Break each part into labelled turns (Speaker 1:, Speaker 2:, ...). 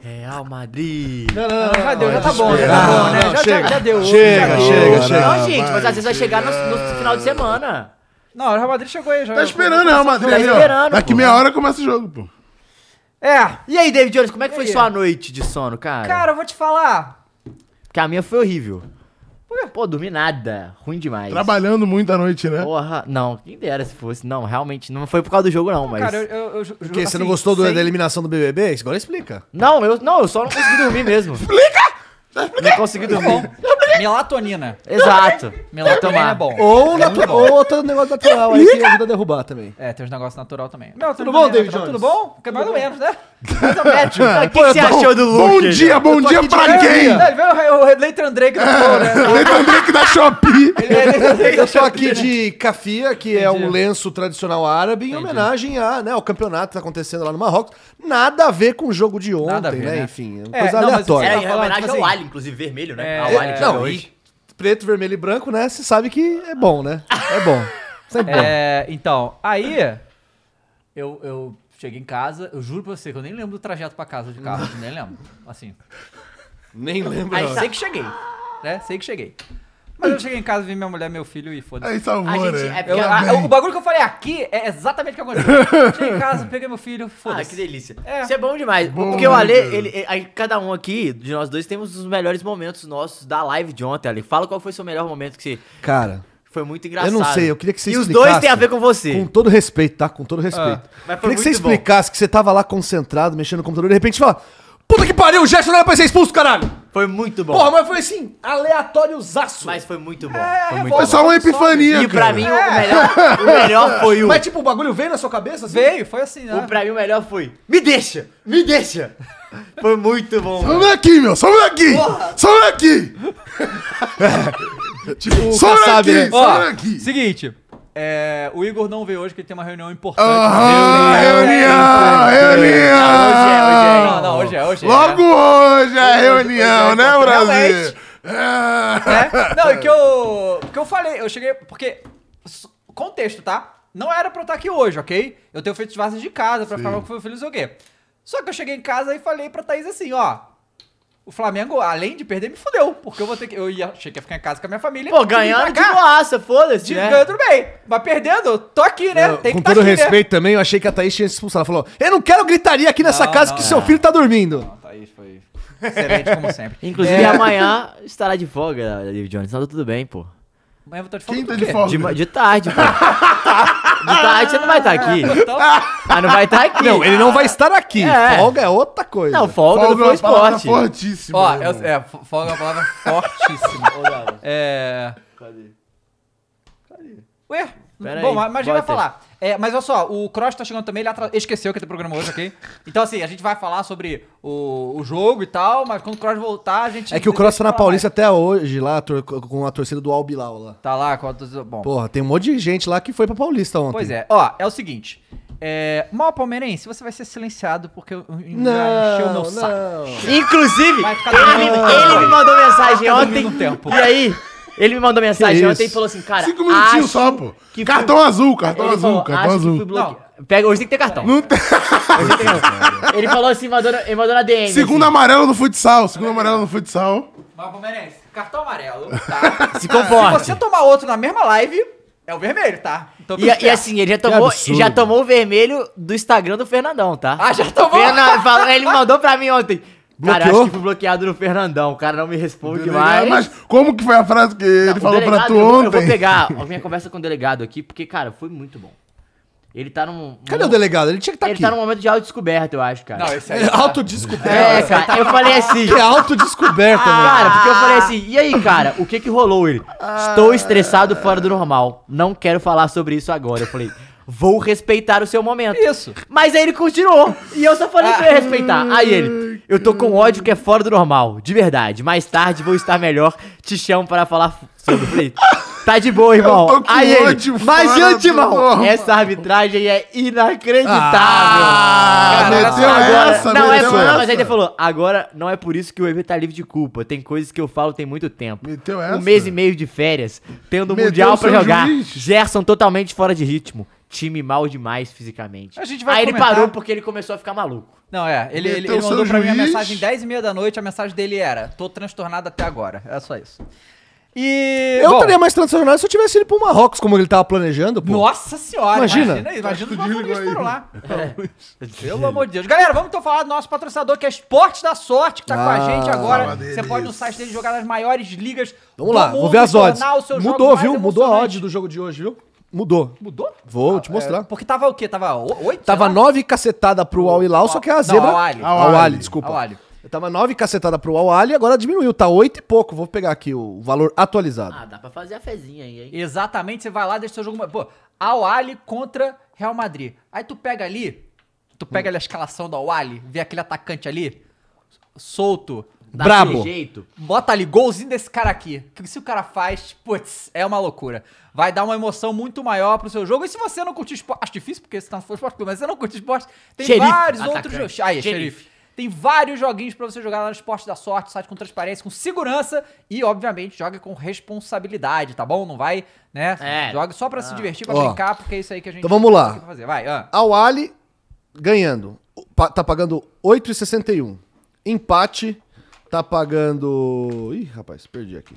Speaker 1: Real Madrid.
Speaker 2: Não, não, não, já deu, já tá bom, já
Speaker 3: esperar.
Speaker 2: tá
Speaker 4: Ah,
Speaker 2: bom, né?
Speaker 3: Não,
Speaker 2: Já,
Speaker 3: chega,
Speaker 2: já, já deu.
Speaker 3: chega,
Speaker 2: já deu.
Speaker 3: chega, chega.
Speaker 1: Não, gente, mas
Speaker 3: vai
Speaker 1: às vezes vai chegar no, no final de semana.
Speaker 2: Não, o Real Madrid chegou aí já.
Speaker 3: Tá esperando, Real Madrid.
Speaker 1: Tá
Speaker 3: ali, ó.
Speaker 1: esperando,
Speaker 3: Daqui
Speaker 1: pô.
Speaker 3: meia hora começa o jogo, pô.
Speaker 2: É,
Speaker 1: E aí, David Jones, como é que foi
Speaker 2: E aí?
Speaker 1: sua noite de sono, cara?
Speaker 2: cara, eu vou te falar.
Speaker 1: Porque a minha foi horrível. Pô, dormi nada. Ruim demais.
Speaker 3: Trabalhando muito à noite, né?
Speaker 1: Porra, não, quem dera se fosse. Não, realmente, não foi por causa do jogo, não, mas.
Speaker 2: Cara, eu, eu, eu ju-
Speaker 4: Porque
Speaker 2: assim,
Speaker 4: você não gostou do-
Speaker 2: sem-
Speaker 4: da eliminação do BBB? Isso Agora explica.
Speaker 1: Não, eu não, eu só não consegui dormir mesmo. Não consegui
Speaker 2: Tá bom.
Speaker 1: dormir.
Speaker 2: Melatonina.
Speaker 1: Exato.
Speaker 2: Melatonina
Speaker 1: Tomar.
Speaker 2: é bom.
Speaker 4: Ou, natu- ou outro negócio natural aí que ajuda a derrubar também.
Speaker 2: É, tem uns negócios natural também. Melatonina
Speaker 4: Tudo bom,
Speaker 2: também é
Speaker 4: David
Speaker 2: natural.
Speaker 4: Jones?
Speaker 2: Tudo bom? Fica mais ou menos, né?
Speaker 1: Cara, Tá O que, que
Speaker 4: é
Speaker 1: você achou do
Speaker 3: Bom
Speaker 1: Luke?
Speaker 3: dia, bom dia pra quem?
Speaker 2: Não, Ele veio o Leighton Drake do Flow, né?
Speaker 3: Leiton Drake da Shopee.
Speaker 4: Eu tô aqui de cafia, que é um lenço tradicional árabe, em homenagem a, né, ao campeonato que tá acontecendo lá no Marrocos. Nada a ver com o jogo de ontem,
Speaker 2: Nada a ver,
Speaker 4: né?
Speaker 2: né?
Speaker 4: Enfim, é uma
Speaker 2: É,
Speaker 4: coisa
Speaker 2: não, mas
Speaker 4: aleatória.
Speaker 1: Era
Speaker 2: Tá
Speaker 1: em
Speaker 2: falando,
Speaker 1: homenagem
Speaker 2: tipo
Speaker 1: ao
Speaker 2: assim-
Speaker 1: Alien, inclusive vermelho, né?
Speaker 2: É,
Speaker 1: Ao Alien.
Speaker 2: é,
Speaker 1: que
Speaker 4: não,
Speaker 1: veio
Speaker 4: e
Speaker 1: hoje.
Speaker 4: preto, vermelho e branco, né? Você sabe que é bom, né? É bom. Sempre bom.
Speaker 2: É, então, aí eu, eu cheguei em casa, eu juro pra você que eu nem lembro do trajeto pra casa de carro, nem lembro. Assim,
Speaker 4: Nem lembro.
Speaker 1: Aí
Speaker 4: não.
Speaker 1: sei que cheguei.
Speaker 2: né? Sei que cheguei. Mas eu cheguei em casa, vi minha mulher, meu filho e foda-se.
Speaker 3: Aí salvou,
Speaker 1: A gente-
Speaker 3: né?
Speaker 1: é porque
Speaker 2: Eu-
Speaker 1: Ainda
Speaker 2: a- o bagulho que eu falei aqui é exatamente o que aconteceu. Cheguei em casa, peguei meu filho,
Speaker 1: Ah, que
Speaker 2: foda-se.
Speaker 1: delícia.
Speaker 2: É.
Speaker 1: Isso é bom demais.
Speaker 3: Bom,
Speaker 1: Porque o
Speaker 3: né,
Speaker 1: Ale,
Speaker 3: cara?
Speaker 1: ele, ele- aí cada um aqui, de nós dois, temos os melhores momentos nossos da live de ontem, Ale. Fala qual foi o seu melhor momento que você...
Speaker 4: Cara,
Speaker 1: Foi muito engraçado.
Speaker 4: Eu não sei, eu queria que você
Speaker 1: E os
Speaker 4: explicasse.
Speaker 1: dois têm a ver com você.
Speaker 4: com todo respeito, tá? Com todo respeito.
Speaker 1: mas foi
Speaker 4: queria que você
Speaker 1: muito bom.
Speaker 4: explicasse que você tava lá concentrado, mexendo no computador, e de repente fala: Puta que pariu, o Gerson não era pra ser expulso, caralho!
Speaker 1: Foi muito bom.
Speaker 4: Porra, mas É, foi assim, aleatóriozaço.
Speaker 1: Mas foi muito bom. foi muito
Speaker 3: Foi
Speaker 1: bom.
Speaker 3: só uma
Speaker 4: um-
Speaker 3: epifania,
Speaker 1: E pra
Speaker 3: cara.
Speaker 1: mim, o, melhor, o melhor foi o...
Speaker 4: É. Mas tipo, o bagulho veio na sua cabeça assim?
Speaker 2: Veio, foi assim, né?
Speaker 1: o pra mim, o melhor foi... Me deixa! Me deixa! Foi muito bom. mano.
Speaker 3: Some daqui, meu. Some daqui. Some daqui.
Speaker 4: Tipo,
Speaker 3: Some
Speaker 4: Kassab,
Speaker 3: daqui.
Speaker 4: né?
Speaker 2: Ó,
Speaker 3: Some daqui.
Speaker 2: seguinte, é, o Igor não veio hoje porque ele tem uma reunião importante.
Speaker 3: Ah, reunião,
Speaker 1: Não,
Speaker 2: Não,
Speaker 3: reunião.
Speaker 2: não, hoje é, hoje é.
Speaker 3: Logo hoje
Speaker 2: hoje
Speaker 3: é
Speaker 2: é,
Speaker 3: reunião, né, Brasil?
Speaker 2: realmente.
Speaker 3: É.
Speaker 2: né? Não, é que eu. Porque eu falei, eu cheguei. Porque. s- Contexto, tá? Não era pra eu estar aqui hoje, ok? Eu tenho feito vasos de casa pra falar com o meu filho, não sei o quê. Só que eu cheguei em casa e falei pra Thaís assim, ó. O Flamengo, além de perder, me fudeu. Porque eu vou ter que. Eu ia, achei que ia ficar em casa com a minha família.
Speaker 1: Pô,
Speaker 2: e pra
Speaker 1: ganhando de
Speaker 2: cá,
Speaker 1: boaça, foda-se,
Speaker 2: de
Speaker 1: né?
Speaker 2: ganho, tudo bem. Mas perdendo, eu tô aqui, né?
Speaker 4: Eu,
Speaker 2: Tem
Speaker 4: com
Speaker 2: que tá
Speaker 4: todo
Speaker 2: aqui, né?
Speaker 4: respeito também, eu achei que a Thaís tinha se expulsado. Ela falou: Eu não quero gritaria aqui nessa
Speaker 2: Não,
Speaker 4: casa
Speaker 2: não,
Speaker 4: que
Speaker 2: não.
Speaker 4: seu filho tá dormindo.
Speaker 2: Não, Thaís foi excelente, como sempre.
Speaker 1: Inclusive, amanhã estará de folga, David Jones. Então tá tudo bem, pô.
Speaker 2: Amanhã eu vou estar de
Speaker 3: Quem tá
Speaker 2: folga.
Speaker 3: de
Speaker 1: De, ma-
Speaker 3: folga?
Speaker 1: de tarde, pô. De tarde você não vai estar aqui.
Speaker 2: Então,
Speaker 1: Ah, não vai estar aqui.
Speaker 4: Não, ele não vai estar aqui.
Speaker 1: É.
Speaker 4: Folga ah, é outra coisa.
Speaker 1: Não, folga, do
Speaker 3: Folga é
Speaker 1: Flow
Speaker 3: uma palavra
Speaker 1: Esporte.
Speaker 3: fortíssima.
Speaker 2: ó,
Speaker 3: meu
Speaker 2: eu,
Speaker 3: irmão.
Speaker 2: é, folga é uma palavra fortíssima. É. Ué?
Speaker 1: Pera
Speaker 2: Bom,
Speaker 1: aí,
Speaker 2: mas- mas a gente vai
Speaker 1: Walter.
Speaker 2: falar. É, mas olha só, o Cross tá chegando também, ele atra- esqueceu que tem programa hoje, ok? Então, assim, a gente vai falar sobre o, o jogo e tal, mas quando o Cross voltar, a gente.
Speaker 4: É que o Cross tá na
Speaker 2: fala
Speaker 4: Paulista até hoje, lá tor- com a torcida do Albilau lá.
Speaker 2: mais. Tá lá, com a- bom.
Speaker 4: Porra, tem um monte de gente lá que foi pra Paulista ontem.
Speaker 2: Pois é, ó, é o seguinte. É, mal palmeirense, você vai ser silenciado porque eu eu- já encheu o
Speaker 4: Não,
Speaker 2: meu saco.
Speaker 4: não.
Speaker 1: Inclusive,
Speaker 2: Vai ficar
Speaker 1: ele,
Speaker 2: dormindo.
Speaker 1: ele me mandou mensagem
Speaker 2: Fica dormindo
Speaker 1: ontem.
Speaker 2: um tempo.
Speaker 1: E aí, ele me mandou mensagem
Speaker 4: Que
Speaker 1: ontem e
Speaker 4: isso?
Speaker 1: falou assim, cara.
Speaker 3: Cinco minutinhos
Speaker 1: acho-
Speaker 3: só, pô.
Speaker 1: que
Speaker 3: Cartão azul, cartão
Speaker 1: Ele falou,
Speaker 3: azul, cartão
Speaker 1: acho que fui
Speaker 3: azul.
Speaker 1: bloqueado. Pega, hoje tem que ter cartão.
Speaker 3: Não tem.
Speaker 1: Ele falou assim, mandou, na- ele mandou na assim. DM.
Speaker 3: Segunda amarela no futsal, segunda amarela no futsal.
Speaker 2: Mal palmeirense, cartão amarelo, tá?
Speaker 1: assim, se comporte.
Speaker 2: Se você tomar outro na mesma live, é o vermelho, tá? Então,
Speaker 1: E,
Speaker 2: fica
Speaker 1: e
Speaker 2: esperto.
Speaker 1: assim, ele já tomou,
Speaker 4: absurdo.
Speaker 1: já tomou o vermelho do Instagram do Fernandão, tá?
Speaker 2: Ah, já tomou?
Speaker 1: Fernan- falou- ele mandou pra mim ontem. Cara,
Speaker 4: Bloqueou?
Speaker 1: acho que fui bloqueado no Fernandão. O cara não me responde
Speaker 3: Delegado,
Speaker 1: mais.
Speaker 3: Mas como que foi a frase que ele
Speaker 1: O
Speaker 3: falou pra
Speaker 1: delegado,
Speaker 3: tu
Speaker 1: eu, vou-
Speaker 3: ontem?
Speaker 1: eu vou pegar a minha conversa com o delegado aqui, porque, cara, foi muito bom. Ele tá num.
Speaker 4: Cadê
Speaker 1: num-
Speaker 4: o delegado? Ele tinha que estar
Speaker 1: Ele
Speaker 4: aqui.
Speaker 1: tá num momento de autodescoberta, eu acho, cara.
Speaker 2: Não, esse tá aí.
Speaker 4: É autodescoberta.
Speaker 1: é, cara, eu falei assim. Ah,
Speaker 4: É autodescoberta,
Speaker 1: Cara,
Speaker 4: mano.
Speaker 1: porque eu
Speaker 2: Ah.
Speaker 1: falei assim, e aí, cara, o que que rolou ele? Estou estressado fora do normal. Não quero falar sobre isso agora. Eu falei, vou respeitar o seu momento.
Speaker 2: Isso.
Speaker 1: Mas aí ele continuou. E eu só falei pra
Speaker 3: Ah.
Speaker 1: ele respeitar. Aí ele, eu tô com ódio que é fora do normal, de verdade. Mais tarde vou estar melhor. Te chamo para falar sobre. Eu falei, tá de boa, irmão.
Speaker 3: Eu tô com
Speaker 1: aí ele,
Speaker 3: ódio
Speaker 1: mas
Speaker 3: fora
Speaker 1: antes,
Speaker 3: do
Speaker 1: irmão,
Speaker 3: normal."
Speaker 1: essa arbitragem é inacreditável.
Speaker 3: Ah,
Speaker 1: Cara,
Speaker 3: meteu
Speaker 1: agora-
Speaker 3: essa,
Speaker 1: não, é,
Speaker 3: meteu
Speaker 1: não, mas
Speaker 3: essa.
Speaker 1: aí ele falou, agora não é por isso que o EV tá livre de culpa. Tem coisas que eu falo tem muito tempo.
Speaker 3: Meteu
Speaker 1: Um
Speaker 3: essa.
Speaker 1: mês e meio de férias, tendo o
Speaker 3: Meteu
Speaker 1: Mundial
Speaker 3: o
Speaker 1: pra
Speaker 3: seu
Speaker 1: jogar.
Speaker 3: juiz.
Speaker 1: Gerson totalmente fora de ritmo. time mal demais fisicamente.
Speaker 2: A gente vai
Speaker 1: Aí
Speaker 2: comentar.
Speaker 1: ele parou porque ele começou a ficar maluco.
Speaker 2: Não, é. Ele, ele,
Speaker 3: Então,
Speaker 2: ele mandou
Speaker 3: seu
Speaker 2: pra mim a
Speaker 3: juiz-
Speaker 2: mensagem 10 e meia da noite. A mensagem dele era: tô transtornado até agora. É só isso. E.
Speaker 4: Eu
Speaker 2: bom,
Speaker 4: estaria mais transformado se eu tivesse ido pro Marrocos, como ele tava planejando, pô.
Speaker 2: Nossa senhora,
Speaker 4: Imagina.
Speaker 2: imagina, imagina os
Speaker 3: Acho que
Speaker 2: bagulhos que
Speaker 3: desligou
Speaker 2: foram lá.
Speaker 4: É.
Speaker 2: Pelo amor de Deus. Galera, vamos então falar do nosso patrocinador, que é Esportes da Sorte, que tá com a
Speaker 4: Ah,
Speaker 2: gente agora.
Speaker 3: uma
Speaker 2: Você
Speaker 3: delícia.
Speaker 2: pode no site dele jogar nas maiores ligas
Speaker 4: Vamos lá, vou ver as odds. Mudou, viu? Mudou a odd
Speaker 2: ódio.
Speaker 4: do jogo de hoje, viu? Mudou.
Speaker 2: Mudou? É,
Speaker 4: Vou te mostrar.
Speaker 2: Porque tava o quê? Tava o- oito?
Speaker 4: Tava
Speaker 2: sei lá?
Speaker 4: nove cacetada pro Al Hilal, só que a
Speaker 2: Não,
Speaker 4: zebra.
Speaker 2: Al Ahly.
Speaker 4: Al
Speaker 3: Al
Speaker 4: Ahly,
Speaker 3: Ahly,
Speaker 4: desculpa.
Speaker 2: Al Ahly.
Speaker 4: Eu tava nove cacetada pro Al Ahly, agora diminuiu, tá oito e pouco. Vou pegar aqui o valor atualizado.
Speaker 1: Ah, dá pra fazer a fezinha aí, hein?
Speaker 2: Exatamente, você vai lá, deixa o seu jogo. Pô, Al Ahly contra Real Madrid. Aí tu pega ali, tu
Speaker 4: Hum.
Speaker 2: pega ali a escalação do Al Ahly, vê aquele atacante ali, solto.
Speaker 1: Daquele
Speaker 4: Brabo.
Speaker 1: jeito.
Speaker 2: Bota ali, golzinho desse cara aqui. Que se o cara faz, putz, é uma loucura. Vai dar uma emoção muito maior pro seu jogo. E se você não curte esporte, acho difícil porque você tá no esporte, mas se você não curte esporte, tem
Speaker 1: Xerife,
Speaker 2: vários outros
Speaker 1: atacante.
Speaker 2: jogos. Ah, é, xerife.
Speaker 1: Xerife.
Speaker 2: Tem vários joguinhos pra você jogar lá no Esporte da Sorte, site com transparência, com segurança e, obviamente, joga com responsabilidade, tá bom? Não vai, né?
Speaker 1: É.
Speaker 2: Joga só pra se divertir, pra
Speaker 4: Ó.
Speaker 2: brincar, porque é isso aí que a gente
Speaker 4: Então vamos lá.
Speaker 2: tem que fazer. Vai, ah.
Speaker 4: Al Ahly ganhando. Pa- Tá pagando 8,61. Empate tá pagando. Ih, rapaz, perdi aqui.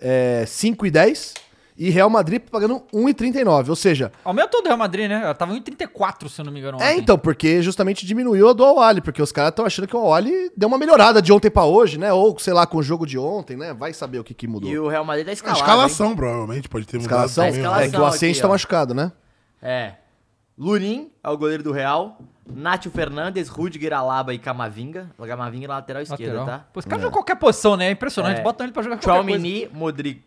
Speaker 4: É, 5,10. E Real Madrid pagando 1,39. Ou seja,
Speaker 2: Aumentou do Real Madrid, né? Eu tava em 34, se eu não me engano.
Speaker 4: é
Speaker 2: ontem.
Speaker 4: então, porque justamente diminuiu a do Al Ahly, porque os caras estão achando que o Al Ahly deu uma melhorada de ontem pra hoje, né? Ou sei lá, com o jogo de ontem, né? Vai saber o que, que mudou.
Speaker 1: E o Real Madrid tá
Speaker 3: A
Speaker 1: escalado. hein?
Speaker 3: escalação, provavelmente, pode ter mudado
Speaker 4: Escalação?
Speaker 3: também,
Speaker 1: escalação.
Speaker 4: É que o Asensio
Speaker 1: aqui,
Speaker 4: tá
Speaker 1: ó.
Speaker 4: machucado, né?
Speaker 1: É. Lunin é o goleiro do Real. Nátio Fernandes, Rudiger Alaba e Camavinga. Camavinga é lateral esquerda,
Speaker 2: Lateral.
Speaker 1: tá?
Speaker 2: Pô, esse cara joga qualquer posição, né? É impressionante.
Speaker 1: É.
Speaker 2: Botam ele pra jogar qualquer coisa.
Speaker 1: Chalmini, Modric,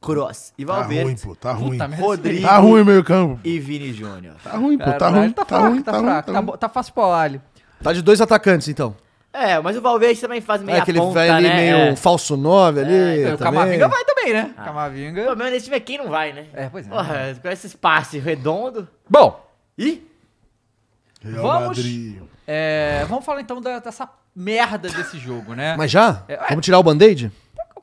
Speaker 1: Cross e
Speaker 3: Tá ruim,
Speaker 1: Valverde.
Speaker 3: pô, tá ruim.
Speaker 2: Puta merda.
Speaker 1: Rodrigo
Speaker 3: Tá ruim o meio campo.
Speaker 1: e Vini Júnior.
Speaker 3: Tá ruim, pô, tá
Speaker 2: Caralho,
Speaker 3: ruim,
Speaker 2: tá
Speaker 3: tá
Speaker 2: fraco,
Speaker 3: ruim,
Speaker 2: tá
Speaker 3: tá ruim,
Speaker 2: fraco.
Speaker 3: tá
Speaker 2: Tá,
Speaker 3: ruim.
Speaker 2: bo- tá fácil pro Alho.
Speaker 4: Tá de dois atacantes, então.
Speaker 1: É, mas o Valverde também faz meia
Speaker 4: é aquele
Speaker 1: ponta,
Speaker 4: velho ali
Speaker 1: né?
Speaker 4: meio
Speaker 1: É. então,
Speaker 4: falso 9 ali.
Speaker 2: O
Speaker 4: também.
Speaker 2: Camavinga vai também, né?
Speaker 1: Pelo
Speaker 2: Camavinga.
Speaker 1: menos nesse time aqui não vai, né?
Speaker 2: É, pois é.
Speaker 1: Porra, com esse passe redondo.
Speaker 2: Bom,
Speaker 1: Ih,
Speaker 3: Real
Speaker 2: Vamos-
Speaker 3: Madrid.
Speaker 2: é, vamos falar então da- dessa merda desse jogo, né?
Speaker 4: Mas já?
Speaker 2: É, ué.
Speaker 4: Vamos tirar o band-aid?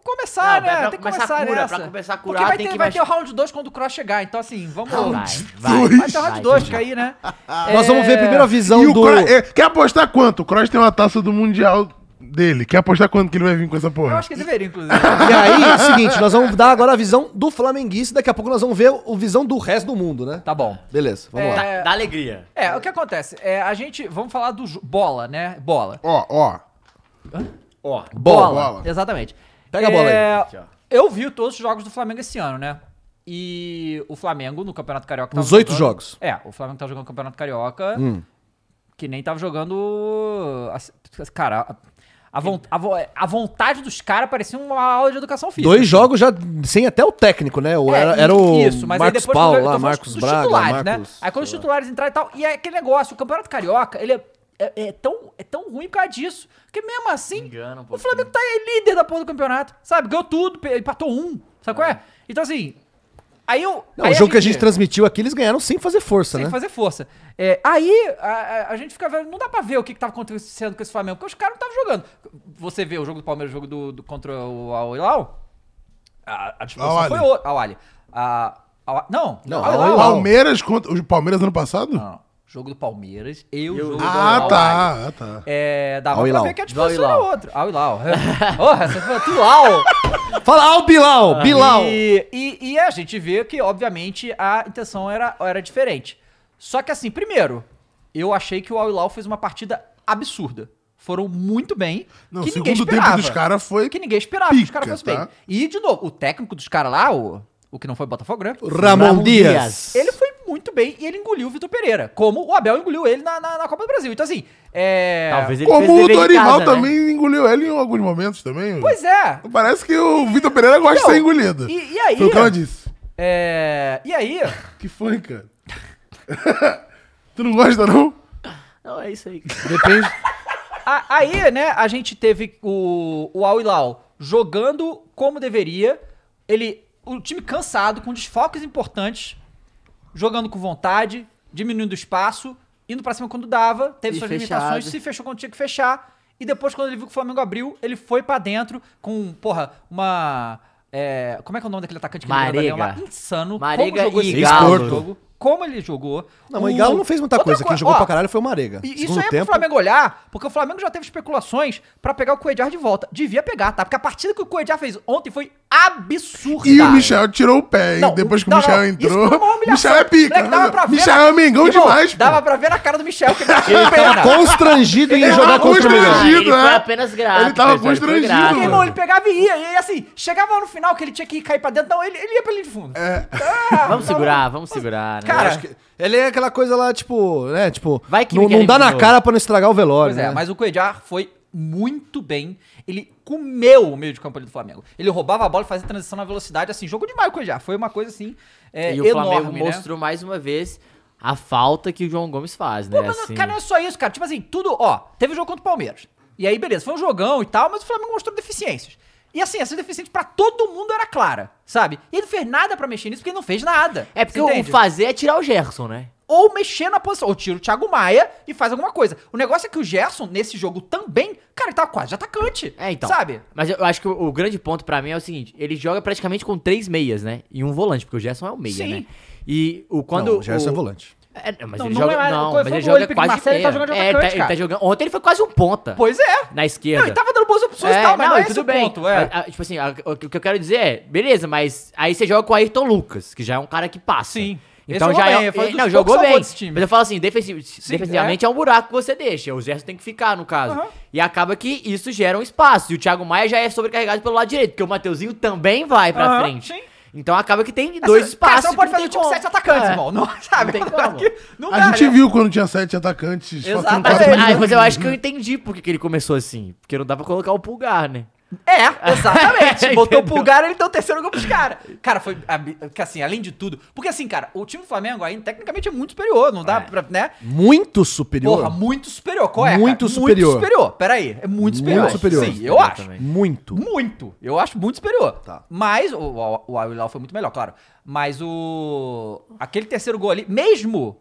Speaker 2: Começar,
Speaker 1: Não,
Speaker 2: né?
Speaker 1: pra-
Speaker 2: tem que
Speaker 1: pra começar
Speaker 2: começar
Speaker 1: a cura,
Speaker 2: nessa.
Speaker 1: pra começar a
Speaker 2: Porque
Speaker 1: curar,
Speaker 2: vai,
Speaker 1: tem
Speaker 2: ter,
Speaker 1: que
Speaker 2: vai
Speaker 1: mais-
Speaker 2: ter o round 2 quando o Cross chegar. Então, assim, vamos...
Speaker 1: vai,
Speaker 2: Vai,
Speaker 1: vai.
Speaker 3: dois.
Speaker 2: ter o round
Speaker 1: Vai,
Speaker 2: 2
Speaker 1: tem
Speaker 2: que aí, né?
Speaker 1: Ah,
Speaker 2: É,
Speaker 4: Nós vamos
Speaker 1: é.
Speaker 4: ver primeiro a visão
Speaker 3: E o
Speaker 4: do.
Speaker 3: Kroos- é, quer apostar quanto? O Kroos tem uma taça do Mundial dele. Quer apostar quanto que ele vai vir com essa
Speaker 2: Eu
Speaker 3: porra?
Speaker 2: acho que deveria, inclusive.
Speaker 4: E aí, é o seguinte, nós vamos dar agora a visão do flamenguista, daqui a pouco nós vamos ver o a visão do resto do mundo, né?
Speaker 2: tá bom.
Speaker 4: Beleza, vamos lá.
Speaker 1: dá, dá alegria.
Speaker 2: É, o que acontece? É, a gente... Vamos falar do... jo- Bola, né? Bola.
Speaker 3: Ó, ó.
Speaker 1: Ó,
Speaker 4: Bola.
Speaker 3: bola.
Speaker 2: Exatamente. É,
Speaker 4: Pega a bola aí.
Speaker 1: ó.
Speaker 2: Eu vi todos os jogos do Flamengo esse ano, né? E o Flamengo no Campeonato Carioca. tava
Speaker 4: Nos oito
Speaker 2: jogando-
Speaker 4: jogos. Hum.
Speaker 2: É, o Flamengo tava jogando o Campeonato Carioca. Que nem tava jogando. assim, Cara, a, a von- a vo- a vontade dos caras parecia uma aula de educação física.
Speaker 4: Dois jogos já sem até o técnico, né? O-
Speaker 2: assim. É,
Speaker 4: era,
Speaker 2: e-
Speaker 4: era o
Speaker 2: aí
Speaker 4: Marcos
Speaker 2: depois
Speaker 4: Paulo
Speaker 2: eu tô
Speaker 4: lá,
Speaker 2: falando
Speaker 4: Marcos
Speaker 2: dos
Speaker 4: Braga,
Speaker 2: titulares, né?
Speaker 4: Marcos...
Speaker 2: Aí quando os titulares entraram e tal, e é aquele negócio, o Campeonato Carioca, ele é, é- é tão, é tão ruim por causa disso, porque mesmo assim,
Speaker 1: Engana um
Speaker 2: o
Speaker 1: pouquinho.
Speaker 2: Flamengo tá aí líder da porra do campeonato, sabe? Ganhou tudo, pe- empatou um, sabe qual é? Então assim, aí eu...
Speaker 4: Não,
Speaker 2: aí
Speaker 4: o jogo que a gente transmitiu aqui, eles ganharam sem fazer força,
Speaker 2: tem
Speaker 4: né?
Speaker 2: que fazer força. É, aí a, a- a gente fica vendo, não dá pra ver o que, que tava acontecendo com esse Flamengo, porque os caras não estavam jogando. Você vê o jogo do Palmeiras, o jogo do, do- contra o Al Hilal, a, a disposição
Speaker 3: Al Ahly.
Speaker 2: foi outra. Al Ahly. A, Al- não,
Speaker 4: Não,
Speaker 2: Al
Speaker 4: Al
Speaker 2: Hilal.
Speaker 4: Hilal.
Speaker 3: Palmeiras contra. O Palmeiras ano passado?
Speaker 2: Não, não. Jogo do Palmeiras e o
Speaker 1: Eu-
Speaker 2: jogo do
Speaker 3: Ah,
Speaker 2: Al Ahly.
Speaker 3: tá, ah, tá.
Speaker 2: É, dava
Speaker 4: Al
Speaker 2: pra
Speaker 4: Hilal.
Speaker 2: ver que a
Speaker 1: Do Al
Speaker 2: disposição era
Speaker 1: Hilal.
Speaker 2: outra. Al Hilal. Porra, essa foi tu, Al.
Speaker 4: Fala, ah, o Bilal! Bilal!
Speaker 2: E, e, e a gente vê que, obviamente, a intenção era, era diferente. Só que, assim, primeiro, eu achei que o Al Hilal fez uma partida absurda. Foram muito bem.
Speaker 3: Não,
Speaker 2: que
Speaker 3: o
Speaker 2: ninguém
Speaker 3: segundo
Speaker 2: esperava.
Speaker 3: tempo dos caras foi.
Speaker 2: Que ninguém esperava que os caras
Speaker 3: pica,
Speaker 2: fossem
Speaker 3: tá?
Speaker 2: bem. E, de novo, o técnico dos caras lá, o, o que não foi Botafogo, né?
Speaker 4: Ramon,
Speaker 1: Ramon
Speaker 4: Dias.
Speaker 1: Dias.
Speaker 2: Ele foi muito bem e ele engoliu o Vitor Pereira, como o Abel engoliu ele na, na, na Copa do Brasil. Então, assim, é.
Speaker 1: Talvez ele fez
Speaker 3: Como o
Speaker 1: dever de
Speaker 3: Dorival
Speaker 1: casa, né?
Speaker 3: também engoliu ele em alguns momentos também.
Speaker 2: Pois é.
Speaker 3: Parece que o Vitor Pereira gosta
Speaker 2: Então,
Speaker 3: de ser engolido.
Speaker 2: e- e aí?
Speaker 3: Foi o que ela disse.
Speaker 2: É. E aí,
Speaker 3: Que foi, cara? tu não gosta, não?
Speaker 1: Não, é isso aí.
Speaker 4: Depende.
Speaker 2: a- aí, né, a gente teve o, o Al Hilal jogando como deveria. Ele. O time cansado, com desfalques importantes, jogando com vontade, diminuindo o espaço, indo pra cima quando dava, teve
Speaker 1: E
Speaker 2: suas
Speaker 1: fechado.
Speaker 2: limitações, se fechou quando tinha que fechar. E depois, quando ele viu que o Flamengo abriu, ele foi pra dentro com, porra, uma. é, como é que é o nome daquele atacante que ele jogou
Speaker 1: Marega.
Speaker 2: lá? Insano.
Speaker 1: Marega
Speaker 2: jogou
Speaker 1: e
Speaker 2: esse
Speaker 1: Galo.
Speaker 2: jogo? como ele jogou.
Speaker 4: Não,
Speaker 2: O-
Speaker 4: mas o Galo não fez muita
Speaker 2: Outra
Speaker 4: coisa. Quem
Speaker 2: coi-
Speaker 4: jogou
Speaker 2: ó,
Speaker 4: pra caralho foi o Marega.
Speaker 2: E isso
Speaker 4: Segundo
Speaker 2: aí é pro
Speaker 4: tempo,
Speaker 2: Flamengo olhar, porque o Flamengo já teve especulações pra pegar o Coediar de volta. Devia pegar, tá? Porque a partida que o Coediar fez ontem foi absurda.
Speaker 3: E o Michel tirou o pé, hein?
Speaker 2: Não,
Speaker 3: Depois que
Speaker 2: não,
Speaker 3: o Michel
Speaker 2: não. Isso
Speaker 3: entrou.
Speaker 2: foi uma humilhação.
Speaker 3: Michel é pica.
Speaker 2: Moleque, dava pra ver
Speaker 3: Michel
Speaker 2: na-
Speaker 3: é mengão
Speaker 2: Irmão,
Speaker 3: demais, pô.
Speaker 2: Dava pra ver na cara do Michel que ele tinha pena.
Speaker 4: constrangido em
Speaker 3: Ele
Speaker 4: jogar
Speaker 3: tava
Speaker 4: contra o Mengão.
Speaker 3: constrangido.
Speaker 1: ele foi
Speaker 3: né?
Speaker 1: apenas grato.
Speaker 3: Ele tava
Speaker 1: mas foi
Speaker 3: constrangido,
Speaker 1: grato.
Speaker 2: Porque,
Speaker 3: mano.
Speaker 2: irmão, ele pegava e ia. E aí, assim, chegava no final que ele tinha que cair pra dentro. Não, ele, ele ia pra linha de fundo. Ah,
Speaker 1: Vamos
Speaker 2: tava-
Speaker 1: segurar, vamos segurar. né?
Speaker 2: Cara,
Speaker 4: Acho que- Ele é aquela coisa lá, tipo, né? Tipo,
Speaker 1: Vai que
Speaker 4: não,
Speaker 1: ele
Speaker 4: não dá na
Speaker 1: eliminou.
Speaker 4: cara pra não estragar o velório.
Speaker 2: Pois é,
Speaker 4: né?
Speaker 2: mas o Coediar foi muito bem. Ele comeu o meio de campo ali do Flamengo. Ele roubava a bola e fazia transição na velocidade, assim, jogo demais o Coediar. Foi uma coisa assim. É,
Speaker 1: e o Flamengo
Speaker 2: enorme, né?
Speaker 1: mostrou mais uma vez a falta que o João Gomes faz, né?
Speaker 2: Pô, mas,
Speaker 1: assim.
Speaker 2: cara, não é só isso, cara. Tipo assim, tudo, ó, teve o jogo contra o Palmeiras. E aí, beleza, foi um jogão e tal, mas o Flamengo mostrou deficiências. E assim, essas deficiências pra todo mundo era clara, sabe? E ele não fez nada pra mexer nisso, porque ele não fez nada.
Speaker 1: É porque
Speaker 2: Você
Speaker 1: o
Speaker 2: entende?
Speaker 1: fazer é tirar o Gerson, né?
Speaker 2: Ou mexer na posição, ou tira o Thiago Maia e faz alguma coisa. O negócio é que o Gerson, nesse jogo também, cara, ele tava quase de atacante.
Speaker 1: É, então.
Speaker 2: Sabe?
Speaker 1: Mas eu acho que o, o grande ponto pra mim é o seguinte: ele joga praticamente com três meias, né? E um volante, porque o Gerson é um meia,
Speaker 2: Sim.
Speaker 1: né? E o quando.
Speaker 4: Não, o Gerson é volante.
Speaker 1: É, mas
Speaker 2: Não,
Speaker 1: ele
Speaker 2: não
Speaker 1: joga.
Speaker 2: é-
Speaker 1: não,
Speaker 2: foi-
Speaker 1: mas
Speaker 2: foi
Speaker 1: ele
Speaker 2: o
Speaker 1: joga
Speaker 2: Olympique de
Speaker 1: quase.
Speaker 2: Marseille, ele tá
Speaker 1: meia.
Speaker 2: jogando de
Speaker 1: É, ele tá-
Speaker 2: atacante,
Speaker 1: ele tá
Speaker 2: cara.
Speaker 1: jogando. Ontem ele foi quase um ponta.
Speaker 2: Pois é.
Speaker 1: Na esquerda.
Speaker 2: Não, ele tava dando boas opções e
Speaker 1: É,
Speaker 2: tal, mas não,
Speaker 1: e
Speaker 2: é esse o ponto, é.
Speaker 1: Ah, ah, Tipo assim, ah, o que eu quero dizer é, beleza, mas aí você joga com o Ayrton Lucas, que já é um cara que passa.
Speaker 2: Sim. Ele
Speaker 1: Então
Speaker 2: jogou
Speaker 1: já
Speaker 2: bem,
Speaker 1: é,
Speaker 2: foi um
Speaker 1: é,
Speaker 2: dos
Speaker 1: não,
Speaker 2: poucos
Speaker 1: jogou
Speaker 2: que salvou
Speaker 1: bem.
Speaker 2: desse time.
Speaker 1: Mas eu falo assim, defensi- defensivamente é. um buraco que você deixa. O Gerson tem que ficar, no caso.
Speaker 2: Aham.
Speaker 1: E acaba que isso gera um espaço. E o Thiago Maia já é sobrecarregado pelo lado direito, porque o Mateuzinho também vai pra
Speaker 2: Aham,
Speaker 1: frente.
Speaker 2: sim.
Speaker 1: Então acaba que tem dois espaços.
Speaker 2: Cara, você não pode fazer o time com sete atacantes,
Speaker 1: É.
Speaker 2: irmão. Não, sabe?
Speaker 1: Não tem como.
Speaker 2: Não
Speaker 3: A
Speaker 2: dá,
Speaker 3: gente
Speaker 2: né?
Speaker 3: viu quando tinha sete atacantes.
Speaker 2: Exato.
Speaker 1: Mas,
Speaker 3: faltando quatro
Speaker 2: Quase
Speaker 1: ah,
Speaker 3: minutos.
Speaker 1: mas eu acho que eu entendi por que que ele começou assim. Porque não dá pra colocar o pulgar, né?
Speaker 2: É, exatamente. Botou o pulgar, ele deu o terceiro gol pros caras. Cara, foi ab- que assim, além de tudo. Porque assim, cara, o time do Flamengo ainda tecnicamente é muito superior, não dá
Speaker 1: É.
Speaker 2: pra, né?
Speaker 4: Muito superior.
Speaker 2: Porra, muito superior. Qual é? cara?
Speaker 4: Muito superior.
Speaker 2: Muito superior. Pera aí, é muito superior.
Speaker 4: Muito superior.
Speaker 2: Sim, eu
Speaker 1: Superior
Speaker 2: acho.
Speaker 1: também.
Speaker 4: Muito.
Speaker 2: Muito. Eu acho muito superior.
Speaker 4: Tá.
Speaker 2: Mas o, o, o Al Hilal foi muito melhor, claro. Mas o aquele terceiro gol ali, mesmo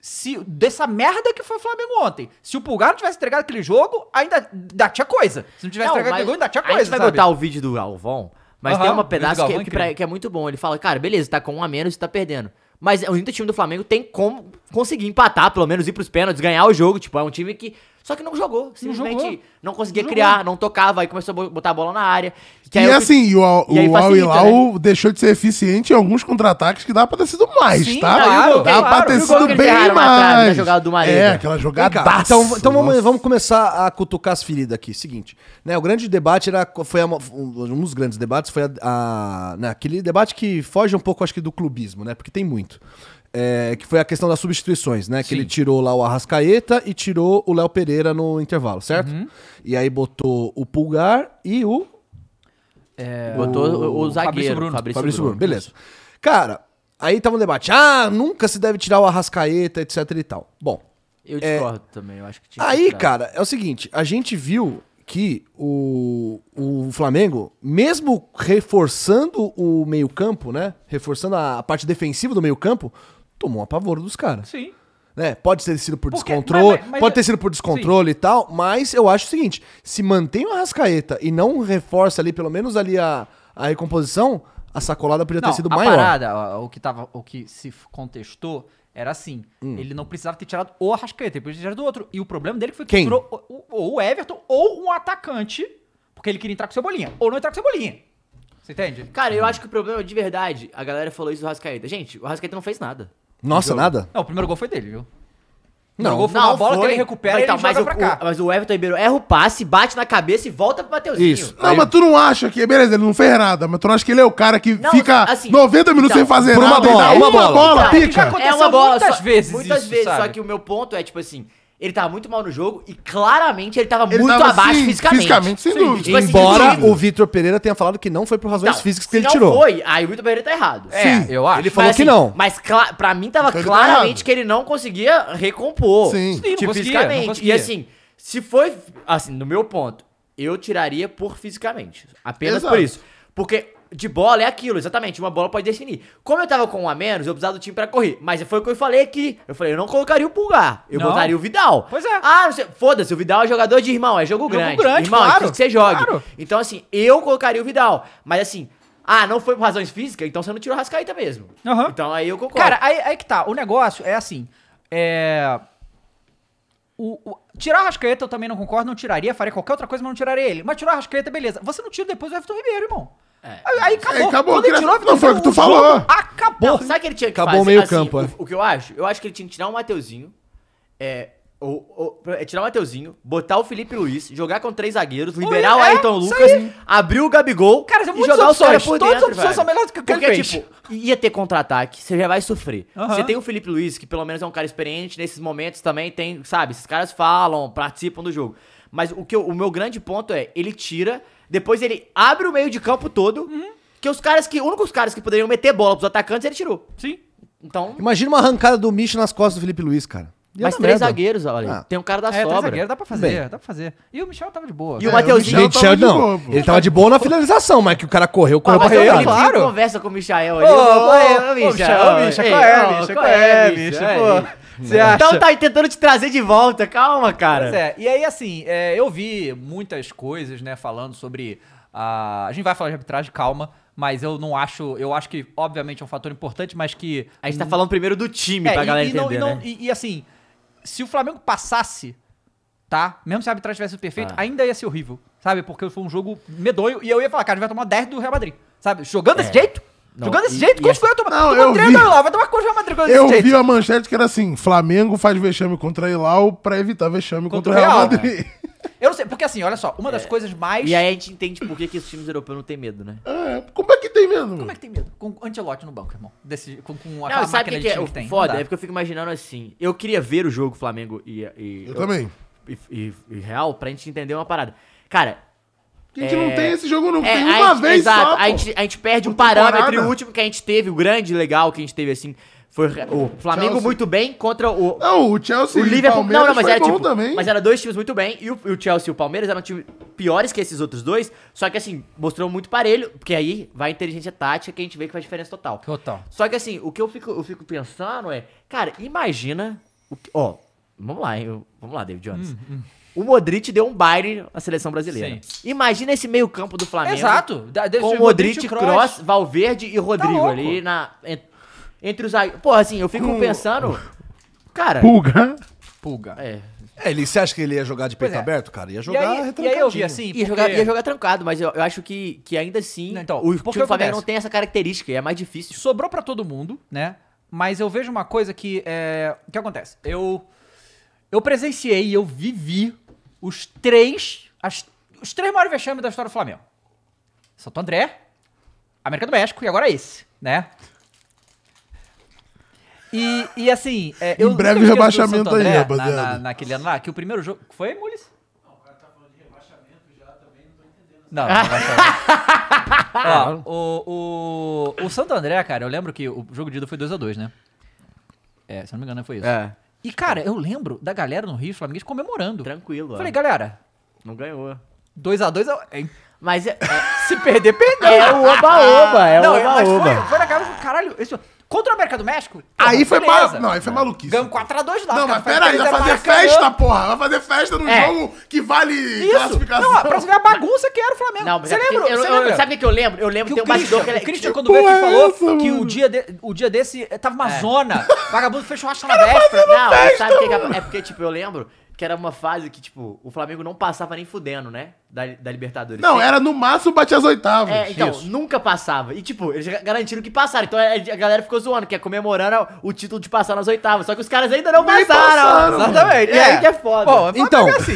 Speaker 2: se dessa merda que foi o Flamengo ontem, se o Pulgar não tivesse entregado aquele jogo, ainda, ainda tinha coisa. Se não tivesse
Speaker 1: Não,
Speaker 2: entregado
Speaker 1: mas
Speaker 2: aquele gol, ainda tinha
Speaker 1: a gente
Speaker 2: coisa,
Speaker 1: vai
Speaker 2: sabe?
Speaker 1: botar o vídeo do Galvão, mas
Speaker 2: Aham,
Speaker 1: tem
Speaker 2: o
Speaker 1: uma
Speaker 2: vídeo do
Speaker 1: pedaço
Speaker 2: Galvão
Speaker 1: que,
Speaker 2: é
Speaker 1: que, pra-
Speaker 2: incrível.
Speaker 1: que é muito bom. Ele fala, cara, beleza, tá com um a menos e tá perdendo. Mas o único time do Flamengo tem como conseguir empatar, pelo menos ir pros pênaltis, ganhar o jogo. Tipo, é um time que. Só que não jogou. Simplesmente não,
Speaker 2: jogou.
Speaker 1: conseguia criar, não tocava, aí começou a bo- botar a bola na área. que aí
Speaker 3: e
Speaker 1: eu-
Speaker 3: assim, e o, Al-
Speaker 1: E aí
Speaker 3: o Al
Speaker 1: facilita,
Speaker 3: Hilal deixou de ser eficiente em alguns contra-ataques que dá pra ter sido mais,
Speaker 2: Sim,
Speaker 3: tá?
Speaker 2: claro,
Speaker 3: dá
Speaker 2: claro.
Speaker 3: pra ter
Speaker 2: E o
Speaker 1: gol que
Speaker 3: sido
Speaker 1: eles
Speaker 3: bem
Speaker 1: erraram atrás, né,
Speaker 3: mais.
Speaker 1: jogada do Marega.
Speaker 3: é, aquela
Speaker 4: Vem cá,
Speaker 3: jogada.
Speaker 4: Então, então vamos, vamos começar a cutucar as feridas aqui. Seguinte, né? O grande debate era co- foi a mo- um dos grandes debates foi a, a- né, aquele debate que foge um pouco, acho que do clubismo, né? Porque tem muito. É, que foi a questão das substituições, né? Que ele tirou lá o Arrascaeta e tirou o Léo Pereira no intervalo, certo?
Speaker 1: Uhum.
Speaker 4: E aí botou o Pulgar e o
Speaker 1: É, Botou o,
Speaker 2: Fabrício
Speaker 1: o zagueiro,
Speaker 2: Bruno.
Speaker 1: Fabrício,
Speaker 4: Fabrício
Speaker 1: Bruno.
Speaker 4: Bruno, beleza. Cara, aí tava um debate. Ah, nunca se deve tirar o Arrascaeta, etc e tal. Bom,
Speaker 1: Eu discordo também, eu acho que tinha. que
Speaker 4: Aí,
Speaker 1: tirar.
Speaker 4: cara, é o seguinte, a gente viu que o, o Flamengo, mesmo reforçando o meio-campo, né? Reforçando a, a parte defensiva do meio-campo, tomou um apavoro dos caras.
Speaker 2: Sim.
Speaker 4: Né? Pode ter sido por
Speaker 2: Porque-
Speaker 4: descontrole,
Speaker 2: mas- mas- é mas-
Speaker 4: pode ter sido por descontrole e tal, mas eu acho o seguinte, se mantém o Arrascaeta e não reforça ali, pelo menos ali a, a recomposição, a sacolada podia
Speaker 2: Não,
Speaker 4: ter sido
Speaker 2: a
Speaker 4: maior.
Speaker 2: parada, ó, o que, tava, o que se f- contestou era assim,
Speaker 4: Hum.
Speaker 2: ele não precisava ter tirado o Arrascaeta, ele podia ter tirado o outro. E o problema dele foi que
Speaker 4: Quem?
Speaker 2: tirou o- o- ou o Everton ou um atacante, porque ele queria entrar com o Cebolinha, ou não entrar com o Cebolinha. Você entende?
Speaker 1: Cara, eu acho que o problema de verdade, a galera falou isso do Rascaeta. Gente, o Rascaeta não fez nada.
Speaker 4: Nossa, nada?
Speaker 2: Não, o primeiro gol foi dele, viu?
Speaker 4: Não,
Speaker 2: o primeiro gol foi uma bola que ele recupera e ele joga
Speaker 1: então, mas o,
Speaker 2: pra cá.
Speaker 1: o- mas o Everton Ribeiro erra o passe, bate na cabeça e volta pro Mateuzinho.
Speaker 4: Isso.
Speaker 3: Não, mas tu não acha que. Beleza, ele não fez nada, mas tu não acha que ele é o cara que
Speaker 1: Não,
Speaker 3: fica
Speaker 1: assim,
Speaker 3: 90 minutos
Speaker 1: então, Tá,
Speaker 3: sem fazer
Speaker 4: por uma
Speaker 3: nada e
Speaker 4: bola,
Speaker 3: dá
Speaker 4: uma
Speaker 3: uma
Speaker 4: bola.
Speaker 3: bola,
Speaker 2: Então, o que
Speaker 3: pica?
Speaker 2: que aconteceu muitas
Speaker 1: só-
Speaker 2: vezes
Speaker 1: Muitas
Speaker 2: isso,
Speaker 1: vezes, só
Speaker 2: sabe?
Speaker 1: que o meu ponto é, tipo assim, ele tava muito mal no jogo e claramente ele tava
Speaker 3: Ele
Speaker 1: muito
Speaker 3: tava,
Speaker 1: abaixo
Speaker 3: sim,
Speaker 1: fisicamente.
Speaker 3: fisicamente, sem dúvida.
Speaker 1: Tipo assim,
Speaker 4: Embora
Speaker 1: inclusive-
Speaker 4: o Vitor Pereira tenha falado que não foi por razões
Speaker 1: Não,
Speaker 4: físicas
Speaker 1: Então,
Speaker 4: que
Speaker 1: se
Speaker 4: ele
Speaker 1: não
Speaker 4: tirou.
Speaker 1: foi, aí o Vitor Pereira tá errado.
Speaker 2: É, eu acho.
Speaker 4: Ele falou
Speaker 1: Mas,
Speaker 4: que
Speaker 1: assim,
Speaker 4: não.
Speaker 1: Mas cla- pra mim tava
Speaker 3: Então ele tá
Speaker 1: claramente
Speaker 3: errado.
Speaker 1: que ele não conseguia recompor.
Speaker 3: Sim. Sim,
Speaker 2: não
Speaker 1: tipo,
Speaker 2: conseguia,
Speaker 1: fisicamente.
Speaker 2: não conseguia.
Speaker 1: E assim, se foi. Assim, no meu ponto, eu tiraria por fisicamente. Apenas
Speaker 3: Exato.
Speaker 1: por isso. Porque. De bola é aquilo, exatamente. Uma bola pode definir. Como eu tava com um a menos, eu precisava do time pra correr. Mas foi o que eu falei aqui. Eu falei, eu não colocaria o Pulgar. Eu
Speaker 2: Não.
Speaker 1: botaria o Vidal.
Speaker 2: Pois é.
Speaker 1: Ah, não sei. Foda-se, o Vidal é jogador de irmão, é jogo,
Speaker 2: Jogo
Speaker 1: grande.
Speaker 2: grande,
Speaker 1: Irmão,
Speaker 2: claro,
Speaker 1: é que você jogue.
Speaker 2: claro.
Speaker 1: Então, assim, eu colocaria o Vidal. Mas, assim, Ah, não foi por razões físicas? Então você não tirou o Rascaeta mesmo.
Speaker 2: Aham.
Speaker 1: Então aí eu concordo.
Speaker 2: Cara, aí, aí que tá. O negócio é assim. É. O, o- tirar a Rascaeta eu também não concordo, não tiraria, faria qualquer outra coisa, mas não tiraria ele. Mas tirar a Rascaeta, beleza. Você não tira depois o Everton Ribeiro, irmão.
Speaker 1: É.
Speaker 2: Aí, aí acabou.
Speaker 3: É, acabou,
Speaker 2: Quando ele
Speaker 3: que-
Speaker 2: tirou o Everton
Speaker 3: não, foi o que tu
Speaker 2: Ribeiro,
Speaker 3: falou.
Speaker 2: jogo Acabou.
Speaker 1: Não, sabe o que ele tinha que
Speaker 4: Acabou
Speaker 1: fazer?
Speaker 4: o meio-campo,
Speaker 1: Assim,
Speaker 4: é.
Speaker 1: o, o que eu acho? Eu acho que ele tinha que tirar o Mateuzinho. É. ou- ou- é, tirar o Mateuzinho, botar o Felipe Luiz, jogar com três zagueiros, liberar o
Speaker 2: é,
Speaker 1: Ayrton
Speaker 2: isso
Speaker 1: Lucas,
Speaker 2: aí.
Speaker 1: abrir o Gabigol
Speaker 2: Cara, são
Speaker 1: e
Speaker 2: muitas
Speaker 1: jogar os caras
Speaker 2: opções.
Speaker 1: por
Speaker 2: Todas
Speaker 1: dentro.
Speaker 2: as opções
Speaker 1: velho.
Speaker 2: são melhores do que o que ele
Speaker 1: Porque,
Speaker 2: fez.
Speaker 1: tipo, ia ter contra-ataque, você já vai sofrer.
Speaker 2: Aham.
Speaker 1: Você tem o Felipe Luiz, que pelo menos é um cara experiente, nesses momentos também tem, sabe, esses caras falam, participam do jogo. Mas o, que eu- o meu grande ponto é, ele tira, depois ele abre o meio de campo todo,
Speaker 2: Uhum.
Speaker 1: que os caras que, únicos caras que poderiam meter bola pros atacantes, ele tirou.
Speaker 2: Sim.
Speaker 1: Então,
Speaker 4: Imagina uma arrancada do Michel nas costas do Felipe Luiz, cara. Ia
Speaker 1: mais
Speaker 4: dar
Speaker 1: três
Speaker 4: merda.
Speaker 1: zagueiros, olha.
Speaker 4: Ah.
Speaker 1: Tem um cara da
Speaker 2: É, três
Speaker 1: sobra.
Speaker 2: zagueiros, dá pra fazer,
Speaker 4: Bem.
Speaker 2: dá pra fazer. E o Michel tava de boa.
Speaker 1: E o
Speaker 3: É,
Speaker 1: Mateuzinho.
Speaker 3: o
Speaker 4: Gente,
Speaker 3: tava
Speaker 4: Michel,
Speaker 3: de
Speaker 4: não.
Speaker 3: boa, pô.
Speaker 4: ele tava de boa na finalização, mas é que o cara correu,
Speaker 2: Ah,
Speaker 4: correu pra
Speaker 1: mas eu
Speaker 4: carregar.
Speaker 2: ele-
Speaker 1: claro.
Speaker 2: Claro.
Speaker 1: conversa com o Michael ali.
Speaker 2: Ô, ô,
Speaker 1: ô, ô,
Speaker 2: ô,
Speaker 1: ô, Micha,
Speaker 2: Micha, ô, Micha,
Speaker 1: ei,
Speaker 2: qual é,
Speaker 1: ô,
Speaker 2: Micha, qual é, Micha,
Speaker 1: ei.
Speaker 2: pô? Você acha?
Speaker 1: Então tá tentando te trazer de volta, calma, cara.
Speaker 2: Pois é, e aí assim, é, eu vi muitas coisas, né, falando sobre. A... a gente vai falar de arbitragem, calma, mas eu não acho. Eu acho que, obviamente, é um fator importante, mas que.
Speaker 1: A gente tá falando primeiro do time, pra
Speaker 2: É, e-
Speaker 1: galera
Speaker 2: e, não-
Speaker 1: entender,
Speaker 2: e não-
Speaker 1: né?
Speaker 2: e- e, assim, se o Flamengo passasse, tá? Mesmo se a arbitragem tivesse sido perfeita,
Speaker 1: Ah.
Speaker 2: ainda ia ser horrível, sabe? Porque foi um jogo medonho e eu ia falar, cara, a gente vai tomar 10 do Real Madrid, sabe? Jogando desse jeito?
Speaker 1: É. Não,
Speaker 2: jogando desse
Speaker 1: e-
Speaker 2: jeito,
Speaker 1: e
Speaker 2: quantos foi eu tomar?
Speaker 3: Não,
Speaker 2: Tomou
Speaker 3: eu
Speaker 2: três
Speaker 3: vi.
Speaker 2: do Real, tá vai tomar quantos do Real Madrid jogando
Speaker 3: Eu
Speaker 2: desse jeito?
Speaker 3: vi a manchete que era assim: Flamengo faz vexame contra Ilau pra evitar vexame
Speaker 2: Contra
Speaker 3: contra,
Speaker 2: o
Speaker 3: o Real
Speaker 2: Real.
Speaker 3: Madrid.
Speaker 2: Eu não sei, porque assim, olha só, uma das coisas mais.
Speaker 1: É. E aí a gente entende por que, que os times europeus não têm medo, né?
Speaker 3: É, como é que tem mesmo?
Speaker 2: Como é que tem medo? Com antelote no banco, irmão. Desse, com, com
Speaker 1: Não,
Speaker 2: aquela
Speaker 1: e sabe
Speaker 2: máquina
Speaker 1: o que,
Speaker 2: de
Speaker 1: que é
Speaker 2: time
Speaker 1: o
Speaker 2: que tem.
Speaker 1: foda?
Speaker 2: Não dá.
Speaker 1: É porque eu fico imaginando assim. Eu queria ver o jogo Flamengo e, e,
Speaker 3: Eu também.
Speaker 1: e, e- e Real pra gente entender uma parada. Cara,
Speaker 3: A gente não
Speaker 1: É,
Speaker 3: tem esse jogo, não.
Speaker 1: é,
Speaker 3: tem
Speaker 1: a
Speaker 3: uma
Speaker 1: gente-
Speaker 3: vez
Speaker 1: exato,
Speaker 3: só.
Speaker 1: a,
Speaker 3: pô.
Speaker 1: gente, a gente perde um
Speaker 3: Por temporada.
Speaker 1: parâmetro e o último que a gente teve, o grande legal que a gente teve assim, foi o Flamengo
Speaker 3: Chelsea.
Speaker 1: muito bem contra o,
Speaker 3: Não, o Chelsea
Speaker 1: o Liverpool.
Speaker 3: Palmeiras
Speaker 1: Não, não, mas
Speaker 3: foi
Speaker 1: era
Speaker 3: bom
Speaker 1: tipo.
Speaker 3: também.
Speaker 1: Mas era dois times muito bem. E o, e o Chelsea e o Palmeiras eram times piores que esses outros dois. Só que assim, mostrou muito parelho. Porque aí vai a inteligência tática que a gente vê que faz diferença total.
Speaker 2: Total.
Speaker 1: Só que assim, o que eu fico, eu fico pensando é, cara, imagina. O que, ó, vamos lá, hein? eu- Vamos lá, David
Speaker 3: Hum,
Speaker 1: Jones. O Modric deu um baile à seleção brasileira. Imagina esse meio-campo do Flamengo.
Speaker 2: Exato. Da- desse
Speaker 1: Com o Modric, Kroos, Valverde
Speaker 3: Tá
Speaker 1: e Rodrigo
Speaker 2: louco.
Speaker 1: ali na. en- Entre os. zague- Porra, assim, eu fico
Speaker 3: Com-
Speaker 1: pensando. Cara.
Speaker 3: Pulga.
Speaker 2: Pulga.
Speaker 1: É.
Speaker 4: É, ele, você acha que ele ia jogar de peito
Speaker 2: Pois é.
Speaker 4: aberto, cara? Ia
Speaker 2: E
Speaker 4: jogar
Speaker 2: aí, e aí eu vi
Speaker 4: retrancadinho.
Speaker 2: assim.
Speaker 1: Ia jogar, ia jogar trancado, mas eu, eu acho que, que ainda assim
Speaker 2: Não, então,
Speaker 1: o
Speaker 2: porque
Speaker 1: time do
Speaker 2: acontece.
Speaker 1: Flamengo não tem essa característica e é mais difícil.
Speaker 2: Sobrou pra todo mundo, né? Mas eu vejo uma coisa que. É... O que acontece? Eu. Eu presenciei e eu vivi os três. as- os três maiores vexames da história do Flamengo: Santo André, América do México e agora esse, né? E, e assim, é, eu nunca
Speaker 3: breve
Speaker 2: esqueço do
Speaker 3: rebaixamento
Speaker 2: Santo
Speaker 3: aí,
Speaker 2: André
Speaker 3: rapaziada.
Speaker 2: Na, na, naquele ano lá, que o primeiro jogo. Foi, Mules? Não, não vai
Speaker 3: Ah,
Speaker 2: saber. Ó, o, o, o Santo André, cara, eu lembro que o jogo de ida foi 2x2, né? É, se eu não me engano, foi isso.
Speaker 1: É.
Speaker 2: E, cara, eu lembro da galera no Rio, os flamenguistas, comemorando.
Speaker 1: Tranquilo,
Speaker 2: Eu
Speaker 1: ó.
Speaker 2: falei, galera,
Speaker 1: Não ganhou.
Speaker 2: 2x2 é... é-
Speaker 1: Mas é,
Speaker 2: Se perder, perdeu.
Speaker 1: é o oba-oba, é
Speaker 2: não,
Speaker 1: o
Speaker 2: mas
Speaker 1: oba-oba.
Speaker 2: foi, foi na cara do caralho. Esse... Contra o América do México?
Speaker 3: Aí
Speaker 2: porra,
Speaker 3: foi
Speaker 2: beleza.
Speaker 3: mal. Não, aí foi maluquice.
Speaker 2: Ganhamos 4x2 lá.
Speaker 3: Não,
Speaker 2: os caras
Speaker 3: mas pera aí, vai
Speaker 2: fizeram
Speaker 3: fazer
Speaker 2: Maracanã.
Speaker 3: festa, porra. Vai fazer festa num
Speaker 1: É.
Speaker 3: jogo que vale
Speaker 2: Isso.
Speaker 3: classificação.
Speaker 2: Não, pra você ver a bagunça que era o Flamengo.
Speaker 1: Não, mas
Speaker 2: você
Speaker 1: é porque-
Speaker 2: lembra?
Speaker 1: eu-
Speaker 2: Você
Speaker 1: eu-
Speaker 2: lembra?
Speaker 1: Sabe o que que eu lembro? Eu lembro
Speaker 2: Que
Speaker 1: que tem
Speaker 2: o
Speaker 1: um bastidor que
Speaker 2: Christian, o Christian
Speaker 1: ele. que-
Speaker 2: quando veio aqui,
Speaker 3: porra é
Speaker 2: falou
Speaker 3: essa,
Speaker 2: que o
Speaker 3: mano?
Speaker 2: dia, de- o dia desse eh, tava uma
Speaker 1: É.
Speaker 2: zona, vagabundo fechou a na véspera.
Speaker 1: Não, sabe o que que é? É porque, tipo, eu lembro que era uma fase que, tipo, o Flamengo não passava nem fudendo, né? Da, da Libertadores.
Speaker 3: Não,
Speaker 2: é
Speaker 1: Sempre-
Speaker 3: era no máximo bater as oitavas.
Speaker 1: É, então,
Speaker 3: Isso.
Speaker 1: nunca passava. E, tipo, eles ga- garantiram que passaram. Então a a galera ficou zoando, que é comemorando o título de passar nas oitavas. Só que os caras ainda não
Speaker 3: Nem
Speaker 1: passaram.
Speaker 3: passaram.
Speaker 2: Exatamente.
Speaker 1: E aí que é foda.
Speaker 2: Bom, mas
Speaker 4: Então.
Speaker 2: é assim.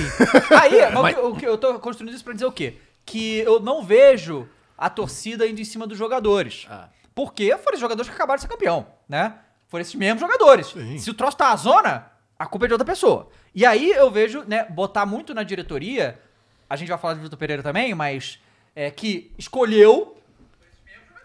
Speaker 2: Aí, mas o que- o que eu tô construindo isso pra dizer o quê? Que eu não vejo a torcida indo em cima dos jogadores.
Speaker 1: Ah.
Speaker 2: Porque foram os jogadores que acabaram de ser campeão, né? Foram esses mesmos jogadores. Se o troço tá na zona, a culpa é de outra pessoa. E aí eu vejo, né, botar muito na diretoria, a gente vai falar do Vitor Pereira também, mas é que escolheu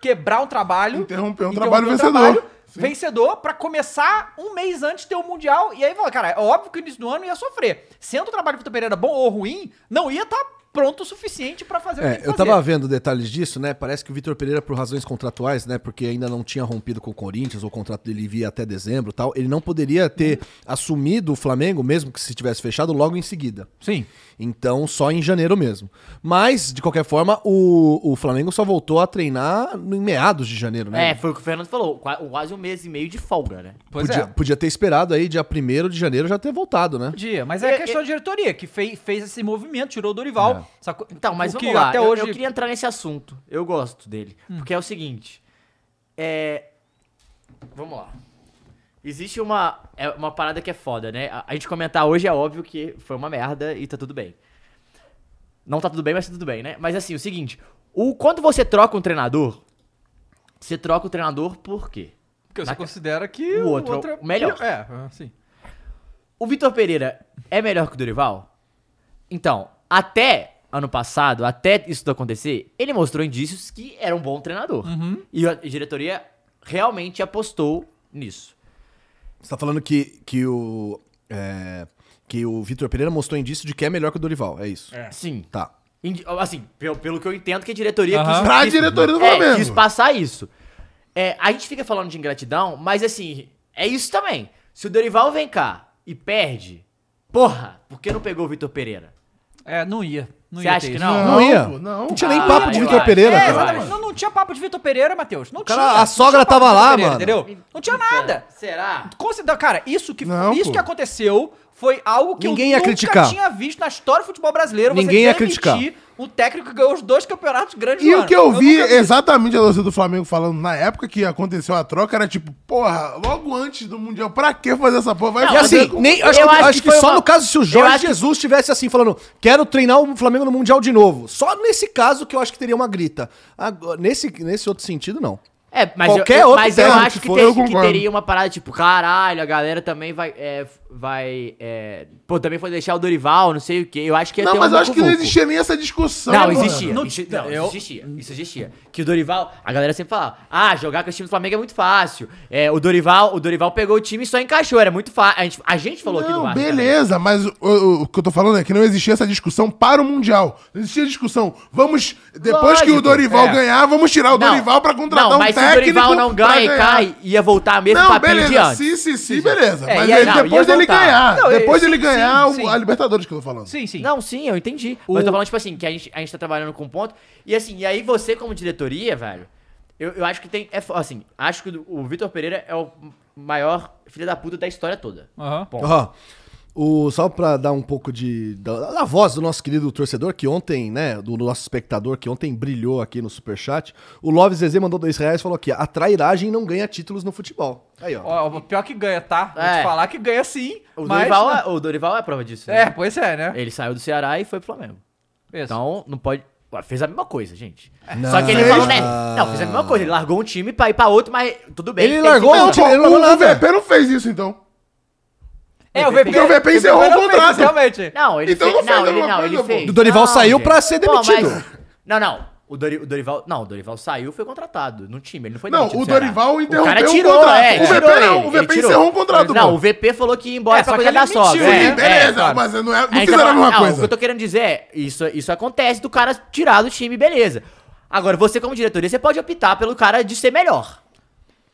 Speaker 2: quebrar um trabalho.
Speaker 3: Interromper um
Speaker 2: interromper
Speaker 3: trabalho vencedor. Sim.
Speaker 2: vencedor pra começar um mês antes ter o Mundial. E aí fala, cara, é óbvio que o início do ano ia sofrer. Sendo o trabalho do Vitor Pereira bom ou ruim, não ia estar pronto o suficiente pra fazer o que tem
Speaker 4: É,
Speaker 2: que
Speaker 4: eu
Speaker 2: fazer.
Speaker 4: tava vendo detalhes disso, né? Parece que o Vitor Pereira, por razões contratuais, né? Porque ainda não tinha rompido com o Corinthians, o contrato dele via até dezembro e tal. Ele não poderia ter assumido o Flamengo, mesmo que se tivesse fechado, logo em seguida.
Speaker 2: Sim.
Speaker 4: Então, só em janeiro mesmo. Mas, de qualquer forma, o, o Flamengo só voltou a treinar em meados de janeiro, né?
Speaker 1: É, foi o que o Fernando falou, qua- quase um mês e meio de folga, né?
Speaker 2: Pois
Speaker 4: podia,
Speaker 2: é.
Speaker 4: podia ter esperado aí, dia 1 de janeiro, já ter voltado, né?
Speaker 2: Podia, mas é
Speaker 1: É,
Speaker 2: questão de diretoria, que fez, fez esse movimento, tirou o Dorival.
Speaker 4: É.
Speaker 2: sacou?
Speaker 1: Então, mas
Speaker 2: O
Speaker 1: vamos lá.
Speaker 2: Até
Speaker 1: eu,
Speaker 2: hoje... Hum.
Speaker 1: eu queria entrar nesse assunto. Eu gosto dele. Porque é o seguinte. É. Vamos lá. Existe uma, é uma parada que é foda, né? A, a gente comentar hoje é óbvio que foi uma merda e tá tudo bem. Não tá tudo bem, mas tá tudo bem, né? Mas assim, o seguinte. O, quando você troca um treinador, você troca o treinador por quê?
Speaker 2: Porque você
Speaker 1: na-
Speaker 2: considera que
Speaker 1: o outro é ah, o melhor.
Speaker 2: É, sim.
Speaker 1: O Vitor Pereira é melhor que o Dorival? Então, até ano passado, até isso tudo acontecer, ele mostrou indícios que era um bom treinador.
Speaker 2: Uhum.
Speaker 1: E a diretoria realmente apostou nisso.
Speaker 4: Você tá falando que, que o. é, que o Vitor Pereira mostrou indício de que é melhor que o Dorival, é isso?
Speaker 2: É.
Speaker 1: Sim.
Speaker 4: Tá.
Speaker 1: Indi- Assim, pelo, pelo que eu entendo que a diretoria
Speaker 2: Aham.
Speaker 1: quis,
Speaker 3: Pra
Speaker 1: quis-
Speaker 3: diretoria do
Speaker 1: é,
Speaker 3: Flamengo.
Speaker 1: quis passar isso. É, a gente fica falando de ingratidão, mas assim, é isso também. Se o Dorival vem cá e perde, porra, por que não pegou o Vitor Pereira?
Speaker 2: É, não ia. Não
Speaker 1: Você
Speaker 2: ia
Speaker 1: acha
Speaker 2: ter
Speaker 1: que
Speaker 2: isso.
Speaker 1: não?
Speaker 4: Não, ia.
Speaker 3: pô,
Speaker 4: Não.
Speaker 3: não.
Speaker 4: tinha nem
Speaker 1: Ah,
Speaker 4: papo de
Speaker 1: eu
Speaker 4: Vitor
Speaker 1: acho.
Speaker 4: Pereira,
Speaker 2: É,
Speaker 1: Eu
Speaker 4: cara.
Speaker 2: exatamente.
Speaker 1: acho.
Speaker 2: Não, não tinha papo de Vitor Pereira, Matheus. Não
Speaker 4: Cara,
Speaker 2: tinha.
Speaker 4: a
Speaker 2: Não
Speaker 4: sogra
Speaker 2: tinha papo
Speaker 4: tava
Speaker 2: de
Speaker 4: lá,
Speaker 2: Vitor Pereira,
Speaker 4: mano.
Speaker 2: Entendeu? Não tinha
Speaker 1: Então,
Speaker 2: nada.
Speaker 1: Será?
Speaker 2: Considera- Cara, isso que
Speaker 3: Não,
Speaker 2: isso
Speaker 3: pô.
Speaker 2: que aconteceu foi algo que
Speaker 4: Ninguém
Speaker 2: eu
Speaker 4: ia
Speaker 2: nunca
Speaker 4: criticar.
Speaker 2: tinha visto na história do futebol brasileiro.
Speaker 4: Ninguém ia
Speaker 2: demitir
Speaker 4: criticar.
Speaker 2: Um técnico que ganhou os dois campeonatos grandes
Speaker 3: E
Speaker 2: do
Speaker 3: o
Speaker 2: ano.
Speaker 3: que eu vi,
Speaker 2: nunca
Speaker 3: exatamente a torcida do Flamengo falando na época que aconteceu a troca era tipo, porra, logo antes do Mundial, pra que fazer essa porra? Vai
Speaker 1: Não,
Speaker 4: E
Speaker 3: fazer
Speaker 4: assim,
Speaker 3: com-
Speaker 4: nem, acho,
Speaker 1: Eu
Speaker 4: que,
Speaker 1: acho
Speaker 4: acho
Speaker 1: que
Speaker 4: que
Speaker 1: foi
Speaker 4: só
Speaker 1: uma-
Speaker 4: no caso se o
Speaker 1: Eu
Speaker 4: Jorge
Speaker 1: acho que-
Speaker 4: Jesus estivesse assim, falando, quero treinar o Flamengo no Mundial de novo. Só nesse caso que eu acho que teria uma grita. Agora, nesse, nesse outro sentido, não.
Speaker 1: É, mas
Speaker 4: Qualquer
Speaker 1: eu, eu,
Speaker 4: outro
Speaker 1: mas eu
Speaker 4: técnico
Speaker 1: acho
Speaker 4: que
Speaker 1: que,
Speaker 4: for,
Speaker 1: ter-
Speaker 3: eu
Speaker 1: que
Speaker 3: concordo.
Speaker 1: teria uma parada tipo, caralho, a galera também vai. é, vai. é, pô, também foi deixar o Dorival, não sei o quê. Eu acho que ia
Speaker 3: Não,
Speaker 1: ter
Speaker 3: mas
Speaker 1: um
Speaker 3: eu acho que não
Speaker 1: vucu-vucu.
Speaker 3: existia nem essa discussão.
Speaker 1: Não,
Speaker 3: mano.
Speaker 1: existia.
Speaker 2: Não,
Speaker 1: isso, não,
Speaker 2: eu-
Speaker 1: isso existia. Isso existia. Que o Dorival, a galera sempre falava: "Ah, jogar com o time do Flamengo é muito fácil". É, o Dorival, o Dorival pegou o time e só encaixou, era muito fácil. A gente, a gente falou aqui no
Speaker 3: Não,
Speaker 1: Vasco. né? também.
Speaker 3: beleza, mas o, o- o que eu tô falando é que não existia essa discussão para o Mundial. Não existia discussão. Vamos, depois que
Speaker 1: Lógico,
Speaker 3: o Dorival
Speaker 2: é.
Speaker 3: ganhar, vamos tirar o
Speaker 1: Não,
Speaker 3: Dorival pra contratar
Speaker 1: não,
Speaker 3: um
Speaker 1: mas
Speaker 3: técnico.
Speaker 1: se o Dorival não
Speaker 3: pra
Speaker 1: ganha e
Speaker 3: ganhar.
Speaker 1: cai, ia voltar mesmo
Speaker 3: Não,
Speaker 1: papinho de
Speaker 3: beleza.
Speaker 1: antes.
Speaker 3: Sim, sim, sim, beleza.
Speaker 2: É,
Speaker 3: mas
Speaker 2: e aí-
Speaker 3: ele-
Speaker 1: não,
Speaker 3: depois
Speaker 1: ia
Speaker 3: dele
Speaker 1: voltar.
Speaker 3: ganhar,
Speaker 2: Não,
Speaker 3: depois
Speaker 2: sim,
Speaker 3: dele
Speaker 2: sim,
Speaker 3: ganhar o-
Speaker 2: sim.
Speaker 3: a Libertadores que eu tô falando.
Speaker 2: Sim, sim.
Speaker 1: Não, sim, eu entendi.
Speaker 2: O-
Speaker 1: Mas eu tô falando, tipo assim, que a gente, a gente tá trabalhando com ponto. E assim, e aí você, como diretoria, velho, eu, eu acho que tem. É, fo- assim, acho que o, o Vitor Pereira é o maior filho da puta da história toda.
Speaker 2: Aham.
Speaker 4: Ó, o, só pra dar um pouco de. Da, da voz do nosso querido torcedor, que ontem, né? Do nosso espectador, que ontem brilhou aqui no superchat. O Love Zezé mandou dois reais e falou aqui: a trairagem não ganha títulos no futebol. Aí, ó.
Speaker 2: Ó, o pior que ganha, tá? Vou
Speaker 1: É.
Speaker 2: te falar que ganha sim.
Speaker 1: O,
Speaker 2: mas,
Speaker 1: Dorival, é, o Dorival é a prova disso. né?
Speaker 2: É, pois é, né?
Speaker 1: Ele saiu do Ceará e foi pro Flamengo.
Speaker 2: Isso.
Speaker 1: Então, não pode. Ué, Fez a mesma coisa, gente.
Speaker 4: Não.
Speaker 1: Só que ele falou, né?
Speaker 4: Ah.
Speaker 1: Não, fez a mesma coisa. Ele largou um time pra ir pra outro, mas tudo bem.
Speaker 4: Ele
Speaker 1: tem que-
Speaker 4: largou
Speaker 3: Não,
Speaker 4: um
Speaker 3: pô,
Speaker 4: time- ele não
Speaker 3: o,
Speaker 4: falou
Speaker 3: o
Speaker 4: nada.
Speaker 3: VP não fez isso, então.
Speaker 2: É, o VP.
Speaker 3: Porque o VP encerrou o
Speaker 2: não fez,
Speaker 3: contrato.
Speaker 2: Realmente.
Speaker 1: Não, ele
Speaker 3: Então
Speaker 1: fez.
Speaker 3: não fez
Speaker 1: não, ele
Speaker 3: alguma
Speaker 1: não,
Speaker 3: coisa,
Speaker 1: ele
Speaker 3: pô.
Speaker 1: fez.
Speaker 4: O Dorival
Speaker 1: Não,
Speaker 4: saiu
Speaker 1: gente.
Speaker 4: pra ser
Speaker 1: Pô, mas-
Speaker 4: demitido.
Speaker 1: Não, não. O, Dori- o Dorival. Não, o Dorival saiu e foi contratado no time. Ele não foi
Speaker 3: Não,
Speaker 1: demitido do
Speaker 3: o
Speaker 1: Ceará.
Speaker 3: Dorival
Speaker 1: O cara
Speaker 3: interrompeu o
Speaker 1: tirou,
Speaker 3: contrato.
Speaker 1: é,
Speaker 3: O VP
Speaker 1: tirou
Speaker 3: não,
Speaker 1: ele,
Speaker 3: o VP
Speaker 1: ele tirou.
Speaker 3: encerrou o contrato,
Speaker 1: Não,
Speaker 3: pô.
Speaker 1: o VP falou que ia embora
Speaker 2: É,
Speaker 1: pra
Speaker 2: só
Speaker 1: coisa
Speaker 2: que ele
Speaker 1: da
Speaker 2: mentiu,
Speaker 1: sogra.
Speaker 2: né?
Speaker 1: é,
Speaker 3: Sim,
Speaker 1: é.
Speaker 3: beleza,
Speaker 2: claro.
Speaker 3: mas não, é, não
Speaker 1: Aí,
Speaker 3: fizeram a
Speaker 1: então,
Speaker 3: mesma
Speaker 1: ah, O que
Speaker 3: coisa.
Speaker 1: eu tô querendo dizer é, isso, isso acontece do cara tirar do time, beleza. Agora, você como diretoria, você pode optar pelo cara de ser melhor.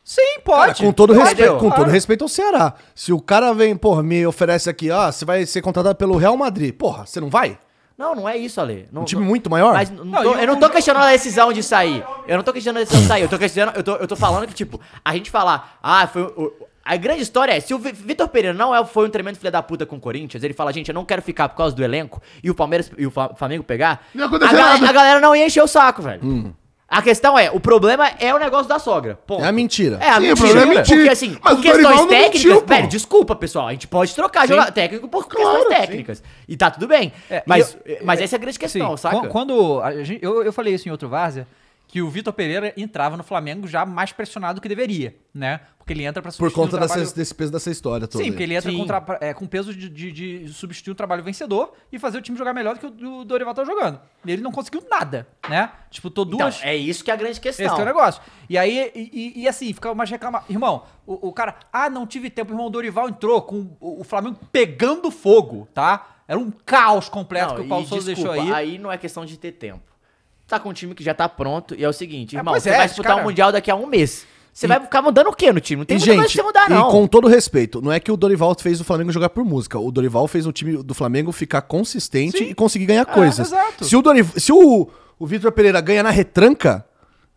Speaker 2: Sim,
Speaker 4: Cara,
Speaker 2: pode.
Speaker 4: com todo,
Speaker 2: Pode,
Speaker 4: respeito, com todo
Speaker 2: claro.
Speaker 4: respeito ao Ceará. Se o cara vem, porra, me oferece aqui, ó, você vai ser contratado pelo Real Madrid. Porra, você não vai?
Speaker 1: Não, não é isso, Ale. Não,
Speaker 4: Um time
Speaker 1: não-
Speaker 4: muito maior?
Speaker 1: Mas não
Speaker 2: Não,
Speaker 1: tô-
Speaker 2: e o-
Speaker 1: eu não tô questionando a decisão de sair. Eu não tô questionando a decisão de sair. Eu tô questionando. Eu tô, eu tô falando que, tipo, a gente falar. Ah, foi. o- a grande história é: se o Vi- Vitor Pereira não é, foi um tremendo filho da puta com o Corinthians, ele fala, gente, eu não quero ficar por causa do elenco e o Palmeiras e o Fa- Flamengo pegar.
Speaker 3: Não ia
Speaker 1: a,
Speaker 3: acontecer
Speaker 1: galera-
Speaker 3: nada.
Speaker 1: a galera não ia encher o saco, velho. A questão é: o problema é o negócio da sogra. ponto.
Speaker 4: É a mentira.
Speaker 1: É, a
Speaker 3: Sim, o
Speaker 1: mentira.
Speaker 3: problema é mentir.
Speaker 1: Porque assim, por
Speaker 3: Mas o
Speaker 1: questões
Speaker 3: Dorival não
Speaker 1: técnicas,
Speaker 3: mentiu, pô.
Speaker 1: velho, desculpa, pessoal, a gente pode trocar joga- técnico por questões técnicas. E tá tudo bem.
Speaker 2: É,
Speaker 1: mas,
Speaker 2: e eu-
Speaker 1: mas
Speaker 2: é-
Speaker 1: essa é a grande
Speaker 2: Sim,
Speaker 1: questão,
Speaker 2: quan-
Speaker 1: saca?
Speaker 2: Quando a gente- eu, eu falei isso em outro Várzea, que o Vitor Pereira entrava no Flamengo já mais pressionado do que deveria, né? Porque ele entra pra
Speaker 4: Por
Speaker 2: substituir
Speaker 4: conta
Speaker 2: um
Speaker 4: dessa-
Speaker 2: trabalho...
Speaker 4: desse peso dessa história toda.
Speaker 2: Sim, porque ele entra
Speaker 1: Sim.
Speaker 2: com, tra- é, com peso de, de- de substituir um trabalho vencedor e fazer o time jogar melhor do que o do Dorival tá jogando. E ele não conseguiu nada, né? Disputou
Speaker 1: Então,
Speaker 2: duas...
Speaker 1: é isso que é a grande questão.
Speaker 2: Esse que é o negócio. E aí, e, e- e assim, fica mais reclamar. Irmão, o, o cara, ah, não tive tempo, irmão, o Dorival entrou com o, o Flamengo pegando fogo, tá? Era um caos completo
Speaker 1: Não,
Speaker 2: que o Paulo
Speaker 1: e
Speaker 2: Souza
Speaker 1: desculpa,
Speaker 2: deixou aí.
Speaker 1: Aí não é questão de ter tempo. Tá com um time que já tá pronto e é o seguinte,
Speaker 2: É,
Speaker 1: irmão,
Speaker 2: pois
Speaker 1: você
Speaker 2: é,
Speaker 1: vai disputar
Speaker 2: cara.
Speaker 1: um Mundial daqui a um mês. Você
Speaker 4: E-
Speaker 1: vai ficar mudando o quê no time? Não tem
Speaker 4: E,
Speaker 1: muita coisa pra
Speaker 4: gente,
Speaker 1: você mudar,
Speaker 4: e
Speaker 1: não.
Speaker 4: com todo respeito, não é que o Dorival fez o Flamengo jogar por música. O Dorival fez o time do Flamengo ficar consistente
Speaker 2: Sim.
Speaker 4: e conseguir ganhar
Speaker 1: É,
Speaker 4: coisas.
Speaker 2: exato.
Speaker 4: Se o, Dorival, se o, o Vitor Pereira ganha na retranca,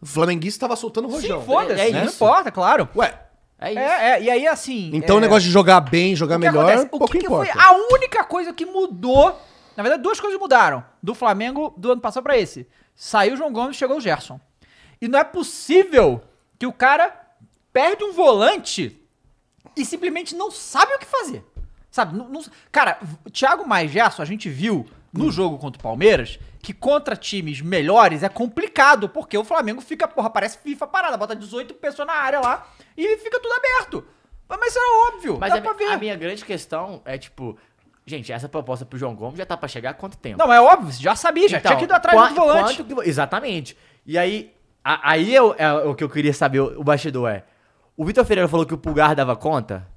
Speaker 4: o flamenguista tava soltando o rojão. Né?
Speaker 2: Sim, foda-se.
Speaker 1: É
Speaker 2: não
Speaker 1: isso.
Speaker 2: importa, claro.
Speaker 4: Ué,
Speaker 1: É isso.
Speaker 2: É, é, e aí, assim.
Speaker 4: então
Speaker 2: é,
Speaker 4: o negócio de jogar bem, jogar
Speaker 2: o que
Speaker 4: melhor,
Speaker 2: acontece? O
Speaker 4: pouco
Speaker 2: que que
Speaker 4: importa.
Speaker 2: foi Ah, a única coisa que mudou? Na verdade, duas coisas mudaram. Do Flamengo do ano passado pra esse. Saiu o João Gomes, chegou o Gerson. E não é possível que o cara perde um volante e simplesmente não sabe o que fazer. Sabe? Não, não- cara, o Thiago mais Gerson, a gente viu no jogo contra o Palmeiras que contra times melhores é complicado, porque o Flamengo fica, porra, parece FIFA parada, bota 18 pessoas na área lá e fica tudo aberto. Mas isso é óbvio,
Speaker 1: Mas
Speaker 2: dá
Speaker 1: a,
Speaker 2: pra
Speaker 1: mi-
Speaker 2: ver.
Speaker 1: a minha grande questão é, tipo, gente, essa proposta pro João Gomes já tá pra chegar há quanto tempo?
Speaker 2: Não, é óbvio, você já sabia, já tinha que ir atrás
Speaker 1: Então, qua-
Speaker 2: do volante.
Speaker 1: quanto que vo- exatamente. E aí, a- aí eu- é o que eu queria saber, o o bastidor é. O Vitor Ferreira falou que o Pulgar dava conta?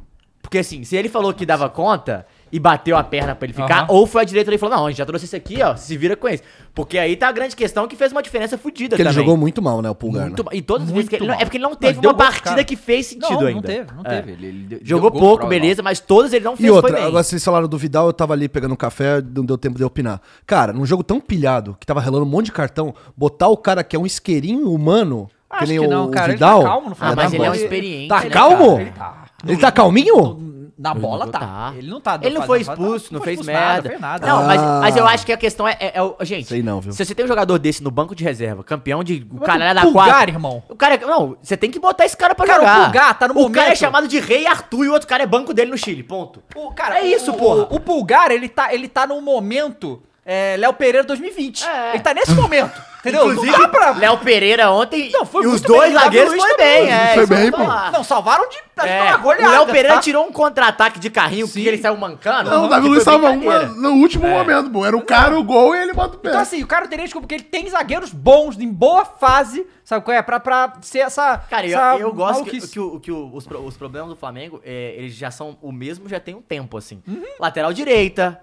Speaker 1: Porque assim, se ele falou que dava conta e bateu a perna pra ele ficar,
Speaker 2: Aham.
Speaker 1: ou foi a direita e falou, não, a gente já trouxe esse aqui, ó, se vira com esse. Porque aí tá a grande questão que fez uma diferença fodida
Speaker 4: Porque ele
Speaker 1: também.
Speaker 4: jogou muito mal, né, o Pulgar. né?
Speaker 1: muito ba- E todas as vezes
Speaker 2: Muito
Speaker 1: que ele não-
Speaker 2: mal.
Speaker 1: É porque ele não
Speaker 2: ele
Speaker 1: teve
Speaker 2: deu
Speaker 1: uma
Speaker 2: gol pro
Speaker 1: partida
Speaker 2: cara.
Speaker 1: que fez sentido
Speaker 2: não,
Speaker 1: ainda.
Speaker 2: não teve, não
Speaker 1: É.
Speaker 2: teve. Ele, ele deu-
Speaker 1: Jogou
Speaker 2: deu gol
Speaker 1: pouco,
Speaker 2: pra-
Speaker 1: beleza, mas todas ele não fez
Speaker 4: E outra,
Speaker 1: foi bem.
Speaker 4: agora vocês falaram do Vidal, eu tava ali pegando um café, não deu tempo de eu opinar. Cara, num jogo tão pilhado, que tava relando um monte de cartão, botar o cara que é um isqueirinho humano,
Speaker 2: Acho
Speaker 4: que nem
Speaker 2: que
Speaker 4: o,
Speaker 2: não, cara, ele tá
Speaker 4: Vidal.
Speaker 2: calmo no
Speaker 1: Ah,
Speaker 4: vai
Speaker 1: mas
Speaker 4: dar
Speaker 1: ele é um
Speaker 4: bosta.
Speaker 1: experiente.
Speaker 4: Tá
Speaker 1: né,
Speaker 4: calmo?
Speaker 1: cara?
Speaker 2: Ele tá.
Speaker 4: Ele tá calminho?
Speaker 2: Na bola
Speaker 1: não
Speaker 2: tá.
Speaker 1: tá.
Speaker 2: Ele não tá.
Speaker 1: Ele não
Speaker 2: fazendo-
Speaker 1: foi expulso, não,
Speaker 2: foi
Speaker 1: fez
Speaker 2: expulso
Speaker 1: merda.
Speaker 2: Nada, fez nada.
Speaker 1: Não, mas,
Speaker 4: Ah.
Speaker 1: mas eu acho que a questão é. é- é o- gente,
Speaker 4: Sei não, viu?
Speaker 1: se você tem um jogador desse no banco de reserva, campeão de. O
Speaker 2: Mas
Speaker 1: cara
Speaker 2: o
Speaker 1: da
Speaker 2: Pulgar,
Speaker 1: quadra.
Speaker 2: irmão.
Speaker 1: O cara. é, Não, você tem que botar esse cara pra
Speaker 2: Cara, o
Speaker 1: jogar.
Speaker 2: Pulgar tá no
Speaker 1: O cara é
Speaker 2: momento-
Speaker 1: chamado de Rei Arthur e o outro cara é banco dele no Chile. Ponto.
Speaker 2: O, cara,
Speaker 1: É isso,
Speaker 2: o,
Speaker 1: porra.
Speaker 2: O, o Pulgar, ele tá, ele tá num momento é, Léo Pereira 2020.
Speaker 1: É.
Speaker 2: Ele tá nesse momento, entendeu?
Speaker 1: Inclusive,
Speaker 2: não dá pra...
Speaker 1: Léo Pereira ontem.
Speaker 2: Não, foi
Speaker 1: e os
Speaker 2: muito
Speaker 1: dois
Speaker 2: bem, o
Speaker 1: zagueiros
Speaker 2: Davi Luiz
Speaker 1: foi
Speaker 2: também.
Speaker 1: bem, é.
Speaker 3: Foi
Speaker 1: isso eu
Speaker 3: bem,
Speaker 1: vou
Speaker 3: pô.
Speaker 1: falar.
Speaker 2: Não, salvaram de... acho que
Speaker 1: É,
Speaker 2: foi uma
Speaker 1: o
Speaker 2: goleada,
Speaker 1: Léo Pereira
Speaker 2: tá?
Speaker 1: tirou um contra-ataque de carrinho
Speaker 2: Sim.
Speaker 1: que ele saiu mancando.
Speaker 3: Não, o Davi
Speaker 1: que
Speaker 3: Luiz
Speaker 1: foi
Speaker 3: tava uma,
Speaker 1: brincadeira. É.
Speaker 3: no último momento, pô. Era o cara, o gol e ele bota o pé.
Speaker 2: Então, assim, o cara não tem nem desculpa, porque ele tem zagueiros bons, em boa fase, sabe qual é? Pra, pra ser essa.
Speaker 1: Cara, eu,
Speaker 2: essa
Speaker 1: eu gosto que,
Speaker 2: maluquice.
Speaker 1: que o- que o- os, pro- os problemas do Flamengo, é, eles já são o mesmo já tem um tempo, assim.
Speaker 3: Uhum.
Speaker 1: Lateral direita,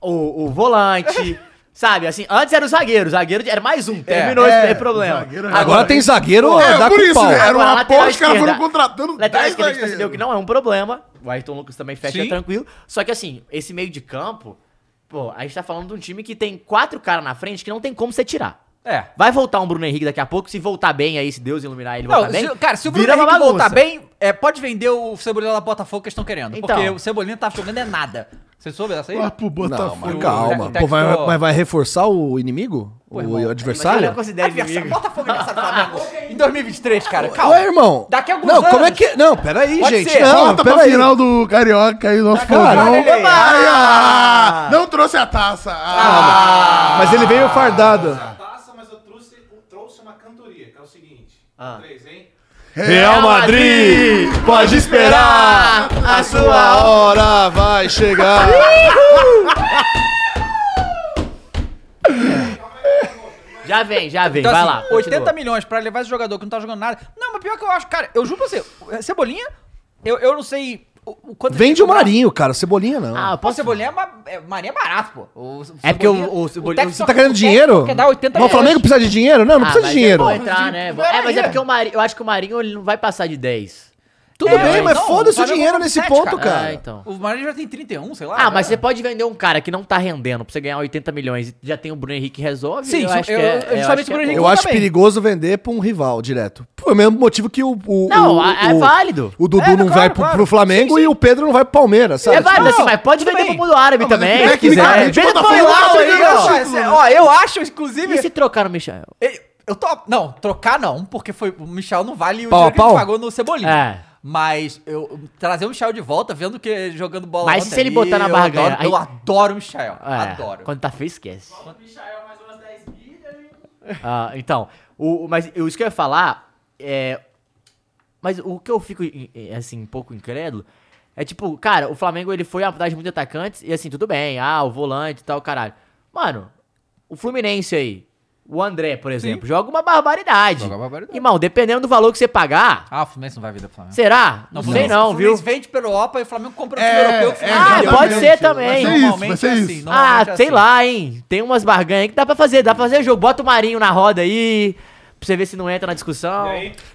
Speaker 1: o, o volante, sabe? Assim, antes era o zagueiro, o zagueiro era mais um, terminou
Speaker 3: é,
Speaker 1: esse
Speaker 3: o
Speaker 1: problema.
Speaker 3: zagueiro já-
Speaker 4: Agora tem zagueiro,
Speaker 3: É,
Speaker 4: dá
Speaker 3: por
Speaker 4: com
Speaker 3: isso,
Speaker 4: pau.
Speaker 3: né? Era
Speaker 1: Agora,
Speaker 3: uma
Speaker 1: lateral
Speaker 3: aposta, os caras
Speaker 1: esquerda.
Speaker 3: foram contratando
Speaker 1: Lateral
Speaker 3: 10
Speaker 1: esquerda a gente percebeu que
Speaker 3: zagueiros.
Speaker 1: não é um problema, o Ayrton Lucas também fecha
Speaker 2: Sim.
Speaker 1: tranquilo, só que assim, esse meio de campo, pô, a gente tá falando de um time que tem quatro caras na frente que não tem como você tirar.
Speaker 2: É.
Speaker 1: Vai voltar um Bruno Henrique daqui a pouco, se voltar bem aí, se Deus iluminar ele,
Speaker 2: Não,
Speaker 1: voltar tá bem.
Speaker 2: se- cara, se o
Speaker 1: vira
Speaker 2: Bruno
Speaker 1: uma
Speaker 2: Henrique voltar
Speaker 1: bagunça.
Speaker 2: bem, é, pode vender o Cebolinha da Botafogo que eles estão querendo.
Speaker 1: Então.
Speaker 2: Porque o Cebolinha tava jogando é nada. Você soube dessa aí?
Speaker 3: Lá Ah, pro
Speaker 4: Não,
Speaker 3: Botafogo.
Speaker 4: mas
Speaker 2: O
Speaker 4: calma.
Speaker 2: Tec-
Speaker 4: Pô, vai,
Speaker 2: Tec-
Speaker 4: mas vai reforçar o inimigo? o adversário?
Speaker 1: Mas eu não considero
Speaker 2: Adversário,
Speaker 1: inimigo.
Speaker 2: Botafogo é adversário do Flamengo. né? Em 2023, cara. Calma.
Speaker 4: Ué, irmão.
Speaker 2: Daqui a alguns
Speaker 4: Não, como é
Speaker 2: anos.
Speaker 4: que. Não, peraí,
Speaker 2: Pode
Speaker 4: gente.
Speaker 2: ser.
Speaker 4: Não,
Speaker 3: Volta pra
Speaker 4: peraí. é
Speaker 3: final do Carioca aí, nosso
Speaker 4: Caralho,
Speaker 3: fogão.
Speaker 2: olha aí.
Speaker 3: Ai, ah, não trouxe a taça. Ah,
Speaker 4: Mas ele veio fardado.
Speaker 5: a taça, mas eu trouxe, eu trouxe uma cantoria, que é o seguinte.
Speaker 1: Ah.
Speaker 5: Três, hein?
Speaker 4: Real Madrid, pode esperar, a sua hora vai chegar.
Speaker 1: Já vem, já vem,
Speaker 2: Então,
Speaker 1: vai
Speaker 2: assim,
Speaker 1: lá.
Speaker 2: 80
Speaker 1: continua.
Speaker 2: milhões pra levar esse jogador que não tá jogando nada. Não, mas pior que eu acho, cara, eu juro pra você, o é, Cebolinha, eu, eu não sei o, o quanto.
Speaker 4: Vende o
Speaker 2: Marinho.
Speaker 4: Marinho, cara. Cebolinha não.
Speaker 1: Ah,
Speaker 2: Pô,
Speaker 1: posso...
Speaker 2: Cebolinha é, ma- é- Marinha é barato, pô. O
Speaker 1: É porque o-
Speaker 2: Cebolinha-
Speaker 1: o Cebolinha-
Speaker 2: técnico-
Speaker 4: Você tá querendo
Speaker 2: o
Speaker 4: dinheiro?
Speaker 2: técnico Quer dar 80
Speaker 4: Mas o Flamengo precisa de dinheiro? Não, não
Speaker 1: Ah,
Speaker 4: precisa
Speaker 1: mas
Speaker 4: de dinheiro.
Speaker 1: É, bom entrar, né?
Speaker 2: Não era
Speaker 1: É, mas é
Speaker 2: aí.
Speaker 1: porque o Marinho, eu acho que o Marinho ele não vai passar de 10.
Speaker 4: Tudo
Speaker 1: É,
Speaker 4: bem,
Speaker 1: mas
Speaker 4: mas
Speaker 2: não, o
Speaker 4: foda-se o
Speaker 2: Flamengo
Speaker 4: dinheiro
Speaker 2: é
Speaker 4: nesse
Speaker 2: 27,
Speaker 4: ponto,
Speaker 2: cara.
Speaker 4: cara.
Speaker 1: Ah, então.
Speaker 2: O Marinho já tem 31, sei lá.
Speaker 1: Ah, mas
Speaker 2: cara.
Speaker 1: você pode vender um cara que não tá rendendo pra você ganhar 80 milhões e já tem o Bruno Henrique resolve?
Speaker 2: Sim,
Speaker 1: acho
Speaker 2: eu-
Speaker 1: que é-
Speaker 2: eu- justamente
Speaker 1: acho que
Speaker 2: o Bruno
Speaker 1: é
Speaker 2: Henrique-
Speaker 1: bom.
Speaker 4: Eu acho
Speaker 2: também.
Speaker 4: perigoso vender pra um rival direto. Foi o mesmo motivo que o. o
Speaker 1: Não,
Speaker 4: o-
Speaker 1: é
Speaker 4: o-
Speaker 1: válido.
Speaker 4: O Dudu
Speaker 2: É,
Speaker 4: não
Speaker 2: claro,
Speaker 4: vai pro,
Speaker 2: claro.
Speaker 4: pro Flamengo e o Pedro não vai pro Palmeiras, sabe? Tipo,
Speaker 1: É válido
Speaker 2: Não,
Speaker 1: assim, mas pode
Speaker 2: tudo
Speaker 1: vender pro
Speaker 2: bem.
Speaker 1: mundo árabe
Speaker 3: Não, mas
Speaker 1: também,
Speaker 3: é
Speaker 1: se
Speaker 3: que, cara,
Speaker 1: quiser.
Speaker 3: gente,
Speaker 1: Vende pro
Speaker 3: Botafogo não
Speaker 1: Ilau
Speaker 3: tá
Speaker 1: aí,
Speaker 3: brigando,
Speaker 1: ó.
Speaker 3: cara.
Speaker 2: Eu acho- ó, eu acho, inclusive.
Speaker 1: E se trocar no Michel?
Speaker 2: Ele- Eu tô. Não, trocar não, porque foi, o Michel não vale o
Speaker 4: Pau a
Speaker 2: dinheiro que ele
Speaker 4: pau?
Speaker 2: pagou no Cebolinha.
Speaker 1: É.
Speaker 2: Mas eu trazer o Michel de volta, vendo que ele jogando bola
Speaker 1: Mas
Speaker 2: ontem
Speaker 1: se ele
Speaker 2: aí,
Speaker 1: botar na
Speaker 2: eu
Speaker 1: barra,
Speaker 2: adoro-
Speaker 1: ganha.
Speaker 2: Eu
Speaker 1: Aí-
Speaker 2: adoro o Michel.
Speaker 1: É,
Speaker 2: Adoro.
Speaker 1: Quando tá feio, esquece.
Speaker 5: Bota o Michael mais umas 10 milhas e...
Speaker 1: Ah, então, o, o- mas eu- isso que eu ia falar é. Mas o que eu fico, em- em- assim, um pouco incrédulo é tipo, cara, o Flamengo ele foi atrás de muitos atacantes e assim, tudo bem, ah, o volante e tal, caralho. Mano, o Fluminense aí o André, por exemplo, joga uma barbaridade.
Speaker 2: Joga uma barbaridade.
Speaker 1: Irmão, dependendo do valor que você pagar,
Speaker 2: Ah, o Fluminense não vai vir do Flamengo.
Speaker 1: será? Não, sei não,
Speaker 2: O
Speaker 1: viu?
Speaker 2: Fluminense vende pelo OPA e o Flamengo compra
Speaker 3: É,
Speaker 2: pelo europeu. que o
Speaker 3: é,
Speaker 2: Flamengo
Speaker 1: Ah,
Speaker 2: já
Speaker 3: exatamente.
Speaker 1: pode ser
Speaker 3: Vai
Speaker 1: também.
Speaker 3: ser isso, vai ser isso.
Speaker 1: Ah,
Speaker 2: normalmente é
Speaker 1: sei
Speaker 2: assim.
Speaker 1: lá, hein? Tem umas barganhas aí que dá pra fazer, dá pra fazer jogo. Bota o Marinho na roda aí, pra você ver se não entra na discussão.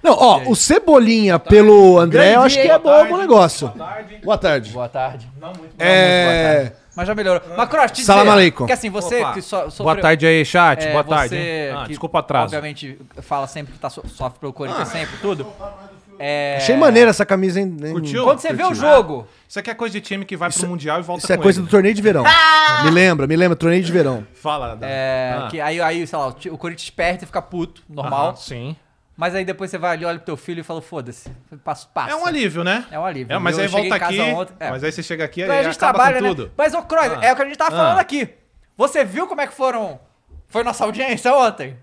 Speaker 4: Não, ó, o Cebolinha pelo André, eu acho que é bom,
Speaker 5: tarde.
Speaker 4: bom negócio.
Speaker 5: Boa tarde.
Speaker 4: Boa tarde.
Speaker 2: Boa tarde.
Speaker 5: Não muito.
Speaker 4: É.
Speaker 2: Mas já melhorou. Mas, Cross, te
Speaker 4: Salam
Speaker 2: dizer
Speaker 4: aleikum.
Speaker 2: Que assim, você
Speaker 6: Ah. Opa.
Speaker 2: que so, sofreu...
Speaker 6: Boa tarde aí, chat.
Speaker 2: É,
Speaker 6: Boa tarde.
Speaker 2: você
Speaker 6: hein? Ah,
Speaker 2: que
Speaker 6: desculpa o atraso.
Speaker 2: Obviamente fala sempre que tá, so- sofre pelo Corinthians sempre, tudo. É,
Speaker 4: Achei maneira essa camisa, hein? hein?
Speaker 6: Curtiu?
Speaker 2: Quando você vê o jogo,
Speaker 6: Isso aqui é coisa de time que vai pro Mundial e volta
Speaker 4: Isso é
Speaker 6: com
Speaker 4: coisa
Speaker 6: ele.
Speaker 4: do torneio de verão.
Speaker 1: Ah!
Speaker 4: Me lembra, me lembra, torneio de verão.
Speaker 6: Fala, Dan.
Speaker 2: é,
Speaker 6: Ah,
Speaker 2: que aí, aí, sei lá, o ti- o Corinthians perde e fica puto, normal.
Speaker 6: aham, Ah, sim.
Speaker 2: Mas aí depois você vai ali, olha pro teu filho e fala, foda-se, passo, passo.
Speaker 6: É um alívio, né?
Speaker 2: É um alívio.
Speaker 6: É, mas
Speaker 2: Eu
Speaker 6: aí
Speaker 2: cheguei
Speaker 6: volta
Speaker 2: em casa
Speaker 6: aqui.
Speaker 2: ontem- é.
Speaker 6: Mas aí você chega aqui e
Speaker 2: Então a gente
Speaker 6: acaba
Speaker 2: trabalha,
Speaker 6: com
Speaker 2: né?
Speaker 6: tudo.
Speaker 2: Mas, ô, Croy,
Speaker 6: Ah.
Speaker 2: é o que a gente tava
Speaker 6: Ah.
Speaker 2: falando aqui. Você viu como é que foram... Foi nossa audiência ontem?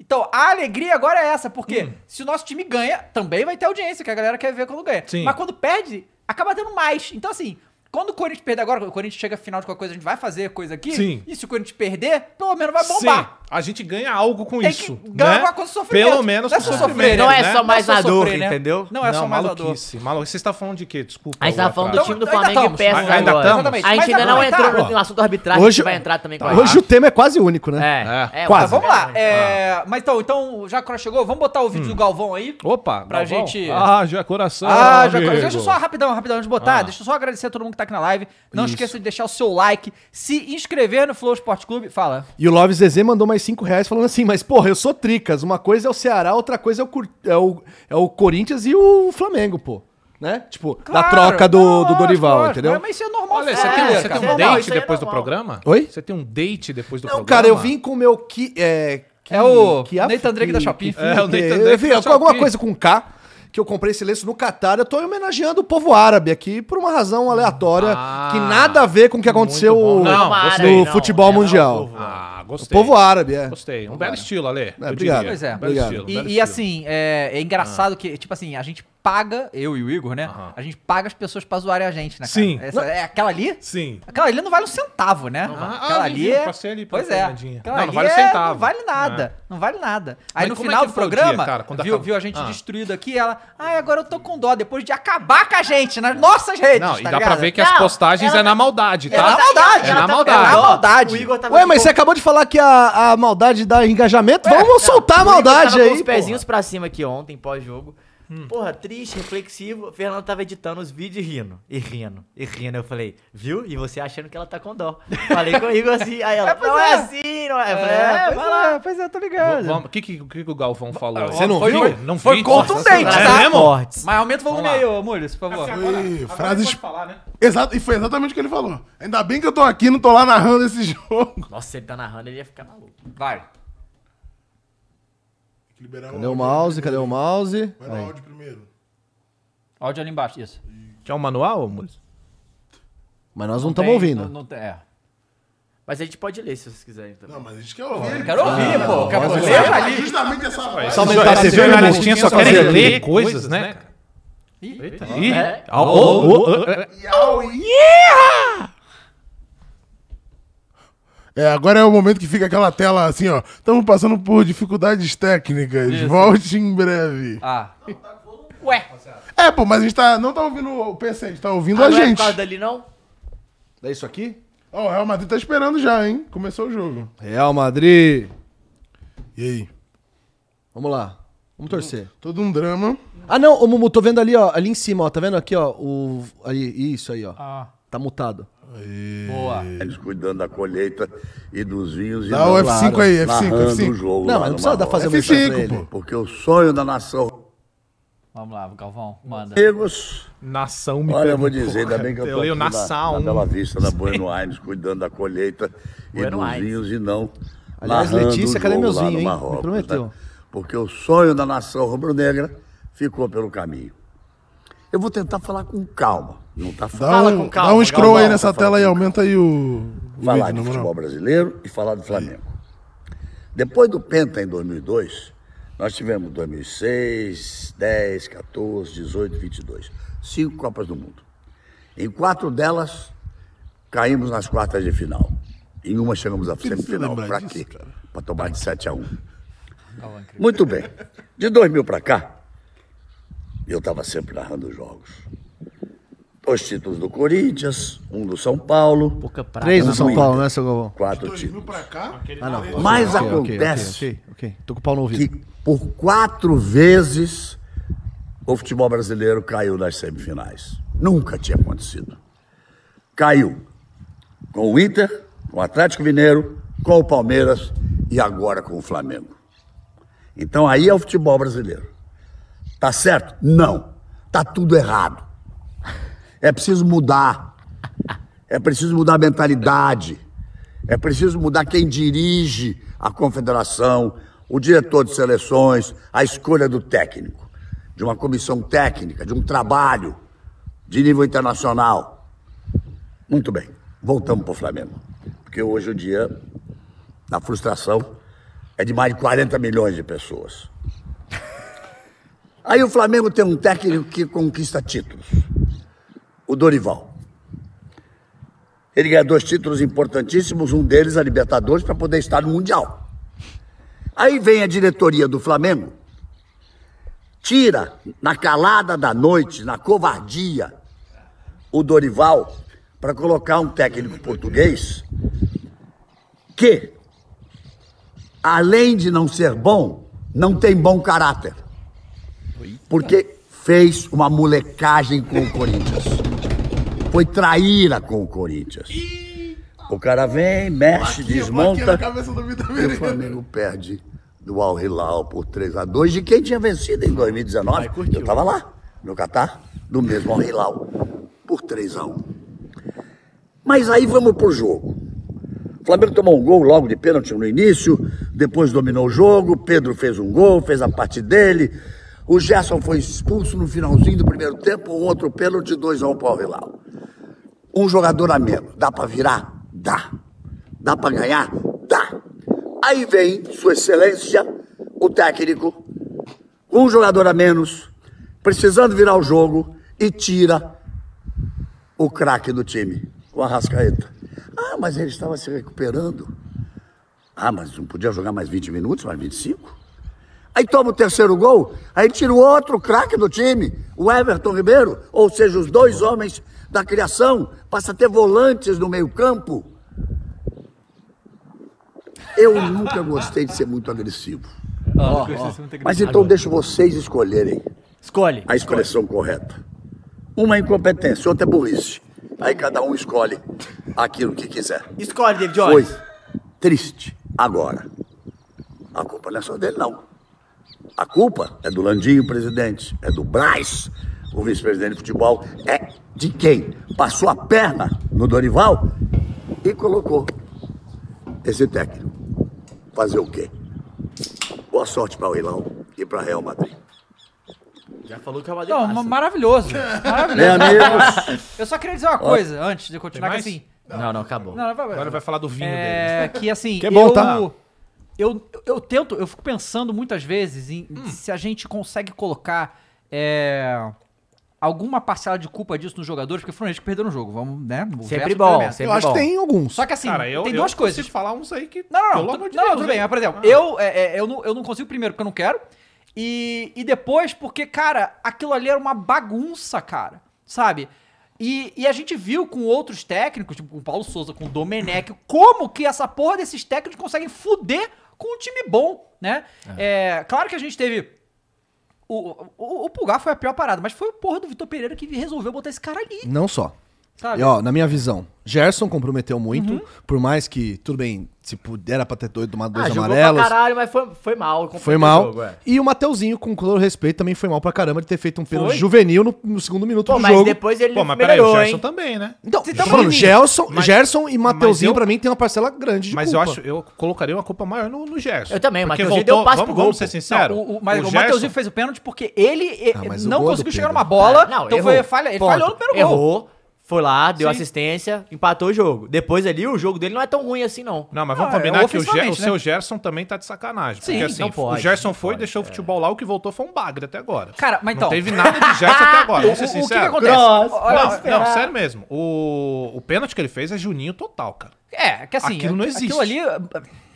Speaker 2: Então, a alegria agora é essa, porque
Speaker 6: Hum.
Speaker 2: se o nosso time ganha, também vai ter audiência, que a galera quer ver quando ganha.
Speaker 6: Sim.
Speaker 2: Mas quando perde, acaba tendo mais. Então, assim, quando o Corinthians perder agora, o Corinthians chega à final de qualquer coisa, a gente vai fazer coisa aqui.
Speaker 6: Sim.
Speaker 2: E se o Corinthians perder, pelo menos vai bombar.
Speaker 6: Sim, a gente ganha algo com
Speaker 2: Tem que
Speaker 6: isso.
Speaker 2: ganhar
Speaker 6: né?
Speaker 2: alguma coisa com sofrimento.
Speaker 6: Pelo menos
Speaker 2: Não é
Speaker 6: com
Speaker 2: só
Speaker 6: sofrimento,
Speaker 2: sofrer,
Speaker 6: né?
Speaker 1: não é só mais
Speaker 2: Não é
Speaker 1: na
Speaker 2: só
Speaker 1: dor,
Speaker 2: sofrer, né?
Speaker 1: entendeu?
Speaker 2: Não é só mais a dor.
Speaker 6: maluquice. Maluquice. Vocês estão falando de quê? Desculpa.
Speaker 1: Aí você tava
Speaker 6: o
Speaker 1: falando do
Speaker 6: atraso.
Speaker 1: time do
Speaker 2: Então, ainda
Speaker 1: Flamengo que
Speaker 2: estamos.
Speaker 1: perde
Speaker 6: Ainda
Speaker 1: agora.
Speaker 6: estamos?
Speaker 1: A gente
Speaker 2: Mas é tá.
Speaker 1: ainda não
Speaker 2: aproveitar.
Speaker 1: entrou no assunto arbitragem,
Speaker 4: Hoje-
Speaker 1: que vai entrar também com a
Speaker 4: Hoje o tema é quase único, né?
Speaker 1: É, é,
Speaker 4: Quase.
Speaker 2: Tá, vamos lá. É, Mas então, então, já que nós chegou, vamos botar o
Speaker 6: Hum.
Speaker 2: vídeo do Galvão aí.
Speaker 6: Opa,
Speaker 2: Pra
Speaker 6: Galvão.
Speaker 2: gente-
Speaker 6: Ah, já coração.
Speaker 2: Ah, já
Speaker 6: amigo.
Speaker 2: Deixa eu só rapidão, rapidão, antes de botar.
Speaker 6: Ah.
Speaker 2: Deixa eu só agradecer a todo mundo que tá aqui na live. Não esqueça de deixar o seu like, se inscrever no Flow Esporte Clube. Fala.
Speaker 4: E o Love Zezé mandou mais 5 reais falando assim, mas porra, eu sou tricas. Uma coisa é o Ceará, outra coisa é o, Cur- é o, é o Corinthians e o Flamengo, pô. Né? Tipo, da
Speaker 2: Claro,
Speaker 4: troca do,
Speaker 2: não,
Speaker 4: do
Speaker 2: lógico,
Speaker 4: Dorival,
Speaker 2: lógico,
Speaker 4: entendeu?
Speaker 2: Mas isso é normal.
Speaker 6: Olha, você
Speaker 2: cara.
Speaker 6: tem,
Speaker 1: É, cara,
Speaker 6: você tem
Speaker 1: isso
Speaker 6: um
Speaker 1: é normal,
Speaker 6: date
Speaker 1: isso aí é
Speaker 6: depois do
Speaker 1: normal.
Speaker 6: programa?
Speaker 4: Oi?
Speaker 6: Você tem um date depois do
Speaker 4: Não,
Speaker 6: programa?
Speaker 4: cara, eu vim com o meu que é que,
Speaker 2: É o
Speaker 4: af-
Speaker 2: Nathan Drake da Shopee.
Speaker 4: que-
Speaker 6: É, o Nathan
Speaker 4: eu
Speaker 6: Drake
Speaker 4: vim
Speaker 6: da
Speaker 4: com alguma
Speaker 6: Shopee.
Speaker 4: coisa com K que eu comprei esse lenço no Catar, eu tô homenageando o povo árabe aqui por uma razão aleatória
Speaker 6: Ah,
Speaker 4: que nada a ver com o que aconteceu
Speaker 6: bom. Não,
Speaker 4: no
Speaker 1: gostei. Não,
Speaker 4: futebol
Speaker 1: não,
Speaker 4: mundial.
Speaker 1: não,
Speaker 6: Ah,
Speaker 4: o
Speaker 6: gostei.
Speaker 4: povo árabe, é.
Speaker 6: Gostei. Um belo estilo, Ale. eu
Speaker 4: obrigado.
Speaker 6: diria.
Speaker 2: Pois é.
Speaker 6: Belo
Speaker 4: Obrigado.
Speaker 6: estilo, belo
Speaker 2: E, e
Speaker 6: estilo.
Speaker 2: assim, é, é engraçado que, tipo assim, a gente paga, eu e o Igor, né?
Speaker 6: Aham.
Speaker 2: A gente paga as pessoas pra zoarem a gente, né? cara?
Speaker 6: Sim.
Speaker 2: Essa- é aquela ali?
Speaker 6: Sim.
Speaker 2: Aquela ali não vale um centavo, né?
Speaker 6: vale.
Speaker 2: Aquela
Speaker 6: Ah, eu
Speaker 2: ali
Speaker 6: vi,
Speaker 2: é...
Speaker 6: eu passei ali pela
Speaker 2: pois é.
Speaker 6: Fernandinha.
Speaker 2: Aquela
Speaker 6: Não, não
Speaker 2: ali
Speaker 6: vale um
Speaker 2: é-
Speaker 6: centavo. É.
Speaker 2: Não vale nada. Não vale nada. Aí
Speaker 6: Mas
Speaker 2: no
Speaker 6: como é
Speaker 2: final
Speaker 6: que
Speaker 2: do
Speaker 6: foi o dia,
Speaker 2: programa,
Speaker 6: cara, quando
Speaker 2: viu,
Speaker 6: acabou?
Speaker 2: viu a gente
Speaker 6: Ah.
Speaker 2: destruído aqui, ela... Ai, agora eu tô com dó, depois de acabar com a gente nas nossas redes,
Speaker 6: Não, e
Speaker 2: tá
Speaker 6: dá pra
Speaker 2: ligado?
Speaker 6: ver que as
Speaker 1: Não,
Speaker 6: postagens
Speaker 1: ela-
Speaker 6: é na maldade,
Speaker 2: É na
Speaker 6: tá?
Speaker 2: maldade.
Speaker 6: É
Speaker 2: ela
Speaker 6: na
Speaker 2: tá-
Speaker 6: maldade.
Speaker 2: É na maldade.
Speaker 1: O Igor tava
Speaker 4: Ué,
Speaker 1: de
Speaker 4: mas
Speaker 1: pô-
Speaker 4: você acabou de falar que a, a maldade dá engajamento. Vamos soltar a
Speaker 1: O Igor
Speaker 4: tá maldade
Speaker 1: tava com
Speaker 4: aí.
Speaker 1: os
Speaker 4: pô.
Speaker 1: pezinhos pra cima aqui ontem, pós-jogo.
Speaker 2: Hum.
Speaker 1: Porra, triste, reflexivo. O Fernando tava editando os vídeos e rindo. E rindo. E rindo. Eu falei, viu? E você achando que ela tá com dó. Falei com o Igor assim. Aí ela,
Speaker 2: É, pois
Speaker 1: não é.
Speaker 2: é.
Speaker 1: assim, não é. Eu falei,
Speaker 2: É,
Speaker 1: é, vai lá.
Speaker 2: pois é, pois é, tô ligado.
Speaker 6: O que, que, que que o Galvão falou?
Speaker 4: Você não
Speaker 6: Foi-
Speaker 4: viu?
Speaker 6: Não
Speaker 2: Foi
Speaker 6: vi.
Speaker 2: contundente,
Speaker 6: Nossa,
Speaker 2: tá?
Speaker 6: É mesmo?
Speaker 1: Fortes.
Speaker 2: Mas aumenta o volume
Speaker 6: Vamos Assim,
Speaker 2: aí, ô, Mules, por favor.
Speaker 3: Ih, frases-
Speaker 5: pode falar, né?
Speaker 3: Exato, e foi exatamente o que ele falou. Ainda bem que eu tô aqui, não tô lá narrando esse jogo.
Speaker 1: Nossa, se ele tá narrando, ele ia ficar maluco.
Speaker 2: Vai.
Speaker 4: Cadê o mouse? Cadê o mouse?
Speaker 3: Vai no áudio primeiro.
Speaker 2: Áudio ali embaixo, isso.
Speaker 6: Tinha um manual, Mules?
Speaker 4: Mas nós não
Speaker 2: Tem-
Speaker 4: estamos ouvindo.
Speaker 2: Não, não tem- é.
Speaker 1: Mas a gente pode ler se vocês quiserem também.
Speaker 3: Não, mas é a gente quer ouvir. ele.
Speaker 6: Ah,
Speaker 2: Quero ouvir, pô. Quero
Speaker 4: mas
Speaker 2: ler
Speaker 3: Ah,
Speaker 2: ali.
Speaker 3: Justamente essa voz.
Speaker 4: Só aumentar
Speaker 6: Tá,
Speaker 4: a
Speaker 6: Esses
Speaker 4: TV, né?
Speaker 6: jornalistinhas só querem ler coisas, né? Eita. Ih.
Speaker 1: É.
Speaker 6: Ah, ô, ô, ô, ô, ô.
Speaker 3: É, agora é o momento que fica aquela tela assim, ó. Estamos passando por dificuldades técnicas. Volte em breve.
Speaker 2: Ah. Ué.
Speaker 3: É, pô, mas a gente tá, não tá ouvindo o PC, a gente tá ouvindo
Speaker 1: Ah,
Speaker 3: a
Speaker 1: não é por
Speaker 3: gente.
Speaker 1: causa dali, não?
Speaker 4: É isso aqui?
Speaker 3: Ó, o Real Madrid tá esperando já, hein? Começou o jogo.
Speaker 4: Real Madrid.
Speaker 3: E aí?
Speaker 4: Vamos lá. Vamos torcer.
Speaker 3: Todo um drama.
Speaker 4: Ah, não, ô Mumu, tô vendo ali, ó. Ali em cima, ó. Tá vendo aqui, ó? O... Aí, isso aí, ó.
Speaker 6: Ah.
Speaker 4: Tá mutado.
Speaker 2: Boa.
Speaker 7: eles cuidando da colheita e dos vinhos.
Speaker 3: Dá
Speaker 7: e
Speaker 3: o
Speaker 7: do-
Speaker 3: F5 aí, F5,
Speaker 7: narrando
Speaker 3: F5.
Speaker 7: o jogo
Speaker 4: Não, mas
Speaker 7: lá
Speaker 4: não
Speaker 7: no
Speaker 4: precisa dar
Speaker 7: Marrocos.
Speaker 4: fazer um
Speaker 3: F5,
Speaker 4: pra ele.
Speaker 3: pô.
Speaker 7: Porque o sonho da nação
Speaker 2: Vamos lá, Galvão. Manda.
Speaker 7: amigos,
Speaker 6: Nação me
Speaker 7: olha, eu vou
Speaker 6: perguntou,
Speaker 7: dizer, ainda
Speaker 6: cara.
Speaker 7: bem que eu tô
Speaker 6: Eu leio
Speaker 7: aqui na, um.
Speaker 6: nação.
Speaker 7: na Bela Vista, na Buenos Aires, cuidando da colheita e
Speaker 1: Buenos
Speaker 7: dos
Speaker 1: Aires.
Speaker 7: vinhos e não
Speaker 4: Aliás,
Speaker 7: narrando
Speaker 4: Letícia,
Speaker 7: o
Speaker 4: cadê
Speaker 7: jogo
Speaker 4: meus
Speaker 7: lá
Speaker 4: vinhos,
Speaker 7: no
Speaker 4: hein? Me
Speaker 7: Marrocos,
Speaker 4: prometeu.
Speaker 7: né? Porque o sonho da nação rubro-negra ficou pelo caminho. Eu vou tentar falar com calma, não tá fácil.
Speaker 3: Dá
Speaker 1: Fala
Speaker 3: um,
Speaker 1: com calma,
Speaker 3: dá um scroll
Speaker 7: Galvão,
Speaker 3: aí nessa
Speaker 7: tá
Speaker 3: tela e
Speaker 7: falando.
Speaker 3: aumenta aí o, o
Speaker 7: falar
Speaker 3: vídeo,
Speaker 7: de
Speaker 3: na
Speaker 7: futebol
Speaker 3: moral.
Speaker 7: brasileiro e falar do Flamengo. Depois do Penta em 2002, nós tivemos 2006, 10, 14, 18, 22. Cinco Copas do Mundo. Em quatro delas, caímos nas quartas de final. Em uma chegamos à
Speaker 3: Preciso
Speaker 7: semifinal.
Speaker 3: lembrar
Speaker 7: Pra
Speaker 3: disso,
Speaker 7: quê?
Speaker 3: cara.
Speaker 7: para tomar de 7 a 1. Muito bem. De 2000 para cá, eu estava sempre narrando os jogos. Dois títulos do Corinthians, um do São Paulo,
Speaker 1: Pouca praga.
Speaker 4: Três do
Speaker 1: na
Speaker 4: São
Speaker 1: mão.
Speaker 4: Paulo, né, seu Galvão?
Speaker 7: quatro
Speaker 3: 2000
Speaker 7: títulos.
Speaker 3: pra cá?
Speaker 4: Ah,
Speaker 6: tá
Speaker 4: não.
Speaker 7: Mas
Speaker 4: Ok, ok, ok,
Speaker 7: acontece
Speaker 4: Ok, ok. Tô com o pau no ouvido.
Speaker 7: que por quatro vezes o futebol brasileiro caiu nas semifinais. Nunca tinha acontecido. Caiu com o Inter, com o Atlético Mineiro, com o Palmeiras e agora com o Flamengo. Então aí é o futebol brasileiro. Tá certo? Não. Tá tudo errado. É preciso mudar. É preciso mudar a mentalidade. É preciso mudar quem dirige a confederação, o diretor de seleções, a escolha do técnico, de uma comissão técnica, de um trabalho de nível internacional. Muito bem, voltamos para o Flamengo. Porque hoje o dia, na frustração, é de mais de 40 milhões de pessoas. Aí o Flamengo tem um técnico que conquista títulos, o Dorival. Ele ganha dois títulos importantíssimos, um deles a Libertadores, para poder estar no Mundial. Aí vem a diretoria do Flamengo, tira na calada da noite, na covardia, o Dorival para colocar um técnico português que, além de não ser bom, não tem bom caráter. Porque fez uma molecagem com o Corinthians foi traíra com o Corinthians. O cara vem, mexe,
Speaker 3: Batia na
Speaker 7: desmonta
Speaker 3: cabeça do Vitor
Speaker 7: e o
Speaker 3: Pereira.
Speaker 7: Flamengo perde do Al Hilal por 3 a 2 de quem tinha vencido em 2019. Eu tava lá, no Catar, do mesmo Al Hilal, por 3 a 1. Mas aí vamos pro jogo. O Flamengo tomou um gol logo de pênalti no início, depois dominou o jogo, Pedro fez um gol, fez a parte dele. O Gerson foi expulso no finalzinho do primeiro tempo, outro pênalti, 2 a 1 para o Al Hilal um jogador a menos. Dá para virar? Dá. Dá para ganhar? Dá. Aí vem Sua Excelência, o técnico, um jogador a menos, precisando virar o jogo e tira o craque do time, o Arrascaeta. Ah, mas ele estava se recuperando. Ah, mas não podia jogar mais 20 minutos, mais 25? Aí toma o terceiro gol, aí tira o outro craque do time, o Everton Ribeiro, ou seja, os dois homens da criação, passa a ter volantes no meio-campo. Eu nunca gostei de ser muito agressivo.
Speaker 2: Ó, ó.
Speaker 7: Mas então deixo vocês escolherem
Speaker 1: Escolhe.
Speaker 7: a expressão correta. Uma é incompetência, outra é burrice. Aí cada um escolhe aquilo que quiser.
Speaker 1: Escolhe, David
Speaker 7: Foi
Speaker 1: Jones.
Speaker 7: triste agora. A culpa não é só dele, não. A culpa é do Landinho, presidente, é do Braz, o vice-presidente de futebol, é de quem passou a perna no Dorival e colocou esse técnico. Fazer o quê? Boa sorte para o Ilão e para Real Madrid.
Speaker 1: Já falou que é uma
Speaker 2: Não, ma- maravilhoso.
Speaker 7: Bem,
Speaker 2: Maravilhoso.
Speaker 7: amigos,
Speaker 2: Eu só queria dizer uma coisa antes de continuar, que
Speaker 6: Tem mais?
Speaker 2: assim.
Speaker 1: Não, não, acabou.
Speaker 2: Não, vai,
Speaker 6: Agora vai falar do vinho dele.
Speaker 2: É, que assim,
Speaker 4: Que é bom,
Speaker 2: eu,
Speaker 4: tá?
Speaker 2: eu, eu tento, eu fico pensando muitas vezes em
Speaker 6: Hum.
Speaker 2: se a gente consegue colocar é, alguma parcela de culpa disso nos jogadores, porque foram eles que perderam o jogo, vamos, né? O
Speaker 1: Sempre
Speaker 2: resto
Speaker 1: bom,
Speaker 2: foi merda.
Speaker 1: sempre
Speaker 4: Eu acho
Speaker 1: bom.
Speaker 4: que tem alguns.
Speaker 2: Só que assim,
Speaker 6: Cara, eu,
Speaker 2: tem
Speaker 6: eu
Speaker 2: duas coisas.
Speaker 6: consigo falar uns aí que.
Speaker 2: Não, não,
Speaker 6: pelo
Speaker 2: não.
Speaker 6: amor de
Speaker 2: não,
Speaker 6: Deus,
Speaker 2: tudo bem,
Speaker 6: hein? Ah.
Speaker 2: mas, por exemplo, eu, é, é, eu, não, eu não consigo primeiro porque eu não quero. E, e depois porque, cara, aquilo ali era uma bagunça, cara. Sabe? E, e a gente viu com outros técnicos, tipo com o Paulo Souza, com o Domenech, como que essa porra desses técnicos conseguem fuder com um time bom, né? É, claro que a gente teve. O, o, o Pulgar foi a pior parada, mas foi o porra do Vitor Pereira que resolveu botar esse cara ali,
Speaker 4: Não só.
Speaker 2: sabe?
Speaker 4: E, ó, na minha visão, Gerson comprometeu muito,
Speaker 6: Uhum.
Speaker 4: por mais que, tudo bem, se puder, era pra ter doido, tomado dois
Speaker 1: Ah, jogou
Speaker 4: amarelos.
Speaker 1: pra caralho, mas foi, foi mal. complicou
Speaker 4: Foi
Speaker 1: o
Speaker 4: mal.
Speaker 1: jogo, é.
Speaker 4: E o Mateuzinho, com todo respeito, também foi mal pra caramba de ter feito um pênalti
Speaker 2: Foi.
Speaker 4: juvenil no, no segundo minuto
Speaker 1: Pô,
Speaker 4: do
Speaker 1: mas
Speaker 4: jogo.
Speaker 1: depois ele
Speaker 6: Pô, mas peraí, o
Speaker 1: melhorou,
Speaker 6: Gerson
Speaker 1: hein?
Speaker 6: também, né?
Speaker 4: Então,
Speaker 2: Você
Speaker 4: você
Speaker 2: tá
Speaker 4: tá falando,
Speaker 2: falando em mim.
Speaker 4: Gerson,
Speaker 6: Mas-
Speaker 4: Gerson e Mateuzinho,
Speaker 6: eu-
Speaker 4: pra mim, tem uma parcela grande de
Speaker 6: Mas
Speaker 4: culpa.
Speaker 6: eu acho, eu colocaria uma culpa maior no, no Gerson.
Speaker 1: Eu também, o
Speaker 6: Porque
Speaker 1: Mateuzinho deu um passe
Speaker 6: vamos,
Speaker 1: pro gol,
Speaker 6: Vamos ser
Speaker 1: pô.
Speaker 6: sinceros.
Speaker 2: Não, o, o, mas o,
Speaker 6: Gerson-
Speaker 2: Mateuzinho fez o pênalti porque ele eh,
Speaker 4: Ah, mas o
Speaker 2: não
Speaker 4: gol do
Speaker 2: conseguiu chegar
Speaker 4: Pedro.
Speaker 2: numa bola.
Speaker 1: Não,
Speaker 2: então
Speaker 1: errou.
Speaker 2: foi falha, ele
Speaker 1: Ponto.
Speaker 2: falhou no primeiro gol.
Speaker 1: Errou, foi lá, deu
Speaker 2: Sim.
Speaker 1: assistência, empatou o jogo. Depois ali, o jogo dele não é tão ruim assim, não.
Speaker 6: Não, mas vamos
Speaker 2: Não, é
Speaker 6: combinar que o, Ger-
Speaker 2: ofensivamente,
Speaker 6: o seu Gerson também tá de sacanagem.
Speaker 2: Sim, então
Speaker 6: porque assim,
Speaker 1: não pode,
Speaker 6: o Gerson
Speaker 1: não
Speaker 6: foi,
Speaker 1: pode,
Speaker 6: deixou o futebol lá, o que voltou foi um bagre até agora.
Speaker 2: é. Cara, mas então.
Speaker 6: Não teve nada de Gerson até agora,
Speaker 2: o,
Speaker 6: vamos
Speaker 2: o-
Speaker 6: ser
Speaker 2: o que que
Speaker 6: sinceros.
Speaker 2: acontece?
Speaker 1: Grosso,
Speaker 2: Olha,
Speaker 6: não,
Speaker 2: olha,
Speaker 6: não, sério mesmo. O, o pênalti que ele fez é Juninho total, cara.
Speaker 2: É, que assim.
Speaker 6: Aquilo não
Speaker 2: Aquilo
Speaker 6: existe.
Speaker 2: ali. eh,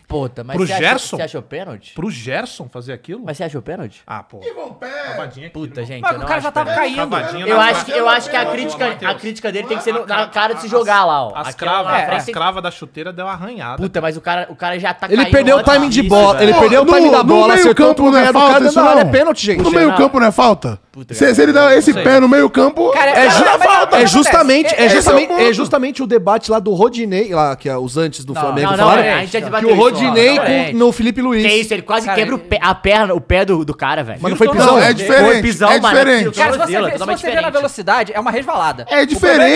Speaker 1: Puta, mas
Speaker 6: Pro
Speaker 1: você
Speaker 6: Gerson?
Speaker 1: Achou, você achou pênalti?
Speaker 6: Pro Gerson fazer aquilo?
Speaker 1: Mas você achou pênalti?
Speaker 6: Ah, pô.
Speaker 3: Bom pé.
Speaker 6: Cavadinha aqui,
Speaker 1: Puta,
Speaker 6: irmão.
Speaker 1: gente,
Speaker 2: Mas
Speaker 1: eu
Speaker 2: o
Speaker 1: não
Speaker 2: cara já
Speaker 1: acho
Speaker 2: tava
Speaker 1: pênalti.
Speaker 2: caindo.
Speaker 6: Cavadinha
Speaker 1: Eu
Speaker 6: na
Speaker 1: acho que, eu acho que a
Speaker 6: Mateus,
Speaker 1: crítica, a
Speaker 6: Mateus.
Speaker 1: crítica dele tem que ser no-
Speaker 6: A-
Speaker 1: na
Speaker 6: a-
Speaker 1: cara de
Speaker 6: a-
Speaker 1: se jogar lá, ó.
Speaker 6: As
Speaker 1: Aquela
Speaker 6: cravas,
Speaker 1: lá na frente
Speaker 6: as
Speaker 1: tem-
Speaker 6: cravas da chuteira deu arranhada.
Speaker 1: Puta, mas o cara, o cara já tá
Speaker 4: Ele
Speaker 1: caindo
Speaker 4: perdeu o
Speaker 1: antes
Speaker 4: timing de
Speaker 1: disso,
Speaker 4: bola.
Speaker 1: velho.
Speaker 4: Ele
Speaker 3: Pô,
Speaker 4: perdeu o
Speaker 3: no-
Speaker 4: timing da
Speaker 3: no
Speaker 4: bola,
Speaker 3: meio
Speaker 4: acertou o
Speaker 3: campo não é
Speaker 4: primeiro do cara
Speaker 3: falta
Speaker 4: dentro
Speaker 3: isso,
Speaker 4: da área. É
Speaker 3: não.
Speaker 4: pênalti, gente.
Speaker 3: No meio campo não é falta?
Speaker 1: Puta,
Speaker 3: se, se ele dá esse pé no meio campo...
Speaker 2: Cara,
Speaker 4: É, ju-
Speaker 2: mas- mas- mas- mas
Speaker 4: é
Speaker 2: acontece.
Speaker 4: justamente, é,
Speaker 2: Esse o
Speaker 4: justamente,
Speaker 3: ponto.
Speaker 4: é justamente o debate lá do Rodinei, lá que ah, os antes do Flamengo
Speaker 1: não, não,
Speaker 4: falaram,
Speaker 1: é, a gente já
Speaker 4: que
Speaker 1: debateu
Speaker 4: o
Speaker 1: isso,
Speaker 4: Rodinei
Speaker 1: ó,
Speaker 4: com-
Speaker 1: é.
Speaker 4: no Felipe Luiz.
Speaker 1: Que isso, ele quase
Speaker 2: Cara,
Speaker 1: quebra o
Speaker 2: ele-
Speaker 1: pé- a perna, o pé do, do cara, velho.
Speaker 4: Mas não foi
Speaker 2: Não,
Speaker 4: pisão?
Speaker 3: Não, é diferente.
Speaker 1: Foi pisão,
Speaker 3: é
Speaker 1: mano,
Speaker 3: diferente.
Speaker 1: aquilo.
Speaker 2: Cara, se você,
Speaker 1: Tornozelo,
Speaker 2: vê, se
Speaker 1: totalmente
Speaker 2: você vê na
Speaker 1: diferente.
Speaker 2: velocidade, é uma resvalada.
Speaker 3: É
Speaker 2: O problema é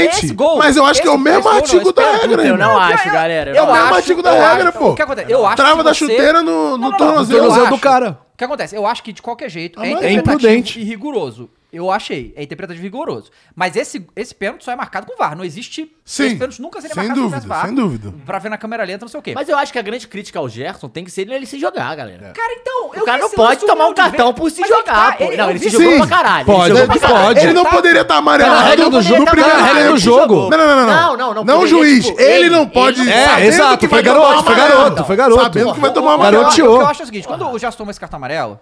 Speaker 3: diferente,
Speaker 2: esse gol.
Speaker 3: mas eu acho que é o
Speaker 2: Esse-
Speaker 3: mesmo
Speaker 2: esse gol não,
Speaker 3: artigo
Speaker 2: esse
Speaker 3: da
Speaker 2: pênalti.
Speaker 3: regra,
Speaker 1: Eu
Speaker 3: irmão.
Speaker 1: não acho, galera. eu
Speaker 3: É
Speaker 1: não
Speaker 3: o mesmo
Speaker 1: acho.
Speaker 3: artigo da
Speaker 2: eu
Speaker 3: regra,
Speaker 2: acho-
Speaker 3: pô.
Speaker 2: O que acontece? Eu acho
Speaker 3: Trava
Speaker 2: que
Speaker 3: da
Speaker 2: você-
Speaker 3: chuteira no,
Speaker 2: Não,
Speaker 3: no
Speaker 2: não,
Speaker 3: tornozelo.
Speaker 2: eu
Speaker 4: tornozelo do
Speaker 2: acho-
Speaker 4: cara.
Speaker 2: O que acontece? Eu acho que de qualquer jeito
Speaker 3: Ah,
Speaker 2: é
Speaker 3: mas é
Speaker 2: interpretativo
Speaker 4: imprudente.
Speaker 2: e rigoroso. Eu achei, é interpretativo e rigoroso. Mas esse, esse pênalti só é marcado com VAR. Não existe.
Speaker 3: Sim,
Speaker 2: Esse pênalti nunca seria
Speaker 3: sem
Speaker 2: marcado
Speaker 3: dúvida,
Speaker 2: com VAR.
Speaker 3: sem dúvida.
Speaker 2: Pra ver na câmera lenta, não sei o quê.
Speaker 1: Mas eu acho que a grande crítica ao Gerson tem que ser ele se jogar, galera.
Speaker 2: cara, então.
Speaker 1: O cara não pode tomar um cartão por
Speaker 3: é
Speaker 1: se
Speaker 3: tá,
Speaker 1: jogar, pô. Não, tá, ele se jogou
Speaker 3: Sim,
Speaker 1: pra caralho.
Speaker 4: pode,
Speaker 1: ele se jogou pra caralho.
Speaker 4: pode.
Speaker 3: Ele não poderia estar amarelado.
Speaker 4: Tá na regra do
Speaker 3: no
Speaker 4: jogo,
Speaker 3: primeiro
Speaker 4: tá na regra do
Speaker 3: tempo.
Speaker 4: jogo.
Speaker 3: Não, não, não, não.
Speaker 1: Não, não, não,
Speaker 3: Não,
Speaker 1: poderia,
Speaker 3: juiz.
Speaker 1: tipo,
Speaker 3: ele,
Speaker 1: ele-
Speaker 3: não pode...
Speaker 1: ele-
Speaker 4: É,
Speaker 3: sabendo
Speaker 4: exato,
Speaker 3: que
Speaker 4: foi
Speaker 3: vai tomar
Speaker 4: garoto, foi
Speaker 3: amarelo.
Speaker 4: garoto, foi garoto.
Speaker 3: Sabendo que vai tomar amarelo.
Speaker 2: Garoteou.
Speaker 4: Garoteou.
Speaker 2: O que eu acho é o seguinte: quando o Gerson tomou esse cartão amarelo,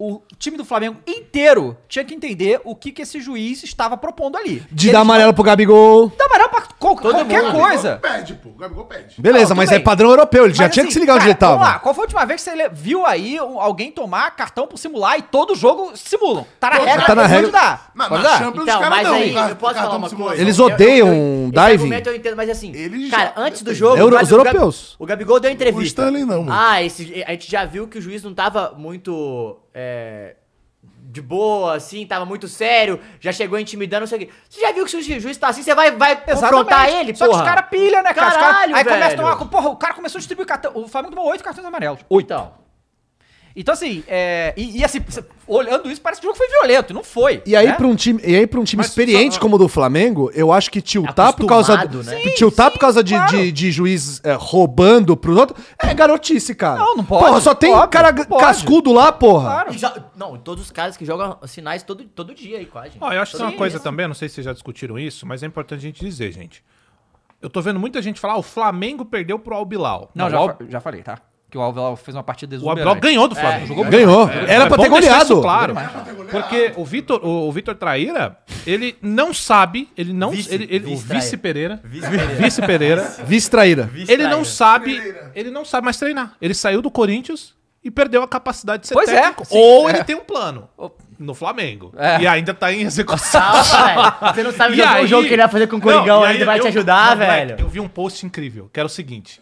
Speaker 2: o time do Flamengo inteiro tinha que entender o que, que esse juiz estava propondo ali.
Speaker 4: De
Speaker 2: Ele
Speaker 4: dar amarelo pro Gabigol.
Speaker 2: Dá amarelo pra co- qualquer
Speaker 3: O Gabigol
Speaker 2: coisa.
Speaker 3: pede, pô. O Gabigol pede.
Speaker 4: Beleza,
Speaker 2: Não,
Speaker 4: mas
Speaker 2: tudo
Speaker 4: é
Speaker 2: bem.
Speaker 4: padrão europeu, ele já
Speaker 2: Mas
Speaker 4: tinha que
Speaker 2: assim,
Speaker 4: se ligar
Speaker 1: é,
Speaker 4: onde
Speaker 2: cara,
Speaker 4: ele tava.
Speaker 2: Vamos lá, qual foi a última vez que você le- viu aí um- alguém tomar cartão por simular e todo jogo simulam? Tá na
Speaker 3: Pô,
Speaker 2: regra,
Speaker 4: tá na
Speaker 2: eles vão
Speaker 4: regra.
Speaker 2: te dar.
Speaker 3: Na,
Speaker 2: Pode
Speaker 3: na
Speaker 2: dar?
Speaker 3: Champions,
Speaker 1: Então,
Speaker 3: os caras
Speaker 1: mas
Speaker 3: não.
Speaker 1: aí,
Speaker 3: cara-
Speaker 1: eu posso
Speaker 3: cartão
Speaker 1: falar uma
Speaker 3: de simulação.
Speaker 1: coisa?
Speaker 4: Eles
Speaker 1: Eu- eu-
Speaker 4: odeiam
Speaker 1: eu-
Speaker 4: diving.
Speaker 1: Esse argumento eu entendo, mas assim,
Speaker 3: Ele
Speaker 1: cara,
Speaker 3: já- é
Speaker 1: antes do jogo...
Speaker 4: Euro-
Speaker 1: mas
Speaker 4: os
Speaker 1: o Gabi-
Speaker 4: europeus.
Speaker 1: O Gabigol deu entrevista.
Speaker 3: O Stanley não, mano.
Speaker 1: Ah, esse, a gente já viu que o juiz não tava muito... é, de boa, assim, tava muito sério, já chegou intimidando, não sei o quê. Você já viu que se o juiz tá assim, você vai, vai confrontar ele,
Speaker 2: Só
Speaker 1: porra?
Speaker 2: que os caras pilham, né, cara? Os caras-
Speaker 1: Caralho,
Speaker 2: aí começa a
Speaker 1: velho.
Speaker 2: tomar. Porra, o cara começou a distribuir cartão. O Flamengo tomou oito cartões amarelos.
Speaker 1: Então,
Speaker 2: Então, assim, é, e, e assim, você- olhando isso, parece que o jogo foi violento. e Não foi.
Speaker 4: E aí,
Speaker 2: né?
Speaker 4: pra um time, e aí pra um time experiente como o do Flamengo, eu acho que tiltar por causa.
Speaker 1: Acostumado, né?
Speaker 4: que tiltar tá por causa de,
Speaker 2: claro.
Speaker 4: de, de juiz é, roubando pros outros é garotice, cara.
Speaker 2: Não, não pode,
Speaker 4: Porra, só tem
Speaker 2: pode,
Speaker 4: cara
Speaker 2: pode.
Speaker 4: cascudo lá, porra.
Speaker 2: Claro.
Speaker 1: E já- não, todos os caras que jogam sinais todo, todo dia aí, quase. gente.
Speaker 6: Ó, eu acho que tem
Speaker 1: Todo
Speaker 6: uma coisa
Speaker 1: dia.
Speaker 6: também, eu não sei se vocês já discutiram isso, mas é importante a gente dizer, gente. Eu tô vendo muita gente falar, ah, o Flamengo perdeu pro Albilau.
Speaker 2: Não,
Speaker 6: o
Speaker 2: já,
Speaker 6: Al-
Speaker 2: fa- já falei, tá? Que o Alvilau fez uma partida
Speaker 6: o Albilau
Speaker 2: exuberante.
Speaker 6: ganhou do
Speaker 1: É,
Speaker 6: Flamengo. jogou bem.
Speaker 4: Ganhou. Era
Speaker 6: É
Speaker 4: pra
Speaker 6: bom
Speaker 4: ter
Speaker 6: deixar isso
Speaker 4: goleado.
Speaker 6: Claro,
Speaker 2: Jogou
Speaker 6: porque o Vitor, o, o Vitor Traíra, ele não sabe, ele não,
Speaker 1: Vice,
Speaker 6: ele, ele- o
Speaker 1: Vice Traíra.
Speaker 6: Vice Pereira,
Speaker 1: Vice Pereira.
Speaker 6: Vice Pereira,
Speaker 4: Vice-traíra.
Speaker 6: ele não
Speaker 1: Traíra.
Speaker 6: sabe, ele não sabe mais treinar. Ele saiu do Corinthians e perdeu a capacidade de ser
Speaker 2: Pois é,
Speaker 6: técnico.
Speaker 2: sim.
Speaker 6: ou
Speaker 2: É.
Speaker 6: ele tem um plano no Flamengo
Speaker 2: É.
Speaker 6: e ainda tá em execução.
Speaker 1: Calma, velho. Você não sabe
Speaker 6: E
Speaker 1: jogar
Speaker 6: aí-
Speaker 1: o jogo que ele vai fazer com o Coringão,
Speaker 6: Não, e
Speaker 1: ele vai
Speaker 6: eu-
Speaker 1: te ajudar,
Speaker 6: Não, moleque,
Speaker 1: velho.
Speaker 6: Eu vi um post incrível, que era o seguinte.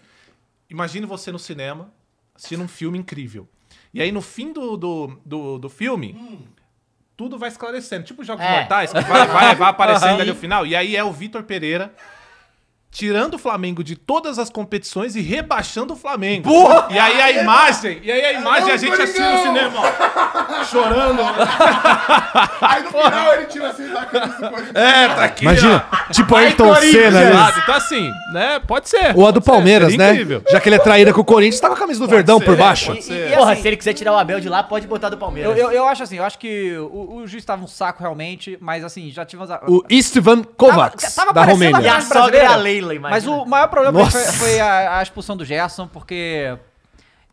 Speaker 6: Imagine você no cinema assistindo um filme incrível. E aí no fim do, do, do, do filme, tudo vai esclarecendo. Tipo os Jogos
Speaker 1: É.
Speaker 6: Mortais, que vai, vai, vai aparecendo ali no final. E aí é o Vitor Pereira tirando o Flamengo de todas as competições e rebaixando o Flamengo. E aí a imagem, e aí a imagem, a gente assim no cinema, ó, chorando.
Speaker 3: Aí no final ele tira assim, tá com esse coisa.
Speaker 6: É, tá aqui, ó.
Speaker 4: Imagina, tipo Ayrton
Speaker 6: Corinthians,
Speaker 4: Senna. né?
Speaker 6: exato. Então, assim, né? Pode ser.
Speaker 4: Ou a do
Speaker 6: Pode ser,
Speaker 4: Palmeiras,
Speaker 6: seria
Speaker 4: né?
Speaker 6: incrível.
Speaker 4: Já que ele é traíra com o Corinthians, tá com a camisa do Verdão
Speaker 6: ser,
Speaker 4: por baixo.
Speaker 6: pode ser.
Speaker 2: E
Speaker 1: Porra,
Speaker 2: assim-
Speaker 1: se ele quiser tirar o Abel de lá, pode botar do
Speaker 2: Eu,
Speaker 1: Palmeiras.
Speaker 2: eu, eu acho assim, eu acho que o, o juiz tava um saco realmente, mas assim, já tivemos. a-
Speaker 4: O Istvan Kovacs, da
Speaker 2: parecendo
Speaker 4: Romênia.
Speaker 1: E a
Speaker 2: viagem
Speaker 1: sogra
Speaker 2: brasileira.
Speaker 1: é a Leila, imagina.
Speaker 2: Mas o maior problema pra mim
Speaker 4: Nossa.
Speaker 2: foi, foi a, a expulsão do Gerson, porque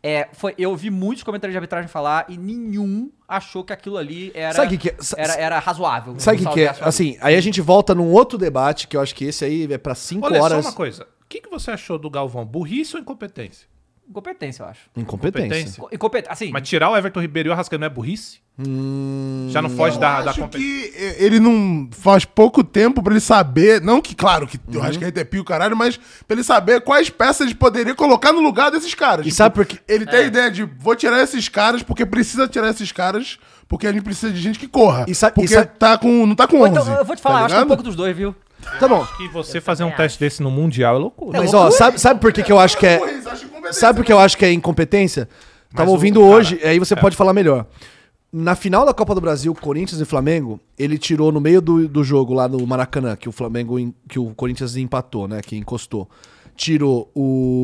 Speaker 2: é, foi, eu vi muitos comentários de arbitragem falar e nenhum achou que aquilo ali era,
Speaker 4: Sabe o que que é? Sa-
Speaker 2: era, era razoável.
Speaker 4: Sabe o que, que é? Assim, aí a gente volta num outro debate, que eu acho que esse aí é pra cinco
Speaker 6: Olha
Speaker 4: horas.
Speaker 6: só uma coisa. O que, que você achou do Galvão? Burrice ou incompetência?
Speaker 2: Incompetência, eu acho.
Speaker 4: Incompetência.
Speaker 6: Competência.
Speaker 2: Co- Incompetência, assim,
Speaker 6: Mas tirar o Everton Ribeiro e o Arrascaeta não é burrice?
Speaker 1: Hum,
Speaker 6: Já não foge da, da
Speaker 3: acho
Speaker 6: competência.
Speaker 3: que é, ele não faz pouco tempo pra ele saber, não que, claro, que eu
Speaker 4: Uhum.
Speaker 3: acho que é pio caralho, mas pra ele saber quais peças ele poderia colocar no lugar desses caras. Tipo,
Speaker 4: E sabe por quê?
Speaker 3: Ele
Speaker 2: É.
Speaker 3: tem a ideia de, vou tirar esses caras, porque precisa tirar esses caras, porque a gente precisa de gente que corra.
Speaker 4: E sabe- e
Speaker 3: porque
Speaker 4: sabe-
Speaker 3: tá com, não tá com
Speaker 2: Ou
Speaker 3: 11,
Speaker 2: então, eu vou te falar, eu
Speaker 3: tá
Speaker 2: acho que é um
Speaker 3: ligado?
Speaker 2: pouco dos dois, viu?
Speaker 4: Tá bom.
Speaker 6: Que você fazer um teste desse no Mundial é loucura.
Speaker 4: Mas ó, sabe, sabe por que, que eu acho que é. Sabe por que eu acho que é incompetência? Tava ouvindo hoje, aí
Speaker 2: É.
Speaker 4: você pode falar melhor. Na final da Copa do Brasil, Corinthians e Flamengo, ele tirou no meio do, do jogo lá no Maracanã, que o Flamengo em- que o Corinthians empatou, né, que encostou. Tirou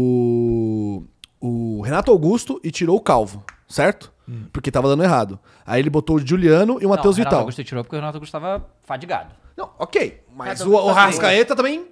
Speaker 4: o o Renato Augusto e tirou o Calvo, certo? Porque tava dando errado. Aí ele botou o Juliano e o Matheus
Speaker 2: Hum. Não, o Renato
Speaker 4: Vital.
Speaker 2: Augusto tá tirou porque o Renato Augusto tava fadigado.
Speaker 4: Não, ok, mas o, o Rascaeta também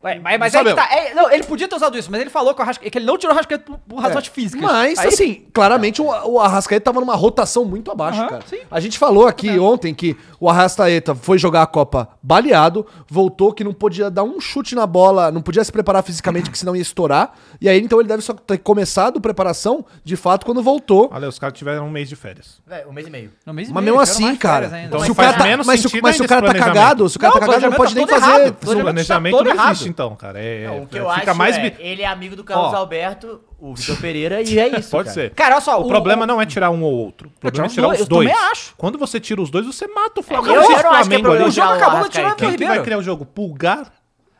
Speaker 2: Ué, mas mas
Speaker 6: Não
Speaker 2: aí que
Speaker 6: sabemos.
Speaker 2: tá. é, não, ele podia ter usado isso, mas ele falou que, o Arrasca- que ele não tirou o Arrascaeta por, por razões físicas.
Speaker 4: É. Mas,
Speaker 2: Aí-
Speaker 4: assim, claramente o, o Arrascaeta tava numa rotação muito abaixo,
Speaker 2: Aham,
Speaker 4: cara.
Speaker 2: sim. É.
Speaker 4: A gente falou aqui ontem que o Arrascaeta foi jogar a Copa baleado, voltou que não podia dar um chute na bola, não podia se preparar fisicamente, que senão ia estourar. E aí, então, ele deve só ter começado a preparação, de fato, quando voltou.
Speaker 6: Olha, os caras tiveram um mês de férias.
Speaker 1: Velho, um mês e meio.
Speaker 2: No mês e
Speaker 4: Mas
Speaker 2: meio,
Speaker 4: mesmo
Speaker 2: Ah, eles tiveram
Speaker 4: assim,
Speaker 2: mais
Speaker 4: cara.
Speaker 2: férias ainda.
Speaker 6: Então
Speaker 4: se
Speaker 6: Mas
Speaker 4: o
Speaker 6: faz
Speaker 4: cara tá-
Speaker 6: menos
Speaker 4: mas se o-
Speaker 6: sentido
Speaker 4: mas se o
Speaker 6: ainda
Speaker 4: cara
Speaker 6: esse
Speaker 4: tá
Speaker 6: planejamento.
Speaker 4: cagado, se o cara
Speaker 2: Não,
Speaker 4: tá
Speaker 2: o
Speaker 4: cagado, não pode nem
Speaker 2: planejamento tá todo
Speaker 4: fazer.
Speaker 2: errado. planejamento
Speaker 6: O planejamento
Speaker 2: tá todo
Speaker 6: não
Speaker 2: errado.
Speaker 6: existe, então, cara. É,
Speaker 1: Não, o que
Speaker 6: é,
Speaker 1: eu
Speaker 6: fica
Speaker 1: acho
Speaker 6: mais...
Speaker 1: é,
Speaker 6: bi-
Speaker 1: ele é amigo do Carlos
Speaker 6: Ó.
Speaker 1: Alberto, o Vitor Pereira, e é isso,
Speaker 6: Pode
Speaker 1: cara.
Speaker 6: ser.
Speaker 2: Cara, olha só.
Speaker 6: O, problema não é tirar um ou outro. O problema é
Speaker 2: tirar
Speaker 6: tirar
Speaker 2: os
Speaker 6: os
Speaker 2: dois,
Speaker 6: dois.
Speaker 2: eu também acho.
Speaker 6: Quando você tira os dois, você mata o Flamengo.
Speaker 1: Eu,
Speaker 6: Esse
Speaker 1: não acho que é
Speaker 6: Flamengo
Speaker 1: problema
Speaker 6: ali,
Speaker 2: O jogo
Speaker 1: tirar o
Speaker 2: acabou de
Speaker 1: Arrascaeta.
Speaker 2: tirar o
Speaker 6: Quem que vai
Speaker 2: Ribeiro.
Speaker 6: criar o jogo? Pulgar?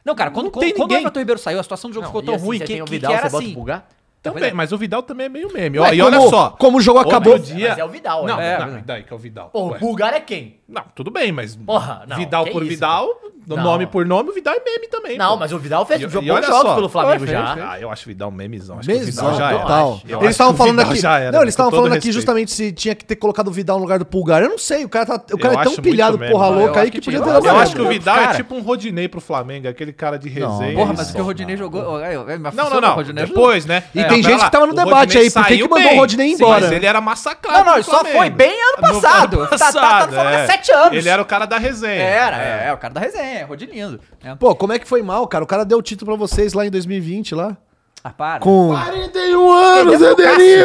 Speaker 2: Não, cara, quando, quando,
Speaker 6: tem
Speaker 2: quando o
Speaker 6: ninguém.
Speaker 2: Everton Ribeiro saiu, a situação do jogo ficou tão
Speaker 1: e assim,
Speaker 2: ruim
Speaker 1: você
Speaker 2: que,
Speaker 1: tem o
Speaker 2: que-
Speaker 1: Vidal,
Speaker 2: que era
Speaker 1: você bota o
Speaker 2: assim.
Speaker 1: Pulgar?
Speaker 6: Também, mas o Vidal também é meio meme.
Speaker 4: Ué,
Speaker 6: Ó, e olha
Speaker 4: como-
Speaker 6: só.
Speaker 4: como o jogo
Speaker 6: Outro
Speaker 4: acabou-
Speaker 6: dia-
Speaker 1: Mas é o Vidal,
Speaker 6: Não,
Speaker 1: né?
Speaker 6: é,
Speaker 2: É,
Speaker 6: não,
Speaker 2: mas-
Speaker 6: daí que é o Vidal.
Speaker 1: Porra,
Speaker 6: Ué.
Speaker 1: o Pulgar é quem?
Speaker 6: Não, tudo bem, mas.
Speaker 1: Porra, não,
Speaker 6: Vidal
Speaker 1: que
Speaker 6: por
Speaker 1: isso,
Speaker 6: Vidal,
Speaker 1: Não.
Speaker 6: nome por nome, o Vidal é meme também.
Speaker 1: Não,
Speaker 6: pô.
Speaker 1: mas o Vidal fez
Speaker 6: E-
Speaker 1: jogou
Speaker 6: e olha
Speaker 1: jogos
Speaker 6: só.
Speaker 1: pelo Flamengo
Speaker 6: Ué,
Speaker 1: já.
Speaker 6: fez, fez. Ah, eu acho o Vidal memezão. Acho que o
Speaker 4: Mesmo,
Speaker 6: Vidal já era. Eu
Speaker 4: total.
Speaker 6: acho que
Speaker 4: Eles estavam
Speaker 6: o
Speaker 4: falando
Speaker 6: Vidal
Speaker 4: aqui.
Speaker 6: já era,
Speaker 4: não, eles
Speaker 6: com
Speaker 4: estavam
Speaker 6: todo
Speaker 4: falando aqui
Speaker 6: respeito.
Speaker 4: justamente se tinha que ter colocado o Vidal no lugar do Pulgar. Eu não sei, o cara, tá, o cara
Speaker 6: Eu
Speaker 4: é tão
Speaker 6: acho
Speaker 4: pilhado,
Speaker 6: muito meme,
Speaker 4: porra
Speaker 6: mano.
Speaker 4: louca aí,
Speaker 2: Eu acho
Speaker 4: que
Speaker 2: que
Speaker 4: podia ter
Speaker 2: tinha.
Speaker 6: Eu
Speaker 4: levado.
Speaker 6: acho que o
Speaker 4: ele.
Speaker 6: Vidal é
Speaker 2: Cara.
Speaker 6: tipo um Rodinei pro Flamengo, aquele cara de resenha.
Speaker 2: Porra,
Speaker 6: e
Speaker 2: mas o que o Rodinei jogou. Não,
Speaker 6: Não, não, não. Depois, né?
Speaker 4: E tem gente que tava no debate aí, por que que mandou o Rodinei embora?
Speaker 6: Mas ele era massacrado.
Speaker 2: Não, não,
Speaker 6: no
Speaker 2: ele só
Speaker 6: Flamengo.
Speaker 2: foi bem ano
Speaker 6: No
Speaker 2: passado. Tá- tá- tá no Flamengo há sete anos.
Speaker 6: Ele era o cara da resenha.
Speaker 2: Era, é, é, o cara da resenha, Rodinindo. É.
Speaker 4: Pô, como é que foi mal, cara? O cara deu o título pra vocês lá em 2020, lá.
Speaker 2: Ah, para.
Speaker 4: Com.
Speaker 3: 41
Speaker 2: É,
Speaker 3: anos,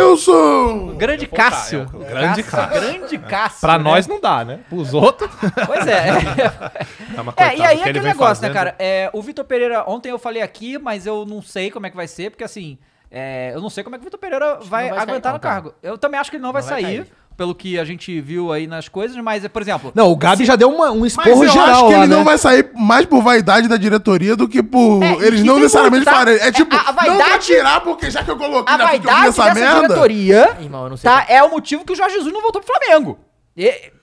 Speaker 3: Edenilson!
Speaker 2: Grande Cássio.
Speaker 6: é, o grande Cássio.
Speaker 2: Grande Cássio.
Speaker 6: Pra
Speaker 2: né?
Speaker 6: nós não dá, né? Pros outros.
Speaker 2: Pois é.
Speaker 6: É, mas
Speaker 2: É,
Speaker 6: coitado,
Speaker 2: e aí
Speaker 6: o
Speaker 2: é
Speaker 6: que ele
Speaker 2: aquele
Speaker 6: vem
Speaker 2: negócio,
Speaker 6: fazendo-
Speaker 2: né, cara? É, o Vitor Pereira, ontem eu falei aqui, mas eu não sei como é que vai ser, porque assim, é, eu não sei como é que o Vitor Pereira vai,
Speaker 1: vai sair,
Speaker 2: aguentar
Speaker 1: não,
Speaker 2: no
Speaker 1: cara.
Speaker 2: cargo. Eu também acho que ele não, vai,
Speaker 1: vai
Speaker 2: sair,
Speaker 1: sair.
Speaker 2: pelo que a gente viu aí nas coisas, mas, é, por exemplo.
Speaker 4: Não, o Gabi já deu uma- um esporro
Speaker 3: eu
Speaker 4: geral.
Speaker 3: acho que
Speaker 4: lá,
Speaker 3: ele
Speaker 4: né?
Speaker 3: não vai sair mais por vaidade da diretoria do que por.
Speaker 2: É, e-
Speaker 3: eles
Speaker 2: e
Speaker 3: não
Speaker 2: tem
Speaker 3: necessariamente
Speaker 2: muito, tá?
Speaker 3: farem. É
Speaker 2: É,
Speaker 3: tipo,
Speaker 2: a- a
Speaker 3: não vou
Speaker 2: vaidade-
Speaker 3: tirar porque já que eu coloquei
Speaker 2: a
Speaker 3: na que eu vi
Speaker 2: vaidade dessa diretoria
Speaker 1: Irmão, eu não sei.
Speaker 2: tá, é o motivo que o Jorge Jesus não voltou pro Flamengo. E-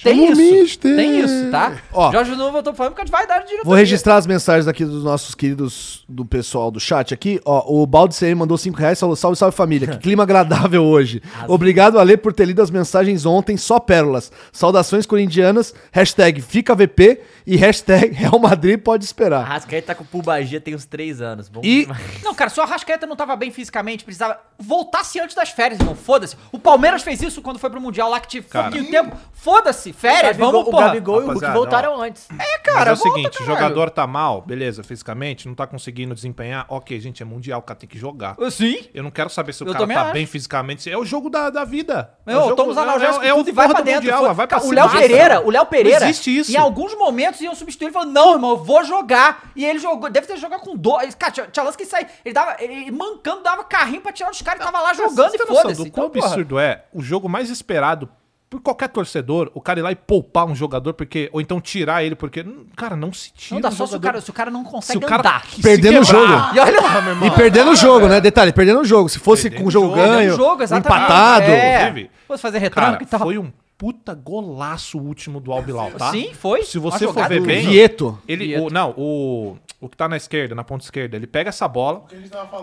Speaker 3: Chama o
Speaker 2: tem isso.
Speaker 3: mister.
Speaker 2: Tem isso, tá?
Speaker 4: Ó.
Speaker 2: Jorge Jesus não voltou pro Flamengo por causa de vaidade de diretoria.
Speaker 4: Vou registrar as mensagens aqui dos nossos queridos do pessoal do chat aqui. Ó, o Balde CM mandou 5 reais, falou salve, salve família. Que clima agradável hoje. Obrigado, Ale, por ter lido as mensagens ontem, só pérolas. Saudações corindianas, hashtag fica VP e hashtag Real Madrid pode
Speaker 1: A
Speaker 4: esperar.
Speaker 1: Rascaeta tá com pubagia tem uns três anos. Bom
Speaker 4: E
Speaker 1: demais.
Speaker 2: Não, cara, se o Arrascaeta não tava bem fisicamente, precisava voltar-se antes das férias, irmão. Foda-se. O Palmeiras fez isso quando foi pro Mundial lá que tive
Speaker 6: Cara.
Speaker 2: pouquinho tempo. Foda-se, férias,
Speaker 1: Gabigol-
Speaker 2: vamos,
Speaker 1: o
Speaker 2: porra.
Speaker 1: Gabigol e o Hulk
Speaker 6: é, Rapaziada,
Speaker 1: voltaram antes.
Speaker 2: É,
Speaker 6: Mas
Speaker 2: cara,
Speaker 6: é o
Speaker 2: volta,
Speaker 6: seguinte, o
Speaker 2: caralho.
Speaker 6: jogador tá mal, beleza, fisicamente, não tá conseguindo desempenhar. Ok, gente, é mundial, o cara tem que jogar.
Speaker 2: Ah, Sim.
Speaker 6: Eu não quero saber se o
Speaker 2: Eu
Speaker 6: cara
Speaker 2: também
Speaker 6: tá
Speaker 2: acho.
Speaker 6: bem fisicamente. É o jogo da, da vida.
Speaker 2: Meu,
Speaker 6: é o jogo,
Speaker 2: toma os
Speaker 6: é-
Speaker 2: analgésicos
Speaker 6: é, é, o
Speaker 2: tudo e vai
Speaker 6: porra
Speaker 2: pra
Speaker 6: do
Speaker 2: dentro.
Speaker 6: Mundial,
Speaker 2: Foda-
Speaker 6: vai pra
Speaker 2: Cara, o
Speaker 6: cima.
Speaker 2: Léo
Speaker 6: Massa.
Speaker 2: Pereira, o Léo Pereira,
Speaker 6: Não existe isso.
Speaker 2: em alguns momentos iam substituir ele falando, não, irmão, eu vou jogar. E ele jogou, deve ter jogado com dois. Cara, tinha, tinha lance que sai, ele dava, ele mancando, dava carrinho pra tirar os caras, tava lá jogando
Speaker 6: Vocês
Speaker 2: e
Speaker 6: têm noção
Speaker 2: foda-se.
Speaker 6: Do quão
Speaker 2: Então, porra.
Speaker 6: absurdo é o jogo mais esperado por qualquer torcedor, o cara ir lá e poupar um jogador, porque ou então tirar ele, porque. hum, Cara, não se tira.
Speaker 2: Não dá
Speaker 6: um
Speaker 2: só se o,
Speaker 6: jogador.
Speaker 2: cara, se o cara não
Speaker 6: Se
Speaker 2: consegue
Speaker 6: o cara
Speaker 2: andar.
Speaker 6: se
Speaker 4: Perdendo o
Speaker 6: quebrar.
Speaker 2: E olha lá,
Speaker 4: E perdendo o jogo, né? Detalhe, perdendo o jogo. Se fosse
Speaker 6: Perdendo
Speaker 4: com o jogo
Speaker 6: o jogo,
Speaker 4: ganho,
Speaker 2: Ah, Perdendo o jogo, exatamente.
Speaker 4: empatado.
Speaker 2: É.
Speaker 6: Inclusive,
Speaker 2: Fosse fazer retranco
Speaker 6: Cara,
Speaker 2: e tal.
Speaker 6: foi um puta golaço o último do Albilau, tá?
Speaker 2: Sim, foi.
Speaker 6: Se
Speaker 2: Uma
Speaker 6: você for
Speaker 2: jogada
Speaker 6: ver
Speaker 4: do
Speaker 6: bem.
Speaker 4: Vieto.
Speaker 6: Ele,
Speaker 2: Vieto.
Speaker 6: o- não, o, o que tá na esquerda, na ponta esquerda, ele pega essa bola.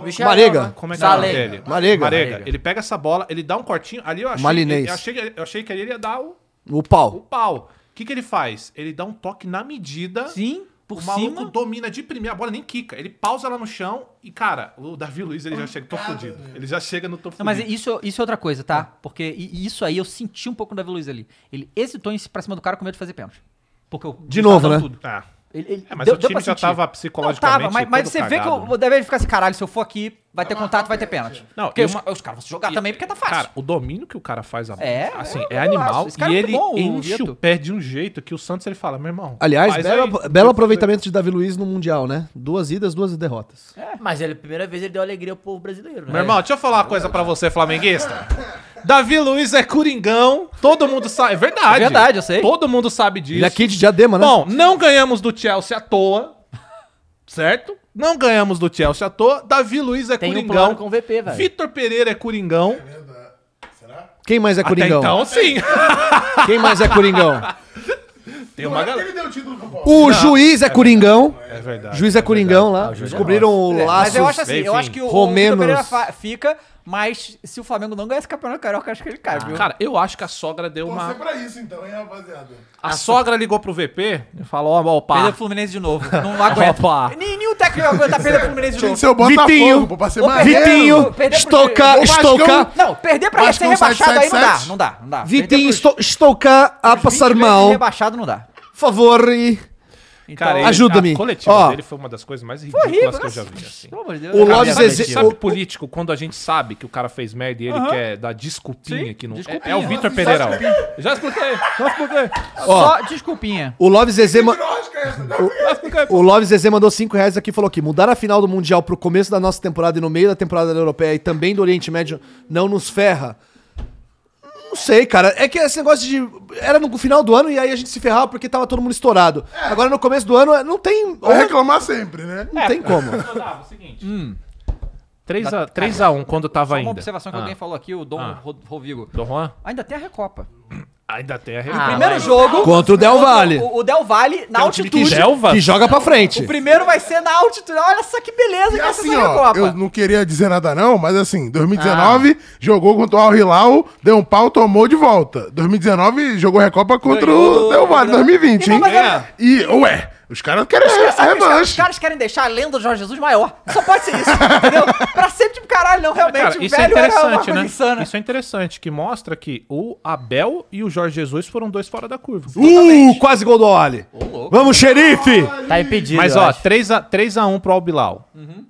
Speaker 1: Michel,
Speaker 4: Marega.
Speaker 1: né?
Speaker 6: Como é que é o nome
Speaker 1: Zalega.
Speaker 6: dele?
Speaker 4: Marega.
Speaker 1: Marega.
Speaker 6: Ele pega essa bola, ele dá um cortinho. Ali eu achei,
Speaker 4: Malinês.
Speaker 6: eu achei, que- eu achei que ali ele ia dar o,
Speaker 4: O
Speaker 6: o
Speaker 4: pau.
Speaker 6: pau. O que, que ele faz? Ele dá um toque na medida.
Speaker 2: Sim, por
Speaker 6: o maluco
Speaker 2: cima.
Speaker 6: domina de primeira, a bola nem quica. Ele pausa lá no chão e, cara, o Davi Luiz ele já chega, tô fudido. Ele já chega no tô fudido.
Speaker 2: Não, mas isso, isso é outra coisa, tá? Porque i- isso aí eu senti um pouco no Davi Luiz ali. Ele hesitou em ir pra cima do cara com medo de fazer pênalti. Porque o
Speaker 4: De
Speaker 2: Luiz
Speaker 4: novo,
Speaker 2: tava dando
Speaker 4: né?
Speaker 2: tudo.
Speaker 6: Ah,
Speaker 2: Ele, ele-
Speaker 6: É, mas
Speaker 2: deu-
Speaker 6: o
Speaker 2: deu
Speaker 6: time
Speaker 2: pra
Speaker 6: já
Speaker 2: sentir.
Speaker 6: tava
Speaker 2: Não,
Speaker 6: psicologicamente
Speaker 2: tava, mas, mas
Speaker 6: todo
Speaker 2: você
Speaker 6: cagado,
Speaker 2: vê
Speaker 6: né?
Speaker 2: que o Davi fica assim, caralho, se eu for aqui, vai ter contato, vai ter pênalti.
Speaker 6: Não,
Speaker 2: porque
Speaker 6: e os-
Speaker 2: uma- os caras vão se jogar
Speaker 6: E-
Speaker 2: também porque tá fácil.
Speaker 6: Cara, o domínio que o cara faz a
Speaker 2: É,
Speaker 6: assim,
Speaker 2: é
Speaker 6: é,
Speaker 2: um
Speaker 6: animal.
Speaker 2: golaço. Esse cara
Speaker 6: e
Speaker 2: é
Speaker 6: ele
Speaker 2: muito bom, o
Speaker 6: enche o
Speaker 2: Vieto.
Speaker 6: pé de um jeito que o Santos ele fala, meu irmão.
Speaker 4: Aliás,
Speaker 6: faz
Speaker 4: belo,
Speaker 6: aí."
Speaker 4: belo aproveitamento de Davi Luiz no Mundial, né? Duas idas, duas derrotas.
Speaker 1: Mas ele, a primeira vez ele deu alegria ao povo brasileiro, né?
Speaker 6: Meu irmão, deixa eu falar uma coisa pra você, flamenguista. Davi Luiz é coringão, todo mundo sabe. É verdade.
Speaker 2: É verdade, eu sei.
Speaker 6: Todo mundo sabe disso.
Speaker 4: Ele aqui de diadema, né?
Speaker 6: Bom, não ganhamos do Chelsea à toa, certo? Não ganhamos do Chelsea à toa. Davi Luiz é
Speaker 1: Tem um
Speaker 6: coringão.
Speaker 1: plano com o VP, velho.
Speaker 6: Vitor Pereira é coringão.
Speaker 4: Quem mais é Coringão?
Speaker 6: Até então, sim.
Speaker 4: Quem mais é Coringão?
Speaker 6: Tem uma galera.
Speaker 4: O juiz é Coringão.
Speaker 6: É verdade.
Speaker 4: juiz é Coringão lá. Descobriram o
Speaker 2: É,
Speaker 4: laço.
Speaker 2: Mas eu acho assim, eu
Speaker 6: enfim.
Speaker 2: acho que o, o
Speaker 4: Romenos.
Speaker 2: Vitor Pereira fa- fica, Mas se o Flamengo não ganhar esse campeonato carioca, eu acho que ele cai, viu?
Speaker 6: Ah, Cara, eu acho que a sogra deu
Speaker 3: Torcer
Speaker 6: uma.
Speaker 3: pra isso então, hein, rapaziada?
Speaker 6: A sogra ligou pro VP e falou: Ó, ó,
Speaker 2: Perdeu
Speaker 6: pá.
Speaker 2: o Fluminense de novo. Não aguenta.
Speaker 6: Opa.
Speaker 2: Nem, nem o técnico aguenta perder pro Fluminense de
Speaker 3: Tinha que
Speaker 2: novo.
Speaker 3: ser o Botafogo,
Speaker 4: Vitinho.
Speaker 3: pô, pra ser
Speaker 2: Ô,
Speaker 3: mais
Speaker 2: Pedro,
Speaker 4: é Vitinho,
Speaker 2: perdeu pro-
Speaker 4: Estocar,
Speaker 3: Ô, Vascão,
Speaker 4: Estocar,
Speaker 2: é Não, perder pra
Speaker 3: Vasco
Speaker 4: é
Speaker 2: ser
Speaker 3: um
Speaker 2: rebaixado aí não dá.
Speaker 3: 777.
Speaker 2: Não dá, não dá.
Speaker 4: Vitinho,
Speaker 2: Perder pros-
Speaker 4: Esto- Estocar, a
Speaker 2: pros 20
Speaker 4: passar
Speaker 2: vezes
Speaker 4: mal. Por
Speaker 2: rebaixado não dá. Então, é
Speaker 4: favor, e...
Speaker 6: Cara, ele-
Speaker 4: ajuda-me.
Speaker 6: A coletiva
Speaker 4: Ó.
Speaker 6: dele foi uma das coisas mais ridículas
Speaker 2: horrível, né?
Speaker 6: que eu já
Speaker 2: nossa.
Speaker 6: vi, assim.
Speaker 2: Pelo amor de Deus.
Speaker 4: O
Speaker 2: Cara,
Speaker 4: Lopes
Speaker 2: já
Speaker 6: sabe,
Speaker 2: vai-
Speaker 4: Zezé-
Speaker 6: sabe
Speaker 4: o-
Speaker 6: político, quando a gente sabe que o cara fez merda e ele quer dar desculpinha que não. é- É,
Speaker 2: né?
Speaker 6: o Vitor Pereira. Já expliquei, já expliquei.
Speaker 2: Só desculpinha.
Speaker 4: O Love Zezé... ma-
Speaker 6: Já expliquei.
Speaker 4: O Love Zezé mandou 5 reais aqui e falou que mudar a final do Mundial pro começo da nossa temporada e no meio da temporada da europeia e também do Oriente Médio não nos ferra. Não sei, cara. É que esse negócio de. Era no final do ano e aí a gente se ferrava porque tava todo mundo estourado. Agora no começo do ano é- não tem.
Speaker 3: Vai reclamar sempre, né?
Speaker 4: Não tem como.
Speaker 6: Rodava, o seguinte. 3x1 quando tava
Speaker 2: Uma
Speaker 6: ainda.
Speaker 2: observação que
Speaker 6: Ah.
Speaker 2: alguém falou aqui, o Dom
Speaker 6: Ah.
Speaker 2: Ro- Rovigo.
Speaker 6: Dom Juan?
Speaker 2: Ainda tem a Recopa.
Speaker 6: Ainda tem a
Speaker 1: Ah,
Speaker 6: Recopa.
Speaker 2: Primeiro jogo.
Speaker 4: Contra o Del Valle.
Speaker 2: É O, o Del Valle na
Speaker 6: É um time que
Speaker 2: altitude.
Speaker 6: gelva?
Speaker 4: Que joga pra frente.
Speaker 2: O primeiro vai ser na altitude. Olha só que beleza
Speaker 3: E
Speaker 2: que vai ser
Speaker 3: assim,
Speaker 2: essa
Speaker 3: ó,
Speaker 2: Recopa.
Speaker 3: eu não queria dizer nada não, mas assim, 2019 jogou contra o Al Hilal, deu um pau, tomou de volta. 2019 jogou Recopa contra
Speaker 2: Ganhou
Speaker 3: o Del Valle,
Speaker 2: do-
Speaker 3: 2020, hein?
Speaker 2: Irmão, mas é-
Speaker 3: E, ué, os caras querem
Speaker 4: É,
Speaker 2: Sabe,
Speaker 3: a
Speaker 2: os, caras, os
Speaker 3: revanche.
Speaker 2: caras querem deixar a lenda do Jorge Jesus maior. Só pode ser isso, entendeu? Pra sempre, tipo, caralho, não, realmente.
Speaker 6: Cara,
Speaker 2: o
Speaker 6: isso é
Speaker 2: velho era uma
Speaker 6: interessante,
Speaker 2: coisa
Speaker 6: né?
Speaker 2: insana.
Speaker 6: Isso é interessante, que mostra que o Abel e o Jorge Jesus foram dois fora da curva.
Speaker 4: Uh, quase gol do Ali. Vamos, xerife!
Speaker 1: Tá impedido.
Speaker 6: Mas
Speaker 1: eu
Speaker 6: ó,
Speaker 1: acho.
Speaker 6: 3x1 pro Albilau.
Speaker 2: Uhum.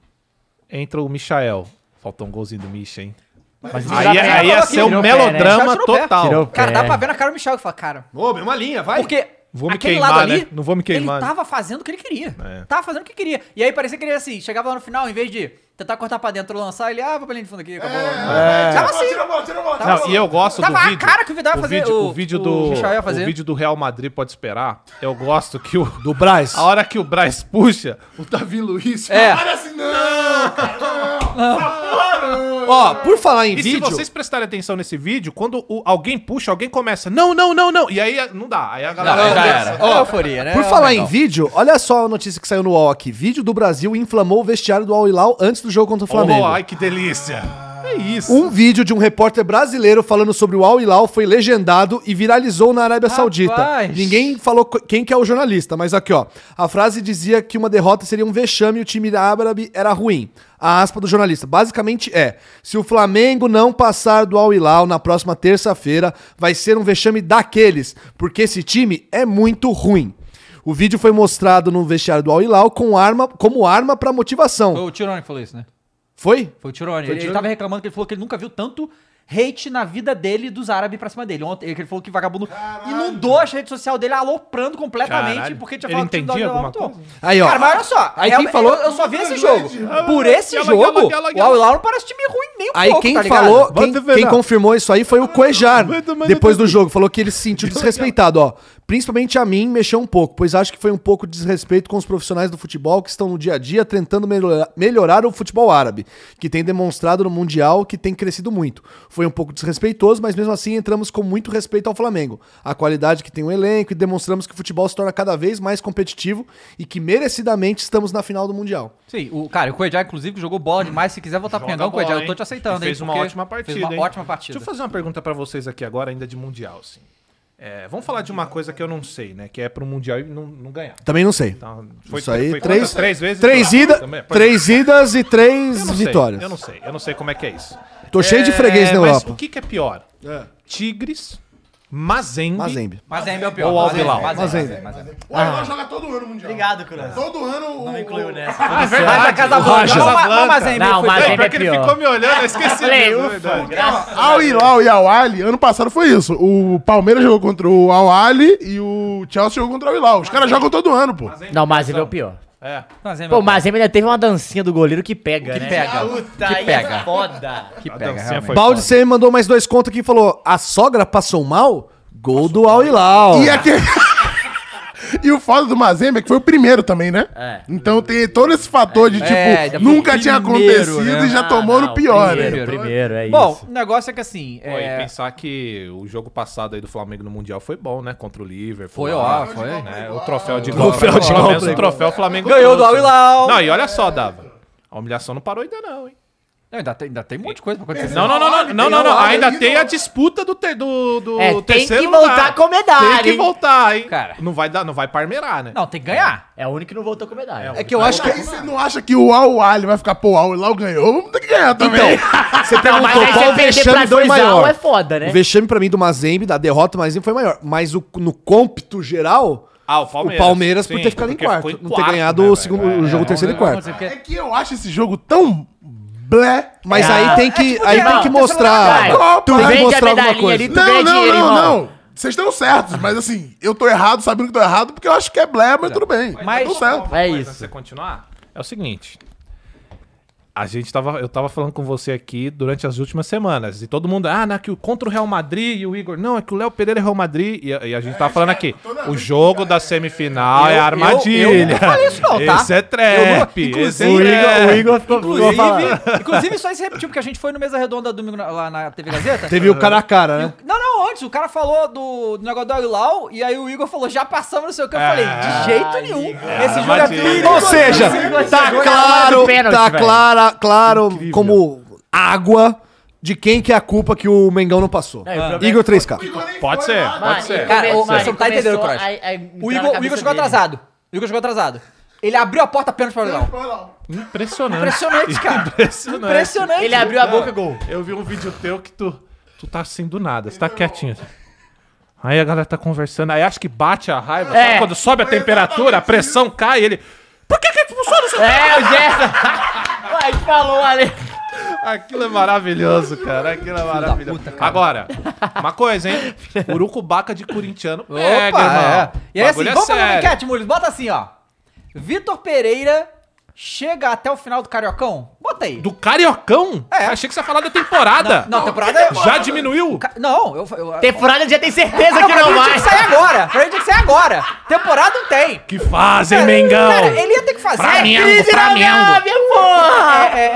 Speaker 6: Entra o Michael. Faltou um golzinho do Micha, hein?
Speaker 1: Mas
Speaker 2: Já
Speaker 6: Aí,
Speaker 2: tem
Speaker 6: aí ia
Speaker 2: aqui,
Speaker 6: ser um
Speaker 1: tirou o pé, né?
Speaker 6: melodrama
Speaker 2: Já tirou o pé.
Speaker 6: total.
Speaker 1: Tirou o
Speaker 2: Cara, dá
Speaker 1: É.
Speaker 2: pra ver na cara do Michel que fala, cara,
Speaker 4: Ô, mesma linha, vai.
Speaker 2: Porque
Speaker 6: Vou me
Speaker 2: aquele
Speaker 6: queimar,
Speaker 2: lado ali,
Speaker 6: né? Não vou me queimar, É.
Speaker 2: Ele
Speaker 6: né?
Speaker 2: tava fazendo o que ele queria. Tava fazendo o que queria. E aí parecia que ele assim, chegava lá no final, em vez de tentar cortar pra dentro, lançar, ele, ah, vou pra linha de fundo aqui, acabou.
Speaker 4: É.
Speaker 2: Tava assim.
Speaker 5: Tira a bola, tira a bola.
Speaker 6: Não, e eu gosto
Speaker 2: Tava
Speaker 6: do
Speaker 2: a
Speaker 6: vídeo.
Speaker 2: cara que o Vidal ia fazer,
Speaker 6: Vídeo,
Speaker 2: o-
Speaker 6: o, vídeo
Speaker 2: o
Speaker 6: do,
Speaker 2: Michael ia fazer.
Speaker 6: o vídeo do Real Madrid pode esperar. Eu gosto que o.
Speaker 4: Do Braz.
Speaker 6: A hora que o Braz puxa, o Davi Luiz.
Speaker 2: É.
Speaker 6: fala,
Speaker 4: Ó, por falar em
Speaker 6: E se
Speaker 4: vídeo.
Speaker 6: vocês prestarem atenção nesse vídeo, quando o- alguém puxa, alguém começa. Não, não, não, não. E aí é- não dá. Aí a galera.
Speaker 2: já era. Ó, euforia, né?
Speaker 6: É,
Speaker 4: Por falar em vídeo, olha só a notícia que saiu no UOL aqui. Vídeo do Brasil inflamou o vestiário do Al Hilal antes do jogo contra o Flamengo.
Speaker 6: Oh, ai, que delícia. É isso.
Speaker 4: Um vídeo de um repórter brasileiro falando sobre o Al Hilal foi legendado e viralizou na Arábia Saudita. Ninguém falou co- quem que é o jornalista, mas aqui ó. A frase dizia que uma derrota seria um vexame e o time árabe era ruim. A aspa do jornalista basicamente é: se o Flamengo não passar do Al Hilal na próxima terça-feira, vai ser um vexame daqueles, porque esse time é muito ruim. O vídeo foi mostrado no vestiário do Al Hilal com arma, como arma para
Speaker 2: Foi
Speaker 4: motivação.
Speaker 2: o Tirone que falou isso, né?
Speaker 4: Foi?
Speaker 2: Foi o Tirone. Ele, ele tava reclamando que ele falou que ele nunca viu tanto hate na vida dele dos árabes pra cima dele. Ontem ele falou que vagabundo inundou a rede social dele aloprando completamente
Speaker 6: Caralho.
Speaker 2: porque tinha
Speaker 6: Ele
Speaker 2: falado que
Speaker 6: entendia
Speaker 2: o Dodge
Speaker 6: alguma
Speaker 2: tava muito bom.
Speaker 4: Aí, ó.
Speaker 2: Cara, mas olha só.
Speaker 4: Aí
Speaker 2: é-
Speaker 4: quem
Speaker 2: eu-
Speaker 4: falou-
Speaker 2: Eu só vi esse jogo. Por esse
Speaker 6: Gala,
Speaker 2: jogo,
Speaker 6: gala, gala,
Speaker 2: o
Speaker 6: gala.
Speaker 2: Al Hilal não parece time ruim nem um
Speaker 4: Aí
Speaker 2: pouco,
Speaker 4: quem
Speaker 2: tá ligado?
Speaker 4: falou, quem,
Speaker 6: Bota fé
Speaker 4: quem
Speaker 6: na-
Speaker 4: confirmou isso aí foi o Cuejar, depois do jogo. Falou que ele se sentiu desrespeitado, ó. Principalmente a mim, mexeu um pouco, pois acho que foi um pouco de desrespeito com os profissionais do futebol que estão no dia a dia tentando melhorar, melhorar o futebol árabe, que tem demonstrado no Mundial que tem crescido muito. Foi um pouco desrespeitoso, mas mesmo assim entramos com muito respeito ao Flamengo. A qualidade que tem o elenco e demonstramos que o futebol se torna cada vez mais competitivo e que merecidamente estamos na final do Mundial.
Speaker 2: Sim, o, cara, o Cuejá, inclusive, jogou bola demais. Se quiser voltar pro
Speaker 6: Joga
Speaker 2: Mengão,
Speaker 6: bola,
Speaker 2: Cuejá, Tá eu tô
Speaker 6: hein?
Speaker 2: te aceitando,
Speaker 6: Fez
Speaker 2: hein?
Speaker 6: uma
Speaker 2: porque
Speaker 6: ótima partida,
Speaker 2: Fez uma
Speaker 6: hein?
Speaker 2: ótima partida.
Speaker 6: Deixa eu fazer uma pergunta pra vocês aqui agora, ainda de Mundial, assim. É, vamos falar de uma coisa que eu não sei, né? Que é pro Mundial e não, não ganhar.
Speaker 4: Também não sei.
Speaker 6: Então,
Speaker 4: Isso aí,
Speaker 6: foi
Speaker 4: três-
Speaker 6: quantas? três vezes.
Speaker 4: Três,
Speaker 6: Foi-
Speaker 4: ida,
Speaker 6: Também? Pois é.
Speaker 4: três idas e três
Speaker 6: Eu não sei,
Speaker 4: vitórias.
Speaker 6: eu não sei, eu não sei como é que é isso.
Speaker 4: Tô cheio de freguês
Speaker 6: É,
Speaker 4: na
Speaker 6: Mas
Speaker 4: Europa.
Speaker 6: o que, que é pior? Tigres, Mazembe.
Speaker 4: Mazembe.
Speaker 2: Mas é meu pior.
Speaker 6: Ou o Al Hilal.
Speaker 2: Mas é,
Speaker 4: Mas
Speaker 2: mas é.
Speaker 3: O Al joga todo ano o Mundial.
Speaker 1: Obrigado, Cruz.
Speaker 3: Todo ano o...
Speaker 1: nessa.
Speaker 6: é verdade.
Speaker 2: Casablanca.
Speaker 6: Raja.
Speaker 2: Não, mas- não,
Speaker 6: Casablanca.
Speaker 2: mas é meu
Speaker 1: Não,
Speaker 2: foi
Speaker 1: mas
Speaker 2: bem.
Speaker 1: é
Speaker 6: Pior que ele
Speaker 1: pior.
Speaker 6: ficou me olhando, eu esqueci.
Speaker 1: Falei,
Speaker 6: mesmo, é
Speaker 1: ufa,
Speaker 6: verdade.
Speaker 1: graças
Speaker 3: Al Hilal e Al Ali, ano passado foi isso. O Palmeiras jogou contra o Al Ali e o Chelsea jogou contra o Al Hilal. Os caras jogam todo ano, pô.
Speaker 1: Não, mas ele é o pior.
Speaker 6: É.
Speaker 2: Mas é meu
Speaker 1: Pô,
Speaker 2: pior.
Speaker 1: mas ele ainda teve uma dancinha do goleiro que pega, que né?
Speaker 2: pega.
Speaker 1: Puta,
Speaker 2: Que
Speaker 1: aí
Speaker 2: pega.
Speaker 1: É foda.
Speaker 2: Que
Speaker 6: A
Speaker 4: É,
Speaker 2: pega,
Speaker 6: dancinha
Speaker 2: realmente.
Speaker 6: foi
Speaker 4: Balde
Speaker 6: foda.
Speaker 4: CM mandou mais dois contos aqui e falou: a sogra passou mal? Gol do Al Hilal.
Speaker 3: E aquele... E o foda do Mazembe é que foi o primeiro também, né?
Speaker 1: É.
Speaker 3: Então tem todo esse fator de, tipo,
Speaker 2: É, ainda foi o
Speaker 3: nunca tinha
Speaker 2: primeiro,
Speaker 3: acontecido
Speaker 2: né?
Speaker 3: e já
Speaker 1: Ah,
Speaker 3: tomou
Speaker 1: não,
Speaker 3: no pior,
Speaker 1: primeiro,
Speaker 3: né? Então,
Speaker 1: Primeiro, é
Speaker 2: Bom,
Speaker 1: isso.
Speaker 2: o negócio é que assim.
Speaker 6: Pô, e
Speaker 2: é,
Speaker 6: pensar que o jogo passado aí do Flamengo no Mundial foi bom, né? Contra o Liverpool.
Speaker 2: Foi,
Speaker 6: lá,
Speaker 2: ó, foi.
Speaker 6: né? O troféu de
Speaker 4: Troféu
Speaker 6: Copa,
Speaker 4: de
Speaker 6: pelo
Speaker 4: Copa.
Speaker 6: menos o troféu Flamengo
Speaker 2: Ganhou do
Speaker 6: trouxe,
Speaker 2: Al Hilal.
Speaker 6: né? Não, e olha só, Dava. A humilhação não parou ainda não, hein?
Speaker 2: Não, ainda, tem, ainda tem um monte de coisa pra acontecer.
Speaker 6: Não, não, não, não, não, não, não. Ainda tem a disputa do, te, do, do
Speaker 1: É, tem
Speaker 6: terceiro
Speaker 1: que voltar
Speaker 6: lugar.
Speaker 1: com medalha,
Speaker 6: Tem que
Speaker 1: hein?
Speaker 6: voltar, hein?
Speaker 2: Cara.
Speaker 6: Não vai, dar, não vai parmeirar, né?
Speaker 2: Não, tem que ganhar.
Speaker 1: É o único que não voltou com medalha.
Speaker 4: É que eu acho que.
Speaker 3: Aí você não acha que o Al Ali vai ficar, pô, o Al Hilal ganhou, vamos ter que ganhar também.
Speaker 2: Então,
Speaker 4: Você
Speaker 1: Não, mas aí
Speaker 4: perguntou qual
Speaker 1: você perder pra
Speaker 4: vexame foi
Speaker 1: 2x1
Speaker 4: maior.
Speaker 1: é foda, né?
Speaker 4: O vexame pra mim do Mazembe, da derrota do Mazembe, foi maior. Mas o, no cômpito geral,
Speaker 6: Ah, o
Speaker 4: o
Speaker 6: Palmeiras.
Speaker 4: Palmeiras por
Speaker 6: Sim,
Speaker 4: ter ficado em
Speaker 6: porque ficou
Speaker 4: quarto.
Speaker 6: em
Speaker 4: não ter
Speaker 6: quarto,
Speaker 4: ganhado
Speaker 6: né,
Speaker 4: o,
Speaker 6: velho?
Speaker 4: segundo,
Speaker 6: É.
Speaker 4: o jogo terceiro e quarto.
Speaker 2: Não, não sei o
Speaker 3: É
Speaker 2: quê.
Speaker 3: que eu acho esse jogo tão blé.
Speaker 4: Mas
Speaker 1: É,
Speaker 4: aí tem
Speaker 2: é
Speaker 4: que,
Speaker 2: tipo
Speaker 4: aí
Speaker 2: ganhar
Speaker 4: tem que
Speaker 2: o terceiro
Speaker 4: mostrar.
Speaker 1: lugar.
Speaker 4: tem que
Speaker 1: Vende a
Speaker 4: mostrar alguma
Speaker 1: medalhinha
Speaker 4: coisa.
Speaker 1: ali, tu
Speaker 3: Não,
Speaker 1: ganha
Speaker 3: não,
Speaker 1: dinheiro,
Speaker 3: não,
Speaker 1: irmão.
Speaker 3: não. Vocês estão certos, mas assim, eu tô errado sabendo que tô errado, porque eu acho que é blé, mas tudo bem.
Speaker 2: Mas-
Speaker 3: Tá tudo certo.
Speaker 1: É
Speaker 6: coisa
Speaker 1: isso.
Speaker 6: pra Você continuar? É o seguinte. A gente tava, eu tava falando com você aqui durante as últimas semanas e todo mundo, ah, não, que o contra o Real Madrid e o Igor, não, é que o Léo Pereira é Real Madrid e, a- e a gente tava falando aqui, o jogo da semifinal é
Speaker 2: Eu- eu-
Speaker 6: armadilha.
Speaker 2: eu não falei isso não, tá?
Speaker 6: Esse é trap.
Speaker 2: Eu não-
Speaker 6: esse
Speaker 2: inclusive-
Speaker 6: é trap.
Speaker 4: ficou
Speaker 2: Inclusive, inclusive, só isso repetiu, porque a gente foi no Mesa Redonda domingo na- lá na TV Gazeta.
Speaker 4: Teve o cara a cara, né?
Speaker 2: Não, não, antes, o cara falou do, do negócio do Aguilau, e aí o Igor falou, já passamos no seu campo. Eu falei, de jeito nenhum. Esse jogo é
Speaker 6: armadilha.
Speaker 2: perigoso.
Speaker 4: Ou seja, tá
Speaker 1: Agora é
Speaker 4: claro,
Speaker 1: do pênalti,
Speaker 4: tá
Speaker 1: velho.
Speaker 4: clara, claro como água de quem que é a culpa que o Mengão não passou.
Speaker 1: É, o problema
Speaker 4: Igor 3K.
Speaker 6: Pode ser, pode ser. é
Speaker 2: Cara, ô,
Speaker 1: Mas
Speaker 2: você não tá
Speaker 1: começou
Speaker 2: entendendo, Croix.
Speaker 1: a- a entrar
Speaker 2: O Igor, o
Speaker 1: na cabeça
Speaker 2: Igor chegou
Speaker 1: dele.
Speaker 2: atrasado. O Igor chegou atrasado. Ele abriu a porta apenas para o Aguilau.
Speaker 6: Impressionante.
Speaker 2: Impressionante, cara.
Speaker 6: Impressionante.
Speaker 2: Impressionante.
Speaker 1: Ele abriu a boca, gol.
Speaker 6: Eu vi um vídeo teu que tu, tu tá assim do nada, você tá quietinho. assim. Aí a galera tá conversando, aí acho que bate a raiva,
Speaker 1: É.
Speaker 6: sabe quando sobe a temperatura, a pressão cai, ele. Por que que funciona isso?
Speaker 1: É, o Gerson. Aí falou ali.
Speaker 6: Aquilo é maravilhoso, cara. Aquilo é maravilhoso. Agora, uma coisa, hein? Urucubaca de corintiano. Opa,
Speaker 2: Opa, é. E aí, assim, vamos fazer uma
Speaker 6: sério.
Speaker 2: enquete, Mules. Bota assim, ó. Vitor Pereira chega até o final do Cariocão? Bota aí.
Speaker 6: Do Cariocão?
Speaker 2: É.
Speaker 6: Achei que você ia falar da temporada.
Speaker 2: Não, temporada é...
Speaker 6: Já diminuiu?
Speaker 2: Ca- Não, eu... eu...
Speaker 1: Temporada já tem certeza
Speaker 2: Não,
Speaker 1: que
Speaker 2: pra
Speaker 1: não
Speaker 2: mim tinha
Speaker 1: vai.
Speaker 2: que sair agora. Pra mim tinha que sair agora. Temporada não tem.
Speaker 6: Que fazem,
Speaker 2: Cara,
Speaker 6: Mengão?
Speaker 2: Cara, ele ia ter que fazer.
Speaker 1: É um
Speaker 6: Flamengo,
Speaker 2: Crise na
Speaker 6: Flamengo.
Speaker 2: Gávea,
Speaker 6: Ah.
Speaker 2: porra! É, é,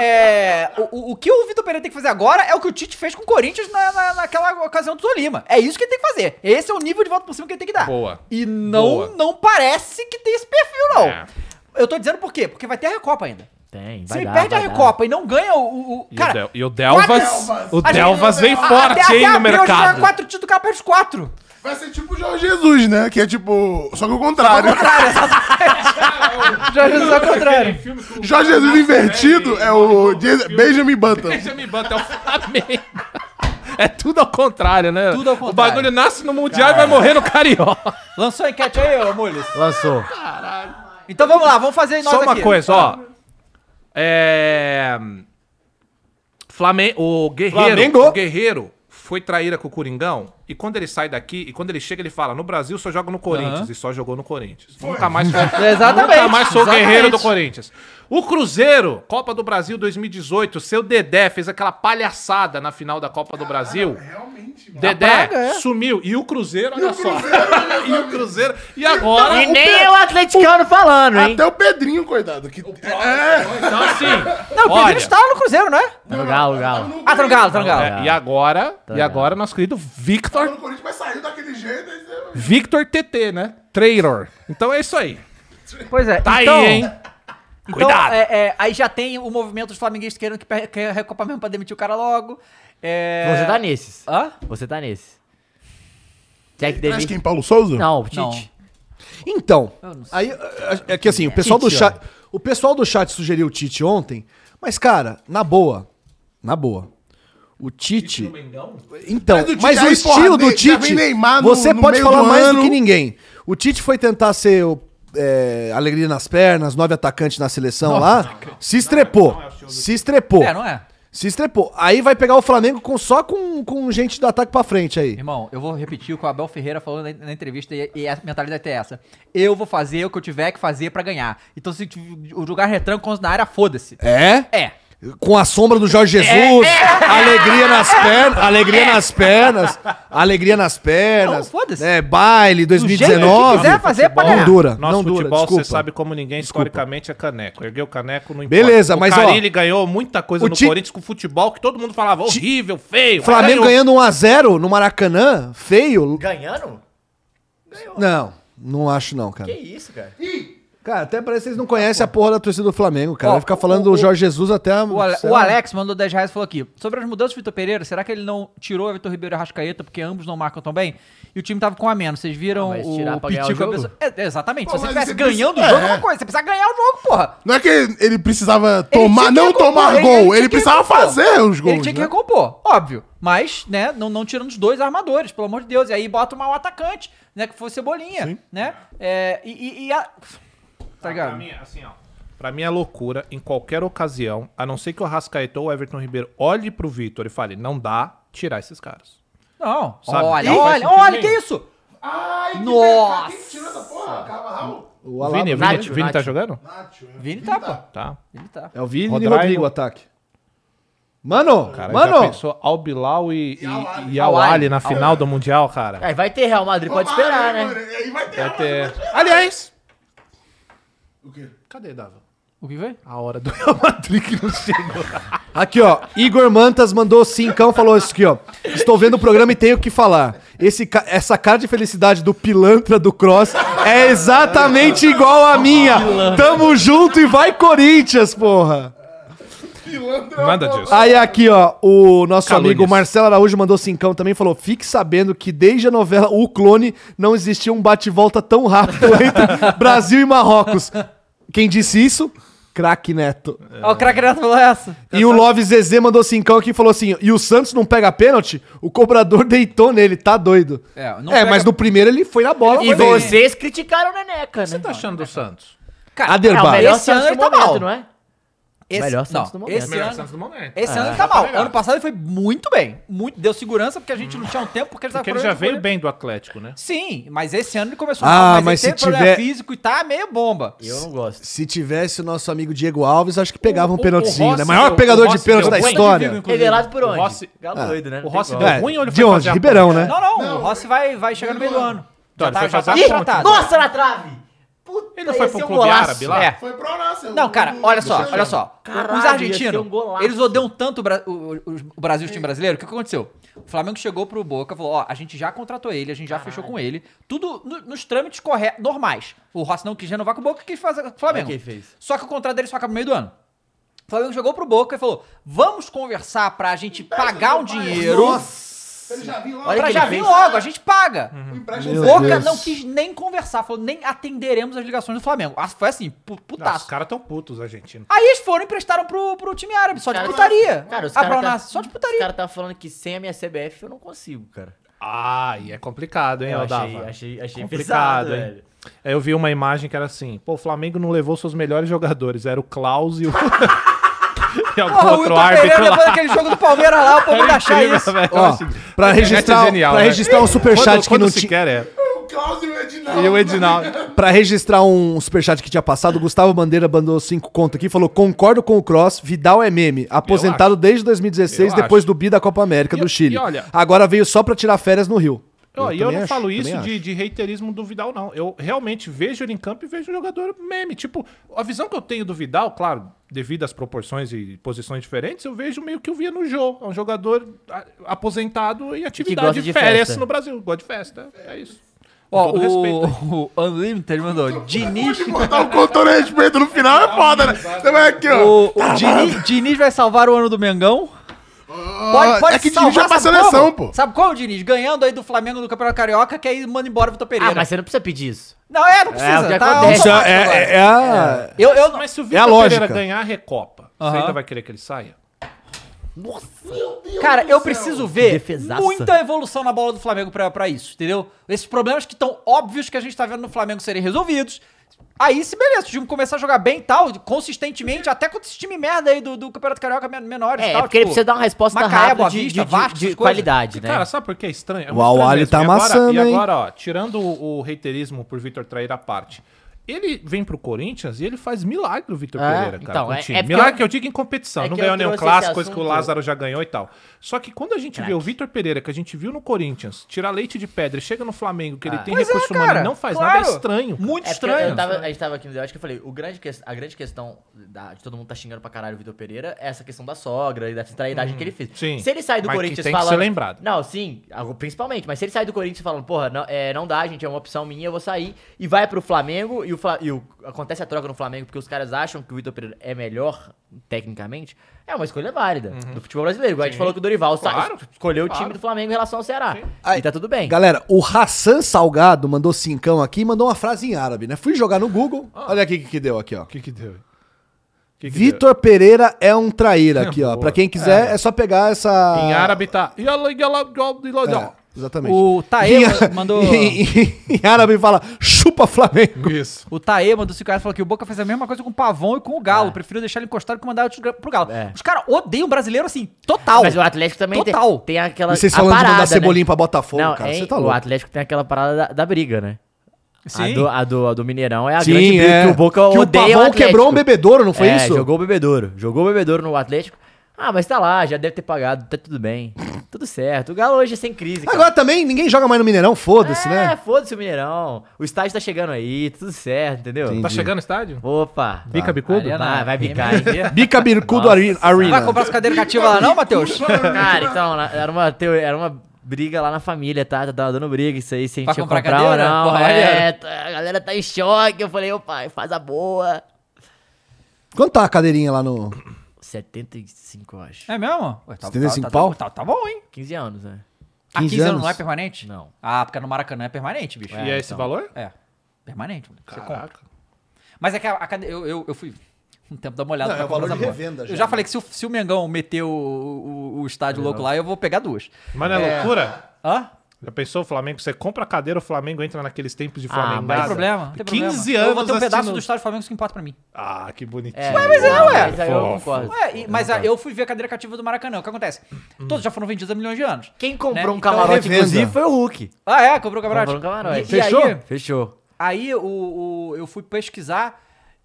Speaker 2: é, o, o que o Vitor Pereira tem que fazer agora é o que o Tite fez com o Corinthians na, na- naquela ocasião do Tolima. É isso que ele tem que fazer. Esse é o nível de volta por cima que ele tem que dar.
Speaker 6: Boa.
Speaker 2: E não,
Speaker 6: Boa.
Speaker 2: não parece que tem esse perfil, não.
Speaker 6: É.
Speaker 2: Eu tô dizendo por quê? Porque vai ter a Recopa ainda.
Speaker 1: Tem,
Speaker 2: Se perde a Recopa e não ganha o. o- o-
Speaker 6: E o
Speaker 2: cara,
Speaker 6: Del- E o Delvas. O Delvas vem
Speaker 2: a-
Speaker 6: forte, hein, no
Speaker 2: abril, a gente joga
Speaker 6: mercado.
Speaker 2: quatro títulos, o cara perde os quatro.
Speaker 3: Vai ser tipo o Jorge Jesus, né? Que é tipo. Só que o contrário.
Speaker 2: Já é o contrário.
Speaker 3: Jorge Jesus invertido é o Jason- Benjamin Button.
Speaker 6: Benjamin Button é o Flamengo. É tudo ao contrário, né?
Speaker 2: Tudo ao
Speaker 6: O
Speaker 2: contrário.
Speaker 6: bagulho nasce no Mundial e vai morrer no Carioca.
Speaker 2: Lançou a enquete aí, ô Mules.
Speaker 4: Lançou.
Speaker 2: Então vamos lá, vamos fazer nós
Speaker 6: Só uma
Speaker 2: aqui.
Speaker 6: coisa, ó. É. Flamengo. O Guerreiro.
Speaker 4: Flamengo.
Speaker 6: O Guerreiro foi traíra com o Coringão. E quando ele sai daqui, e quando ele chega, ele fala: no Brasil só joga no Corinthians. E só jogou no Corinthians. Nunca mais foi.
Speaker 2: Exatamente.
Speaker 6: Nunca mais sou o
Speaker 2: exatamente.
Speaker 6: guerreiro do Corinthians. O Cruzeiro, Copa do Brasil 2018, seu Dedé fez aquela palhaçada na final da Copa do Brasil. Realmente, Dedé sumiu. E o Cruzeiro, olha só. e o Cruzeiro. E agora.
Speaker 1: E nem é o atleticano falando, hein?
Speaker 3: Até o Pedrinho, coitado. Que... É.
Speaker 6: Então, assim.
Speaker 2: Não, o
Speaker 6: olha,
Speaker 2: Pedrinho está no Cruzeiro, né?
Speaker 1: Tá no galo, galo.
Speaker 2: Ah, tá no Galo, tá no Galo.
Speaker 6: é, e agora,
Speaker 4: Tá
Speaker 6: e agora, nosso querido Victor.
Speaker 3: O Corinthians vai sair daquele jeito. aí você-
Speaker 6: Victor TT, né? Traitor. Então é isso aí.
Speaker 2: Pois é.
Speaker 6: Tá
Speaker 2: então,
Speaker 6: aí, hein?
Speaker 2: Então,
Speaker 6: Cuidado.
Speaker 2: é, é, aí já tem o movimento dos flamenguistas querendo que, pe- que a Recopa mesmo pra demitir o cara logo. É...
Speaker 1: Você tá nesses.
Speaker 2: Hã?
Speaker 1: Você tá nesses. Quer que
Speaker 3: Traz
Speaker 1: demite?
Speaker 3: quem? é Paulo Souza?
Speaker 1: Não,
Speaker 2: Não.
Speaker 1: Tite.
Speaker 4: Então, aí é- é que assim, o pessoal do
Speaker 1: Tite,
Speaker 4: chat, o pessoal do chat sugeriu o Tite ontem, mas cara, na boa, na boa. O Tite. Então,
Speaker 3: Mas o
Speaker 4: mas,
Speaker 3: Tite-
Speaker 4: o
Speaker 3: aí,
Speaker 4: estilo
Speaker 3: porra,
Speaker 4: do
Speaker 3: ne- já vem
Speaker 4: Tite,
Speaker 3: Neymar no-
Speaker 4: você
Speaker 3: no
Speaker 4: pode
Speaker 3: meio
Speaker 4: falar
Speaker 3: do
Speaker 4: mais do
Speaker 3: ano.
Speaker 4: que ninguém. O Tite foi tentar ser o, é, alegria nas pernas, nove atacantes na seleção lá, se estrepou,
Speaker 1: é
Speaker 4: se estrepou,
Speaker 2: É, não é?
Speaker 4: se estrepou. Aí vai pegar o Flamengo com, só com, com gente do ataque pra frente aí.
Speaker 2: Irmão, eu vou repetir o que o Abel Ferreira falou na, na entrevista e, e a mentalidade é essa. Eu vou fazer o que eu tiver que fazer pra ganhar. Então se t- o lugar retranco na área, foda-se.
Speaker 4: É?
Speaker 2: É.
Speaker 4: Com a sombra do Jorge Jesus, alegria nas pernas, alegria nas pernas, alegria nas
Speaker 2: Não,
Speaker 4: pernas.
Speaker 2: foda-se.
Speaker 4: É, baile
Speaker 2: jeito que
Speaker 4: 2019.
Speaker 2: quiser fazer, é pra
Speaker 4: não
Speaker 2: ganhar.
Speaker 4: dura,
Speaker 6: Nosso
Speaker 4: não dura,
Speaker 6: futebol,
Speaker 4: desculpa.
Speaker 6: você sabe como ninguém, historicamente, é caneco. Ergueu o caneco, não importa.
Speaker 4: Beleza, mas,
Speaker 6: o
Speaker 4: ó,
Speaker 6: Carilli ganhou muita coisa
Speaker 4: o
Speaker 6: no
Speaker 4: Ti-
Speaker 6: Corinthians com futebol que todo mundo falava horrível, feio. mas
Speaker 4: Flamengo
Speaker 6: ganhou.
Speaker 4: ganhando 1 a 0 no Maracanã, feio.
Speaker 1: Ganhando?
Speaker 4: Não, não acho não, cara.
Speaker 1: isso, cara?
Speaker 4: Cara, até parece que vocês não conhecem a porra da torcida do Flamengo, cara.
Speaker 2: Ó,
Speaker 4: Vai ficar falando
Speaker 2: o-
Speaker 4: do Jorge Jesus até... a-
Speaker 2: O, Ale-
Speaker 4: sei
Speaker 2: o
Speaker 4: lá.
Speaker 2: Alex mandou 10 reais e falou aqui: sobre as mudanças do Vitor Pereira, será que ele não tirou a Vitor Ribeiro e a Rascaeta porque ambos não marcam tão bem? E o time tava com um a menos. Vocês viram
Speaker 1: Ah, mas
Speaker 2: o
Speaker 1: tirar pra ganhar o
Speaker 2: Pitico
Speaker 1: jogo?
Speaker 2: absor- É, exatamente.
Speaker 3: Pô,
Speaker 2: Se você
Speaker 3: mas
Speaker 2: estivesse
Speaker 3: você precisa-
Speaker 2: ganhando o jogo,
Speaker 3: É.
Speaker 2: é uma coisa. Você precisa ganhar o jogo, porra.
Speaker 3: Não é que ele precisava
Speaker 2: Ele
Speaker 3: tomar,
Speaker 2: tinha que
Speaker 3: não
Speaker 2: recompor,
Speaker 3: tomar
Speaker 2: ele- ele
Speaker 3: gol,
Speaker 2: tinha
Speaker 3: ele,
Speaker 2: que
Speaker 3: precisava
Speaker 2: recompor.
Speaker 3: fazer os gols.
Speaker 2: ele tinha que
Speaker 3: né?
Speaker 2: recompor, óbvio. Mas, né, não, não tirando os dois armadores, pelo amor de Deus. E aí bota um mau atacante, né? Que foi Cebolinha, né? É, e, e- e a. Tá
Speaker 6: Pra
Speaker 2: ligado?
Speaker 6: mim, assim, ó. Pra mim é loucura, em qualquer ocasião, a não ser que o Arrascaeta ou o Everton Ribeiro olhe pro Vitor e fale, não dá, tirar esses caras.
Speaker 2: Não.
Speaker 6: Sabe?
Speaker 2: Olha,
Speaker 6: Não faz
Speaker 2: olha,
Speaker 6: sentido
Speaker 2: olha, que
Speaker 6: nenhum.
Speaker 2: isso?
Speaker 5: Ai, que
Speaker 2: Nossa.
Speaker 5: pecado. Quem que tirou essa porra? Carvalho?
Speaker 4: O
Speaker 6: O
Speaker 4: Alaba.
Speaker 6: Vini, o Vini,
Speaker 1: Nacho,
Speaker 6: Vini tá
Speaker 1: Nacho.
Speaker 6: jogando?
Speaker 2: Vini tá, pô.
Speaker 6: Tá.
Speaker 2: Ele tá.
Speaker 4: É o Vini e
Speaker 6: Rodrigo.
Speaker 4: Rodrigo o ataque. Mano,
Speaker 6: Cara, já
Speaker 4: mano,
Speaker 6: pensou Al Bilal e, e, e, Al
Speaker 1: Al-Ali.
Speaker 6: Ali na final do Mundial, cara?
Speaker 1: Aí vai ter Real Madrid, pode esperar,
Speaker 3: Tomara,
Speaker 1: né?
Speaker 3: mano, Aí vai ter.
Speaker 6: Vai É, ter... Aliás...
Speaker 3: O quê?
Speaker 6: Cadê, Dava?
Speaker 2: O que foi?
Speaker 6: A hora do Real Madrid que não chegou.
Speaker 4: aqui ó, Igor Mantas mandou cincão, falou isso aqui ó. Estou vendo o programa e tenho que falar. Esse, ca- essa cara de felicidade do pilantra do Cross é exatamente igual a minha. Tamo junto e vai Corinthians, porra.
Speaker 3: Pilantra.
Speaker 6: é Nada disso.
Speaker 4: Aí aqui ó, o nosso
Speaker 6: Calúnias.
Speaker 4: amigo Marcelo Araújo mandou cincão também, falou, fique sabendo que desde a novela O Clone não existia um bate-volta tão rápido entre Brasil e Marrocos. Quem disse isso? Craque Neto.
Speaker 2: Ó, o craque Neto falou essa.
Speaker 4: E o Love Zezé mandou cincão aqui e falou assim: e o Santos não pega pênalti? O cobrador deitou nele, tá doido.
Speaker 2: É, não
Speaker 4: é
Speaker 2: pega-
Speaker 4: mas no primeiro ele foi na bola.
Speaker 1: E
Speaker 4: foi bem.
Speaker 1: vocês criticaram o Neneca, né?
Speaker 6: O que você tá achando do Santos?
Speaker 2: Cara,
Speaker 4: Aderbar.
Speaker 2: não,
Speaker 4: É, o
Speaker 2: esse ano ele tá mal.
Speaker 1: não é?
Speaker 2: Esse,
Speaker 1: Melhor
Speaker 2: não,
Speaker 1: Santos do
Speaker 6: É
Speaker 1: momento.
Speaker 2: esse ano,
Speaker 6: do momento. É,
Speaker 2: esse ano ele tá mal. Ano passado ele foi muito bem. Muito, deu segurança porque a gente não tinha um tempo porque ele tava
Speaker 6: Uhum. Porque
Speaker 2: com
Speaker 6: ele já
Speaker 2: problema de goleiro.
Speaker 6: veio bem do Atlético, né?
Speaker 2: Sim, mas esse ano ele começou
Speaker 4: Ah,
Speaker 2: mal,
Speaker 4: mas
Speaker 2: ele
Speaker 4: se
Speaker 2: teve
Speaker 4: tiver-
Speaker 2: problema físico e tá meio bomba.
Speaker 1: Eu não gosto.
Speaker 4: Se tivesse o nosso amigo Diego Alves, acho que pegava um
Speaker 6: O- o-
Speaker 4: pênaltizinho,
Speaker 6: o
Speaker 4: né?
Speaker 6: Rossi
Speaker 4: Maior
Speaker 6: deu-
Speaker 4: pegador
Speaker 6: o
Speaker 4: de
Speaker 6: Rossi
Speaker 4: pênalti
Speaker 6: deu
Speaker 4: da
Speaker 6: bem.
Speaker 4: história.
Speaker 1: Revelado por
Speaker 6: O
Speaker 1: onde?
Speaker 6: Rossi-
Speaker 1: Galo doido, né?
Speaker 6: O Rossi
Speaker 1: Não
Speaker 6: deu
Speaker 1: tem como.
Speaker 4: É,
Speaker 6: ruim ou ele
Speaker 4: de
Speaker 6: foi
Speaker 4: onde?
Speaker 6: fazer a
Speaker 4: Ribeirão,
Speaker 6: ponte?
Speaker 4: né?
Speaker 2: Não, não, o Rossi vai, vai chegar no meio do ano.
Speaker 6: Então,
Speaker 2: Já
Speaker 6: ele
Speaker 2: tá,
Speaker 6: foi
Speaker 2: já
Speaker 6: fazer
Speaker 2: tá
Speaker 6: a ponte.
Speaker 2: tratado.
Speaker 1: Nossa, na trave! Puta,
Speaker 6: Ele não foi
Speaker 1: esse
Speaker 6: pro
Speaker 1: é um
Speaker 6: clube
Speaker 1: golaço.
Speaker 6: árabe lá?
Speaker 2: É.
Speaker 3: Foi pro Horácio.
Speaker 2: Não, cara, olha só, olha só.
Speaker 1: Caralho,
Speaker 2: os
Speaker 1: ia ser
Speaker 2: argentinos,
Speaker 1: um golaço.
Speaker 2: eles odeiam tanto o, Bra- o- o- o Brasil, o time brasileiro, que o que aconteceu? O Flamengo chegou pro Boca, falou, ó, a gente já contratou ele, a gente já fechou com ele, tudo no- nos trâmites corretos, normais. O Rossi não quis renovar com o Boca, quis fazer com o Flamengo.
Speaker 1: Olha quem fez.
Speaker 2: Só que o contrato dele só acaba no meio do ano. O Flamengo chegou pro Boca e falou, vamos conversar pra gente pagar um dinheiro,
Speaker 3: Ele já viu lá.
Speaker 1: Olha
Speaker 2: pra
Speaker 1: que Uhum.
Speaker 2: já
Speaker 1: ele
Speaker 2: vir
Speaker 1: fez.
Speaker 6: é
Speaker 2: logo, a gente paga.
Speaker 3: O empréstimo
Speaker 2: O
Speaker 3: Meu
Speaker 2: Boca
Speaker 4: Deus.
Speaker 2: não quis nem conversar, falou, nem atenderemos as ligações do Flamengo. Ah, Foi assim, pu-
Speaker 6: Não,
Speaker 2: putaço.
Speaker 6: os caras tão putos, os argentinos.
Speaker 2: Aí eles foram e emprestaram pro, pro time árabe, só de
Speaker 1: Cara,
Speaker 2: putaria.
Speaker 1: Cara, os
Speaker 2: Ah, pra
Speaker 1: caras tá,
Speaker 2: Alnasser, só de
Speaker 1: Os
Speaker 2: putaria.
Speaker 1: caras tá falando que sem a minha CBF eu não consigo, cara.
Speaker 6: Ah, e é complicado, hein,
Speaker 1: Eu achei,
Speaker 6: Aldava?
Speaker 1: achei, achei
Speaker 6: Complicado,
Speaker 1: pesado,
Speaker 6: hein?
Speaker 1: velho.
Speaker 6: Aí eu vi uma imagem que era assim, pô, o Flamengo não levou seus melhores jogadores, era o Klaus e o... e algum
Speaker 2: Porra, o
Speaker 6: outro
Speaker 2: Wilton Pereira
Speaker 6: árbitro lá.
Speaker 2: depois daquele jogo do Palmeiras lá, o povo vai achar
Speaker 6: Incrível,
Speaker 2: isso.
Speaker 6: velho. Eu
Speaker 4: Ó,
Speaker 6: achei-
Speaker 4: pra
Speaker 6: A internet é
Speaker 4: registrar,
Speaker 6: genial,
Speaker 4: pra
Speaker 6: né?
Speaker 4: registrar um superchat
Speaker 6: Quando-
Speaker 4: que não
Speaker 6: quando
Speaker 4: tinha.
Speaker 6: sequer é.
Speaker 3: O Klaus e o Edinaldo.
Speaker 6: E o Edinaldo.
Speaker 4: Pra registrar um superchat que tinha passado, o Gustavo Bandeira mandou cinco conto aqui, falou: concordo com o Cross, Vidal é meme. Aposentado desde 2016,
Speaker 6: Eu
Speaker 4: depois
Speaker 6: acho.
Speaker 4: do bi da Copa América
Speaker 6: E-
Speaker 4: do Chile.
Speaker 6: e olha-
Speaker 4: Agora veio só pra tirar férias no Rio.
Speaker 6: Ó, e eu
Speaker 4: também
Speaker 6: não
Speaker 4: acho,
Speaker 6: falo
Speaker 4: também
Speaker 6: isso
Speaker 4: acho.
Speaker 6: de, de reiterismo do Vidal, não. Eu realmente vejo ele em campo e vejo o jogador meme. Tipo, a visão que eu tenho do Vidal, claro, devido às proporções e posições diferentes, eu vejo meio que eu via no Jô. É um jogador a- aposentado em
Speaker 1: gosta
Speaker 6: atividade
Speaker 1: de
Speaker 6: de férias
Speaker 1: festa.
Speaker 6: no Brasil. Gosta de festa. É isso.
Speaker 2: Ó,
Speaker 6: Com todo respeito, hein?
Speaker 2: o, o Unlimited mandou. Diniz.
Speaker 3: De botar o contorno a respeito no final é foda, né? Você vai aqui, ó.
Speaker 2: O, o Diniz, Diniz vai salvar o ano do Mengão. Pode, pode
Speaker 3: é que
Speaker 2: salvar,
Speaker 3: Diniz já pra
Speaker 2: sabe
Speaker 3: seleção,
Speaker 2: como?
Speaker 3: pô.
Speaker 2: Sabe qual, Diniz? Ganhando aí do Flamengo no Campeonato Carioca, que aí manda embora o Vitor Pereira.
Speaker 1: Ah, mas você não precisa pedir isso.
Speaker 2: Não, é, não precisa.
Speaker 1: já
Speaker 2: tá
Speaker 1: acontece.
Speaker 4: Isso
Speaker 2: automático
Speaker 4: é,
Speaker 2: agora.
Speaker 4: é- é a-
Speaker 2: Eu, eu,
Speaker 6: Mas se o
Speaker 4: a
Speaker 6: Vitor
Speaker 4: lógica.
Speaker 6: Pereira ganhar a Recopa, você
Speaker 2: Aham.
Speaker 6: ainda vai querer que ele saia?
Speaker 1: Então
Speaker 2: Cara,
Speaker 1: é
Speaker 2: eu
Speaker 1: um
Speaker 2: preciso ver
Speaker 1: Defesaça.
Speaker 2: muita evolução na bola do Flamengo pra, pra isso, entendeu? Esses problemas que estão óbvios que a gente tá vendo no Flamengo serem resolvidos. Aí se beleza, se o time começar a jogar bem e tal, consistentemente, até contra esse time merda aí do, do Campeonato Carioca men- menores e
Speaker 1: É,
Speaker 2: tal. tipo,
Speaker 1: porque ele precisa dar uma resposta
Speaker 2: Macaé, Boa
Speaker 1: rápida de,
Speaker 2: Vista,
Speaker 1: de- de-
Speaker 2: Vasco,
Speaker 1: de
Speaker 2: essas coisas.
Speaker 1: qualidade, né?
Speaker 6: Cara, sabe por que é estranho? É
Speaker 4: O Al
Speaker 6: estranho
Speaker 4: Ali
Speaker 6: mesmo.
Speaker 4: tá
Speaker 6: E agora-
Speaker 4: amassando,
Speaker 6: E
Speaker 4: hein?
Speaker 6: agora, ó, tirando o, o reiterismo por Vitor Trair à parte. Ele vem pro Corinthians e ele faz milagre o Vitor
Speaker 1: É,
Speaker 6: Pereira, cara.
Speaker 1: então,
Speaker 6: com o
Speaker 1: é-
Speaker 6: time.
Speaker 1: é porque
Speaker 6: milagre
Speaker 1: eu-
Speaker 6: que eu digo em competição.
Speaker 1: é
Speaker 6: não
Speaker 1: que
Speaker 6: ganhou
Speaker 1: eu
Speaker 6: nenhum
Speaker 1: trouxe
Speaker 6: clássico,
Speaker 1: esse
Speaker 6: coisa que o
Speaker 1: assunto.
Speaker 6: Lázaro já ganhou e tal. Só que quando a gente vê o Vitor Pereira, que a gente viu no Corinthians, tirar leite de pedra e chega no Flamengo, que ele tem
Speaker 2: Pois é,
Speaker 6: recurso humano
Speaker 2: cara,
Speaker 6: e não faz
Speaker 2: claro.
Speaker 6: nada, é estranho. cara.
Speaker 2: Muito
Speaker 1: É porque
Speaker 2: estranho.
Speaker 1: eu tava- a gente tava aqui no debate que eu falei, o grande que- a grande questão da- de todo mundo tá xingando pra caralho o Vitor Pereira é essa questão da sogra e da traidade que ele fez.
Speaker 6: Uhum. sim.
Speaker 1: Se ele sai do
Speaker 6: Mas que
Speaker 1: Corinthians
Speaker 6: tem que
Speaker 1: falando...
Speaker 6: ser lembrado.
Speaker 1: Não, sim, algo- principalmente, mas se ele sai do Corinthians falando, porra, não, é, não dá, gente, é uma opção minha, eu vou sair, e vai pro Flamengo, e o Fla- e o- acontece a troca no Flamengo porque os caras acham que o Vitor Pereira é melhor, tecnicamente, é uma escolha válida do futebol brasileiro. Igual A gente falou que o Dorival sa-
Speaker 6: Uhum. Claro,
Speaker 1: escolheu o
Speaker 6: claro.
Speaker 1: time do Flamengo em relação ao Ceará.
Speaker 4: Aí,
Speaker 1: E tá tudo bem.
Speaker 4: Galera, o Hassan Salgado mandou cincão aqui e mandou uma frase em árabe, né? Fui jogar no Google. Olha aqui o que, que deu aqui, ó.
Speaker 6: Ah. que que deu? Que que
Speaker 4: Vitor Pereira é um traíra aqui, ó. Pra quem quiser, é, só pegar essa.
Speaker 6: deu? Em árabe tá. Yala, yala, yala, yala,
Speaker 4: É,
Speaker 6: yala.
Speaker 4: exatamente.
Speaker 2: O Taê mandou.
Speaker 4: em, em- em árabe fala, chupa Flamengo.
Speaker 6: Isso.
Speaker 2: O Taê mandou esse cara falou que o Boca fez a mesma coisa com o Pavão e com o Galo. Preferiu deixar ele encostado que mandar outro gra- pro Galo.
Speaker 1: É.
Speaker 2: Os caras odeiam o brasileiro assim, total.
Speaker 1: Mas o Atlético também tem,
Speaker 2: Total.
Speaker 1: tem aquela.
Speaker 4: E vocês
Speaker 1: a
Speaker 4: falando de mandar
Speaker 1: parada, né?
Speaker 4: cebolinha pra Botafogo,
Speaker 1: Não,
Speaker 4: cara.
Speaker 1: hein,
Speaker 4: Você tá
Speaker 1: O
Speaker 4: louco.
Speaker 1: Atlético tem aquela parada da, da briga, né? A
Speaker 2: Sim.
Speaker 1: do, a do, a do Mineirão é a grande briga que o Boca
Speaker 4: que
Speaker 1: odeia
Speaker 4: o
Speaker 1: o
Speaker 4: Pavão
Speaker 1: Atlético.
Speaker 4: quebrou um bebedouro, não foi
Speaker 1: é,
Speaker 4: isso?
Speaker 1: jogou o bebedouro. Jogou o bebedouro no Atlético. Ah, mas tá lá, já deve ter pagado, tá tudo bem. Tudo certo. O Galo hoje é sem crise, cara.
Speaker 4: Agora também ninguém joga mais no Mineirão, foda-se,
Speaker 1: É,
Speaker 4: né?
Speaker 1: foda-se o Mineirão. O estádio tá chegando aí, tudo certo, entendeu?
Speaker 4: Sim.
Speaker 6: Tá
Speaker 4: Entendi.
Speaker 6: chegando no estádio?
Speaker 1: Opa.
Speaker 6: Bica bicudo?
Speaker 1: Vai, vai, vai bicar, hein?
Speaker 4: Bica Bircudo Are-
Speaker 2: Vai
Speaker 4: Arena.
Speaker 2: comprar os cadeiras cativas lá, não, Matheus?
Speaker 1: Cara, então, na- era uma, teo- era uma briga lá na família, tá? Tá- Tava dando briga isso aí, se a gente
Speaker 2: Pra
Speaker 1: ia
Speaker 2: comprar
Speaker 1: comprar ou
Speaker 2: cadeira?
Speaker 1: não.
Speaker 2: Porra,
Speaker 1: é,
Speaker 2: maneiro.
Speaker 1: tá- a galera tá em choque. Eu falei, ô pai, faz a boa.
Speaker 4: Quanto tá a cadeirinha lá no.
Speaker 1: 75, eu acho.
Speaker 2: É mesmo? Ué, tá,
Speaker 4: 75
Speaker 2: tá- tá-
Speaker 4: pau?
Speaker 2: Tá, tá bom, hein?
Speaker 1: 15 anos, né?
Speaker 2: A
Speaker 4: 15
Speaker 2: 15 anos não
Speaker 4: anos.
Speaker 2: é permanente?
Speaker 1: Não.
Speaker 2: Ah, porque no Maracanã é permanente, bicho.
Speaker 6: E é
Speaker 1: então.
Speaker 6: esse valor?
Speaker 2: É. Permanente. moleque. Você compra. Mas é que a, a cade- eu, eu, eu fui um tempo dar uma olhada.
Speaker 4: Não,
Speaker 2: pra
Speaker 4: é o valor
Speaker 2: comprar
Speaker 4: de
Speaker 2: essa porra.
Speaker 4: revenda já,
Speaker 2: Eu já
Speaker 4: né?
Speaker 2: falei que se o, se o Mengão meter o, o, o estádio louco lá, eu vou pegar duas.
Speaker 6: Mas não é, loucura?
Speaker 2: Hã?
Speaker 6: Já pensou o Flamengo? Você compra a cadeira, o Flamengo entra naqueles tempos de Flamengo.
Speaker 1: mas-
Speaker 2: Não tem problema. Não tem
Speaker 6: 15
Speaker 2: problema. Eu vou
Speaker 6: anos
Speaker 2: ter um pedaço
Speaker 6: assistindo-
Speaker 2: do estádio do Flamengo que importa pra mim.
Speaker 6: Ah, que bonitinho.
Speaker 1: É, mas é, ué. Mas aí eu
Speaker 6: Fofo.
Speaker 1: concordo.
Speaker 2: Ué, e- mas ah, eu fui ver a cadeira cativa do Maracanã. O que acontece?
Speaker 1: Hum.
Speaker 2: Todos já foram vendidos há milhões de anos.
Speaker 1: Quem comprou
Speaker 2: Né?
Speaker 1: um camarote,
Speaker 4: Então,
Speaker 1: inclusive,
Speaker 4: revenda.
Speaker 1: foi o Hulk.
Speaker 2: Ah, é? Comprou o camarote?
Speaker 1: Comprou um camarote.
Speaker 2: E- e
Speaker 1: Fechou?
Speaker 2: aí-
Speaker 1: Fechou.
Speaker 2: Aí o, o- eu fui pesquisar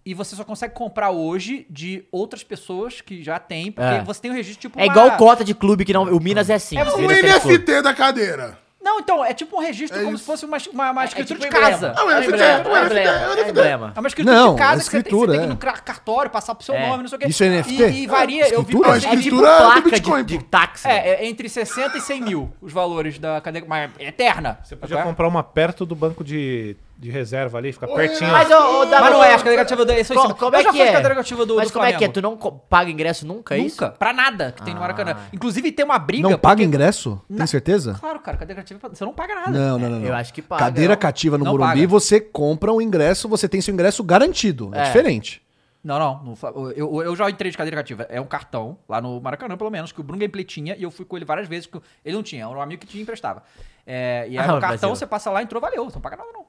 Speaker 2: e você só consegue comprar hoje de outras pessoas que já tem, porque
Speaker 1: É.
Speaker 2: você tem o registro tipo
Speaker 1: É
Speaker 2: uma-
Speaker 1: igual cota de clube que não. O Minas é assim.
Speaker 2: É,
Speaker 1: você
Speaker 3: Um
Speaker 1: ainda tem clube.
Speaker 3: NFT da cadeira.
Speaker 2: Não, então, é tipo um registro como se fosse uma, uma, uma escritura de casa.
Speaker 3: É um
Speaker 1: É um é
Speaker 3: NFT,
Speaker 1: emblema,
Speaker 3: é um
Speaker 1: é um
Speaker 3: NFT, é um
Speaker 1: emblema, é um
Speaker 3: NFT.
Speaker 1: emblema.
Speaker 2: É uma escritura
Speaker 4: Não,
Speaker 2: de casa
Speaker 4: é
Speaker 2: que você tem,
Speaker 4: escritura,
Speaker 2: você tem
Speaker 4: é.
Speaker 2: que ir no cartório, passar pro seu
Speaker 1: É.
Speaker 2: nome, não sei o quê.
Speaker 4: Isso é NFT?
Speaker 2: E, e varia, eu vi...
Speaker 4: Escritura?
Speaker 3: Não,
Speaker 1: É
Speaker 3: é
Speaker 1: tipo
Speaker 3: escritura do
Speaker 1: placa de,
Speaker 3: Bitcoin,
Speaker 1: de
Speaker 3: pô.
Speaker 1: táxi. né?
Speaker 2: É, é entre 60 e 100 mil os valores da cadeia, mas é eterna. Você
Speaker 6: Podia comprar uma perto do banco de, de reserva ali, fica pertinho.
Speaker 1: Mas, ô, ô, Davi,
Speaker 2: Mas não é, a cadeira cativa do... é só em
Speaker 1: Co-
Speaker 2: cima.
Speaker 1: como
Speaker 2: eu
Speaker 1: é
Speaker 2: já
Speaker 1: que
Speaker 2: fui de
Speaker 1: é?
Speaker 2: cadeira cativa do
Speaker 1: Mas
Speaker 2: do
Speaker 1: como é que é?
Speaker 2: Flamengo.
Speaker 1: Tu não co- paga ingresso nunca, Ah. é isso?
Speaker 2: Nunca. Pra nada que tem no Maracanã. Inclusive tem uma briga.
Speaker 4: Não paga
Speaker 2: porque-
Speaker 4: ingresso? Tem
Speaker 2: Na-
Speaker 4: certeza?
Speaker 2: Claro, cara, cadeira cativa é pra- você não paga nada.
Speaker 4: Não, não, não, não.
Speaker 1: Eu acho que paga,
Speaker 4: Cadeira
Speaker 1: não.
Speaker 4: cativa no
Speaker 2: Não
Speaker 4: Morumbi,
Speaker 2: paga.
Speaker 4: você compra um ingresso, você tem seu ingresso garantido. É,
Speaker 1: É.
Speaker 4: diferente.
Speaker 2: Não, não. no Fla- eu, eu já entrei de cadeira cativa. É um cartão, lá no Maracanã, pelo menos, que o Bruno Gameplay tinha, e eu fui com ele várias vezes, que ele não tinha, era um amigo que tinha e emprestava. É, e era
Speaker 1: Ah,
Speaker 2: um cartão,
Speaker 1: vacilo.
Speaker 2: você passa lá, entrou, valeu, você não paga nada, não.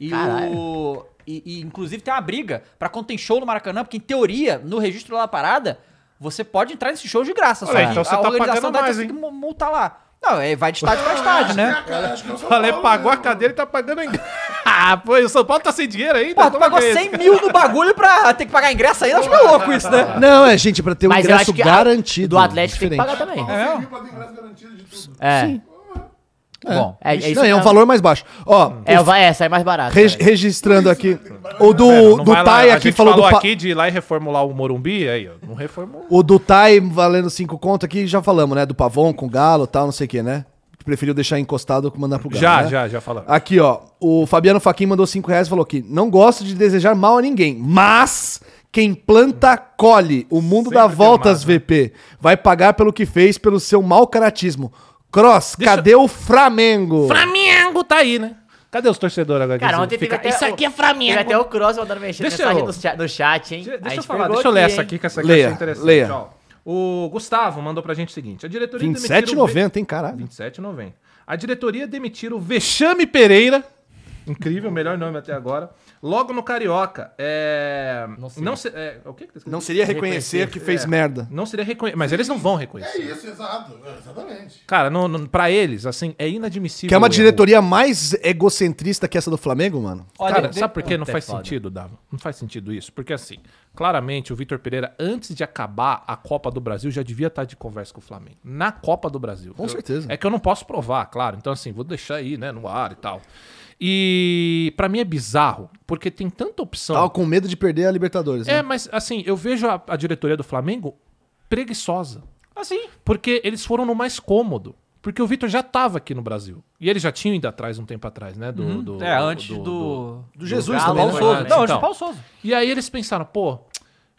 Speaker 2: E
Speaker 1: Caralho.
Speaker 2: o. E, e, inclusive tem uma briga pra quando tem show no Maracanã, porque em teoria, no registro lá da parada, você pode entrar nesse show de graça.
Speaker 6: Olha,
Speaker 2: que
Speaker 6: então você tá pagando
Speaker 2: dá-
Speaker 6: mais,
Speaker 2: tem que
Speaker 6: hein?
Speaker 2: mu- multar lá. Não, é, vai de estádio pra estádio, né?
Speaker 6: Falei, pagou a cadeira e tá pagando ainda. ah, pô, e o São Paulo tá sem dinheiro ainda?
Speaker 2: Pô, tu
Speaker 6: Como
Speaker 2: pagou
Speaker 6: que é isso?
Speaker 2: 100 mil no bagulho pra ter que pagar ingresso ainda? Acho meio louco isso, né?
Speaker 4: Não, é, gente, pra ter um
Speaker 1: Mas eu
Speaker 4: ingresso
Speaker 1: acho que a-
Speaker 4: garantido.
Speaker 1: do Atlético tem que
Speaker 4: diferente.
Speaker 1: pagar também.
Speaker 2: É mesmo?
Speaker 1: É.
Speaker 2: Bom,
Speaker 1: É, é isso
Speaker 4: não, é um
Speaker 1: mesmo.
Speaker 4: valor mais baixo. Ó,
Speaker 1: É, vai, é, sai mais barato.
Speaker 4: reg-
Speaker 1: cara.
Speaker 4: registrando aqui. O do,
Speaker 6: É, não
Speaker 4: do
Speaker 6: vai lá,
Speaker 4: Tai
Speaker 6: a
Speaker 4: aqui
Speaker 6: gente
Speaker 4: falou,
Speaker 6: falou
Speaker 4: do. pa-
Speaker 6: aqui de ir lá e reformular o Morumbi, aí, ó, não reformulou.
Speaker 4: O do Tai valendo 5 conto aqui, já falamos, né? Do Pavon com Galo tal, não sei o que, né? Preferiu deixar encostado que mandar pro Galo.
Speaker 6: Já,
Speaker 4: né?
Speaker 6: já, já falamos.
Speaker 4: Aqui, ó. O Fabiano Faquin mandou 5 reais e falou que não gosto de desejar mal a ninguém, mas quem planta, colhe. O mundo
Speaker 6: Sempre
Speaker 4: dá
Speaker 6: tem
Speaker 4: voltas,
Speaker 6: mais, né?
Speaker 4: VP. Vai pagar pelo que fez, pelo seu mau caratismo. Cross, cadê o Flamengo?
Speaker 6: Flamengo tá aí, né? Cadê os torcedores agora?
Speaker 1: Cara,
Speaker 6: Dizem,
Speaker 1: ontem teve
Speaker 6: fica,
Speaker 1: até.
Speaker 6: Isso
Speaker 1: o-
Speaker 6: aqui é Flamengo.
Speaker 1: Teve até o Cross mandando mexer
Speaker 6: Deixa
Speaker 1: mensagem
Speaker 6: eu-
Speaker 1: no cha- no chat, hein?
Speaker 6: De-
Speaker 1: A
Speaker 6: Deixa eu
Speaker 1: gente
Speaker 6: falar,
Speaker 1: pegou
Speaker 6: deixa eu ler essa
Speaker 1: hein?
Speaker 6: aqui, que essa aqui
Speaker 4: Leia,
Speaker 6: eu achei interessante.
Speaker 4: leia.
Speaker 6: ó. O Gustavo mandou pra gente o seguinte: a diretoria demitiu o Ve-
Speaker 4: 27,90, hein, caralho.
Speaker 6: 27,90. A diretoria demitiu o Vexame Pereira. Incrível, melhor nome até agora. Logo no Carioca. É. Não,
Speaker 1: sei.
Speaker 6: se- é, o que que tá escrito?
Speaker 4: Não seria reconhecer que
Speaker 6: é.
Speaker 4: fez merda.
Speaker 6: Não seria reconhecido. Mas eles não vão reconhecer.
Speaker 3: É isso, exato. é, Exatamente.
Speaker 6: Cara, não, não- pra eles, assim, é inadmissível.
Speaker 4: Que é uma
Speaker 6: o erro.
Speaker 4: diretoria mais egocentrista que essa do Flamengo, mano?
Speaker 2: Olha,
Speaker 6: Cara,
Speaker 2: de-
Speaker 6: sabe por que não
Speaker 1: Puta, é
Speaker 6: faz
Speaker 1: foda.
Speaker 6: sentido, Dava? Não faz sentido isso. Porque, assim, claramente o Vitor Pereira, antes de acabar a Copa do Brasil, já devia estar de conversa com o Flamengo. Na Copa do Brasil.
Speaker 4: Com
Speaker 6: Eu-
Speaker 4: certeza.
Speaker 6: É que eu não posso provar, claro. Então, assim, vou deixar aí, né, no ar e tal. E pra mim é bizarro, porque tem tanta opção.
Speaker 4: Tava com medo de perder a Libertadores,
Speaker 6: É,
Speaker 4: né?
Speaker 6: mas assim, eu vejo a, a diretoria do Flamengo preguiçosa.
Speaker 2: Assim.
Speaker 6: Porque eles foram no mais cômodo. Porque o Vitor já estava aqui no Brasil. E ele já tinha ido atrás um tempo atrás, né? Do, do-
Speaker 2: É, antes do.
Speaker 4: Do Jesus
Speaker 1: Galo,
Speaker 4: também,
Speaker 2: Paulo
Speaker 4: né?
Speaker 1: foi,
Speaker 2: Souza.
Speaker 1: né?
Speaker 2: Não, antes
Speaker 6: Então.
Speaker 2: do Paulo Souza.
Speaker 6: E aí eles pensaram, pô,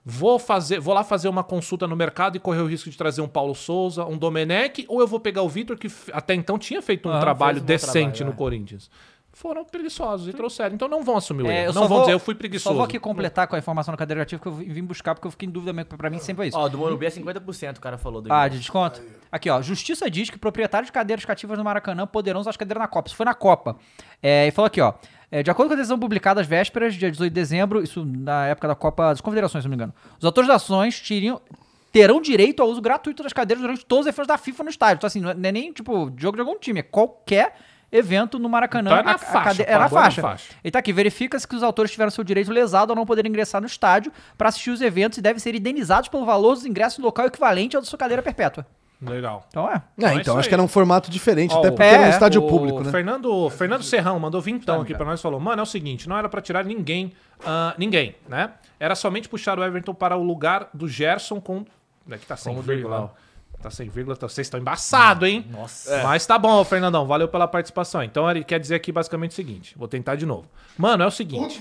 Speaker 6: vou fazer, vou lá fazer uma consulta no mercado e correr o risco de trazer um Paulo Souza, um Domenech, ou eu vou pegar o Vitor, que f- até então tinha feito um
Speaker 2: Ah,
Speaker 6: trabalho
Speaker 2: fez um bom
Speaker 6: decente
Speaker 2: trabalho,
Speaker 6: no
Speaker 2: é.
Speaker 6: Corinthians. Foram preguiçosos e trouxeram. Então não vão assumir o
Speaker 2: É,
Speaker 6: erro.
Speaker 2: eu
Speaker 6: Não
Speaker 2: só
Speaker 6: vão
Speaker 2: vou,
Speaker 6: dizer, eu fui preguiçoso.
Speaker 2: Só vou aqui completar com a informação do cadeira ativa que eu vim buscar, porque eu fiquei em dúvida mesmo, porque pra mim sempre é isso.
Speaker 1: Ó, do Morumbi é 50%, o cara falou do
Speaker 2: Ah,
Speaker 1: ingresso.
Speaker 2: de desconto? Aqui, ó. Justiça diz que proprietários de cadeiras cativas no Maracanã poderão usar as cadeiras na Copa. Isso foi na Copa. É, e falou aqui, ó. é, de acordo com a decisão publicada às vésperas, dia 18 de dezembro, isso na época da Copa das Confederações, se não me engano, os autores das ações tiriam, terão direito ao uso gratuito das cadeiras durante todos os eventos da FIFA no estádio. Então, assim, não é não é nem, tipo, jogo de algum time, é qualquer evento no Maracanã.
Speaker 6: Então é na faixa,
Speaker 2: cade- é
Speaker 6: pagou
Speaker 2: na
Speaker 6: na
Speaker 2: faixa.
Speaker 6: faixa.
Speaker 2: E tá aqui, verifica-se que os autores tiveram seu direito lesado ao não poder ingressar no estádio para assistir os eventos e devem ser indenizados pelo valor dos ingressos no local equivalente ao da sua cadeira perpétua.
Speaker 6: Legal.
Speaker 2: Então é.
Speaker 4: Ah,
Speaker 6: é isso
Speaker 4: então, acho
Speaker 6: aí.
Speaker 4: que era um formato diferente,
Speaker 6: Ó,
Speaker 4: até
Speaker 6: o-
Speaker 4: porque era um
Speaker 2: é,
Speaker 4: estádio
Speaker 6: O
Speaker 4: público, né?
Speaker 6: Fernando, Fernando Serrão mandou vintão aqui pra nós falou: Mano, é o seguinte, não era pra tirar ninguém, ah, ninguém, né? Era somente puxar o Everton para o lugar do Gerson com. Aqui tá sem vírgula. ó. Tá sem vírgula, tá- vocês estão embaçados, hein? Nossa. Mas tá bom, Fernandão, valeu pela participação. Então ele quer dizer aqui basicamente o seguinte: vou tentar de novo. Mano, é o seguinte: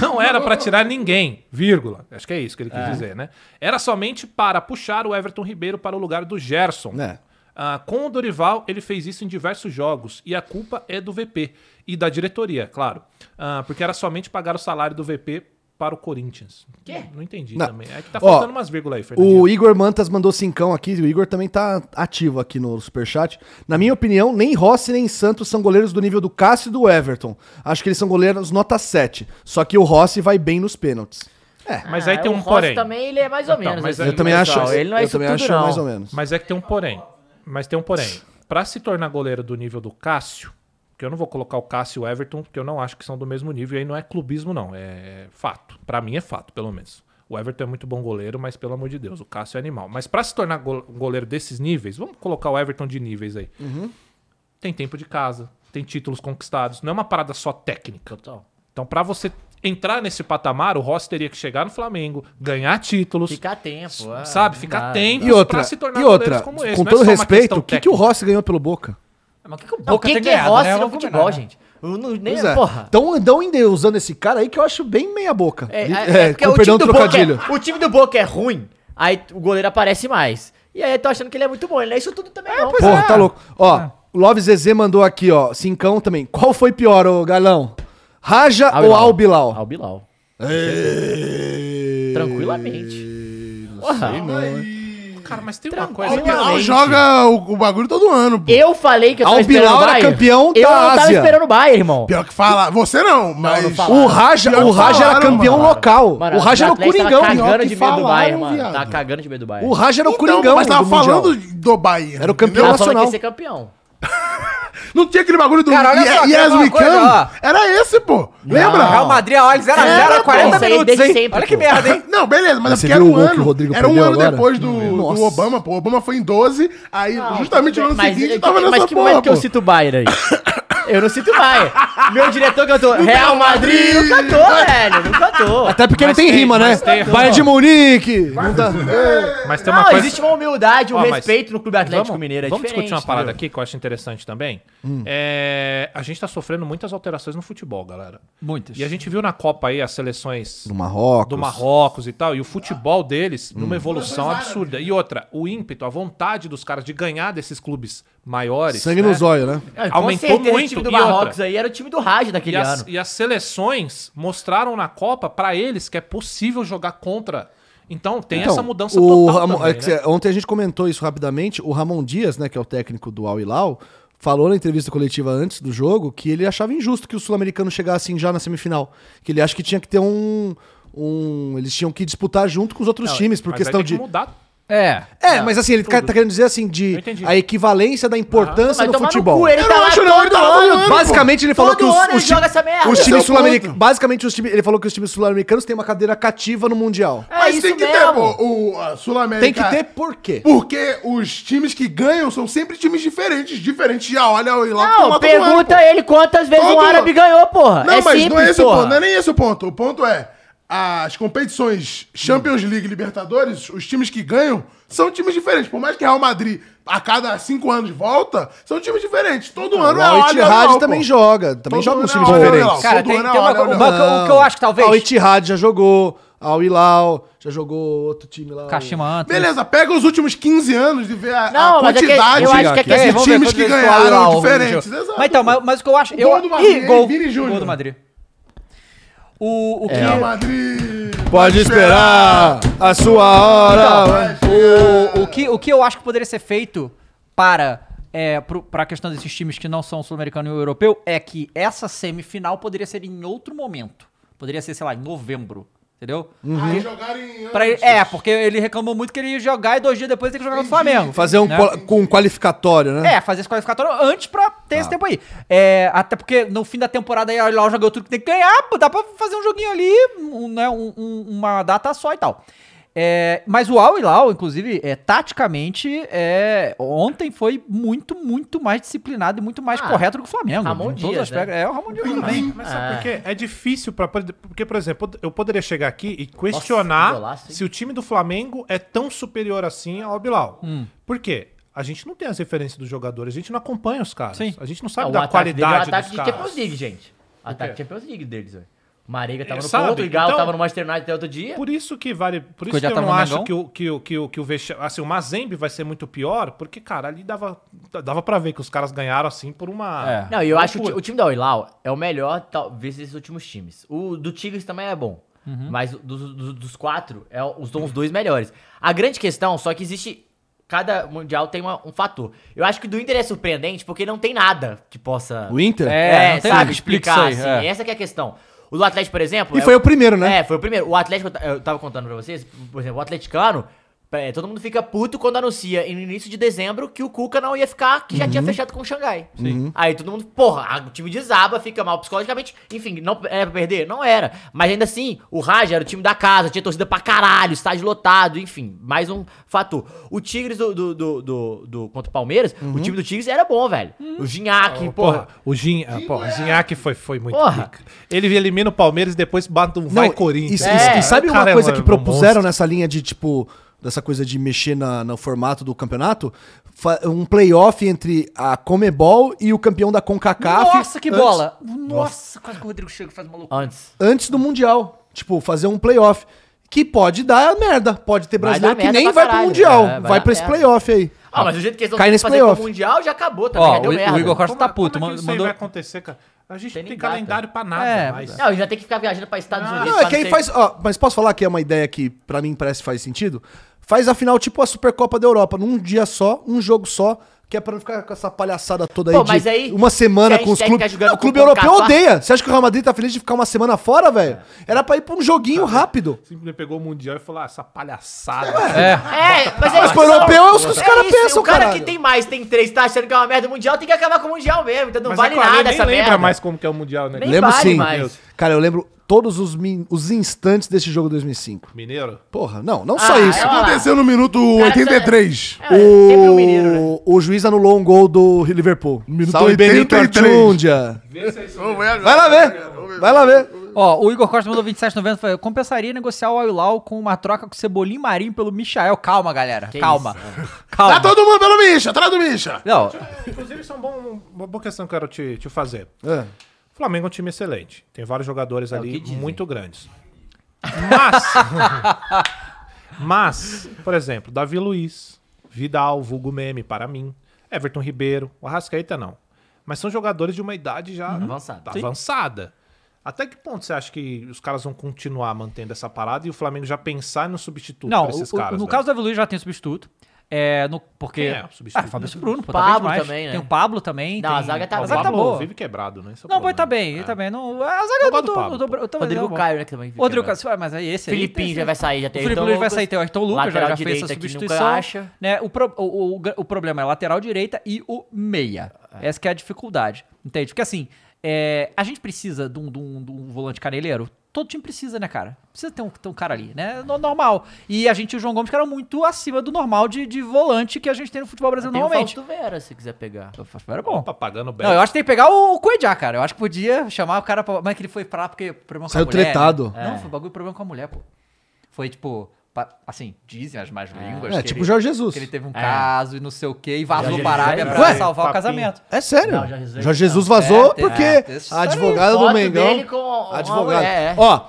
Speaker 6: não era pra tirar ninguém, vírgula. Acho que é isso que ele quis dizer, né? Era somente para puxar o Everton Ribeiro para o lugar do Gerson.
Speaker 4: É.
Speaker 6: Ah, com o Dorival, ele fez isso em diversos jogos e a culpa é do VP e da diretoria, claro. Ah, porque era somente pagar o salário do VP para o Corinthians. Quê? Não entendi
Speaker 4: Não.
Speaker 6: também. É que tá
Speaker 4: Ó,
Speaker 6: faltando umas vírgulas aí, Fernandinho.
Speaker 4: O Igor Mantas mandou cincão aqui, o Igor também tá ativo aqui no Superchat. Na minha opinião, nem Rossi nem Santos são goleiros do nível do Cássio e do Everton. Acho que eles são goleiros nota 7. Só que o Rossi vai bem nos pênaltis. É,
Speaker 6: Mas
Speaker 1: Ah,
Speaker 6: aí tem
Speaker 1: o
Speaker 6: um
Speaker 1: Rossi
Speaker 6: porém.
Speaker 1: também ele é mais ou
Speaker 6: Então,
Speaker 1: menos.
Speaker 6: mas
Speaker 1: assim,
Speaker 4: eu também acho.
Speaker 1: pessoal. Ele não é
Speaker 4: eu
Speaker 1: isso
Speaker 4: também
Speaker 1: tudo,
Speaker 4: acho
Speaker 1: não.
Speaker 4: mais ou menos.
Speaker 6: Mas é que tem um porém. Mas tem um porém. Pra se tornar goleiro do nível do Cássio, que eu não vou colocar o Cássio e o Everton, porque eu não acho que são do mesmo nível, e aí não é clubismo, não. É fato. Pra mim é fato, pelo menos. O Everton é muito bom goleiro, mas pelo amor de Deus, o Cássio é animal. Mas pra se tornar go- um goleiro desses níveis, vamos colocar o Everton de níveis aí. Tem tempo de casa, tem títulos conquistados, não é uma parada só técnica. Então, pra você entrar nesse patamar, o Rossi teria que chegar no Flamengo, ganhar títulos,
Speaker 1: Ficar tempo. é,
Speaker 6: sabe?
Speaker 1: não
Speaker 6: Ficar
Speaker 1: dá.
Speaker 6: tempo
Speaker 4: E outra,
Speaker 6: pra se tornar
Speaker 4: e
Speaker 6: goleiros
Speaker 4: outra
Speaker 6: como esse.
Speaker 4: com
Speaker 6: Não é
Speaker 4: todo
Speaker 6: só uma
Speaker 4: respeito,
Speaker 6: questão
Speaker 4: o que, que o
Speaker 6: técnica.
Speaker 4: Rossi ganhou pelo Boca?
Speaker 2: Mas o que, que o
Speaker 1: Não, o
Speaker 2: Boca
Speaker 1: que,
Speaker 2: tem
Speaker 1: que é
Speaker 2: ganhado,
Speaker 1: Rossi
Speaker 2: né?
Speaker 1: no
Speaker 2: Vamos
Speaker 1: futebol,
Speaker 2: combinar, né?
Speaker 1: gente? Eu não- nem,
Speaker 4: Pois é.
Speaker 1: Porra.
Speaker 4: Então andam ainda usando esse cara aí que eu acho bem meia boca.
Speaker 1: É,
Speaker 4: Li-
Speaker 1: é, é
Speaker 4: é,
Speaker 1: porque
Speaker 4: com
Speaker 1: o time,
Speaker 4: perdão do
Speaker 1: do Boca
Speaker 4: trocadilho.
Speaker 1: é, o time do Boca é ruim, aí o goleiro aparece mais. E aí eu tô achando que ele é muito bom. Ele não é isso tudo também, não.
Speaker 4: Porra, tá louco. Ó, o Love Zezé mandou aqui, ó, cincão também. Qual foi pior, ô galão? Raja ou Albilau?
Speaker 1: Al Bilal.
Speaker 4: Ei,
Speaker 1: Tranquilamente. Porra,
Speaker 6: Cara, mas tem uma
Speaker 1: Tranquilo.
Speaker 6: coisa que
Speaker 1: Olha lá.
Speaker 3: Não,
Speaker 1: Realmente.
Speaker 3: joga o, o bagulho todo ano, pô.
Speaker 1: Eu falei que eu tava
Speaker 4: Al
Speaker 1: esperando o
Speaker 4: Bilal era
Speaker 1: Bayern.
Speaker 4: campeão
Speaker 1: eu
Speaker 4: da
Speaker 1: não tava
Speaker 4: Ásia.
Speaker 1: esperando o Bayern, irmão.
Speaker 3: Pior que fala. Você não, mas.
Speaker 1: não fala.
Speaker 4: O Raja,
Speaker 3: Pior
Speaker 4: o
Speaker 3: que
Speaker 4: Raja era
Speaker 3: falaram,
Speaker 4: campeão
Speaker 3: mano.
Speaker 4: é um local.
Speaker 1: Mano,
Speaker 4: o Raja era o
Speaker 1: Atlético
Speaker 4: Coringão.
Speaker 1: Tava cagando
Speaker 3: que
Speaker 1: de medo do
Speaker 3: falaram,
Speaker 1: Bayern, mano.
Speaker 3: viado.
Speaker 1: Tava cagando de medo do Bayern.
Speaker 4: O Raja era o
Speaker 3: Então,
Speaker 4: Coringão.
Speaker 3: mas tava
Speaker 4: do
Speaker 3: falando
Speaker 4: Mundial.
Speaker 3: do Bayern.
Speaker 4: Era o campeão
Speaker 3: entendeu?
Speaker 1: Tava falando que
Speaker 4: Nacional.
Speaker 1: ia ser campeão.
Speaker 3: Não tinha aquele bagulho do
Speaker 2: Cara, olha
Speaker 3: Ye-
Speaker 2: só, quero
Speaker 3: Yes
Speaker 2: falar
Speaker 3: We
Speaker 2: uma coisa, ó.
Speaker 3: Can? Era esse, pô. Lembra?
Speaker 2: Real Madrid, olha, 0x0
Speaker 1: Era,
Speaker 2: a
Speaker 1: pô,
Speaker 2: 40
Speaker 1: isso aí
Speaker 2: minutos,
Speaker 1: desde
Speaker 2: hein?
Speaker 1: sempre,
Speaker 2: Olha que
Speaker 1: pô.
Speaker 2: merda, hein?
Speaker 3: Não, beleza, mas é
Speaker 4: Mas você
Speaker 3: porque era
Speaker 4: viu
Speaker 3: um
Speaker 4: o gol que o
Speaker 3: ano.
Speaker 4: Rodrigo
Speaker 3: Era um
Speaker 4: perdeu
Speaker 3: ano
Speaker 4: agora?
Speaker 3: depois do,
Speaker 4: Nossa.
Speaker 3: do Obama, pô. O Obama foi em 12, aí justamente no ano
Speaker 1: Mas,
Speaker 3: Tá seguinte
Speaker 1: eu-
Speaker 3: tava nessa
Speaker 1: mas que
Speaker 3: porra,
Speaker 1: momento que eu
Speaker 3: pô.
Speaker 1: cito o Bayern aí? Eu não cito o Bayern. Meu diretor cantou Real Madrid. Não cantou, velho. Não cantou.
Speaker 4: Até porque
Speaker 6: Mas
Speaker 4: não tem,
Speaker 6: tem,
Speaker 4: rima, né?
Speaker 6: mas tem,
Speaker 4: Bayern de Munique. Não tá. dá-
Speaker 3: é.
Speaker 6: Mas tem
Speaker 1: Não,
Speaker 6: uma coisa.
Speaker 1: existe uma humildade, um
Speaker 6: Ó, mas
Speaker 1: respeito no Clube Atlético
Speaker 6: vamos,
Speaker 1: Mineiro. É
Speaker 6: Vamos
Speaker 1: diferente,
Speaker 6: discutir uma parada
Speaker 1: entendeu?
Speaker 6: aqui que eu acho interessante também.
Speaker 4: Hum.
Speaker 6: É, a gente tá sofrendo muitas alterações no futebol, galera.
Speaker 2: Muitas.
Speaker 6: E a gente viu na Copa aí as seleções
Speaker 4: Do Marrocos. Hum.
Speaker 6: do Marrocos e tal, e o futebol deles numa evolução
Speaker 1: né?
Speaker 6: absurda. E outra, o ímpeto, a vontade dos caras de ganhar desses clubes maiores.
Speaker 4: Sangue
Speaker 6: né?
Speaker 4: nos olhos, né?
Speaker 1: Ah, com
Speaker 6: Aumentou
Speaker 1: certeza,
Speaker 6: muito,
Speaker 1: O time do
Speaker 6: e outra?
Speaker 1: Marrocos aí era o time do Raj
Speaker 6: E
Speaker 1: daquele
Speaker 6: as,
Speaker 1: ano.
Speaker 6: e as seleções mostraram na Copa pra eles que é possível jogar contra. Então tem
Speaker 4: Então,
Speaker 6: essa mudança
Speaker 4: o
Speaker 6: total.
Speaker 4: Ramon-
Speaker 6: também,
Speaker 4: é que
Speaker 6: né?
Speaker 4: cê- Ontem a gente comentou isso rapidamente. O Ramon Dias, né, que é o técnico do Al Hilal, falou na entrevista coletiva antes do jogo que ele achava injusto que o sul-americano chegasse já na semifinal. Que ele acha que tinha que ter um. um- eles tinham que disputar junto com os outros times por
Speaker 6: Mas aí
Speaker 4: questão
Speaker 6: tem que
Speaker 4: de.
Speaker 6: mudar
Speaker 2: É.
Speaker 4: É, mas assim, ele tá, tá querendo dizer assim, de
Speaker 6: Eu entendi.
Speaker 4: a equivalência da importância
Speaker 1: Vai
Speaker 4: do
Speaker 1: tomar no
Speaker 4: futebol.
Speaker 1: cu, ele
Speaker 3: Eu
Speaker 1: tá
Speaker 3: não
Speaker 1: lá
Speaker 3: acho não,
Speaker 1: todo
Speaker 3: ele tá lá todo
Speaker 1: ano.
Speaker 3: ano,
Speaker 4: Basicamente ele falou
Speaker 1: Todo
Speaker 4: que os,
Speaker 1: ano
Speaker 4: os,
Speaker 1: ele joga essa merda.
Speaker 4: os
Speaker 1: Esse
Speaker 3: é
Speaker 4: times
Speaker 3: o
Speaker 4: sul-americanos,
Speaker 3: ponto.
Speaker 4: basicamente os times, ele falou que os times sul-americanos têm uma cadeira cativa no mundial.
Speaker 1: É
Speaker 3: Mas
Speaker 1: isso
Speaker 3: tem que ter,
Speaker 1: mesmo.
Speaker 3: pô. O a Sul-América.
Speaker 4: Tem que ter por quê?
Speaker 3: Porque os times que ganham são sempre times diferentes. Diferentes já olha o Hilal que tá
Speaker 1: Não,
Speaker 3: lá todo ano,
Speaker 1: pergunta
Speaker 3: pô.
Speaker 1: ele quantas vezes
Speaker 3: Todo
Speaker 1: um árabe
Speaker 3: ano.
Speaker 1: ganhou, porra.
Speaker 3: Não,
Speaker 1: é
Speaker 3: mas
Speaker 1: simples,
Speaker 3: não é esse
Speaker 1: porra.
Speaker 3: o ponto. Não é nem esse o ponto. O ponto é. As competições Champions League e Libertadores, os times que ganham são times diferentes. Por mais que Real Madrid a cada cinco anos volta, são times diferentes. Todo
Speaker 4: O
Speaker 3: ano é
Speaker 4: Al
Speaker 3: olha
Speaker 4: Ittihad também joga. Também
Speaker 3: Todo
Speaker 4: joga nos
Speaker 3: ano é
Speaker 4: times
Speaker 3: Al Hilal.
Speaker 4: diferentes.
Speaker 2: Cara,
Speaker 3: Todo
Speaker 2: tem,
Speaker 3: ano é
Speaker 2: tem uma
Speaker 3: hora,
Speaker 2: coisa.
Speaker 3: né?
Speaker 2: o banco- O que eu acho, talvez.
Speaker 4: Al Ittihad já jogou. Al Hilal já jogou. Outro time lá. o-
Speaker 2: Kashima Antlers.
Speaker 3: Beleza, pega os últimos 15 anos e vê a,
Speaker 1: Não,
Speaker 3: a
Speaker 1: mas é que
Speaker 3: quantidade
Speaker 1: eu acho que é que
Speaker 2: É,
Speaker 3: de
Speaker 2: vamos ver
Speaker 3: times
Speaker 2: quantas
Speaker 3: que
Speaker 2: vezes o
Speaker 3: ganharam
Speaker 2: Al-Hilal
Speaker 3: diferentes.
Speaker 2: jogou.
Speaker 3: Exato.
Speaker 1: né?
Speaker 2: Mas então, mas, mas o que eu acho. eu,
Speaker 3: gol do Madrid,
Speaker 2: Ih, gol.
Speaker 3: Vini Júnior.
Speaker 2: Gol do Madrid. O, o que.
Speaker 3: Real Madrid.
Speaker 4: Pode esperar a sua
Speaker 2: Então,
Speaker 4: hora.
Speaker 2: o, que, o que eu acho que poderia ser feito para é, pro- pra questão desses times que não são sul-americano e europeu é que essa semifinal poderia ser em outro momento. Poderia ser, sei lá, em novembro. Entendeu?
Speaker 1: Uhum.
Speaker 3: Aí jogarem
Speaker 2: Pra ele-
Speaker 3: antes.
Speaker 2: é, porque ele reclamou muito que ele ia jogar e dois dias depois tem que jogar contra o Flamengo.
Speaker 4: Fazer um,
Speaker 2: né?
Speaker 4: qual- com um qualificatório, né?
Speaker 2: É, fazer esse qualificatório antes pra ter esse tempo aí. É, até porque no fim da temporada aí, lá jogou tudo que tem que ganhar, pô, dá pra fazer um joguinho ali, um, né, um- um- uma data só e tal. É, mas o Al Hilal, inclusive, é, taticamente, é, ontem foi muito, muito mais disciplinado e muito mais
Speaker 1: Ah,
Speaker 2: correto do que o Flamengo.
Speaker 1: Ramon
Speaker 2: em todos os
Speaker 1: Dias, né?
Speaker 2: aspectos. É, o Ramon Dias
Speaker 6: Tudo
Speaker 2: também.
Speaker 6: bem, mas sabe por quê? É difícil para porque por exemplo, eu poderia chegar aqui e
Speaker 1: Nossa,
Speaker 6: questionar
Speaker 1: que golaço, hein?
Speaker 6: se o time do Flamengo é tão superior assim ao Bilal. Por quê? A gente não tem as referências dos jogadores, a gente não acompanha os caras.
Speaker 2: Sim.
Speaker 6: A gente não
Speaker 1: Ah,
Speaker 6: sabe
Speaker 1: o
Speaker 6: da
Speaker 1: ataque dele é o
Speaker 6: qualidade
Speaker 1: ataque
Speaker 6: dos
Speaker 1: de
Speaker 6: caras.
Speaker 1: Champions League, gente. Ataque de Champions League deles, velho. Marega tava
Speaker 6: É,
Speaker 1: no
Speaker 6: sabe?
Speaker 1: ponto, o Galo
Speaker 6: Então-
Speaker 1: tava no Manchester United até outro dia.
Speaker 6: É Por isso que vale, por isso
Speaker 2: Porque
Speaker 6: que
Speaker 2: já
Speaker 6: eu
Speaker 2: tava
Speaker 6: não
Speaker 2: no
Speaker 6: acho
Speaker 2: Mengão?
Speaker 6: que o que o que o que o Vexa- assim, o Mazembe vai ser muito pior, porque cara, ali dava dava para ver que os caras ganharam assim por uma
Speaker 2: É.
Speaker 1: Não, e eu acho que o ti-
Speaker 6: Loucura.
Speaker 1: o time da Oilau é o melhor, talvez, desses últimos times. O do Tigres também é bom. Mas o- dos, dos- dos quatro, é, o- os, são os dois melhores. A grande questão, só que existe. Cada mundial tem uma- um fator. Eu acho que do Inter é surpreendente porque não tem nada que possa.
Speaker 4: O Inter?
Speaker 1: É,
Speaker 2: não tem nada que
Speaker 1: sabe,
Speaker 2: explique
Speaker 1: explicar,
Speaker 2: isso
Speaker 1: assim.
Speaker 2: aí, é. um
Speaker 1: Essa que é a questão. O do Atlético, por exemplo...
Speaker 4: E
Speaker 1: é
Speaker 4: foi o primeiro, né?
Speaker 1: É, foi o primeiro. O Atlético, eu ta- eu tava contando pra vocês, por exemplo, o atleticano, é, todo mundo fica puto quando anuncia em- no início de dezembro que o Cuca não ia ficar, que já tinha fechado com o Xangai. Aí todo mundo, porra, a- o time desaba, fica mal psicologicamente. Enfim, não era pra perder? Não era. Mas ainda assim, o Raja era o time da casa, tinha torcida pra caralho, estádio lotado, enfim, mais um fator. O Tigres do, do, do, do- do- contra o Palmeiras, o time do Tigres era bom, velho. O Ginhaque, porra.
Speaker 6: Porra, o Gin, ah, porra, o Zinhaque foi, foi muito
Speaker 1: Porra.
Speaker 6: pica. Ele elimina o Palmeiras e depois bate um vai Corinthians.
Speaker 4: E, e- e
Speaker 1: É.
Speaker 4: sabe
Speaker 6: O
Speaker 4: uma
Speaker 6: cara é
Speaker 4: coisa
Speaker 6: um-
Speaker 4: que
Speaker 6: um
Speaker 4: propuseram
Speaker 6: monstro.
Speaker 4: nessa linha de, tipo, dessa coisa de mexer na, no formato do campeonato? Fa- Um playoff entre a Comebol e o campeão da CONCACAF.
Speaker 2: Nossa, que
Speaker 4: antes-
Speaker 2: bola! Nossa, quase que o Rodrigo chega e faz uma loucura.
Speaker 1: Antes.
Speaker 4: Antes do Mundial. Tipo, fazer um playoff. Que pode dar merda. Pode ter
Speaker 1: Vai dar
Speaker 4: brasileiro que
Speaker 1: merda
Speaker 4: nem
Speaker 1: pra
Speaker 4: vai pro
Speaker 1: caralho.
Speaker 4: Mundial.
Speaker 1: É, vai
Speaker 4: vai
Speaker 1: dar
Speaker 4: pra esse
Speaker 1: merda.
Speaker 4: playoff aí.
Speaker 1: Ah, mas do jeito que eles
Speaker 4: Cai
Speaker 1: estão
Speaker 4: nesse
Speaker 1: fazer com o
Speaker 4: playoff.
Speaker 1: Mundial, já acabou também, já
Speaker 2: Ó,
Speaker 1: deu
Speaker 2: o,
Speaker 1: merda.
Speaker 2: o Igor Costa tá puto,
Speaker 6: como
Speaker 2: mano.
Speaker 6: é que isso aí
Speaker 2: mandou...
Speaker 6: vai acontecer, cara? A gente
Speaker 1: Tem
Speaker 6: não tem
Speaker 1: nem data.
Speaker 6: calendário pra nada,
Speaker 2: É,
Speaker 6: mas...
Speaker 1: Não, já tem que ficar viajando pra Estados Unidos.
Speaker 4: Não,
Speaker 1: pra
Speaker 4: é que aí
Speaker 1: ter-
Speaker 4: faz. ó, mas posso falar que é uma ideia que pra mim parece que faz sentido? Faz a final tipo a Supercopa da Europa, num dia só, um jogo só, que é pra não ficar com essa palhaçada toda aí,
Speaker 1: Pô,
Speaker 4: de
Speaker 1: mas aí,
Speaker 4: uma semana
Speaker 1: se a
Speaker 4: com os
Speaker 1: gente quer ficar
Speaker 4: clubes.
Speaker 1: jogando
Speaker 4: Não, o
Speaker 1: com
Speaker 4: clube
Speaker 1: o
Speaker 4: europeu
Speaker 1: Concacaf-
Speaker 4: odeia. Você acha que o Real Madrid tá feliz de ficar uma semana fora, velho?
Speaker 1: É.
Speaker 4: Era pra ir pra um joguinho rápido.
Speaker 6: Simplesmente pegou o Mundial e falou, ah, essa palhaçada.
Speaker 1: É, mas é
Speaker 4: Mas
Speaker 1: isso,
Speaker 4: pro
Speaker 1: não.
Speaker 4: europeu é os que os
Speaker 1: É
Speaker 4: caras
Speaker 1: isso,
Speaker 4: pensam,
Speaker 1: O cara
Speaker 4: caralho.
Speaker 1: que tem mais, tem três, tá achando que é uma merda mundial, tem que acabar com o mundial mesmo. Então não
Speaker 6: Mas
Speaker 1: vale
Speaker 6: é que o Ale
Speaker 1: nada
Speaker 6: nem
Speaker 1: essa
Speaker 6: lembra
Speaker 1: merda.
Speaker 6: mais como que é o Mundial, né?
Speaker 1: Nem
Speaker 4: Lembro
Speaker 1: vale
Speaker 4: sim.
Speaker 1: mais.
Speaker 4: Cara, eu lembro todos os, min- os instantes desse jogo 2005.
Speaker 6: Mineiro?
Speaker 4: Porra, não, não só
Speaker 1: Ah,
Speaker 4: isso.
Speaker 1: é uma-
Speaker 3: Aconteceu no minuto
Speaker 1: Cara,
Speaker 3: 83.
Speaker 1: É, sempre o mineiro, né?
Speaker 4: O, o juiz anulou um gol do Liverpool.
Speaker 3: Minuto
Speaker 4: Salve Benito
Speaker 3: 83.
Speaker 4: Artundia. Vai lá ver. Vai lá ver.
Speaker 2: Ó, o Igor Costa mandou 27,90 e falou, compensaria negociar o Aulau com uma troca com o Cebolim Marinho pelo Michael. Calma, galera,
Speaker 1: Que né?
Speaker 2: calma.
Speaker 3: Tá
Speaker 1: É.
Speaker 2: Calma.
Speaker 3: todo mundo pelo Misha, atrás do Misha.
Speaker 2: Não,
Speaker 6: Inclusive, isso é um bom- uma boa questão que eu quero te, te fazer.
Speaker 4: É.
Speaker 6: O Flamengo é um time excelente. Tem vários jogadores ali
Speaker 1: É que dizem.
Speaker 6: muito grandes. Mas, mas, por exemplo, Davi Luiz, Vidal, Vulgo Meme, para mim, Everton Ribeiro, o Arrascaeta não. Mas são jogadores de uma idade já
Speaker 1: Uhum.
Speaker 6: tá
Speaker 1: Avançada. Sim.
Speaker 6: avançada. Até que ponto você acha que os caras vão continuar mantendo essa parada e o Flamengo já pensar no substituto
Speaker 2: não
Speaker 6: pra esses
Speaker 2: o- o-
Speaker 6: caras?
Speaker 2: no
Speaker 6: né?
Speaker 2: caso do Davi Luiz já tem substituto. É, no, porque...
Speaker 6: Quem é o substituto?
Speaker 2: Ah, Fabrício Bruno, pô,
Speaker 1: Pablo
Speaker 2: tá bem demais.
Speaker 1: também, né?
Speaker 2: Tem o Pablo também.
Speaker 1: Não,
Speaker 2: tem-
Speaker 1: a zaga tá-
Speaker 6: Ah,
Speaker 2: a
Speaker 6: o
Speaker 2: zaga tá
Speaker 6: Pablo
Speaker 2: boa.
Speaker 6: vive quebrado, né? Esse é o
Speaker 2: Não, o boy tá
Speaker 6: problema.
Speaker 2: bem, ele
Speaker 6: É.
Speaker 2: tá bem. Não, a zaga
Speaker 6: Eu
Speaker 2: do, do,
Speaker 6: gosto do Pablo,
Speaker 2: do,
Speaker 6: pô.
Speaker 2: eu também não,
Speaker 1: Rodrigo
Speaker 2: bom.
Speaker 1: Caio, né, que também fica,
Speaker 2: Rodrigo
Speaker 1: né?
Speaker 2: Caio, ué, mas aí esse aí
Speaker 1: Filipinho
Speaker 2: tem-
Speaker 1: já vai sair, já
Speaker 2: O
Speaker 1: tem
Speaker 2: Felipe
Speaker 1: Ayrton
Speaker 2: Luiz vai
Speaker 1: Lucas,
Speaker 2: sair, tem o Ayrton Lucas, já
Speaker 1: lateral
Speaker 2: já fez
Speaker 1: direito
Speaker 2: essa
Speaker 1: que nunca
Speaker 2: substituição.
Speaker 1: acha.
Speaker 2: né? O, pro- o, o, o problema é a lateral direita e o meia. Essa que é a dificuldade, entende? Porque assim, é, a gente precisa de um, de um- de um volante caneleiro. Todo time precisa, né, cara? Precisa ter um, ter um cara ali, né? No- Normal. E a gente e o João Gomes, que era muito acima do normal de, de volante que a gente tem no futebol brasileiro
Speaker 1: Tem um o
Speaker 2: normalmente.
Speaker 1: Fausto Vera, se quiser pegar.
Speaker 2: Era bom.
Speaker 6: Opa, Tá pagando bem. né?
Speaker 2: Não, eu acho que tem que pegar o, o Cuejá, cara. Eu acho que podia chamar o cara pra. Mas que ele foi pra lá porque problema com
Speaker 4: Saiu
Speaker 2: a mulher. né?
Speaker 1: É.
Speaker 4: tretado.
Speaker 2: Não, foi bagulho problema com a mulher, pô. Foi tipo, pa- assim, dizem as más línguas.
Speaker 4: É,
Speaker 2: que
Speaker 4: tipo
Speaker 2: ele-
Speaker 4: Jorge Jesus.
Speaker 2: Que ele teve um
Speaker 1: É.
Speaker 2: caso e não sei o quê, e vazou
Speaker 1: Jorge
Speaker 2: para a Arábia
Speaker 1: Jesus. é
Speaker 2: pra
Speaker 4: Ué,
Speaker 2: salvar o
Speaker 6: papinho.
Speaker 2: casamento.
Speaker 4: É sério.
Speaker 1: Não, Jorge Jesus
Speaker 4: Jorge
Speaker 1: não.
Speaker 4: Jesus vazou
Speaker 2: É, tem-
Speaker 4: porque
Speaker 2: é, tem isso
Speaker 4: a
Speaker 2: aí.
Speaker 4: advogada do
Speaker 1: Foto
Speaker 4: Mengão.
Speaker 1: dele com uma
Speaker 4: Advogada.
Speaker 1: mulher, é.
Speaker 4: Ó,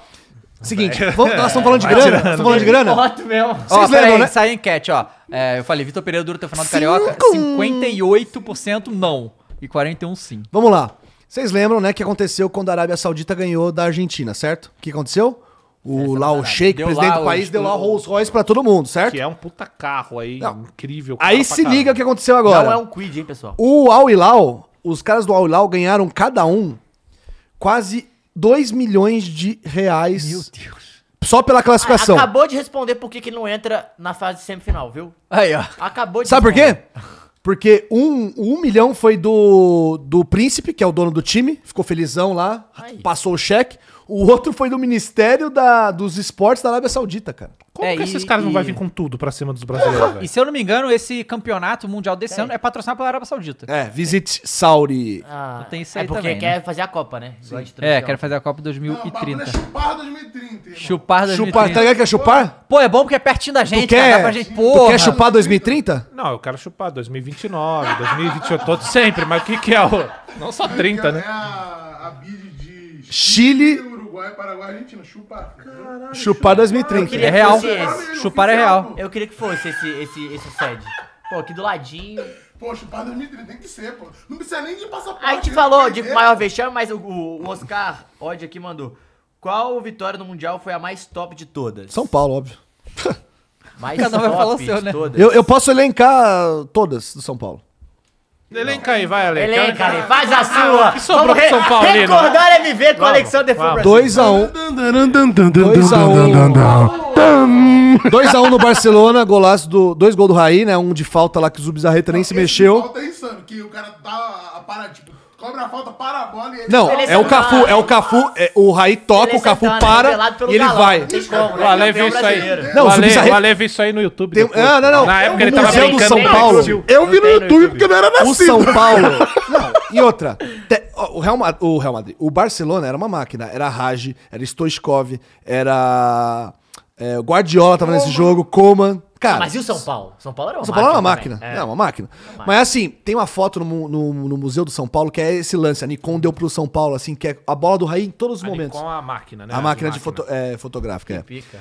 Speaker 4: seguinte, vamos, nós estamos falando de grana? Nós estamos falando de grana?
Speaker 1: Foto mesmo.
Speaker 2: Ó,
Speaker 4: Vocês lembram,
Speaker 2: peraí,
Speaker 4: né?
Speaker 2: sai a enquete, ó. É, eu falei, Vitor Pereira dura até o final do Carioca.
Speaker 4: Cinco.
Speaker 2: 58% não. E 41% sim.
Speaker 4: Vamos lá. Vocês lembram, né, que aconteceu quando a Arábia Saudita ganhou da Argentina, certo? O que aconteceu? O lá o Sheik,
Speaker 2: Deu
Speaker 4: presidente
Speaker 2: lá
Speaker 4: do
Speaker 2: o-
Speaker 4: país, deu lá o Rolls Royce pra todo mundo, certo?
Speaker 6: Que é um puta carro aí,
Speaker 4: Não.
Speaker 6: incrível.
Speaker 4: Aí
Speaker 6: carro
Speaker 4: se
Speaker 6: pra
Speaker 4: liga o que aconteceu agora.
Speaker 1: Não é um quid, hein, pessoal.
Speaker 4: O Al Hilal, os caras do Al Hilal ganharam cada um quase 2 milhões de reais. Meu Deus. Só pela classificação.
Speaker 1: Ah, Acabou de responder por que que ele não entra na fase de semifinal, viu?
Speaker 2: Aí, ó.
Speaker 1: Acabou de
Speaker 4: Sabe por
Speaker 1: responder.
Speaker 4: quê? Porque um, um milhão foi do, do príncipe, que é o dono do time, ficou felizão lá,
Speaker 1: Aí.
Speaker 4: passou o cheque. O outro foi do Ministério da, dos Esportes da Arábia Saudita, cara.
Speaker 6: Como
Speaker 2: É,
Speaker 6: que
Speaker 2: e-
Speaker 6: esses caras não vão
Speaker 2: e-
Speaker 6: vir com tudo pra cima dos brasileiros,
Speaker 1: É.
Speaker 6: velho?
Speaker 2: E se eu não me engano, esse campeonato mundial desse ano é patrocinado pela Arábia Saudita.
Speaker 4: É, Visit Saudi.
Speaker 1: Ah,
Speaker 2: Tem isso
Speaker 1: é
Speaker 2: aí
Speaker 1: porque
Speaker 2: também,
Speaker 1: quer fazer a Copa, né? Igual a de
Speaker 2: É,
Speaker 1: tradição.
Speaker 2: quero fazer a Copa
Speaker 3: o bagulho
Speaker 2: 2030.
Speaker 3: é chupar 2030, irmão.
Speaker 2: Chupar 2030.
Speaker 4: é Chupar, tá ligado que é chupar?
Speaker 2: Pô, é bom porque é pertinho da gente,
Speaker 4: tu quer,
Speaker 2: cara. Dá pra gente,
Speaker 4: tu
Speaker 2: porra.
Speaker 4: quer chupar 2030?
Speaker 6: Não, eu quero chupar 2029, 2028, todo sempre, mas o que que é o... Não só 30,
Speaker 3: É
Speaker 6: né?
Speaker 3: a, a bid de
Speaker 4: Chile,
Speaker 3: Uruguai, Paraguai, Argentina. Chupa. Caralho,
Speaker 4: chupar 2030.
Speaker 1: queria
Speaker 2: É real.
Speaker 1: que fosse esse.
Speaker 2: Chupar é real.
Speaker 1: Eu queria que fosse esse, esse, esse sede. Pô, aqui do ladinho.
Speaker 3: Pô, chupar 2030 tem que ser, pô. Não precisa nem de passaporte.
Speaker 1: A gente
Speaker 3: né?
Speaker 1: falou
Speaker 3: Tem
Speaker 1: de
Speaker 3: que ter.
Speaker 1: maior vexame, mas o, o Oscar Odd aqui mandou. Qual vitória no Mundial foi a mais top de todas?
Speaker 4: São Paulo, óbvio.
Speaker 1: Mais
Speaker 2: Cada um vai
Speaker 1: top
Speaker 2: falar o seu,
Speaker 1: de
Speaker 2: né?
Speaker 1: todas.
Speaker 4: Eu, eu posso elencar todas do São Paulo.
Speaker 6: Elenca aí, vai, Elenca. Ah,
Speaker 1: Elenca, Ale, faz a sua.
Speaker 6: que sobrou
Speaker 1: Vamos
Speaker 6: pro São Paulino? né?
Speaker 1: Recordar MV com Alexander
Speaker 6: vamos.
Speaker 1: Fubra.
Speaker 4: 2x1. 2x1 no Barcelona, golaço do. Dois gols do Raí, né? Um de falta lá que o Zubizarreta nem se
Speaker 3: Esse
Speaker 4: mexeu.
Speaker 3: Falta é insano, que o cara dá a para, tipo, cobra a falta, para a bola e ele...
Speaker 4: Não, é o Cafu, é o Cafu. é- o Raí toca, o Cafu
Speaker 1: é
Speaker 4: para e ele vai.
Speaker 1: né?
Speaker 6: O Ale viu isso aí.
Speaker 4: Não,
Speaker 6: o, Ale,
Speaker 4: Zubizarreta-
Speaker 6: o Ale viu isso aí no YouTube.
Speaker 4: Tem-
Speaker 6: depois.
Speaker 4: Ah, não, não.
Speaker 6: Na época ele
Speaker 4: O
Speaker 6: tava
Speaker 4: Museu do
Speaker 6: brincando
Speaker 4: São
Speaker 6: com o
Speaker 4: Paulo.
Speaker 6: Brasil.
Speaker 3: Eu vi
Speaker 1: tem
Speaker 3: no
Speaker 1: no
Speaker 3: YouTube
Speaker 1: YouTube.
Speaker 3: porque eu não era
Speaker 4: O
Speaker 3: nascido.
Speaker 4: São Paulo. Não, e outra. te- ó, o, Real Ma- o Real Madrid. O Barcelona era uma máquina. Era Raj, era Stoichkov, era. é, o Guardiola tava nesse jogo, Coman. Cara,
Speaker 1: Mas e o São Paulo? São Paulo era uma
Speaker 4: São Paulo é uma
Speaker 1: também.
Speaker 4: máquina. É.
Speaker 1: É.
Speaker 4: uma máquina. Mas assim, tem uma foto no, mu- no- no Museu do São Paulo que é esse lance. A Nikon deu pro São Paulo, assim, que é a bola do Raí em todos os
Speaker 6: Ali
Speaker 4: momentos.
Speaker 6: Com a máquina, né?
Speaker 4: a máquina de foto, é, fotográfica, é.
Speaker 1: Pica.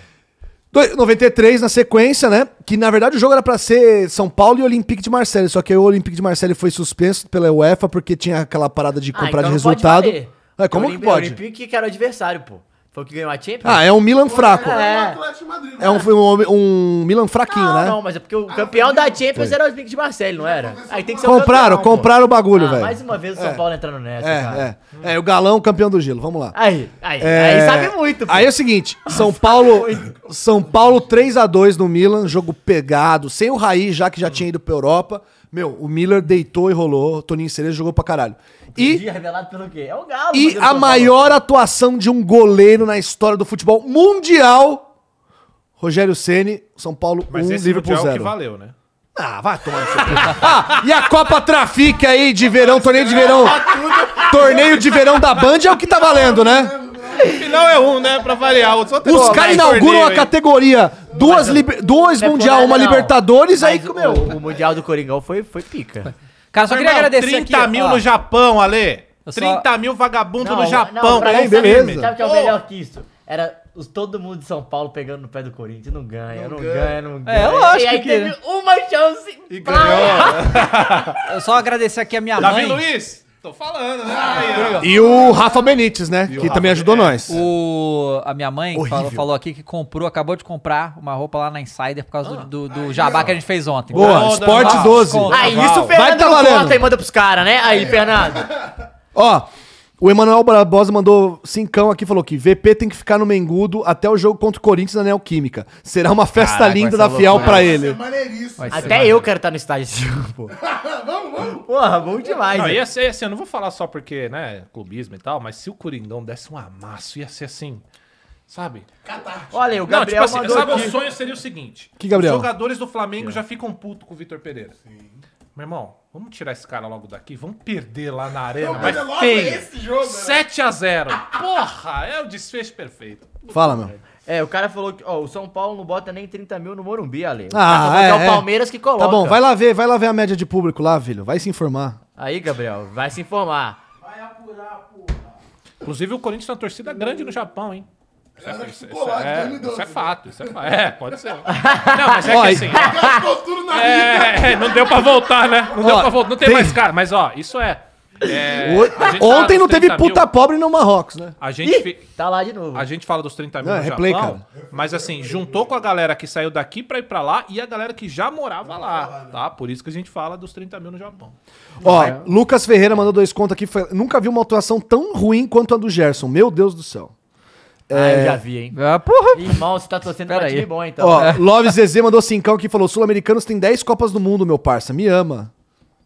Speaker 4: Doi- 93 na sequência, né? Que na verdade o jogo era pra ser São Paulo e Olympique de Marseille. Só que o Olympique de Marseille foi suspenso pela UEFA porque tinha aquela parada de
Speaker 1: Ah,
Speaker 4: comprar
Speaker 1: então
Speaker 4: de
Speaker 1: não
Speaker 4: resultado.
Speaker 1: pode valer.
Speaker 4: é, como que
Speaker 1: Olympi-
Speaker 4: pode?
Speaker 1: Olympique que era o adversário, pô. Foi o que ganhou a Champions.
Speaker 4: Ah, é um Milan fraco.
Speaker 3: É
Speaker 1: É.
Speaker 3: o Atlético de Madrid.
Speaker 4: É um, um- um Milan fraquinho,
Speaker 1: não,
Speaker 4: né?
Speaker 1: não, mas é porque o campeão da Champions era o Olympique de Marseille, não era? Aí tem que ser o
Speaker 4: Compraram,
Speaker 1: campeão, pô.
Speaker 4: compraram o bagulho,
Speaker 1: Ah,
Speaker 4: velho.
Speaker 1: Mais uma vez o São Paulo entrando nessa, cara.
Speaker 4: É, é. É, o galão campeão do gelo. Vamos lá.
Speaker 1: Aí, aí,
Speaker 4: É,
Speaker 1: aí sabe muito, pô.
Speaker 4: Aí é o seguinte, São Paulo, São Paulo 3 a 2 no Milan, jogo pegado, sem o Raí já que já tinha ido pra Europa. Meu, o Miller deitou e rolou, Toninho Cereja jogou pra caralho.
Speaker 1: Um
Speaker 4: E
Speaker 1: dia revelado pelo quê? É o Galo.
Speaker 4: e
Speaker 1: fazendo
Speaker 4: a
Speaker 1: São
Speaker 4: maior atuação de um goleiro na história do futebol mundial. Rogério Ceni, São Paulo 1,
Speaker 6: Mas esse
Speaker 4: Liverpool
Speaker 6: Mundial é o que
Speaker 4: 0.
Speaker 6: valeu, né?
Speaker 4: Ah, vai tomar no seu cu. Ah, e a Copa Trafic aí de verão, torneio de verão. Torneio de verão da Band é o que tá valendo, né?
Speaker 6: Final é um, né? Pra variar. Os,
Speaker 4: Os caras inauguram a categoria. Duas, liber- duas
Speaker 1: Paulo. Não é por
Speaker 4: Mundial,
Speaker 1: nada,
Speaker 4: uma
Speaker 1: não.
Speaker 4: Libertadores, aí
Speaker 1: Mas
Speaker 4: que,
Speaker 1: o-
Speaker 4: meu.
Speaker 1: O, Mundial do Coringão foi, foi pica.
Speaker 2: Cara, só queria agradecer
Speaker 6: 30
Speaker 2: aqui,
Speaker 6: Tá, mil
Speaker 2: ó.
Speaker 6: no Japão, Ale.
Speaker 2: Eu só-
Speaker 6: 30 mil vagabundo no
Speaker 1: não,
Speaker 6: Japão.
Speaker 1: pra
Speaker 4: bem,
Speaker 1: mim, sabe-
Speaker 4: né? beleza.
Speaker 1: Sabe o que é o
Speaker 6: Pô.
Speaker 1: melhor que isso? Era os, todo mundo de São Paulo pegando no pé do Corinthians. Não ganha, não, ganha.
Speaker 4: É,
Speaker 1: não ganha.
Speaker 2: lógico
Speaker 1: E aí
Speaker 2: que-
Speaker 1: teve uma chance. E
Speaker 2: Eu só agradecer aqui a minha
Speaker 6: Davi
Speaker 2: mãe.
Speaker 6: Luiz? Tô falando, né? Aí, ó.
Speaker 4: E o Rafa Benítez, né? que também ajudou nós.
Speaker 2: O, a minha mãe
Speaker 4: Horrível.
Speaker 2: falou, falou aqui que comprou, acabou de comprar uma roupa lá na Insider por causa do, do, do jabá que a gente fez ontem.
Speaker 4: Ah, Boa,
Speaker 6: Não,
Speaker 4: Sport
Speaker 2: não,
Speaker 4: 12.
Speaker 2: não, não.
Speaker 1: Aí
Speaker 2: Vai,
Speaker 1: Ah, isso o
Speaker 4: vai,
Speaker 1: Fernando
Speaker 4: tá
Speaker 1: não
Speaker 4: valendo.
Speaker 1: conta e manda pros caras, né? Aí, Fernando.
Speaker 4: Ó, o Emanuel Barbosa mandou cincão aqui, falou que VP tem que ficar no Mengudo até o jogo contra o Corinthians na Neoquímica. Será uma festa
Speaker 2: Caraca,
Speaker 4: linda
Speaker 2: vai
Speaker 4: da
Speaker 2: ser
Speaker 4: Fiel
Speaker 2: loucura.
Speaker 4: pra
Speaker 3: É
Speaker 4: ele.
Speaker 3: maneiríssimo.
Speaker 2: Vai ser.
Speaker 1: Até eu quero estar no estádio desse jogo, pô.
Speaker 3: vamos, vamos.
Speaker 1: Porra, bom demais.
Speaker 6: Não,
Speaker 1: né?
Speaker 6: ia ser assim, eu não vou falar só porque, né, clubismo e tal, mas se o Coringão desse um amasso, ia ser assim, sabe?
Speaker 1: Olha aí, o
Speaker 6: Não, tipo
Speaker 1: Gabriel
Speaker 6: assim,
Speaker 1: mandou
Speaker 6: sabe,
Speaker 1: aqui.
Speaker 6: o sonho seria o seguinte.
Speaker 4: Que, Gabriel?
Speaker 6: Os jogadores do Flamengo já ficam putos com o Vitor Pereira. Meu irmão, vamos tirar esse cara logo daqui, vamos perder lá na arena,
Speaker 3: Vamos
Speaker 6: mas
Speaker 3: perder é logo
Speaker 6: feio.
Speaker 3: esse jogo, né?
Speaker 6: 7 a 0 Porra, é o desfecho perfeito.
Speaker 4: Fala, meu.
Speaker 1: É, o cara falou que ó, o São Paulo não bota nem 30 mil no Morumbi, Ale. O
Speaker 4: Ah,
Speaker 1: cara falou que
Speaker 4: é,
Speaker 1: é,
Speaker 4: é.
Speaker 1: o Palmeiras que coloca.
Speaker 4: Tá bom, vai lá ver, vai lá ver a média de público lá, filho. Vai se informar.
Speaker 1: Aí, Gabriel, vai se informar.
Speaker 6: Inclusive, o Corinthians tem uma torcida grande no Japão, hein? Isso é, isso- isso
Speaker 3: lá,
Speaker 6: é-
Speaker 3: em 2012,
Speaker 6: isso é fato, isso é fato. É, pode ser. Não, mas é que assim. ó,
Speaker 3: Gastou tudo na vida.
Speaker 6: É, é, não deu pra voltar, né? Não deu
Speaker 4: Ó,
Speaker 6: pra voltar. Não tem,
Speaker 4: tem-
Speaker 6: mais cara, mas ó, isso é. é,
Speaker 4: Oi-
Speaker 6: a gente fala
Speaker 4: Ontem
Speaker 6: dos
Speaker 4: não teve
Speaker 6: 30 mil,
Speaker 4: puta pobre no Marrocos, né?
Speaker 6: A gente, fi-
Speaker 1: Tá lá de novo.
Speaker 6: a gente fala dos 30 mil
Speaker 4: Não, é
Speaker 6: no
Speaker 4: replay,
Speaker 6: Japão, mas assim, juntou com a galera que saiu daqui pra ir pra lá e a galera que já morava lá, tá? Por isso que a gente fala dos 30 mil no Japão.
Speaker 4: Ó,
Speaker 1: é.
Speaker 4: Lucas Ferreira mandou dois contos aqui. fa- Nunca vi uma atuação tão ruim quanto a do Gerson. Meu Deus do céu.
Speaker 1: Ah,
Speaker 4: É.
Speaker 1: eu já vi, hein?
Speaker 2: Ah, porra.
Speaker 1: Irmão, você tá torcendo pra
Speaker 2: Pera aí.
Speaker 1: time bom, então.
Speaker 4: Ó, Love ZZ mandou cincão que falou: Sul-Americanos tem 10 Copas do Mundo, meu parça. Me ama.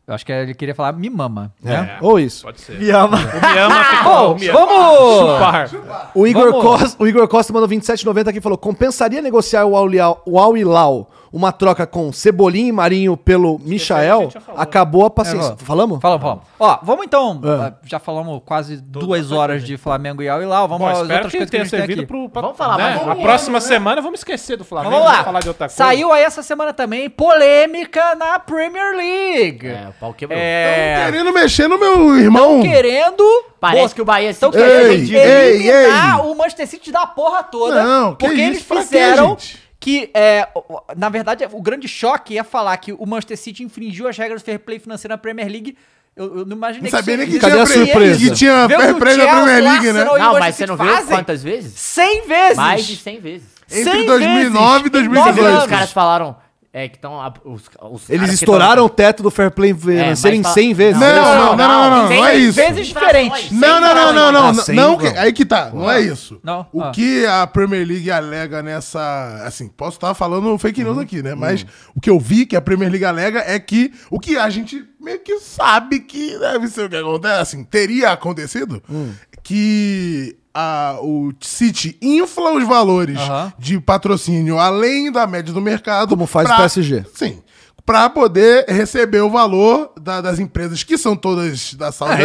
Speaker 4: É.
Speaker 2: Eu acho que ele queria falar me mama. Né?
Speaker 4: Ou isso.
Speaker 6: É. Pode ser.
Speaker 1: Me ama.
Speaker 6: Me ama,
Speaker 2: Bom,
Speaker 6: ficou, me ama.
Speaker 2: vamos!
Speaker 6: Chupar.
Speaker 4: O Igor,
Speaker 2: Vamos.
Speaker 4: Costa, o Igor Costa mandou 27,90 aqui e falou: compensaria negociar o Aulial- o Aulilau uma troca com Cebolinha e Marinho pelo Michael?
Speaker 6: gente já falou.
Speaker 4: Acabou a paciência.
Speaker 2: É, ó.
Speaker 4: Falamos?
Speaker 2: Falamos, falamos. Ó, vamos então.
Speaker 4: Ah.
Speaker 2: ah, Já falamos quase duas horas de Flamengo e Al Hilal. Vamos
Speaker 6: Bom,
Speaker 2: às
Speaker 6: espero
Speaker 2: outras
Speaker 6: que
Speaker 2: coisas que a
Speaker 6: tenha
Speaker 2: gente tem
Speaker 6: servido
Speaker 2: aqui.
Speaker 6: pro... pra-
Speaker 1: Vamos falar, um mas
Speaker 6: Na
Speaker 1: vamos-
Speaker 6: próxima semana vamos esquecer do Flamengo.
Speaker 2: Vamos lá.
Speaker 6: Falar de outra coisa.
Speaker 2: Saiu aí essa semana também polêmica na Premier League.
Speaker 1: É, o pau quebrou.
Speaker 2: É.
Speaker 3: Querendo mexer no meu irmão.
Speaker 2: querendo.
Speaker 1: Parece
Speaker 2: Pô,
Speaker 1: que o Bahia se
Speaker 2: Estão
Speaker 1: quer
Speaker 2: querendo
Speaker 3: Ei,
Speaker 1: vendido.
Speaker 3: ei,
Speaker 2: eliminar o Manchester City da porra toda.
Speaker 3: Não, que
Speaker 2: porque
Speaker 3: isso,
Speaker 2: eles
Speaker 3: pra quê,
Speaker 2: fizeram
Speaker 3: gente?
Speaker 2: que, é, o- o- na verdade, o grande choque é falar que o Manchester City infringiu as regras do fair play financeiro na Premier League. Eu, eu não imaginei
Speaker 3: Não sabia nem que
Speaker 4: Cadê
Speaker 3: tinha,
Speaker 4: a
Speaker 3: pre-
Speaker 4: surpresa?
Speaker 3: que tinha
Speaker 2: Vê o
Speaker 3: fair
Speaker 2: que o
Speaker 3: play na
Speaker 2: Chelsea,
Speaker 3: Premier League, né?
Speaker 2: Arsenal
Speaker 1: Não,
Speaker 2: Hoje
Speaker 1: mas
Speaker 2: vocês
Speaker 1: você não viu
Speaker 2: fazem?
Speaker 1: quantas vezes?
Speaker 2: 100 vezes!
Speaker 1: Mais de 100 vezes.
Speaker 3: Entre 2009 e
Speaker 1: Você viu que
Speaker 3: 2018.
Speaker 1: os caras falaram é, que estão... Os, os
Speaker 4: Eles
Speaker 1: caras que tão-
Speaker 4: estouraram o teto do fair play financeiro
Speaker 1: mas
Speaker 4: em
Speaker 1: fala-
Speaker 4: 100 vezes.
Speaker 3: É,
Speaker 4: Olha
Speaker 3: Não,
Speaker 4: só.
Speaker 3: não, não, não, não, não,
Speaker 2: Cem
Speaker 3: é isso.
Speaker 2: vezes diferentes.
Speaker 3: Não, não, não, não, não.
Speaker 4: Ah,
Speaker 3: não,
Speaker 4: sem,
Speaker 3: não que-
Speaker 4: Igor.
Speaker 3: aí que tá. Não é isso.
Speaker 2: Não,
Speaker 3: O
Speaker 2: ah.
Speaker 3: que a Premier League alega nessa. Assim, posso estar falando fake
Speaker 4: Uhum.
Speaker 3: news aqui, né? Mas o que eu vi que a Premier League alega é que o que a gente meio que sabe que deve ser o que acontece, assim, teria acontecido,
Speaker 4: Hum.
Speaker 3: que. a- o City infla os valores
Speaker 2: Aham.
Speaker 3: de patrocínio além da média do mercado.
Speaker 4: Como faz o PSG.
Speaker 3: Sim. Pra poder receber o valor da- das empresas que são todas da Saudi
Speaker 4: Ah,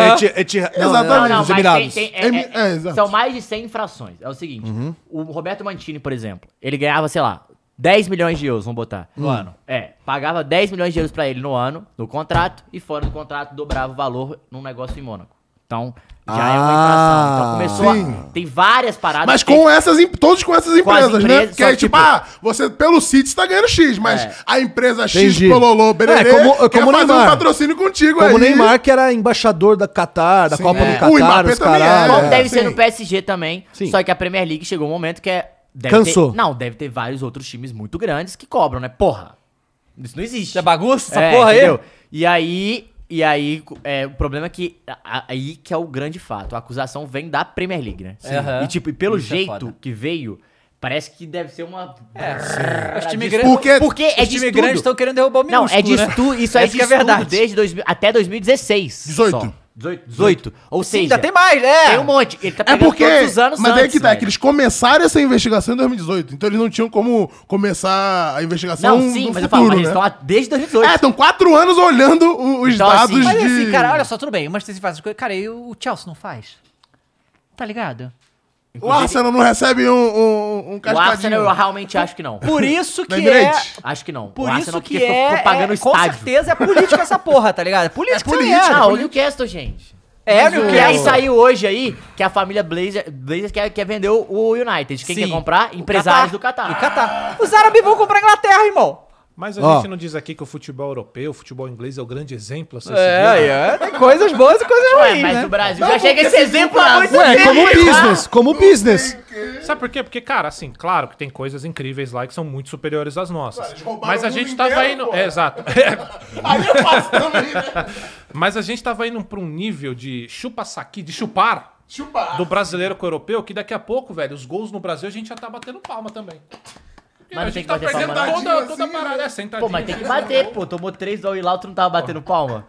Speaker 3: Arábia.
Speaker 4: Etihad, Eti- Eti- não,
Speaker 3: Exatamente.
Speaker 4: não,
Speaker 1: Não, não,
Speaker 4: os
Speaker 1: mas tem,
Speaker 4: Emirados.
Speaker 1: tem- é-
Speaker 3: É mi-
Speaker 1: é-
Speaker 3: é, exato. Uhum.
Speaker 1: são mais de 100 infrações. É o seguinte, o Roberto Mantini, por exemplo, ele ganhava, sei lá, 10 milhões de euros, vamos botar,
Speaker 3: Hum.
Speaker 1: no ano. É, pagava 10 milhões de euros pra ele no ano, no contrato, e fora do contrato dobrava o valor num negócio em Mônaco. Então, já é
Speaker 4: Ah,
Speaker 1: uma infração. Então começou
Speaker 3: sim.
Speaker 1: a, Tem várias paradas.
Speaker 3: Mas
Speaker 1: tem-
Speaker 3: com essas, em- todos com essas
Speaker 1: Com as
Speaker 3: empresas, né?
Speaker 1: empresas,
Speaker 3: Porque
Speaker 1: só
Speaker 3: é
Speaker 1: que,
Speaker 3: tipo,
Speaker 1: tipo,
Speaker 3: ah, você pelo City você tá ganhando X, mas
Speaker 1: É.
Speaker 3: a empresa X,
Speaker 4: Entendi.
Speaker 3: Pololô, Bererê,
Speaker 4: É, como- é como o
Speaker 3: fazer um
Speaker 4: Neymar.
Speaker 3: patrocínio contigo aí.
Speaker 4: Como o Neymar, que era embaixador da Qatar, da
Speaker 3: Sim.
Speaker 4: Copa
Speaker 3: É.
Speaker 4: do
Speaker 3: O
Speaker 4: Catar,
Speaker 3: Mbappé
Speaker 4: os
Speaker 3: também
Speaker 4: caralho.
Speaker 1: Como
Speaker 3: É,
Speaker 1: deve ser
Speaker 3: sim.
Speaker 1: no PSG também.
Speaker 4: Sim.
Speaker 1: Só que a Premier League chegou um momento que é. deve ter-
Speaker 4: Cansou.
Speaker 1: não, deve ter vários outros times muito grandes que cobram, né? Porra. Isso não existe.
Speaker 2: Isso é bagunça, essa
Speaker 1: É,
Speaker 2: porra aí?
Speaker 1: entendeu? E aí. E aí, é, o problema é que. a- Aí que é o grande fato. A acusação vem da Premier League, né?
Speaker 2: Aham.
Speaker 1: E tipo, e pelo
Speaker 2: Isso é
Speaker 1: jeito
Speaker 2: foda.
Speaker 1: que veio, parece que deve ser uma.
Speaker 2: Os times
Speaker 1: Porque-
Speaker 2: grandes.
Speaker 3: Porque-
Speaker 1: Porque é
Speaker 2: os
Speaker 1: de
Speaker 2: times grandes estão querendo derrubar o
Speaker 1: Não,
Speaker 2: minúsculo,
Speaker 1: é disso
Speaker 2: né?
Speaker 1: tudo. Isso aí
Speaker 2: Essa que é
Speaker 1: disso tudo
Speaker 2: verdade.
Speaker 1: desde dois, mil- até 2016.
Speaker 3: 18.
Speaker 1: só. 18. 18. Ou
Speaker 2: Sim,
Speaker 1: seja,
Speaker 2: ainda tem mais, é.
Speaker 1: tem um monte. Ele tá
Speaker 3: É
Speaker 1: pegando
Speaker 3: porque.
Speaker 1: todos os anos
Speaker 3: mas
Speaker 1: antes, né?
Speaker 3: é que tá,
Speaker 1: velho.
Speaker 3: que eles começaram essa investigação em 2018. Então eles não tinham como começar a investigação.
Speaker 2: um
Speaker 1: Não, sim,
Speaker 3: no
Speaker 1: mas eu falo,
Speaker 3: futuro,
Speaker 1: mas eles
Speaker 3: né?
Speaker 1: estão lá desde 2018.
Speaker 3: É, estão quatro anos olhando o- os
Speaker 1: Então,
Speaker 3: dados
Speaker 1: assim,
Speaker 2: Mas
Speaker 3: de.
Speaker 2: assim, cara, olha só, tudo bem. O Manchester City faz as coisas. Cara, e o Chelsea não faz? Tá ligado?
Speaker 3: o Arsenal não recebe um, um, um
Speaker 1: o Arsenal eu
Speaker 3: cascadinho.
Speaker 1: realmente acho que não.
Speaker 2: Por isso
Speaker 3: Na
Speaker 2: que é.
Speaker 3: direita.
Speaker 1: Acho que não.
Speaker 2: Por
Speaker 1: o
Speaker 2: isso
Speaker 1: Arsenal
Speaker 2: que
Speaker 1: ficou
Speaker 2: é.
Speaker 1: pagando
Speaker 2: é-
Speaker 1: o
Speaker 2: com
Speaker 1: estádio.
Speaker 2: certeza é política essa porra, tá ligado? É política, essa merda.
Speaker 1: Não, o Newcastle, gente.
Speaker 2: É,
Speaker 1: Mas
Speaker 2: Newcastle.
Speaker 1: o- E aí saiu hoje aí que a família Blazer, Blazers quer, quer vender o- o United. Quem
Speaker 2: Sim.
Speaker 1: quer comprar?
Speaker 2: O
Speaker 1: Empresários do
Speaker 2: Do
Speaker 1: Qatar.
Speaker 2: Catar. Os árabes vão comprar a Inglaterra, irmão.
Speaker 6: Mas a
Speaker 4: Ó.
Speaker 6: gente não diz aqui que o futebol europeu, o futebol inglês é o grande exemplo a ser seguido.
Speaker 2: É, é. Tem coisas boas e coisas
Speaker 1: Ué,
Speaker 2: ruins,
Speaker 1: mas
Speaker 2: né?
Speaker 1: o Brasil já chega esse exemplo há muito
Speaker 4: Ué,
Speaker 1: tempo,
Speaker 4: É, como
Speaker 1: já.
Speaker 4: business, como business.
Speaker 6: Sabe por quê? Porque, cara, assim, claro que tem coisas incríveis lá que são muito superiores às nossas.
Speaker 3: eles roubaram
Speaker 6: Mas a
Speaker 3: o
Speaker 6: gente
Speaker 3: mundo
Speaker 6: tava
Speaker 3: inteiro,
Speaker 6: indo.
Speaker 3: pô.
Speaker 6: É, exato.
Speaker 3: Aí eu faço também, né?
Speaker 6: Mas a gente tava indo pra um nível de chupa-saqui, de chupar.
Speaker 3: Chupa.
Speaker 6: Do brasileiro com o europeu, que daqui a pouco, velho, os gols no Brasil a gente já tá batendo palma também. E
Speaker 1: Mas não
Speaker 6: a
Speaker 1: tem
Speaker 6: gente
Speaker 1: que
Speaker 6: tá
Speaker 1: bater
Speaker 6: perdendo
Speaker 1: palma, assim,
Speaker 3: não.
Speaker 6: toda, toda a
Speaker 3: Sentadinho
Speaker 6: parada. É,
Speaker 1: né? Pô,
Speaker 6: sentadinho.
Speaker 1: mas tem que bater, pô. Tomou três do Ilau, tu não tava batendo palma.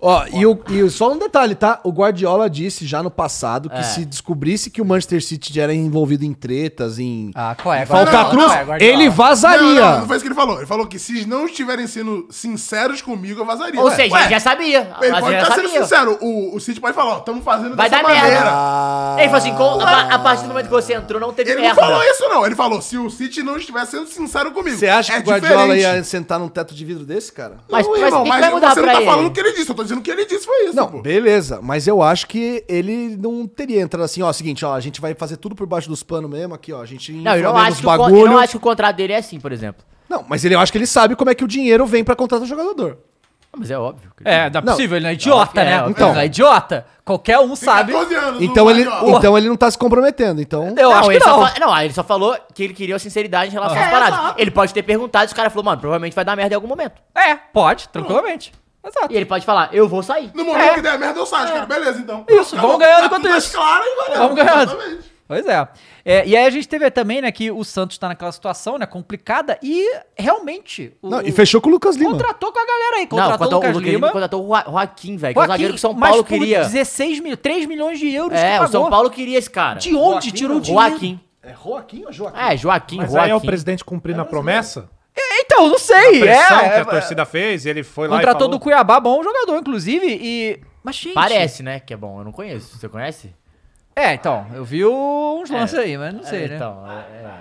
Speaker 4: Ó, e, o- e só um detalhe, tá? O Guardiola disse já no passado que
Speaker 1: É.
Speaker 4: se descobrisse que o Manchester City era envolvido em tretas, em
Speaker 2: Ah, qual é?
Speaker 4: falcatruz, ele
Speaker 3: Não,
Speaker 4: vazaria.
Speaker 3: não, não foi isso que ele falou. Ele falou que se não estiverem sendo sinceros comigo, eu vazaria.
Speaker 1: Ou
Speaker 3: Ué,
Speaker 1: seja,
Speaker 3: ué,
Speaker 1: ele já sabia.
Speaker 3: Ele
Speaker 1: mas
Speaker 3: pode
Speaker 1: já
Speaker 3: estar sendo
Speaker 1: sabia.
Speaker 3: sincero. O, o City pode falar, ó, estamos fazendo
Speaker 1: Vai
Speaker 3: dessa
Speaker 1: dar merda.
Speaker 3: maneira.
Speaker 4: Ah,
Speaker 1: Ele falou assim, com- a, a partir do momento que você entrou, não teve
Speaker 3: Ele não
Speaker 1: merda.
Speaker 3: falou isso, não. Ele falou, se o City não estiver sendo sincero comigo.
Speaker 4: Você acha
Speaker 3: É
Speaker 4: que o Guardiola
Speaker 3: diferente.
Speaker 4: ia sentar num teto de vidro desse, cara?
Speaker 1: Mas,
Speaker 3: Não,
Speaker 1: mas
Speaker 3: irmão,
Speaker 1: o que que vai mudar
Speaker 3: você não
Speaker 1: pra
Speaker 3: tá
Speaker 1: ele?
Speaker 3: falando o que ele disse, eu tô dizendo que ele disse foi isso,
Speaker 4: Não,
Speaker 3: pô.
Speaker 4: beleza, mas eu acho que ele não teria entrado assim, ó, seguinte, ó, a gente vai fazer tudo por baixo dos panos mesmo aqui, ó, a gente
Speaker 1: Não, eu não,
Speaker 4: infla mesmo
Speaker 1: acho
Speaker 4: os
Speaker 1: que o, con- eu não acho que o contrato dele é assim, por exemplo.
Speaker 4: Não, mas ele, eu acho que ele sabe como é que o dinheiro vem pra contratar o jogador.
Speaker 1: Ah, Mas é óbvio. cara.
Speaker 2: É, dá
Speaker 4: Não.
Speaker 2: possível, ele não é idiota,
Speaker 1: É,
Speaker 2: né?
Speaker 1: óbvio.
Speaker 2: Então, ele não é idiota. Qualquer um
Speaker 3: Tem
Speaker 2: sabe.
Speaker 3: 14 anos,
Speaker 4: Então
Speaker 3: o
Speaker 4: ele,
Speaker 3: Guardiola.
Speaker 4: então ele não tá se comprometendo, então...
Speaker 2: Eu acho que
Speaker 1: ele
Speaker 2: não. É,
Speaker 1: Só fa- não, ele só falou que ele queria sinceridade em relação às paradas. Ele pode ter perguntado e os caras falaram, mano, provavelmente vai dar merda em algum momento.
Speaker 2: É, pode, tranquilamente. Exato.
Speaker 1: E ele pode falar, eu vou sair.
Speaker 3: No momento que der merda, eu saio, cara. Beleza, então.
Speaker 2: Isso,
Speaker 3: Acabou.
Speaker 2: vamos ganhando
Speaker 3: Tá
Speaker 2: enquanto
Speaker 3: tudo mais
Speaker 2: isso.
Speaker 3: Claro, e valeu.
Speaker 2: Vamos ganhando.
Speaker 3: Exatamente.
Speaker 2: Pois é. É, E aí a gente teve também, né, que o Santos tá naquela situação, né, complicada e realmente o,
Speaker 4: Não, e fechou com o Lucas Lima.
Speaker 2: contratou com a galera aí,
Speaker 1: Não,
Speaker 2: contratou
Speaker 1: contratou
Speaker 2: o Lucas Lima.
Speaker 1: contratou o Joa- Joaquim, velho, que é o
Speaker 2: Joaquim,
Speaker 1: zagueiro que São
Speaker 2: mas
Speaker 1: Paulo
Speaker 2: por
Speaker 1: queria.
Speaker 2: 16 mil, 3 milhões de euros
Speaker 1: É,
Speaker 2: que
Speaker 1: o São Paulo queria esse cara.
Speaker 2: De onde tirou o dinheiro?
Speaker 1: Joaquim.
Speaker 4: É Joaquim ou Joaquim?
Speaker 1: É, Joaquim,
Speaker 6: Mas
Speaker 1: Joaquim.
Speaker 6: aí é o presidente cumprindo a promessa,
Speaker 2: Então, não sei.
Speaker 6: pressão
Speaker 2: é,
Speaker 6: que a
Speaker 2: é,
Speaker 6: torcida fez, e ele foi lá e
Speaker 2: Contratou do
Speaker 6: falou.
Speaker 2: Cuiabá, bom jogador, inclusive, e... Mas, gente...
Speaker 1: Parece, né? Que é bom, eu não conheço. Você conhece?
Speaker 2: É, então, eu vi uns lances aí, mas não sei,
Speaker 1: É,
Speaker 2: né?
Speaker 1: Então, é. é.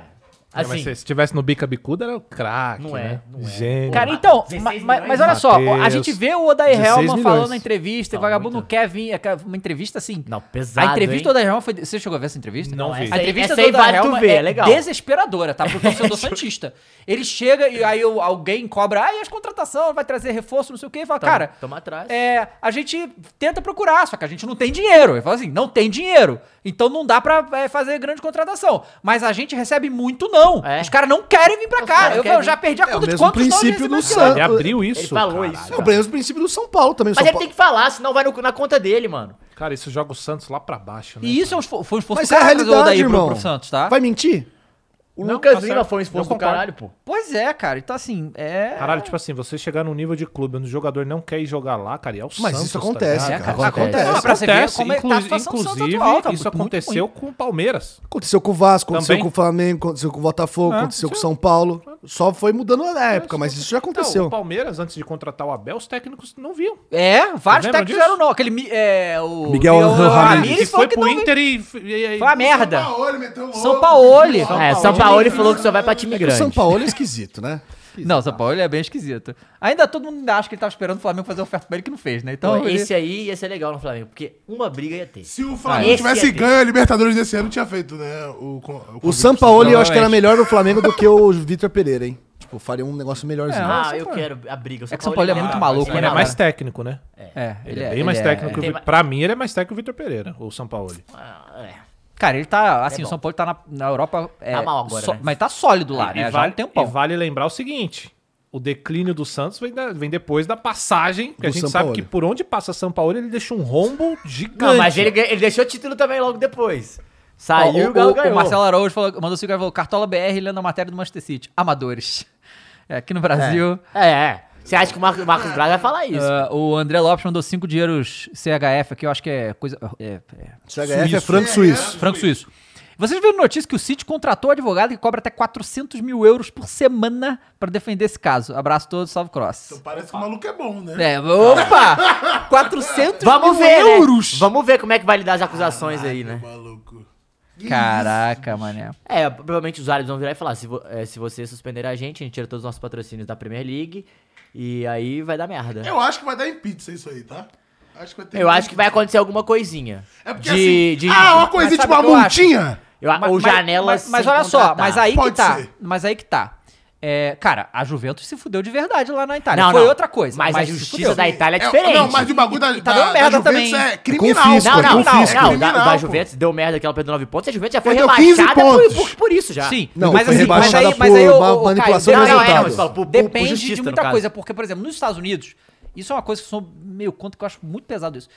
Speaker 6: É, mas
Speaker 1: Assim,
Speaker 6: se, se tivesse no Bica Bicuda, era o craque,
Speaker 1: Não é,
Speaker 6: né?
Speaker 1: não é.
Speaker 6: Gênio.
Speaker 2: Cara, então,
Speaker 1: 16
Speaker 2: ma- ma-
Speaker 1: milhões,
Speaker 2: mas olha só, a
Speaker 6: Matheus.
Speaker 2: gente vê o Odair
Speaker 6: 16
Speaker 2: Helman falando
Speaker 6: milhões.
Speaker 2: na entrevista, e
Speaker 1: Não,
Speaker 2: vagabundo
Speaker 1: Tá muito.
Speaker 2: não quer vir, é que uma entrevista assim.
Speaker 1: Não, pesado,
Speaker 2: A entrevista
Speaker 1: hein?
Speaker 2: do Odair Helman foi. Você chegou a ver essa entrevista?
Speaker 6: Não vi.
Speaker 1: essa
Speaker 2: A
Speaker 1: aí-
Speaker 2: entrevista
Speaker 1: essa
Speaker 2: do
Speaker 1: aí
Speaker 2: Odair
Speaker 1: vale tu
Speaker 2: Helman
Speaker 1: ver,
Speaker 2: é
Speaker 1: é legal.
Speaker 2: desesperador, tá? Pro torcedor santista. Ele chega e aí o- alguém cobra, ah, e as contratações, vai trazer reforço, não sei o quê, e fala,
Speaker 1: Tamo-
Speaker 2: cara,
Speaker 1: tamo atrás.
Speaker 2: é, a gente tenta procurar, só que a gente não tem dinheiro. Ele fala assim, não tem dinheiro. Então não dá pra é, fazer grande contratação. Mas a gente recebe muito não.
Speaker 1: É.
Speaker 2: Os caras não querem vir pra
Speaker 1: Os
Speaker 2: cá.
Speaker 1: caras
Speaker 2: Eu,
Speaker 1: querem
Speaker 2: eu já
Speaker 1: vir.
Speaker 2: perdi a
Speaker 4: É o
Speaker 2: conta de
Speaker 4: mesmo
Speaker 2: quantos nós
Speaker 4: princípio
Speaker 2: recebemos
Speaker 4: do
Speaker 2: esse ano.
Speaker 4: Santos.
Speaker 6: Ele abriu isso,
Speaker 1: ele falou
Speaker 6: caralho.
Speaker 1: isso.
Speaker 4: É o mesmo princípio do São Paulo também. o
Speaker 1: Mas
Speaker 4: São
Speaker 1: ele
Speaker 4: Paulo...
Speaker 1: tem que falar, senão vai no- na conta dele, mano.
Speaker 6: Cara, isso joga o Santos lá pra baixo, né?
Speaker 2: E isso é um esfor- foi um esforço
Speaker 4: Mas é a
Speaker 2: caralho do
Speaker 4: realidade,
Speaker 2: Odair pro-
Speaker 4: irmão.
Speaker 2: pro Santos, tá?
Speaker 4: Vai mentir?
Speaker 1: O
Speaker 6: Não,
Speaker 1: Lucas
Speaker 6: tá
Speaker 1: Lima
Speaker 6: certo.
Speaker 1: foi um esforço
Speaker 6: Eu
Speaker 1: do
Speaker 6: concordo.
Speaker 1: caralho, pô.
Speaker 2: Pois é, cara. Então, assim, é.
Speaker 6: Caralho, tipo assim, você chegar num nível de clube onde o jogador não quer ir jogar lá, cara, e é o Santos,
Speaker 4: Mas isso
Speaker 6: tá
Speaker 4: acontece,
Speaker 6: ligado?
Speaker 4: cara.
Speaker 1: cara.
Speaker 4: Acontece.
Speaker 2: é, Não, pra você ver como é que tá a
Speaker 6: inclu-
Speaker 2: situação do Santos
Speaker 6: inclusive,
Speaker 2: atual, tá
Speaker 6: isso
Speaker 2: muito
Speaker 6: aconteceu com o Palmeiras.
Speaker 4: Aconteceu com o Vasco, aconteceu
Speaker 6: Também.
Speaker 4: com o Flamengo, aconteceu com o Botafogo,
Speaker 6: É,
Speaker 4: aconteceu com o
Speaker 6: sim.
Speaker 4: São Paulo. Só foi mudando a época,
Speaker 6: isso
Speaker 4: É, mas isso já
Speaker 6: Não,
Speaker 4: aconteceu.
Speaker 6: o Palmeiras, antes de contratar o Abel, os técnicos não viam.
Speaker 2: É, vários
Speaker 6: Lembra
Speaker 2: técnicos
Speaker 6: disso?
Speaker 2: fizeram não. Aquele. mi- É, o
Speaker 4: Miguel Angel Ramírez.
Speaker 6: que
Speaker 2: Ramírez
Speaker 6: foi
Speaker 2: falou que
Speaker 6: pro
Speaker 2: não, hein?
Speaker 6: Inter e... e- e-
Speaker 2: Foi uma merda.
Speaker 3: São Paulo, ele meteu louco.
Speaker 2: São Paoli.
Speaker 1: É, São Paulo ele falou que só vai
Speaker 6: um
Speaker 1: pra time
Speaker 4: O
Speaker 1: grande.
Speaker 4: São Paulo é esquisito, né?
Speaker 2: Não, São Paulo ele é bem esquisito. Ainda todo mundo ainda acha que ele tava esperando o Flamengo fazer oferta pra ele que não fez, né? Então.
Speaker 1: Pô,
Speaker 2: ele-
Speaker 1: esse aí ia ser legal no Flamengo, porque uma briga ia ter.
Speaker 3: Se o Flamengo
Speaker 1: Ah, esse
Speaker 3: tivesse
Speaker 1: é dele.
Speaker 3: ganho a Libertadores desse ano, tinha feito, né? O, con-
Speaker 4: O
Speaker 3: convite.
Speaker 4: São Paulo eu acho que era melhor no Flamengo do que o Vitor Pereira, hein? Tipo, faria um negócio melhorzinho.
Speaker 1: Ah,
Speaker 2: São
Speaker 1: eu
Speaker 2: Paulo.
Speaker 1: quero a briga.
Speaker 2: É que São Paulo é muito maluco,
Speaker 6: Ele é
Speaker 2: Não,
Speaker 6: mais
Speaker 2: cara.
Speaker 6: técnico, né?
Speaker 2: É,
Speaker 6: Ele é bem mais técnico. que o
Speaker 1: Tem
Speaker 6: Vi-
Speaker 1: mais-
Speaker 6: Pra mim, ele é mais técnico que o Vitor Pereira, o São Paulo.
Speaker 1: Ah,
Speaker 2: Cara, ele tá. Assim, o
Speaker 1: É bom.
Speaker 2: São Paulo tá na, na Europa. É,
Speaker 1: Tá mal agora, né?
Speaker 2: Mas tá sólido lá,
Speaker 6: E
Speaker 2: né? Já há
Speaker 6: vale,
Speaker 2: um tempão.
Speaker 6: e vale lembrar o seguinte: o declínio do Santos vem, da- vem depois da passagem, que a
Speaker 4: Do
Speaker 6: gente
Speaker 4: São
Speaker 6: sabe
Speaker 4: Paulo.
Speaker 6: que por onde passa São Paulo, ele deixa um rombo gigante.
Speaker 1: Não, mas ele, ganha- ele deixou o título também logo depois.
Speaker 2: Ó,
Speaker 1: Saiu,
Speaker 2: Tá, o,
Speaker 1: o Galo
Speaker 2: o-
Speaker 1: ganhou.
Speaker 2: o Marcelo Araújo falou, mandou cinco reais e falou: Cartola BR lendo a matéria do Manchester City. Amadores. É, aqui no Brasil.
Speaker 1: É, é. Você acha que o Marcos, Marcos Braz vai falar isso?
Speaker 2: Ah, o André Lopes mandou 5 dinheiros CHF aqui, eu acho que é coisa. É, é,
Speaker 4: CHF é franco suíço.
Speaker 2: franco suíço. Vocês viram notícia que o City contratou advogado que cobra até 400 mil euros por semana pra defender esse caso. Abraço todo, salve Cross.
Speaker 3: Parece que o maluco é bom, né?
Speaker 2: É, opa! 400
Speaker 1: Vamos
Speaker 2: mil
Speaker 1: ver, né?
Speaker 2: euros!
Speaker 1: Vamos ver como é que vai lidar as acusações aí, né?
Speaker 3: Maluco.
Speaker 2: né? Caraca, mané.
Speaker 1: É, provavelmente os árabes vão virar e falar, se, vo é, se você suspender a gente, a gente tira todos os nossos patrocínios da Premier League e aí vai dar merda. Eu,
Speaker 3: Eu acho que vai dar em pizza isso aí, tá? Acho que vai ter
Speaker 1: acho que vai acontecer alguma coisinha.
Speaker 3: É porque
Speaker 1: de,
Speaker 3: assim.
Speaker 1: de-
Speaker 3: ah, uma
Speaker 1: de-
Speaker 3: coisinha
Speaker 2: sabe
Speaker 3: tipo uma
Speaker 2: o que eu acho?
Speaker 3: multinha.
Speaker 1: eu,
Speaker 2: Ma-
Speaker 1: ou
Speaker 2: mas-
Speaker 1: janelas
Speaker 2: Mas, mas
Speaker 1: sem
Speaker 2: olha só,
Speaker 1: contratar.
Speaker 2: mas aí que
Speaker 3: Pode
Speaker 2: tá.
Speaker 3: ser.
Speaker 2: Mas aí que tá. É, cara, a Juventus se fudeu de verdade lá na Itália.
Speaker 1: Não,
Speaker 2: Foi
Speaker 1: não.
Speaker 2: outra coisa.
Speaker 1: Mas, a
Speaker 2: se
Speaker 1: justiça
Speaker 2: fudeu.
Speaker 1: da Itália é
Speaker 3: É,
Speaker 1: diferente.
Speaker 3: Não, mas o bagulho da,
Speaker 2: E tá
Speaker 3: da,
Speaker 2: dando merda
Speaker 3: da Juventus
Speaker 2: também.
Speaker 3: é criminal.
Speaker 4: confisco,
Speaker 1: Não,
Speaker 4: Pô,
Speaker 1: não,
Speaker 4: com
Speaker 1: não,
Speaker 4: fisco,
Speaker 1: não,
Speaker 3: é criminal,
Speaker 1: da, da
Speaker 3: pô.
Speaker 1: Juventus deu merda aquela perdeu 9 pontos, a Juventus já foi
Speaker 3: Perdeu 15
Speaker 1: rebaixada por,
Speaker 3: pontos.
Speaker 1: por, por isso já.
Speaker 2: Sim,
Speaker 4: Não,
Speaker 2: mas,
Speaker 4: foi
Speaker 2: assim, mas
Speaker 4: rebaixada
Speaker 2: aí, mas aí
Speaker 4: por
Speaker 2: o-
Speaker 4: ma-
Speaker 2: o- o
Speaker 4: manipulação
Speaker 2: Caio,
Speaker 1: de
Speaker 2: não, não, é,
Speaker 1: resultados.
Speaker 2: não, isso fala, por- por-
Speaker 1: Depende
Speaker 2: por
Speaker 1: de
Speaker 2: justiça, de
Speaker 1: muita
Speaker 2: muita
Speaker 1: coisa,
Speaker 2: coisa, porque, por exemplo, nos Estados Unidos, isso é uma coisa que eu sou meio contra, que eu acho muito pesado isso.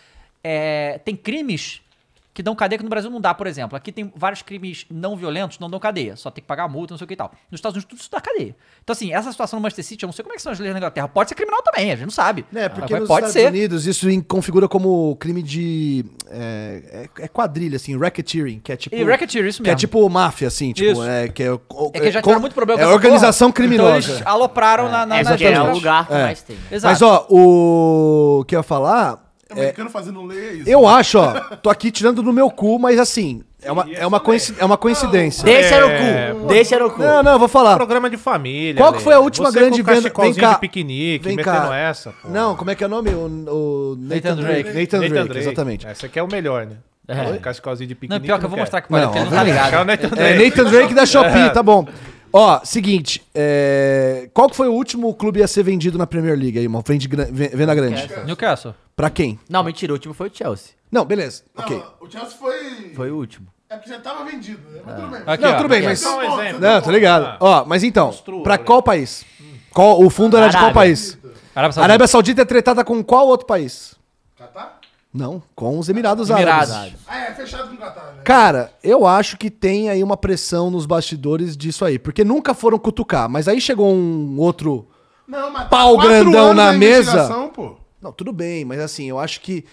Speaker 2: É, tem crimes que que dão cadeia que no Brasil não dá, por exemplo. Aqui tem vários crimes não violentos, não dão cadeia, só tem que pagar multa, não sei o que e tal. Nos Estados Unidos tudo isso dá cadeia. Então, assim, essa situação no Manchester City, eu não sei como é que são as leis na Inglaterra. Pode ser criminal também, a gente não sabe.
Speaker 4: É, porque
Speaker 2: Ah, Mas
Speaker 4: nos
Speaker 2: pode
Speaker 4: Estados
Speaker 2: ser.
Speaker 4: Unidos isso em- configura como crime de. É, é- é quadrilha, assim, racketeering, que é tipo.
Speaker 2: E racketeering, isso
Speaker 4: Que é
Speaker 2: mesmo.
Speaker 4: tipo máfia, assim, tipo,
Speaker 2: Isso.
Speaker 4: é que é. o-
Speaker 2: É que já
Speaker 4: con-
Speaker 2: tiveram muito problema
Speaker 4: É
Speaker 2: essa
Speaker 4: organização
Speaker 2: porra.
Speaker 4: criminosa.
Speaker 2: Então, eles alopraram na, na,
Speaker 1: É
Speaker 2: na
Speaker 1: porque é o
Speaker 2: nas-
Speaker 1: lugar que
Speaker 4: É.
Speaker 1: mais tem.
Speaker 2: Exato.
Speaker 4: Mas, ó, o que eu ia falar.
Speaker 3: O americano fazendo lei é isso.
Speaker 4: Eu acho, ó, tô aqui tirando do meu cu, mas assim, é uma, é uma, coinci- é uma coincidência.
Speaker 1: Deixa no
Speaker 2: É.
Speaker 1: cu, deixa no cu.
Speaker 4: Não, não, eu vou falar.
Speaker 6: Um Programa de família.
Speaker 4: Qual que
Speaker 6: Ale.
Speaker 4: foi a última
Speaker 6: Você
Speaker 4: grande
Speaker 6: com
Speaker 4: venda-
Speaker 6: cachecolzinho
Speaker 4: Vem cá.
Speaker 6: de piquenique,
Speaker 4: Vem
Speaker 6: metendo
Speaker 4: cá.
Speaker 6: essa. pô.
Speaker 4: Não, como é que é o nome? O, o Nathan,
Speaker 2: Nathan
Speaker 4: Drake.
Speaker 2: Drake.
Speaker 4: Nathan,
Speaker 6: Nathan
Speaker 4: Drake,
Speaker 6: Drake.
Speaker 4: exatamente.
Speaker 6: Essa aqui é o melhor, né? É. O cachecolzinho de
Speaker 2: Não,
Speaker 6: piquenique.
Speaker 2: pior que eu vou
Speaker 6: quer.
Speaker 2: mostrar que pode,
Speaker 4: Não,
Speaker 2: porque ele não tá
Speaker 6: É o
Speaker 2: ligado.
Speaker 6: Nathan
Speaker 4: É,
Speaker 6: Drake.
Speaker 4: Nathan Drake da
Speaker 6: É.
Speaker 4: Shopee, tá bom. Ó, seguinte, é, qual que foi o último clube a ser vendido na Premier League aí, irmão? Vende, gran- ve- venda grande.
Speaker 2: Newcastle.
Speaker 4: Pra quem?
Speaker 1: Não, mentira, o último foi o Chelsea.
Speaker 4: Não, beleza,
Speaker 3: Não,
Speaker 4: ok.
Speaker 3: o Chelsea foi...
Speaker 1: Foi o último.
Speaker 3: É porque já tava vendido, né? Mas tudo bem.
Speaker 2: Aqui,
Speaker 4: Não,
Speaker 2: ó.
Speaker 4: tudo bem,
Speaker 3: Você
Speaker 4: mas...
Speaker 3: deu um
Speaker 6: Não,
Speaker 3: ponto,
Speaker 6: exemplo.
Speaker 3: você deu um
Speaker 4: Não, tá
Speaker 3: ponto.
Speaker 6: Ah.
Speaker 4: ligado. Ó, mas então, pra qual país? Qual, o fundo era de qual
Speaker 1: Arábia.
Speaker 4: país?
Speaker 2: né? Arábia
Speaker 4: A
Speaker 2: Saudita.
Speaker 4: Arábia Saudita é tretada com qual outro país?
Speaker 3: Catar?
Speaker 4: Não, com os Emirados Árabes.
Speaker 2: Emirados.
Speaker 3: Ah, é, fechado com o Catar, né?
Speaker 4: Cara, eu acho que tem aí uma pressão nos bastidores disso aí, porque nunca foram cutucar, mas aí chegou um outro.
Speaker 3: Não, mas tá
Speaker 4: Pau
Speaker 3: quatro
Speaker 4: grandão
Speaker 3: anos
Speaker 4: na
Speaker 3: da
Speaker 4: mesa.
Speaker 3: investigação, pô.
Speaker 4: Não, tudo bem, mas assim, eu acho que.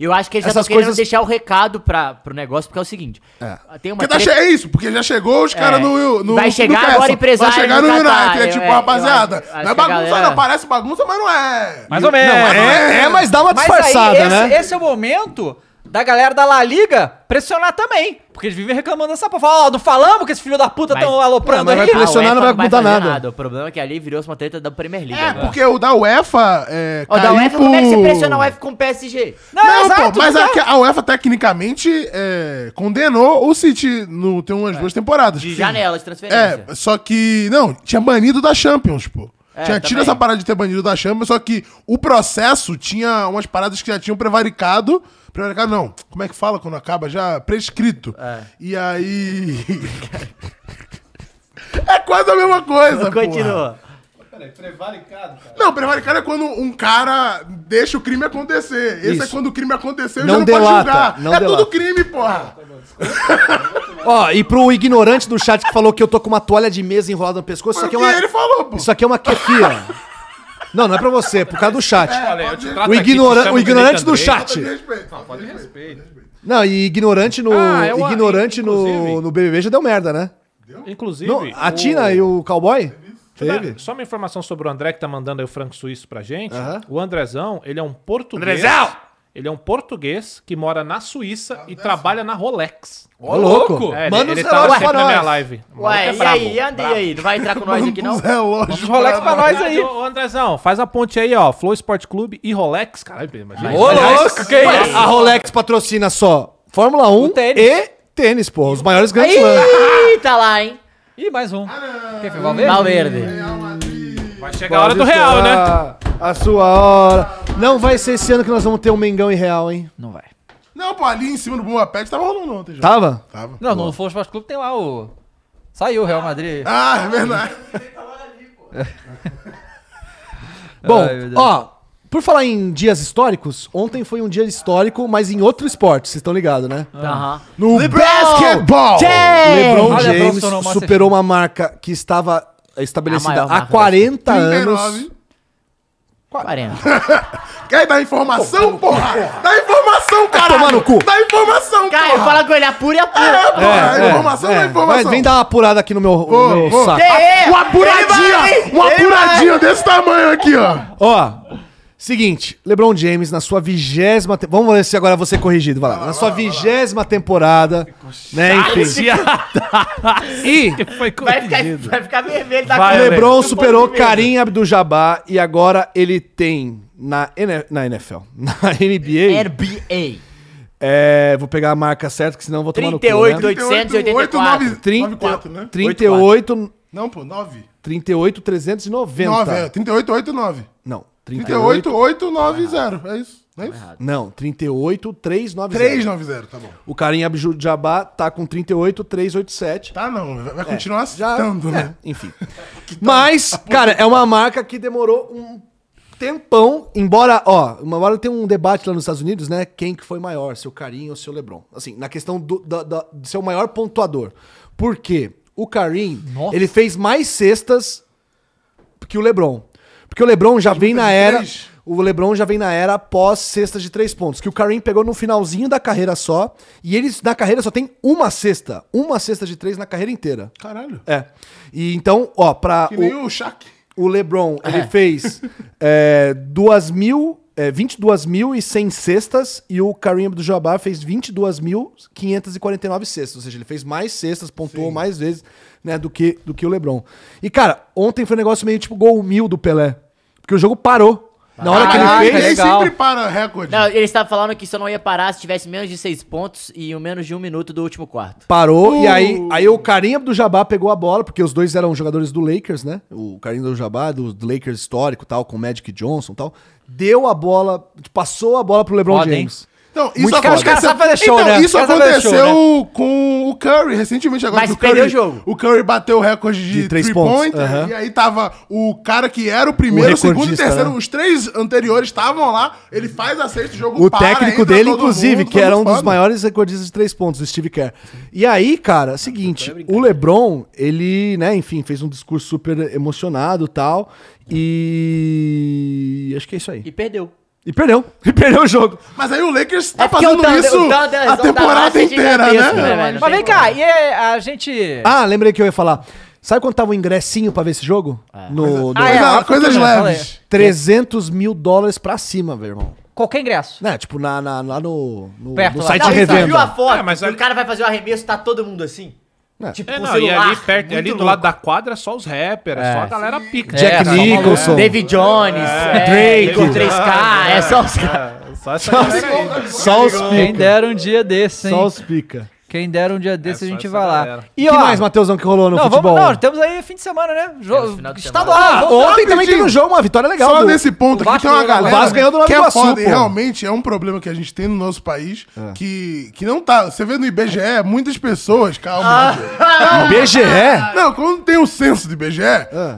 Speaker 1: E eu acho que eles já
Speaker 4: Essas
Speaker 1: estão querendo
Speaker 4: coisas-
Speaker 1: deixar o recado pra, pro negócio, porque é o seguinte. Tem uma
Speaker 3: Porque tá
Speaker 1: treta-
Speaker 3: che... É isso, porque já chegou os caras no, no.
Speaker 1: Vai
Speaker 3: no
Speaker 1: chegar
Speaker 3: Newcastle.
Speaker 1: agora empresário
Speaker 3: Vai chegar
Speaker 1: do
Speaker 3: no
Speaker 1: Catar.
Speaker 3: United. É
Speaker 1: Eu-
Speaker 3: tipo,
Speaker 1: é, eu
Speaker 3: rapaziada.
Speaker 1: acho-
Speaker 3: não
Speaker 1: acho
Speaker 3: é
Speaker 1: que a
Speaker 3: bagunça,
Speaker 1: galera-
Speaker 3: não. Parece bagunça, mas não é.
Speaker 2: Mais ou menos.
Speaker 4: É, é, mas dá uma
Speaker 2: Mas
Speaker 4: disfarçada,
Speaker 2: aí, esse,
Speaker 4: né?
Speaker 2: esse é o momento da galera da La Liga pressionar também. Porque eles vivem reclamando dessa porra. Falar, ó, não falamos que esse filho da puta
Speaker 1: Mas-
Speaker 2: tão aloprando
Speaker 4: Não, mas
Speaker 2: aí.
Speaker 4: vai
Speaker 1: Ah,
Speaker 4: pressionar,
Speaker 1: a
Speaker 4: não
Speaker 1: UEFA
Speaker 4: vai mudar
Speaker 1: fazer
Speaker 4: nada.
Speaker 1: O problema é que ali virou uma treta da Premier League.
Speaker 3: É,
Speaker 1: agora.
Speaker 3: porque o da UEFA. É,
Speaker 1: Ó, da
Speaker 3: caiu
Speaker 1: UEFA, como é que você
Speaker 3: pro-
Speaker 1: pressiona a UEFA com o PSG?
Speaker 2: Não,
Speaker 3: Não,
Speaker 2: exato,
Speaker 3: pô, mas
Speaker 2: não
Speaker 3: a,
Speaker 2: dá.
Speaker 3: a UEFA tecnicamente é, condenou o City no, tem umas duas temporadas.
Speaker 1: É. De
Speaker 3: Sim.
Speaker 1: janela de transferência.
Speaker 3: É, só que. Não, tinha banido da Champions, pô.
Speaker 1: É,
Speaker 3: tinha
Speaker 1: também.
Speaker 3: tido essa parada de ter banido da Champions, só que o processo tinha umas paradas que já tinham prevaricado. Prevaricado não, como é que fala quando acaba? Já prescrito.
Speaker 4: É.
Speaker 3: E aí. é quase a mesma coisa, pô.
Speaker 1: Continua.
Speaker 5: Peraí, prevaricado, cara.
Speaker 3: Não, prevaricado é quando um cara deixa o crime acontecer. Esse
Speaker 4: Isso.
Speaker 3: é quando o crime aconteceu e
Speaker 4: Não
Speaker 3: já não
Speaker 4: delata,
Speaker 3: pode julgar.
Speaker 4: não
Speaker 3: é
Speaker 4: delata.
Speaker 3: tudo crime, porra. É
Speaker 4: Ó, e pro ignorante do chat que falou que eu tô com uma toalha de mesa enrolada no pescoço, isso
Speaker 3: Foi
Speaker 4: aqui
Speaker 3: o que
Speaker 4: é uma.
Speaker 3: ele falou, pô.
Speaker 4: Isso aqui é uma kefira. Não, não é pra você, é por causa do chat.
Speaker 6: Olha, eu te trato
Speaker 4: O,
Speaker 6: aqui,
Speaker 4: ignora-
Speaker 6: te chamo
Speaker 4: o
Speaker 6: de
Speaker 4: ignorante
Speaker 6: Nathan
Speaker 4: do
Speaker 6: Drake.
Speaker 4: chat.
Speaker 3: Tá Me
Speaker 4: é
Speaker 3: respeita.
Speaker 6: Pode respeito.
Speaker 4: Não, e ignorante no.
Speaker 6: Ah, eu-
Speaker 4: ignorante no,
Speaker 6: inclusive-
Speaker 4: no BBB já deu merda, né?
Speaker 6: Inclusive.
Speaker 4: Não, a
Speaker 6: o-
Speaker 4: Tina e o cowboy?
Speaker 6: Deixa eu
Speaker 4: Teve.
Speaker 6: dar Só uma informação sobre o André que tá mandando aí o Franco Suíço pra gente. O Andrezão, ele é um português.
Speaker 1: Andrezão!
Speaker 6: Ele é um português que mora na Suíça e trabalha na Rolex.
Speaker 4: Ô, louco!
Speaker 6: É,
Speaker 4: Manda
Speaker 6: ele,
Speaker 4: os
Speaker 6: ele tava
Speaker 4: relógios pra
Speaker 6: sempre na minha
Speaker 4: nós.
Speaker 6: live. O maluco
Speaker 1: Ué,
Speaker 6: é
Speaker 1: e
Speaker 6: brabo,
Speaker 1: aí, anda e
Speaker 6: brabo.
Speaker 1: aí? Não vai entrar com nós aqui, não?
Speaker 3: Os relógios
Speaker 2: Os é. Rolex pra nós aí.
Speaker 6: Ô, ô, Andrezão, faz a ponte aí, ó. Flow Sport Clube e Rolex. Caralho, imagina.
Speaker 2: Ô, louco,
Speaker 6: é
Speaker 2: que
Speaker 4: Olha,
Speaker 2: isso?
Speaker 4: A Rolex patrocina só Fórmula 1
Speaker 2: tênis.
Speaker 4: e tênis, porra. Os maiores Grand Slams.
Speaker 1: Ih, tá lá, hein?
Speaker 2: Ih, mais um. Quem foi Valverde?
Speaker 1: Valverde.
Speaker 6: Vai chegar a É hora do Real, né?
Speaker 4: A sua hora. Não vai ser esse ano que nós vamos ter um Mengão em Real, hein?
Speaker 2: Não vai.
Speaker 3: Não, pô, ali em cima do Boa Pet tava rolando ontem já.
Speaker 4: Tava?
Speaker 3: Tava.
Speaker 2: Não, no Flow Esporte Clube tem lá o... Saiu o Real Madrid.
Speaker 3: Ah, é verdade.
Speaker 4: Bom,
Speaker 2: Ai, meu Deus.
Speaker 4: ó, por falar em dias históricos, ontem foi um dia histórico, mas em outro esporte, vocês estão ligados, né?
Speaker 1: Aham.
Speaker 3: No basketball!
Speaker 4: LeBron
Speaker 2: Ah. Olha,
Speaker 4: James
Speaker 2: Bronson, não, Ah,
Speaker 4: superou uma marca que estava
Speaker 1: A
Speaker 4: estabelecida
Speaker 1: maior
Speaker 4: há
Speaker 1: marca
Speaker 4: 40 anos.
Speaker 3: 39.
Speaker 1: 40.
Speaker 3: Quer dar informação, porra? Dá informação, cara!
Speaker 4: tomar no cu. assim,
Speaker 3: Dá informação,
Speaker 1: Cara, eu
Speaker 3: porra!
Speaker 1: falo com ele, apura e apura.
Speaker 3: É, porra, é, informação é,
Speaker 4: Vai,
Speaker 3: informação.
Speaker 4: vem dar uma apurada aqui no meu, no
Speaker 3: Pô,
Speaker 4: meu
Speaker 3: pô.
Speaker 4: saco.
Speaker 1: É,
Speaker 3: Uma apuradinha!
Speaker 1: ele vai,
Speaker 3: Uma
Speaker 1: ele
Speaker 3: apuradinha desse tamanho aqui, ó!
Speaker 4: Ó, seguinte, LeBron James na sua vigésima... te- Vamos ver se agora você é corrigido, vai lá. na sua vigésima temporada, né, enfim. E
Speaker 6: Foi
Speaker 1: Vai ficar, vai ficar vermelho da
Speaker 6: Vai,
Speaker 1: cor.
Speaker 4: LeBron
Speaker 1: Eu
Speaker 4: superou
Speaker 1: posso ver.
Speaker 4: Karim Abdul-Jabbar e agora ele tem na, N na NFL, na NBA...
Speaker 1: NBA.
Speaker 4: É, vou pegar a marca certa, que senão eu vou tomar no cu, né?
Speaker 1: 38,
Speaker 3: 894,
Speaker 4: 30,
Speaker 3: 94, né?
Speaker 4: 38,
Speaker 3: Não, pô, 9.
Speaker 4: 38, 390.
Speaker 3: 9, é. 38, 8, 9.
Speaker 4: Não, 38.
Speaker 3: 38, 8, 9, 0. É isso? Não é isso?
Speaker 4: Não, 38, 390.
Speaker 3: 3, 9, 0, tá bom.
Speaker 4: O Karim Abdul-Jabbar tá com 38, 387.
Speaker 3: Tá não, vai continuar
Speaker 4: É. Já,
Speaker 3: citando,
Speaker 4: é,
Speaker 3: né?
Speaker 4: enfim. Mas, cara, é uma marca que demorou um tempão, embora, ó, uma hora tem um debate lá nos Estados Unidos, né? Quem que foi maior, seu Karim ou seu LeBron? Assim, na questão do, da- da- de ser o maior pontuador. Por quê? O Karim,
Speaker 2: Nossa.
Speaker 4: ele fez mais cestas que o LeBron. Porque o LeBron já vem na era. O LeBron já vem na era pós cesta de três pontos, que o Karim pegou no finalzinho da carreira só, e ele na carreira só tem uma cesta, uma cesta de três na carreira inteira.
Speaker 3: Caralho.
Speaker 4: É. E então, ó, para
Speaker 3: Que nem o Shaq.
Speaker 4: o LeBron, ele fez é, 2 mil, é, 22.100 cestas e o Kareem Abdul-Jabbar fez 22.549 cestas. Ou seja, ele fez mais cestas, pontuou mais vezes né, do, que, do que o LeBron. E, cara, ontem foi um negócio meio tipo gol mil do Pelé. Porque o jogo parou. Na hora que
Speaker 2: Caraca,
Speaker 4: ele fez...
Speaker 3: Ele
Speaker 2: legal.
Speaker 3: sempre para recorde.
Speaker 1: Não, ele estava falando que só não ia parar se tivesse menos de seis pontos e menos de um minuto do último quarto.
Speaker 4: Parou, e
Speaker 3: Uh.
Speaker 4: aí, aí o Karim Abdul-Jabbar pegou a bola, porque os dois eram jogadores do Lakers, né? O Karim Abdul-Jabbar, do do Lakers histórico tal, com o Magic Johnson tal. Deu a bola, passou a bola pro LeBron
Speaker 2: Foda, hein?
Speaker 4: James.
Speaker 3: Então, isso
Speaker 4: Muito foda.
Speaker 3: aconteceu,
Speaker 2: Os caras sabem fazer show,
Speaker 3: então,
Speaker 2: né? Os
Speaker 3: isso
Speaker 2: caras sabem fazer
Speaker 3: aconteceu
Speaker 2: show,
Speaker 3: com o Curry recentemente agora.
Speaker 1: Mas
Speaker 3: que o
Speaker 1: perdeu
Speaker 3: Curry,
Speaker 1: o jogo.
Speaker 3: O Curry bateu o recorde de,
Speaker 4: De três
Speaker 3: três
Speaker 4: pontos,
Speaker 3: point,
Speaker 4: aham.
Speaker 3: e aí tava o cara que era o primeiro,
Speaker 4: O
Speaker 3: o segundo e
Speaker 4: recordista,
Speaker 3: terceiro,
Speaker 4: né?
Speaker 3: os três anteriores estavam lá, ele faz a sexta, o jogo
Speaker 4: O
Speaker 3: para,
Speaker 4: técnico
Speaker 3: entra
Speaker 4: dele,
Speaker 3: todo
Speaker 4: inclusive,
Speaker 3: mundo,
Speaker 4: que
Speaker 3: todo
Speaker 4: era um
Speaker 3: mundo
Speaker 4: dos
Speaker 3: foda.
Speaker 4: maiores recordistas de três pontos, o Steve Kerr. E aí, cara,
Speaker 2: é
Speaker 4: seguinte, o LeBron, ele, né, enfim, fez um discurso super emocionado tal, e... acho que é isso aí.
Speaker 1: E perdeu.
Speaker 4: E perdeu, e perdeu o jogo.
Speaker 3: Mas aí o Lakers tá
Speaker 1: É porque o
Speaker 3: fazendo
Speaker 1: Thunder-
Speaker 3: isso
Speaker 1: o Thunder-
Speaker 3: a
Speaker 1: o Thunder
Speaker 3: temporada
Speaker 1: é
Speaker 3: inteira,
Speaker 1: gigantesco,
Speaker 3: né?
Speaker 1: velho?
Speaker 2: Mas
Speaker 1: Não tem
Speaker 2: vem cá, e é a gente.
Speaker 4: Ah, lembrei que eu ia falar. Sabe quanto tava o ingressinho pra ver esse jogo? No, no-
Speaker 2: Ah, é,
Speaker 3: Coisa-
Speaker 2: uma
Speaker 3: coisas
Speaker 2: fortuna,
Speaker 3: leves.
Speaker 4: 300 mil dólares pra cima, meu irmão.
Speaker 2: Qualquer ingresso.
Speaker 4: Né, tipo, na, na- lá no, no,
Speaker 2: Perto
Speaker 4: no
Speaker 2: lá.
Speaker 4: site
Speaker 1: Não,
Speaker 4: de
Speaker 1: você viu a
Speaker 4: revenda.
Speaker 1: foto?
Speaker 6: É, mas
Speaker 1: que
Speaker 6: ali-
Speaker 1: O cara vai fazer o arremesso, tá todo mundo assim.
Speaker 4: É.
Speaker 1: Tipo,
Speaker 6: É,
Speaker 1: com
Speaker 6: não,
Speaker 1: o celular,
Speaker 6: e ali, perto, ali
Speaker 1: muito
Speaker 6: do lado
Speaker 1: louco.
Speaker 6: da quadra, só os rappers, é só a galera pica.
Speaker 4: Jack
Speaker 2: É, só
Speaker 4: Nicholson.
Speaker 1: David Jones, é,
Speaker 4: Drake.
Speaker 1: Drake, 3K, é só os caras.
Speaker 6: Só essa galera aí.
Speaker 4: Só os
Speaker 2: Quem
Speaker 4: pica.
Speaker 2: dera um dia desse, hein?
Speaker 4: Só os pica.
Speaker 2: Quem dera um dia desse
Speaker 6: É,
Speaker 2: a
Speaker 6: só
Speaker 2: gente
Speaker 6: essa
Speaker 2: vai lá.
Speaker 6: galera.
Speaker 4: E o que mais, Matheusão, que rolou no
Speaker 2: não,
Speaker 4: futebol?
Speaker 2: vamos, não, temos aí fim de semana, né?
Speaker 1: Temos
Speaker 2: Jogo
Speaker 1: final de
Speaker 2: estadual.
Speaker 1: semana.
Speaker 2: voltando.
Speaker 4: Ontem
Speaker 3: Rapidinho.
Speaker 4: também teve um jogo, uma vitória legal.
Speaker 3: Só
Speaker 4: do-
Speaker 3: nesse ponto
Speaker 2: o
Speaker 3: aqui
Speaker 2: Vasco
Speaker 3: tem uma
Speaker 2: ganhou do-
Speaker 3: galera
Speaker 4: o Vasco ganhou do Nova
Speaker 3: que é
Speaker 4: Iguaçu,
Speaker 3: foda, e
Speaker 4: pô.
Speaker 3: realmente é um problema que a gente tem no nosso país que, que não tá. Você vê no IBGE, muitas pessoas, calma.
Speaker 4: BGE?
Speaker 3: Não, quando tem o censo do IBGE,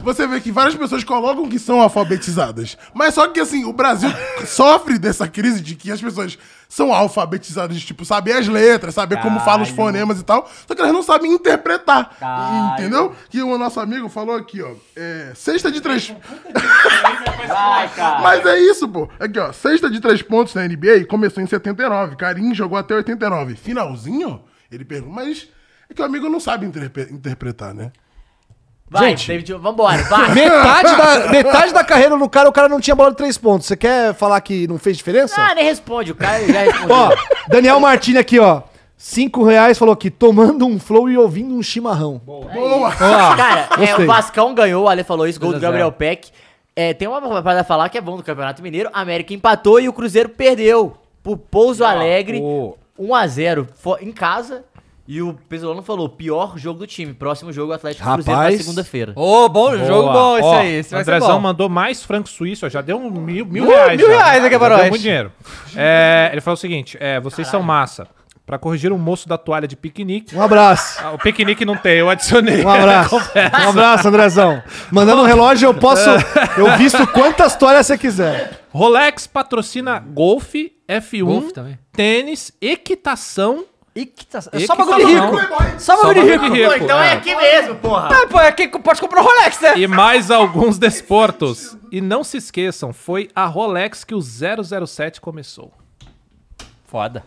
Speaker 3: você vê que várias pessoas colocam que são alfabetizadas. Mas só que assim, o Brasil sofre dessa crise de que as pessoas são alfabetizadas, de, tipo, saber as letras, saber como falam os fonemas e tal, só que elas não sabem interpretar. Entendeu? Que o nosso amigo falou aqui, ó. É, sexta de três.
Speaker 4: Ah.
Speaker 3: Mas é isso, pô. Aqui, ó. Sexta de três pontos na NBA começou em 79. Karim jogou até 89. Finalzinho? Ele pergunta. Mas é que o amigo não sabe interpre- interpretar, né?
Speaker 1: Vai,
Speaker 4: Gente.
Speaker 1: David Jones, vambora, vai.
Speaker 4: Metade da, metade da carreira do cara, o cara não tinha bola de três pontos. Você quer falar que não fez diferença?
Speaker 1: Ah, nem responde, o cara já
Speaker 4: Ó,
Speaker 1: respondeu.
Speaker 4: Daniel Martini aqui, ó. Cinco reais falou aqui, tomando um flow e ouvindo um chimarrão.
Speaker 3: Boa!
Speaker 1: Cara, é,
Speaker 4: Gostei.
Speaker 1: o Vascão ganhou, o Ale falou isso, gol do
Speaker 2: Dois a zero.
Speaker 1: Gabriel Peck. É, tem uma parada a falar que é bom do Campeonato Mineiro. A América empatou e o Cruzeiro perdeu. Pro
Speaker 4: Ah,
Speaker 1: Pouso Alegre,
Speaker 2: pô.
Speaker 1: 1x0 em casa. E o Pesolano falou, pior jogo do time. Próximo jogo, Atlético
Speaker 4: Rapaz.
Speaker 1: Cruzeiro na segunda-feira.
Speaker 2: Ô, bom jogo bom esse
Speaker 6: Ó,
Speaker 2: aí. Esse vai ser
Speaker 6: Andrezão
Speaker 2: bom.
Speaker 6: mandou mais franco suíço, ó, já deu um mil, mil
Speaker 2: Mil-
Speaker 6: reais.
Speaker 2: mil
Speaker 6: já.
Speaker 2: reais aqui
Speaker 6: Já
Speaker 2: pra
Speaker 6: deu
Speaker 2: nós.
Speaker 6: muito dinheiro. É, ele falou o seguinte, é, vocês são massa. Pra corrigir o moço da toalha de piquenique...
Speaker 4: Um abraço.
Speaker 6: Ah, o piquenique não tem, eu adicionei.
Speaker 4: Um abraço. Um abraço, Andrezão. Mandando um relógio, eu posso. Eu visto quantas toalhas você quiser.
Speaker 6: Rolex patrocina golfe, F1,
Speaker 2: Golfe também.
Speaker 6: tênis, equitação...
Speaker 2: Ih, que tá- É
Speaker 6: e
Speaker 2: só bagulho de rico. Só bagulho de rico.
Speaker 1: Pô, então é aqui mesmo, porra.
Speaker 4: Tá
Speaker 2: Ah, pô, é quem pode comprar o Rolex, né?
Speaker 6: E mais alguns desportos. E não se esqueçam, foi a Rolex que o 007 começou.
Speaker 2: Foda.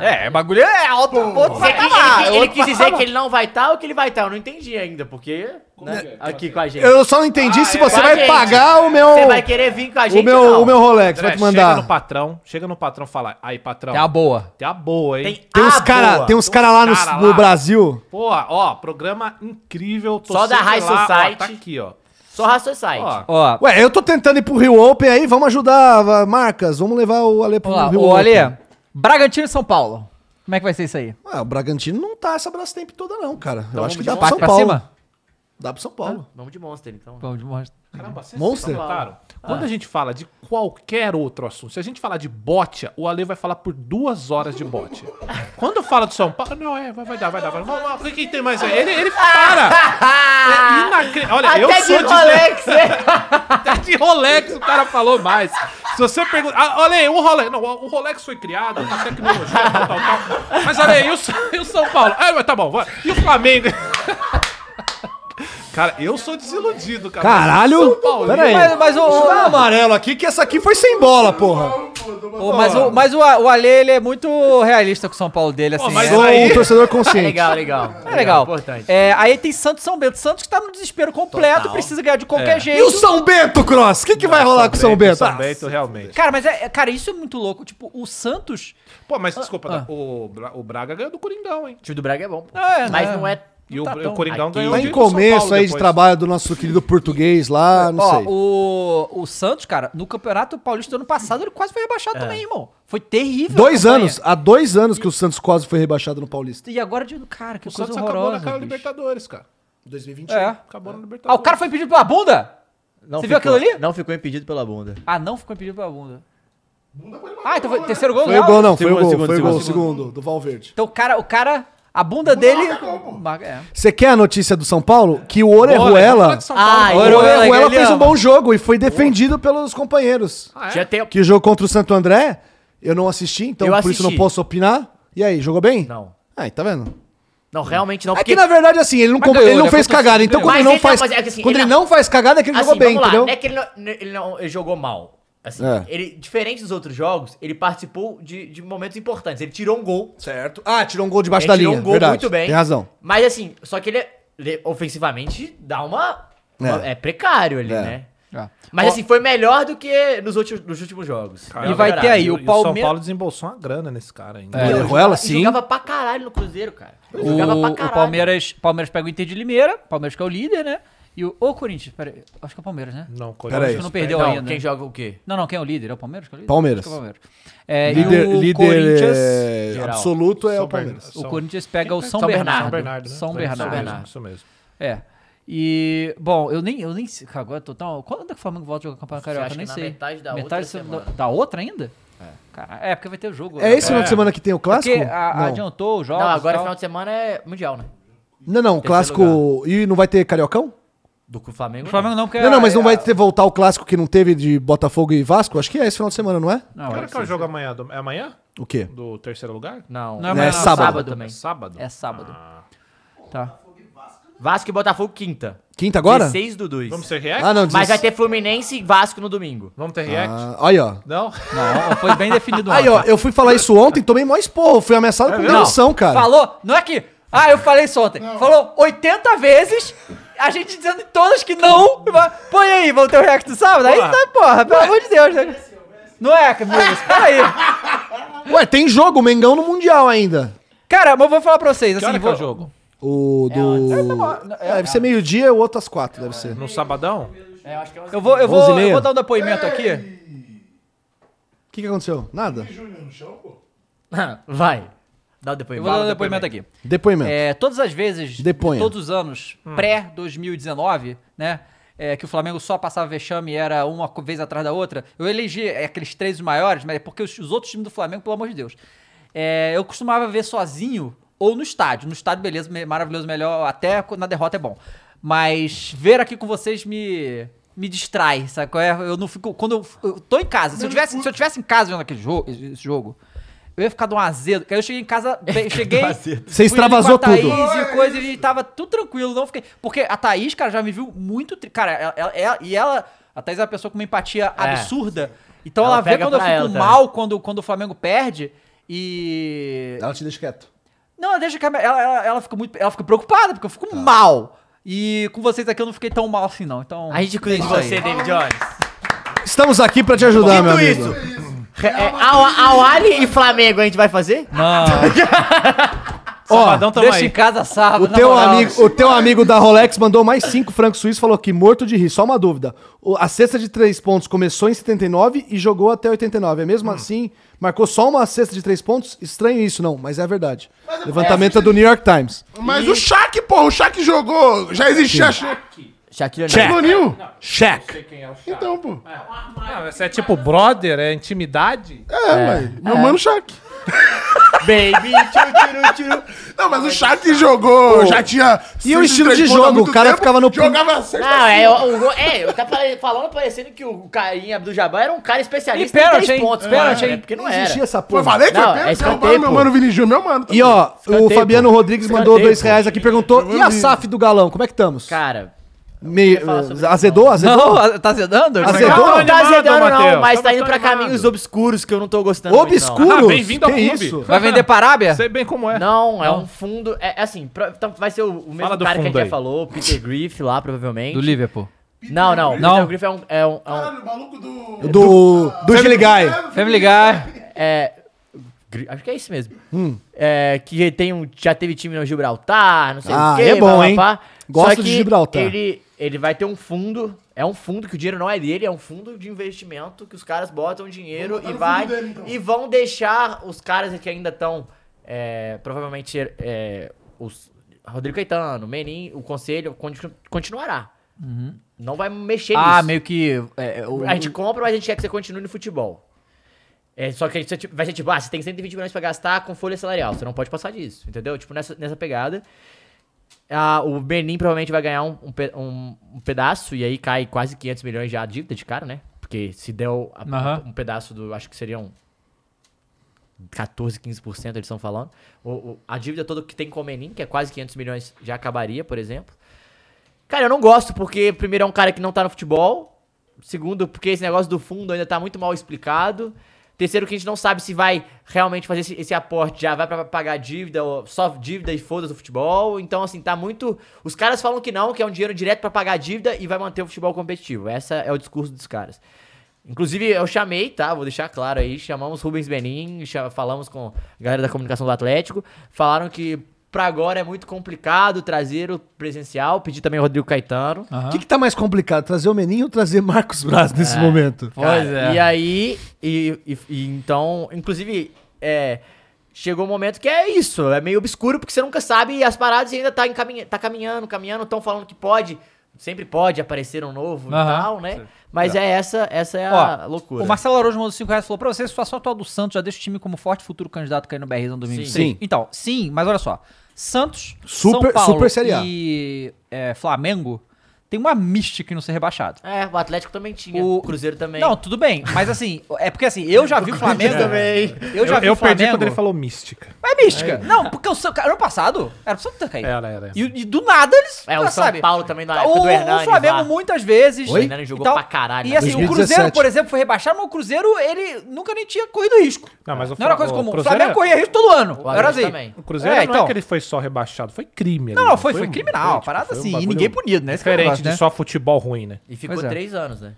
Speaker 2: É, bagulho é alto. outro
Speaker 1: Ele, ele-
Speaker 2: patamar,
Speaker 1: ele
Speaker 2: outro
Speaker 1: quis
Speaker 4: tá
Speaker 1: dizer
Speaker 2: patamar.
Speaker 1: que ele não vai estar ou que ele vai estar? Eu não entendi ainda, porque... né, Aqui com a gente.
Speaker 4: Eu só não entendi se você
Speaker 1: Ah, é Com a
Speaker 4: vai
Speaker 1: gente.
Speaker 4: pagar o meu.
Speaker 1: Você vai querer vir com a gente
Speaker 4: o meu,
Speaker 1: ou não?
Speaker 4: o meu Rolex, vai
Speaker 6: André,
Speaker 4: te
Speaker 6: Chega no
Speaker 4: mandar.
Speaker 6: patrão, chega no patrão e fala, aí patrão,
Speaker 2: É a boa.
Speaker 6: tem a boa, hein?
Speaker 1: Tem,
Speaker 4: Tem uns
Speaker 1: a
Speaker 4: cara,
Speaker 1: Ah, boa.
Speaker 4: tem uns cara lá no,
Speaker 6: Uns cara
Speaker 4: no
Speaker 6: lá.
Speaker 4: Brasil.
Speaker 6: Pô, ó, programa incrível. tô
Speaker 1: Só da
Speaker 6: sempre
Speaker 1: High
Speaker 6: lá, ó,
Speaker 1: Society.
Speaker 6: tá aqui, ó.
Speaker 1: Só Raça Site.
Speaker 6: Ó,
Speaker 2: Ó,
Speaker 4: Ué, eu tô tentando ir pro Rio Open aí, vamos ajudar ah, marcas, vamos levar o Ale pro
Speaker 2: vamos lá.
Speaker 4: Rio
Speaker 2: Ô,
Speaker 4: Open.
Speaker 2: Ale, Bragantino e São Paulo. Como é que vai ser isso aí?
Speaker 6: Então
Speaker 4: Ué, o Bragantino não tá essa braça tempo toda não, cara. Eu acho que dá
Speaker 1: vamos de
Speaker 4: pro São
Speaker 2: Pra
Speaker 4: Paulo.
Speaker 2: cima?
Speaker 4: Dá pro São Paulo.
Speaker 1: Vamos de Monster, então.
Speaker 2: Vamos de monstro.
Speaker 6: Caramba, vocês
Speaker 4: Monster?
Speaker 6: notaram? Quando a gente fala de qualquer outro assunto, se a gente falar de bote, o Ale vai falar por duas horas de bote. Quando fala de São Paulo, não, é, vai, vai dar, vai dar. Vai, vamos lá, o que, que tem mais aí? Ele, ele para! É inacre- Olha, eu
Speaker 1: Até de
Speaker 6: sou de
Speaker 1: Rolex, né?
Speaker 6: Até Tá de Rolex o cara falou mais. Se você pergunta. Ah, olha aí, o Rolex. Não, o Rolex foi criado, tá tecnologia, tal, tal, tal. Mas olha aí, e o, Sa- e o São Paulo? Ah, mas tá bom, vai. E o Flamengo? Cara, eu sou desiludido, cara.
Speaker 2: Caralho!
Speaker 6: São Paulo.
Speaker 2: Pera aí. Mas, mas o,
Speaker 4: Deixa eu dar um
Speaker 2: o,
Speaker 4: amarelo aqui, que essa aqui foi sem bola, porra.
Speaker 2: o- mas, o, mas o, o Ale, ele é muito realista com o São Paulo dele, assim.
Speaker 6: mas
Speaker 2: é.
Speaker 4: Sou
Speaker 6: aí-
Speaker 4: um torcedor consciente.
Speaker 1: legal, legal.
Speaker 2: É legal.
Speaker 1: Importante.
Speaker 2: É, aí tem Santos e São Bento. Santos que tá no desespero completo,
Speaker 1: Total.
Speaker 2: precisa ganhar de qualquer jeito.
Speaker 4: E o São Bento, Cross? O que, que vai rolar com o São Bento?
Speaker 6: São
Speaker 4: Ah,
Speaker 6: Bento, realmente.
Speaker 2: Cara, mas é, é- cara, isso é muito louco. Tipo, o Santos.
Speaker 6: Pô, mas desculpa,
Speaker 2: ah.
Speaker 6: o, Bra- o Braga ganhou do Coringão, hein?
Speaker 1: O time do Braga é bom. pô.
Speaker 2: É,
Speaker 1: Mas
Speaker 2: né?
Speaker 1: não é.
Speaker 6: E o,
Speaker 1: tá
Speaker 6: o
Speaker 1: tão-
Speaker 6: Coringão
Speaker 1: aqui-
Speaker 6: ganhou
Speaker 4: Tá
Speaker 6: de-
Speaker 4: em
Speaker 6: do São Paulo
Speaker 4: começo aí de
Speaker 6: depois.
Speaker 4: trabalho do nosso querido português lá, não sei.
Speaker 2: Ó, o, o Santos, cara, no Campeonato Paulista do ano passado, ele quase foi rebaixado também, irmão. Foi terrível. a
Speaker 4: Dois
Speaker 2: campanha.
Speaker 4: anos, há dois anos que o Santos quase foi rebaixado no Paulista.
Speaker 2: E agora, de- cara, que
Speaker 6: O
Speaker 2: coisa
Speaker 6: Santos acabou
Speaker 2: horrorosa.
Speaker 6: naquela
Speaker 2: bicho.
Speaker 6: Libertadores, cara.
Speaker 4: 2021.
Speaker 2: É.
Speaker 6: Acabou na
Speaker 2: Ah, o
Speaker 6: Libertadores.
Speaker 2: cara foi impedido pela bunda?
Speaker 1: Não
Speaker 2: Você viu
Speaker 1: ficou-
Speaker 2: aquilo ali?
Speaker 1: Não ficou impedido pela bunda.
Speaker 2: Ah, não ficou impedido pela bunda. Ah, então foi terceiro gol,
Speaker 4: Foi o
Speaker 2: não?
Speaker 4: gol, não, foi o
Speaker 1: Segundo,
Speaker 4: gol,
Speaker 1: segundo,
Speaker 4: foi o
Speaker 1: segundo,
Speaker 4: gol, segundo, do Valverde.
Speaker 2: Então o cara, o cara, a bunda dele. Marca- é.
Speaker 4: Você quer a notícia do São Paulo? Que o
Speaker 6: Fala
Speaker 4: Orejuela,
Speaker 6: de São
Speaker 4: o
Speaker 6: Paulo.
Speaker 1: Ah,
Speaker 2: Orejuela,
Speaker 4: Orejuela
Speaker 2: ele
Speaker 4: fez um
Speaker 2: ama.
Speaker 4: bom jogo e foi defendido pelos companheiros.
Speaker 1: Tinha tempo.
Speaker 4: Que o jogo contra o Santo André, eu não assisti, então
Speaker 1: Eu
Speaker 4: por isso não
Speaker 1: assisti.
Speaker 4: posso opinar. E aí, jogou bem?
Speaker 1: Não.
Speaker 4: Aí, tá vendo?
Speaker 1: Não, realmente não.
Speaker 4: É que na verdade, assim, ele não,
Speaker 6: Mas
Speaker 4: compa-
Speaker 6: ganhou,
Speaker 4: ele não
Speaker 6: né?
Speaker 4: fez
Speaker 6: Contra o
Speaker 4: cagada.
Speaker 6: Santos
Speaker 4: Então, quando
Speaker 1: ganhou.
Speaker 4: ele não
Speaker 1: Mas ele-
Speaker 4: faz.
Speaker 1: mas é que, assim,
Speaker 4: Quando
Speaker 1: ele
Speaker 4: ele não faz cagada, é que ele jogou
Speaker 1: Assim,
Speaker 4: bem,
Speaker 1: vamos lá.
Speaker 4: entendeu?
Speaker 1: Não é que ele, não, ele, não- ele jogou mal. Assim,
Speaker 4: É.
Speaker 1: ele, diferente dos outros jogos, ele participou de, de momentos importantes. Ele tirou um gol.
Speaker 4: Certo. Ah, tirou um gol debaixo da
Speaker 1: ele
Speaker 4: linha.
Speaker 1: tirou um gol
Speaker 4: verdade.
Speaker 1: muito bem.
Speaker 4: Tem razão.
Speaker 1: Mas assim, só que ele, é- ele ofensivamente dá uma.
Speaker 4: É.
Speaker 1: uma- É, precário ali,
Speaker 4: É.
Speaker 1: né?
Speaker 2: Ah.
Speaker 1: Mas assim, foi melhor do que nos, últimos, nos últimos jogos. Deu
Speaker 6: Cara,
Speaker 2: Ah, E
Speaker 1: uma
Speaker 2: vai
Speaker 1: melhorada.
Speaker 2: ter aí
Speaker 6: E
Speaker 2: o
Speaker 6: São Paulo
Speaker 2: Palmeiras.
Speaker 6: desembolsou uma grana nesse cara ainda.
Speaker 4: É. Orejuela, sim.
Speaker 1: Jogava pra caralho no Cruzeiro, cara. Jogava
Speaker 2: O,
Speaker 1: pra
Speaker 2: o
Speaker 1: caralho.
Speaker 2: Palmeiras, Palmeiras pega o Inter de Limeira, Palmeiras que é o líder, né? E o, o Corinthians, peraí, acho que é o Palmeiras, né?
Speaker 6: Não,
Speaker 4: Peraí.
Speaker 2: Acho que não perdeu
Speaker 1: Não,
Speaker 2: ainda. né?
Speaker 1: quem joga o quê?
Speaker 2: Não, não, quem é o líder? É o Palmeiras? que é o líder?
Speaker 4: Palmeiras.
Speaker 2: Acho que é o É,
Speaker 4: Líder,
Speaker 2: e o
Speaker 4: líder
Speaker 2: Corinthians,
Speaker 4: é,
Speaker 1: geral.
Speaker 4: absoluto é
Speaker 6: São
Speaker 4: o Palmeiras.
Speaker 2: o
Speaker 6: São-
Speaker 2: Corinthians pega o São,
Speaker 1: São
Speaker 2: Bernardo.
Speaker 1: Bernardo,
Speaker 6: né?
Speaker 2: São
Speaker 6: Foi
Speaker 2: Bernardo.
Speaker 6: Isso mesmo,
Speaker 1: Bernardo.
Speaker 6: isso mesmo.
Speaker 2: É. E, bom, eu nem, eu nem sei. Cara, agora eu tô tão. Quando é que o Flamengo volta a jogar Campeonato
Speaker 1: Você acha
Speaker 2: Carioca? Eu nem
Speaker 1: que na
Speaker 2: sei.
Speaker 1: metade da outra
Speaker 2: se-
Speaker 1: semana.
Speaker 2: da- da outra ainda? É. Cara, é, porque vai ter o jogo.
Speaker 4: É esse final de
Speaker 6: É.
Speaker 4: semana que tem o
Speaker 2: Porque
Speaker 4: clássico?
Speaker 2: a-
Speaker 4: não.
Speaker 2: adiantou o jogo.
Speaker 1: Não, agora final de semana é mundial, né?
Speaker 4: não, não, o clássico. E não vai ter cariocão?
Speaker 1: Do que o Flamengo.
Speaker 2: O Flamengo não, porque. é
Speaker 4: não, não, mas não
Speaker 2: a-
Speaker 4: vai ter voltar o clássico que não teve de Botafogo e Vasco? Acho que é esse final de semana, não é?
Speaker 2: Não,
Speaker 6: Que hora
Speaker 2: vai
Speaker 6: que é o
Speaker 2: ser-
Speaker 6: jogo amanhã? Do- É amanhã?
Speaker 4: O quê?
Speaker 6: Do terceiro lugar?
Speaker 1: Não,
Speaker 2: Não,
Speaker 1: é,
Speaker 2: mas é
Speaker 1: sábado,
Speaker 4: sábado
Speaker 1: também.
Speaker 6: Sábado?
Speaker 2: é sábado. Tá.
Speaker 1: Vasco e Botafogo quinta.
Speaker 4: Quinta agora?
Speaker 1: 16 do 2.
Speaker 6: Vamos ter react?
Speaker 4: Ah, não,
Speaker 1: Mas vai
Speaker 4: dezesseis-
Speaker 1: ter Fluminense e Vasco no domingo.
Speaker 6: Vamos ter react?
Speaker 4: Ah, aí, ó.
Speaker 6: Não?
Speaker 2: Não, foi bem definido
Speaker 4: Aí, ó, eu fui falar isso ontem, tomei mó esporro, fui ameaçado com
Speaker 2: Não,
Speaker 4: demissão, cara.
Speaker 2: Falou, não é que. Ah, eu falei isso ontem. Falou 80 vezes, a gente dizendo todas que não. Põe aí, vamos ter o react do sábado? Aí
Speaker 6: Porra.
Speaker 2: tá, porra, pelo amor de Deus. né? Não é, Camilo, espera aí.
Speaker 4: Ué, tem jogo, Mengão no Mundial ainda.
Speaker 2: Cara, mas eu vou falar pra vocês,
Speaker 6: Que hora
Speaker 2: assim,
Speaker 6: que é
Speaker 2: vou...
Speaker 6: o jogo?
Speaker 2: É
Speaker 4: O
Speaker 2: tá
Speaker 4: do. É, deve ser meio-dia, o outro às quatro, deve ser.
Speaker 6: No sabadão?
Speaker 2: eu vou,
Speaker 4: 11
Speaker 2: eu
Speaker 4: e
Speaker 2: vou, eu
Speaker 4: meia.
Speaker 2: vou dar um depoimento aqui.
Speaker 4: O que, que aconteceu? Nada?
Speaker 1: Vai. Dá o
Speaker 2: Eu
Speaker 1: depoimento.
Speaker 2: vou dar
Speaker 1: Fala
Speaker 2: um
Speaker 1: o
Speaker 2: depoimento aqui.
Speaker 4: Depoimento.
Speaker 2: É, todas as vezes, de
Speaker 4: Deponha.
Speaker 2: todos os anos, pré-2019, né? é, que o Flamengo só passava vexame e era uma co- vez atrás da outra. Eu elegi é, aqueles três maiores, mas é porque os, os outros times do Flamengo, pelo amor de Deus. É, eu costumava ver sozinho ou no estádio. No estádio, beleza, me- maravilhoso, melhor. Até co- na derrota é bom. Mas ver aqui com vocês me. Me distrai, sabe qual é? Eu não fico. Quando eu, eu tô em casa, se eu, tivesse, se eu tivesse em casa vendo aquele jogo, esse jogo, eu ia ficar de um azedo. Porque aí eu cheguei em casa, bem-
Speaker 4: um
Speaker 2: cheguei.
Speaker 4: Você extravasou
Speaker 2: Fui ali com a
Speaker 4: tudo.
Speaker 2: Thaís e coisa, ele tava tudo tranquilo, não fiquei. Porque a Thaís, cara, já me viu muito. tri- Cara, ela, ela- ela- e ela. A Thaís é uma pessoa com uma empatia
Speaker 1: É.
Speaker 2: absurda. Então ela,
Speaker 1: Ela
Speaker 2: vê
Speaker 1: pega
Speaker 2: quando eu
Speaker 1: pra
Speaker 2: fico
Speaker 1: ela também.
Speaker 2: mal, quando, quando o Flamengo perde. E.
Speaker 4: Ela te deixa quieto.
Speaker 2: Não, ela deixa que a minha- ela, ela, ela fica muito. Ela fica preocupada, porque eu
Speaker 4: Tá.
Speaker 2: fico mal. E com vocês aqui eu não fiquei tão mal assim, não. Então.
Speaker 1: A gente cuida de
Speaker 2: isso aí.
Speaker 1: você, David Jones.
Speaker 4: Estamos aqui pra te ajudar, meu amigo.
Speaker 1: Re- é, Al, Al Ali e Flamengo a gente vai fazer?
Speaker 2: Não.
Speaker 6: Sabadão tamo
Speaker 2: Deixa
Speaker 6: aí.
Speaker 2: em casa sábado.
Speaker 4: O
Speaker 2: na
Speaker 4: teu,
Speaker 2: moral.
Speaker 4: amigo, o teu amigo da Rolex mandou mais cinco francos suíços e falou que morto de rir. Só uma dúvida. O- a cesta de três pontos começou em 79 e jogou até 89. É mesmo assim, marcou só uma cesta de três pontos? Estranho isso, não, mas é verdade. Levantamento é do New York Times.
Speaker 3: Mas o Shaq, pô, o Shaq jogou. Já existia Shaq.
Speaker 1: Shaquille O'Neal.
Speaker 3: No
Speaker 6: Check.
Speaker 3: Nil?
Speaker 6: Check.
Speaker 3: Então, pô.
Speaker 6: Ah, você é tipo brother, é intimidade?
Speaker 3: É, mas meu mano Shaq.
Speaker 1: Baby, tchu, tchu, tchu.
Speaker 3: Não, mas o Shaq jogou, já tinha...
Speaker 4: E o estilo de
Speaker 3: 63 pontos há
Speaker 4: jogo,
Speaker 3: muito
Speaker 4: o cara ficava no-
Speaker 3: Jogava assim. certo.
Speaker 1: Não, é, o, o- é, eu tava falando parecendo que o carinha do Jabá era um cara especialista
Speaker 2: E pênalti,
Speaker 1: em três
Speaker 2: hein?
Speaker 1: pontos.
Speaker 2: Pênalti,
Speaker 1: mano,
Speaker 2: hein?
Speaker 1: é Porque não
Speaker 4: Nem
Speaker 1: era.
Speaker 4: existia essa
Speaker 3: Foi,
Speaker 4: porra.
Speaker 3: falei que
Speaker 1: Não,
Speaker 3: foi
Speaker 1: é
Speaker 3: pênalti.
Speaker 1: escanteio,
Speaker 3: Meu
Speaker 1: pô.
Speaker 3: mano Vini Júnior, meu mano.
Speaker 4: E ó, o
Speaker 1: Escanteio,
Speaker 4: Fabiano
Speaker 1: pô.
Speaker 4: Rodrigues
Speaker 1: Escanteio,
Speaker 4: mandou dois
Speaker 1: pô.
Speaker 4: reais aqui e perguntou: e a SAF do galão, como é que estamos?
Speaker 1: Cara,
Speaker 4: Me-
Speaker 1: eu ia falar sobre
Speaker 4: azedou, azedou?
Speaker 2: Não, tá zedando?
Speaker 4: Azedou?
Speaker 1: não,
Speaker 6: Tá
Speaker 1: tá
Speaker 6: animado,
Speaker 1: azedando
Speaker 6: Mateus.
Speaker 1: não, mas tá
Speaker 6: Tá
Speaker 1: indo pra
Speaker 6: animado.
Speaker 1: caminhos obscuros que eu não tô gostando muito, não.
Speaker 4: Obscuros?
Speaker 6: Ah, bem-vindo ao
Speaker 4: que
Speaker 6: clube.
Speaker 4: isso?
Speaker 2: Vai vender pra Arábia?
Speaker 6: Sei bem como é.
Speaker 1: Não, é um fundo. É é assim, pra- então vai ser o, o mesmo
Speaker 6: Fala do
Speaker 1: cara que a
Speaker 6: fundo
Speaker 1: gente já
Speaker 6: aí.
Speaker 1: falou, o Peter Griff lá, provavelmente.
Speaker 2: Do Liverpool.
Speaker 1: Não, não. O
Speaker 2: Não.
Speaker 1: Peter Griff é um. É, um, é, um-
Speaker 3: Caralho, o maluco do...
Speaker 4: Do, do Family Guy.
Speaker 2: Family Guy.
Speaker 1: é- Gri- acho que é isso mesmo. É, que tem um, já teve time no Gibraltar, não sei
Speaker 4: Ah,
Speaker 1: o quê.
Speaker 4: é bom,
Speaker 1: pá, pá,
Speaker 4: hein?
Speaker 1: pá.
Speaker 4: Gosto
Speaker 1: Só
Speaker 4: de
Speaker 1: que
Speaker 4: Gibraltar.
Speaker 1: Ele, ele vai ter um fundo. É um fundo que o dinheiro não é dele, é um fundo de investimento que os caras botam dinheiro e vai. E vão deixar os caras que ainda estão. é, provavelmente é, os. Rodrigo Caetano, Menin, o conselho continu- continuará. Não vai mexer
Speaker 2: Ah,
Speaker 1: nisso.
Speaker 2: meio que. é, o-
Speaker 1: A gente compra, mas a gente quer que você continue no futebol. É, só que a gente vai tipo- vai ser tipo, ah, você tem 120 milhões pra gastar com folha salarial. Você não pode passar disso, entendeu? Tipo, nessa, nessa pegada. Ah, o Benin provavelmente vai ganhar um, um pe- um- um pedaço e aí cai quase 500 milhões já a dívida de cara, né? Porque se deu a-
Speaker 2: Aham.
Speaker 1: um pedaço do, acho que um seriam 14, 15% eles estão falando. O- o- a dívida toda que tem com o Menin, que é quase 500 milhões, já acabaria, por exemplo. Cara, eu não gosto porque, primeiro, é um cara que não tá no futebol. Segundo, porque esse negócio do fundo ainda tá muito mal explicado. Terceiro, que a gente não sabe se vai realmente fazer esse, esse aporte já, vai pra pagar dívida, ou só dívida e foda-se o futebol. Então, assim, tá muito. Os caras falam que não, que é um dinheiro direto pra pagar dívida e vai manter o futebol competitivo. Esse é o discurso dos caras. Inclusive, eu chamei, tá? Vou deixar claro aí. Chamamos Rubens Benin, cha- falamos com a galera da comunicação do Atlético. Falaram que pra agora é muito complicado trazer o presencial. Pedi também o Rodrigo Caetano.
Speaker 2: Ah,
Speaker 4: O que, que tá mais complicado? Trazer o Meninho ou trazer Marcos Braz nesse
Speaker 1: É.
Speaker 4: momento?
Speaker 1: Cara,
Speaker 2: Pois é.
Speaker 1: E aí, e, e- e então, inclusive, é, chegou um momento que é isso, é meio obscuro, porque você nunca sabe e as paradas ainda tá, encaminha, tá caminhando, caminhando, estão falando que pode, sempre pode aparecer um novo e
Speaker 2: Aham.
Speaker 1: tal, né? Mas é essa, essa é a
Speaker 2: Ó,
Speaker 1: loucura.
Speaker 2: O Marcelo Araújo mandou 5 reais e falou pra você, a situação atual do Santos já deixa o time como forte futuro candidato cair no BR em 2026.
Speaker 4: Sim. Sim.
Speaker 2: Então, sim, mas olha só. Santos,
Speaker 4: Super-
Speaker 2: São Paulo
Speaker 4: Super Série A.
Speaker 2: e é, Flamengo tem uma mística em não ser rebaixado.
Speaker 1: É, o Atlético também tinha,
Speaker 2: O-
Speaker 1: o Cruzeiro também.
Speaker 2: Não, tudo bem, mas assim, é porque assim, eu já vi o Flamengo...
Speaker 1: também.
Speaker 2: Eu já
Speaker 6: eu
Speaker 2: vi
Speaker 6: eu
Speaker 2: o Flamengo...
Speaker 6: perdi quando ele falou mística.
Speaker 2: Mas é mística. Não, porque o Santos... cara, Ano passado, era pro Santos ter caído.
Speaker 6: Era, era.
Speaker 2: E, e do nada eles... ah,
Speaker 1: É, o São
Speaker 2: sabe,
Speaker 1: Paulo também na
Speaker 2: o,
Speaker 1: época do Hernani.
Speaker 2: o Flamengo
Speaker 1: lá.
Speaker 2: muitas vezes.
Speaker 1: O Hernani jogou
Speaker 2: Então,
Speaker 1: pra caralho,
Speaker 2: E
Speaker 1: né?
Speaker 2: assim, o
Speaker 4: 2017.
Speaker 2: Cruzeiro, por exemplo, foi rebaixado, mas o Cruzeiro, ele nunca nem tinha corrido risco.
Speaker 6: Não, mas o
Speaker 2: Não era
Speaker 6: Fla-
Speaker 2: coisa
Speaker 6: o
Speaker 2: comum. O
Speaker 6: Cruzeiro
Speaker 2: Flamengo
Speaker 6: é-
Speaker 2: corria risco todo ano. era
Speaker 1: O Atlético
Speaker 2: assim.
Speaker 1: também.
Speaker 6: O Cruzeiro
Speaker 2: É,
Speaker 6: não
Speaker 2: então.
Speaker 6: é que ele foi só rebaixado, foi crime. ali,
Speaker 2: Não, não, foi, foi
Speaker 6: um-
Speaker 2: criminal.
Speaker 6: tipo,
Speaker 2: parada
Speaker 6: foi um
Speaker 2: assim. e
Speaker 6: bagulho
Speaker 2: ninguém punido, né? Esse que é o
Speaker 6: Diferente
Speaker 2: negócio,
Speaker 6: de
Speaker 2: né?
Speaker 6: só futebol ruim, né?
Speaker 1: E ficou
Speaker 2: Pois é.
Speaker 1: três anos, né?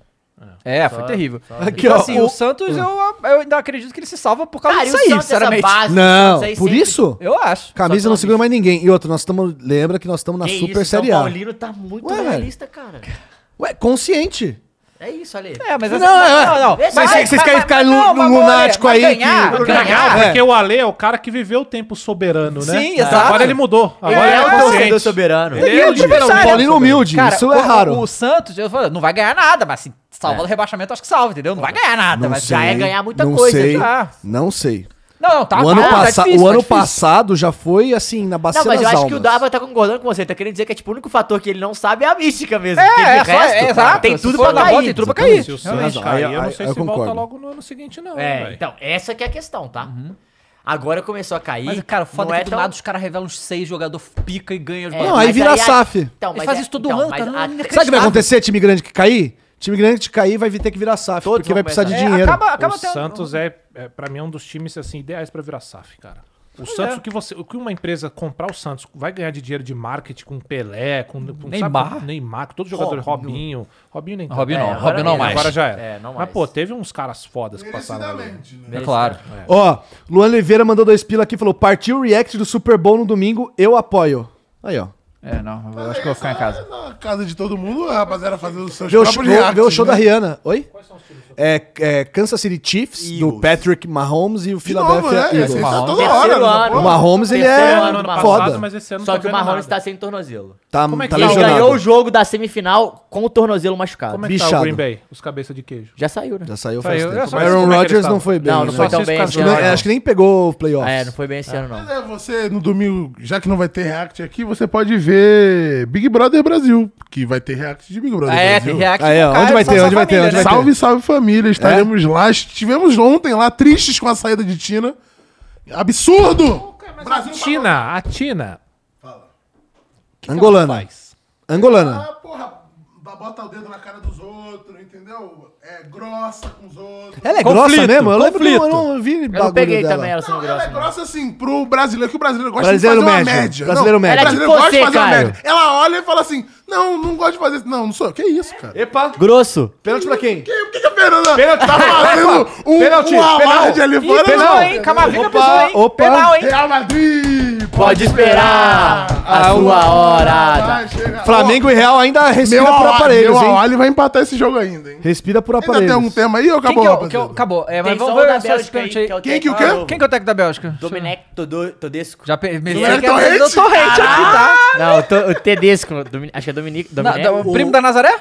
Speaker 2: É, foi
Speaker 1: Só-
Speaker 2: terrível.
Speaker 1: só-
Speaker 2: Aqui,
Speaker 4: Aqui,
Speaker 2: então,
Speaker 4: ó,
Speaker 2: assim,
Speaker 4: o-
Speaker 2: o, Santos, eu, eu ainda acredito que ele se salva por causa
Speaker 1: Cara, e o
Speaker 2: disso aí,
Speaker 1: Santos, essa
Speaker 2: sinceramente.
Speaker 1: base,
Speaker 4: Não,
Speaker 1: Santos aí
Speaker 4: por
Speaker 1: sempre-
Speaker 4: isso?
Speaker 2: Eu acho.
Speaker 4: Camisa
Speaker 1: Só
Speaker 4: não
Speaker 1: que- é
Speaker 4: segura mais ninguém. E outro, nós estamos. Lembra que nós estamos na
Speaker 1: Que
Speaker 4: Super
Speaker 1: isso, São
Speaker 4: Série A.
Speaker 1: Paulino tá muito
Speaker 4: Ué, velho.
Speaker 1: realista, cara.
Speaker 4: Ué, consciente.
Speaker 1: É isso, Ale.
Speaker 2: É, mas
Speaker 4: Não,
Speaker 2: assim,
Speaker 4: é,
Speaker 2: não, não.
Speaker 1: mas
Speaker 2: vai-
Speaker 1: vocês-
Speaker 4: vocês querem
Speaker 2: vai-
Speaker 4: ficar
Speaker 2: não,
Speaker 4: lu-
Speaker 2: mas olha,
Speaker 4: lunático
Speaker 2: mas
Speaker 4: aí
Speaker 2: ganhar,
Speaker 4: que-
Speaker 2: mas
Speaker 6: Ganhar,
Speaker 2: ganhar,
Speaker 4: é.
Speaker 6: porque o Ale é o cara que viveu o tempo soberano, né?
Speaker 2: Sim, exato.
Speaker 6: Agora ele mudou. Agora
Speaker 1: Ele
Speaker 6: ele
Speaker 1: é o
Speaker 6: consciente.
Speaker 1: torcedor soberano.
Speaker 6: Ele é
Speaker 4: E
Speaker 6: o
Speaker 4: outro,
Speaker 6: liberal.
Speaker 4: São um Paulino humilde.
Speaker 2: né? Cara,
Speaker 4: Isso
Speaker 2: o,
Speaker 4: é raro.
Speaker 2: O, o Santos, eu falo, não vai ganhar nada, mas se
Speaker 1: É.
Speaker 2: salvar do rebaixamento, acho que salva, entendeu? Não vai ganhar nada. mas
Speaker 1: já é
Speaker 4: sei,
Speaker 1: ganhar muita
Speaker 4: não
Speaker 1: coisa,
Speaker 4: sei,
Speaker 2: já.
Speaker 4: Não sei.
Speaker 2: Não, não, tá
Speaker 4: o ano,
Speaker 2: tá- tá
Speaker 1: é
Speaker 4: passa-
Speaker 2: difícil,
Speaker 4: o
Speaker 2: tá
Speaker 4: ano
Speaker 2: difícil.
Speaker 4: passado já foi assim, na bacia
Speaker 1: Não, mas eu
Speaker 4: das
Speaker 1: acho que o
Speaker 4: almas.
Speaker 1: Dava tá concordando com você. Tá querendo dizer que é tipo o único fator que ele não sabe é a mística mesmo.
Speaker 2: É,
Speaker 1: porque de
Speaker 2: é, só- é, exato.
Speaker 1: Tem
Speaker 2: Se
Speaker 1: tudo
Speaker 2: for
Speaker 1: pra
Speaker 2: na
Speaker 1: cair.
Speaker 2: bota, tem tudo pra cair.
Speaker 6: Se o
Speaker 4: Tem
Speaker 6: Santos
Speaker 4: razão.
Speaker 6: cair,
Speaker 4: Aí-
Speaker 6: eu não
Speaker 4: aí-
Speaker 6: sei
Speaker 4: eu
Speaker 6: se volta
Speaker 4: concordo.
Speaker 6: logo no ano seguinte, não.
Speaker 1: É,
Speaker 6: velho.
Speaker 1: então, essa que é a questão, tá?
Speaker 2: Uhum.
Speaker 1: Agora começou a cair.
Speaker 2: Mas, cara, o foda
Speaker 1: não
Speaker 2: é que
Speaker 1: é
Speaker 2: do
Speaker 1: tão-
Speaker 2: nada os caras revelam uns seis jogadores, pica e ganha os
Speaker 1: É,
Speaker 4: Não,
Speaker 2: bagulho.
Speaker 4: aí
Speaker 1: mas
Speaker 4: vira SAF.
Speaker 1: Então,
Speaker 2: Eles
Speaker 1: mas
Speaker 2: fazem
Speaker 1: é-
Speaker 2: isso todo
Speaker 1: então,
Speaker 2: ano,
Speaker 1: mas
Speaker 2: cara, não-
Speaker 1: a-
Speaker 2: não-
Speaker 4: Sabe o que vai acontecer, time grande que cair? Time grande que cair vai vir ter que virar SAF,
Speaker 1: Todos
Speaker 4: porque
Speaker 1: vão
Speaker 4: vai precisar de
Speaker 1: começar.
Speaker 2: É,
Speaker 4: dinheiro.
Speaker 2: acaba, acaba
Speaker 6: o
Speaker 2: tendo-
Speaker 6: Santos é, é, pra mim, é um dos times assim, ideais pra virar SAF, cara. O Santos, o que, você, o que uma empresa comprar o Santos vai ganhar de dinheiro de marketing com Pelé, com, com
Speaker 2: Neymar.
Speaker 6: com Neymar, com todos os jogadores, Robinho. Robinho nem tanto.
Speaker 2: Robinho não,
Speaker 6: É, agora-
Speaker 2: Robinho não mais.
Speaker 6: Agora já era.
Speaker 1: É, não
Speaker 6: Mas,
Speaker 1: mais.
Speaker 6: pô, teve uns caras fodas que passaram ali.
Speaker 3: Merecidamente, né?
Speaker 2: É claro.
Speaker 4: Ó, Luan Oliveira mandou dois pila aqui e falou: partiu o react do Super Bowl no domingo, eu apoio. Aí, ó.
Speaker 2: É, não, eu acho que eu vou ficar em casa.
Speaker 3: Na casa de todo mundo, a rapaziada fazendo os seus
Speaker 4: Vê o,
Speaker 3: próprios
Speaker 4: show,
Speaker 3: reacts,
Speaker 4: vê o show
Speaker 3: né?
Speaker 4: da Rihanna. Oi? É, é Kansas City Chiefs, do Patrick Mahomes e o
Speaker 3: De novo,
Speaker 4: Philadelphia
Speaker 3: né? Esse aí
Speaker 4: Eagles.
Speaker 3: tá
Speaker 2: Mahomes.
Speaker 3: toda hora.
Speaker 1: Terceiro
Speaker 3: essa
Speaker 1: ano.
Speaker 4: O
Speaker 3: porra.
Speaker 4: Mahomes, ele é
Speaker 1: Terceiro ano ano passado,
Speaker 4: foda.
Speaker 6: mas esse ano
Speaker 1: Só
Speaker 6: não
Speaker 1: que
Speaker 6: tô
Speaker 1: o
Speaker 6: vendo
Speaker 1: Mahomes
Speaker 6: nada.
Speaker 1: tá sem tornozelo.
Speaker 4: Tá,
Speaker 6: Como é que
Speaker 4: tá
Speaker 6: tá?
Speaker 1: Ele
Speaker 4: lesionado.
Speaker 1: ganhou o jogo da semifinal com o tornozelo machucado.
Speaker 6: Como é que tá
Speaker 4: Bichado.
Speaker 6: o Green Bay, os cabeça de queijo?
Speaker 1: Já saiu, né?
Speaker 4: Já saiu
Speaker 6: Saiu,
Speaker 4: faz
Speaker 6: eu
Speaker 4: tempo.
Speaker 6: só
Speaker 4: O
Speaker 6: sei como
Speaker 4: Aaron
Speaker 6: é que ele
Speaker 4: Rodgers
Speaker 6: tá.
Speaker 4: não foi bem.
Speaker 1: Não, não
Speaker 4: né?
Speaker 1: foi
Speaker 6: Só
Speaker 1: tão
Speaker 6: se
Speaker 1: bem.
Speaker 6: casou,
Speaker 1: esse ano,
Speaker 6: né?
Speaker 1: não.
Speaker 4: Acho que nem pegou o playoffs.
Speaker 1: É, não foi bem esse ano, não.
Speaker 3: Mas é, você, no domingo, já que não vai ter react aqui, você pode ver Big Brother Brasil, que vai ter react de Big Brother
Speaker 2: É, tem
Speaker 3: Brasil.
Speaker 2: react.
Speaker 4: Aí, ó,
Speaker 2: do cara
Speaker 4: onde vai
Speaker 2: e
Speaker 4: ter,
Speaker 2: Bolsa
Speaker 4: onde vai ter,
Speaker 2: Família,
Speaker 4: onde
Speaker 2: né?
Speaker 4: vai ter?
Speaker 3: Salve, salve família, estaremos lá. Estivemos ontem lá, tristes com a saída de Tina. Absurdo!
Speaker 6: A Tina, a Tina.
Speaker 4: Angolana. Angolana.
Speaker 3: Ah, porra, bota o dedo na cara dos outros, entendeu? É grossa com os outros.
Speaker 4: Ela é
Speaker 6: Conflito,
Speaker 4: grossa mesmo? Eu lembro, um,
Speaker 6: conflito.
Speaker 4: eu não vi
Speaker 1: Eu não
Speaker 4: bagulho
Speaker 1: peguei
Speaker 4: dela.
Speaker 1: também ela sendo
Speaker 3: Não, ela
Speaker 1: grossa.
Speaker 3: é
Speaker 1: não.
Speaker 3: grossa assim, pro brasileiro, que o brasileiro gosta
Speaker 4: um Brasileiro
Speaker 3: de fazer
Speaker 4: médio,
Speaker 3: uma média.
Speaker 4: brasileiro
Speaker 3: não,
Speaker 4: médio.
Speaker 3: O
Speaker 1: Ela é
Speaker 3: brasileiro
Speaker 1: tipo
Speaker 3: gosta de
Speaker 1: você,
Speaker 3: fazer uma
Speaker 1: Caio.
Speaker 3: média. Ela olha e fala assim, não, não gosto de fazer isso. Não, não sou eu. Que isso, cara?
Speaker 4: Epa.
Speaker 1: Grosso.
Speaker 4: Pênalti pra quem?
Speaker 3: Que, o que, que a Fernanda tá fazendo um,
Speaker 4: Pênalti,
Speaker 3: um alarde ali fora?
Speaker 2: Penal,
Speaker 3: não?
Speaker 2: hein? Camavinga
Speaker 4: Opa,
Speaker 2: pisou, hein?
Speaker 4: opa.
Speaker 2: Penal, hein?
Speaker 3: Real Madrid!
Speaker 1: Pode esperar a
Speaker 4: Ah,
Speaker 1: sua hora.
Speaker 3: Vai chegar.
Speaker 4: Flamengo e Real ainda
Speaker 3: Ó, Meu
Speaker 4: respira por
Speaker 3: Awali,
Speaker 4: aparelhos,
Speaker 3: meu
Speaker 4: hein?
Speaker 3: Awali vai empatar esse jogo ainda, hein?
Speaker 4: Respira por
Speaker 3: Ainda tem um
Speaker 4: aparelhos.
Speaker 3: algum tema aí ou
Speaker 2: Quem
Speaker 3: acabou?
Speaker 2: que eu,
Speaker 3: rapaziada?
Speaker 2: que eu- acabou. É, mas
Speaker 1: Tem
Speaker 2: vamos
Speaker 1: só o
Speaker 2: ver
Speaker 1: da
Speaker 2: os seus
Speaker 1: Bélgica
Speaker 2: pênaltis
Speaker 1: aí, que é
Speaker 2: aí.
Speaker 1: o
Speaker 3: Quem que o
Speaker 1: técnico
Speaker 3: quê?
Speaker 2: Quem que é o técnico da Bélgica?
Speaker 1: Domenech Todo- Todesco.
Speaker 2: Já pe- me
Speaker 3: Domenech
Speaker 2: que é
Speaker 3: Torrente?
Speaker 2: do Torrente aqui,
Speaker 4: Ah,
Speaker 2: tá?
Speaker 1: Não, o To- o Tedesco. Domin- Acho que é Dominique.
Speaker 2: Na-
Speaker 1: Domenech?
Speaker 2: da- o primo da Nazaré?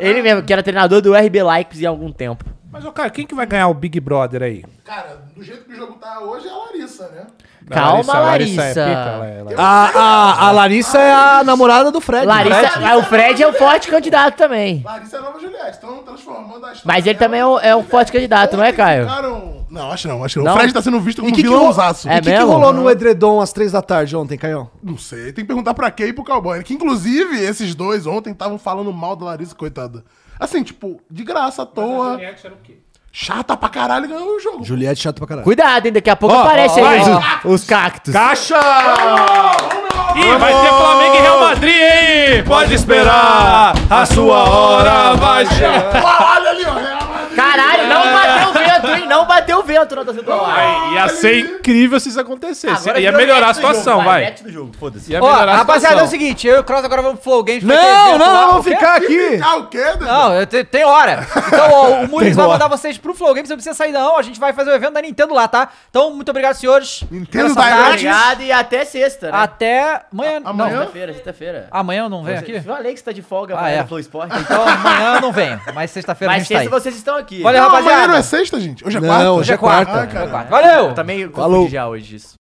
Speaker 1: Ele mesmo, que era treinador do RB Leipzig há algum tempo.
Speaker 6: Mas, ô, cara, quem que vai ganhar o Big Brother aí?
Speaker 3: Cara, do jeito que o jogo tá hoje é a Larissa, né?
Speaker 1: Calma, Larissa.
Speaker 6: é pica,
Speaker 1: Larissa,
Speaker 6: ela é- ela é-
Speaker 4: A, a, a Larissa é a namorada do Fred.
Speaker 1: ah, o Fred é um forte candidato também.
Speaker 3: Larissa é a nova Juliette, estão transformando a história.
Speaker 1: Mas ele
Speaker 3: dela
Speaker 1: também é um- é um
Speaker 3: em-
Speaker 1: forte candidato, não é,
Speaker 3: Ontem
Speaker 1: Caio?
Speaker 3: ficaram- Não, acho não, acho não.
Speaker 1: Não?
Speaker 3: O Fred tá sendo visto como
Speaker 4: E que que
Speaker 3: vilãozaço.
Speaker 1: ro- É
Speaker 4: O que, que
Speaker 1: mesmo?
Speaker 4: rolou no edredom às três da tarde ontem, Caião?
Speaker 3: Não sei, tem que perguntar pra quem e pro Cowboy. Que inclusive esses dois ontem estavam falando mal da Larissa, coitada. Assim, tipo, de graça, à toa. Chata pra caralho ganhou o jogo.
Speaker 4: Juliette chato pra caralho.
Speaker 1: Cuidado, hein? Daqui a pouco aparece aí ó, os cactos.
Speaker 6: Caixa! Ih, vai ter Flamengo e Real Madrid, hein? Pode esperar, a sua hora vai chegar.
Speaker 3: Olha ali, ó. Real Madrid.
Speaker 1: Caralho,
Speaker 2: É.
Speaker 1: não bateu o vento, hein? Não bateu o vento na torcida do Hawaii.
Speaker 6: Ai, ia ser incrível se isso acontecesse. ia
Speaker 1: virou
Speaker 6: melhorar a
Speaker 1: match do
Speaker 6: situação,
Speaker 1: jogo,
Speaker 6: vai.
Speaker 1: match do jogo, foda-se.
Speaker 6: Ia
Speaker 2: Ó,
Speaker 6: melhorar a
Speaker 2: rapaziada, é o
Speaker 6: situação.
Speaker 2: seguinte, eu e o Cross agora vamos pro Flow Games. vai ter
Speaker 4: Não, não,
Speaker 2: evento lá,
Speaker 4: não,
Speaker 2: o
Speaker 4: vamos
Speaker 2: quê?
Speaker 4: ficar aqui.
Speaker 3: Ah, o quê, Dedé?
Speaker 2: Não, eu te- tem hora. Então, ó, o Muniz vai mandar vocês pro Flow Games, você não precisa sair não, a gente vai fazer o evento da Nintendo lá, tá? Então, muito obrigado, senhores.
Speaker 3: Nintendo
Speaker 2: Pela saudade.
Speaker 3: Direct.
Speaker 1: Obrigado Tá e até sexta, né?
Speaker 2: Até amanhã. não.
Speaker 3: amanhã?
Speaker 1: Sexta-feira, sexta-feira.
Speaker 2: Amanhã eu não venho aqui?
Speaker 1: Eu falei que você tá de folga
Speaker 2: Ah,
Speaker 1: amanhã
Speaker 2: é.
Speaker 1: no Flow Sport.
Speaker 2: Então, amanhã eu não venho, mas sexta-feira a
Speaker 1: Mas
Speaker 2: gente tá aí.
Speaker 1: sexta vocês estão aqui.
Speaker 2: Valeu,
Speaker 3: Não, amanhã
Speaker 2: rapaziada. é
Speaker 3: não é sexta, gente? Hoje é
Speaker 4: Não,
Speaker 3: quarta?
Speaker 4: hoje é quarta.
Speaker 3: Ah, cara.
Speaker 2: Valeu!
Speaker 1: Eu também confundi
Speaker 4: Falou.
Speaker 1: já hoje isso.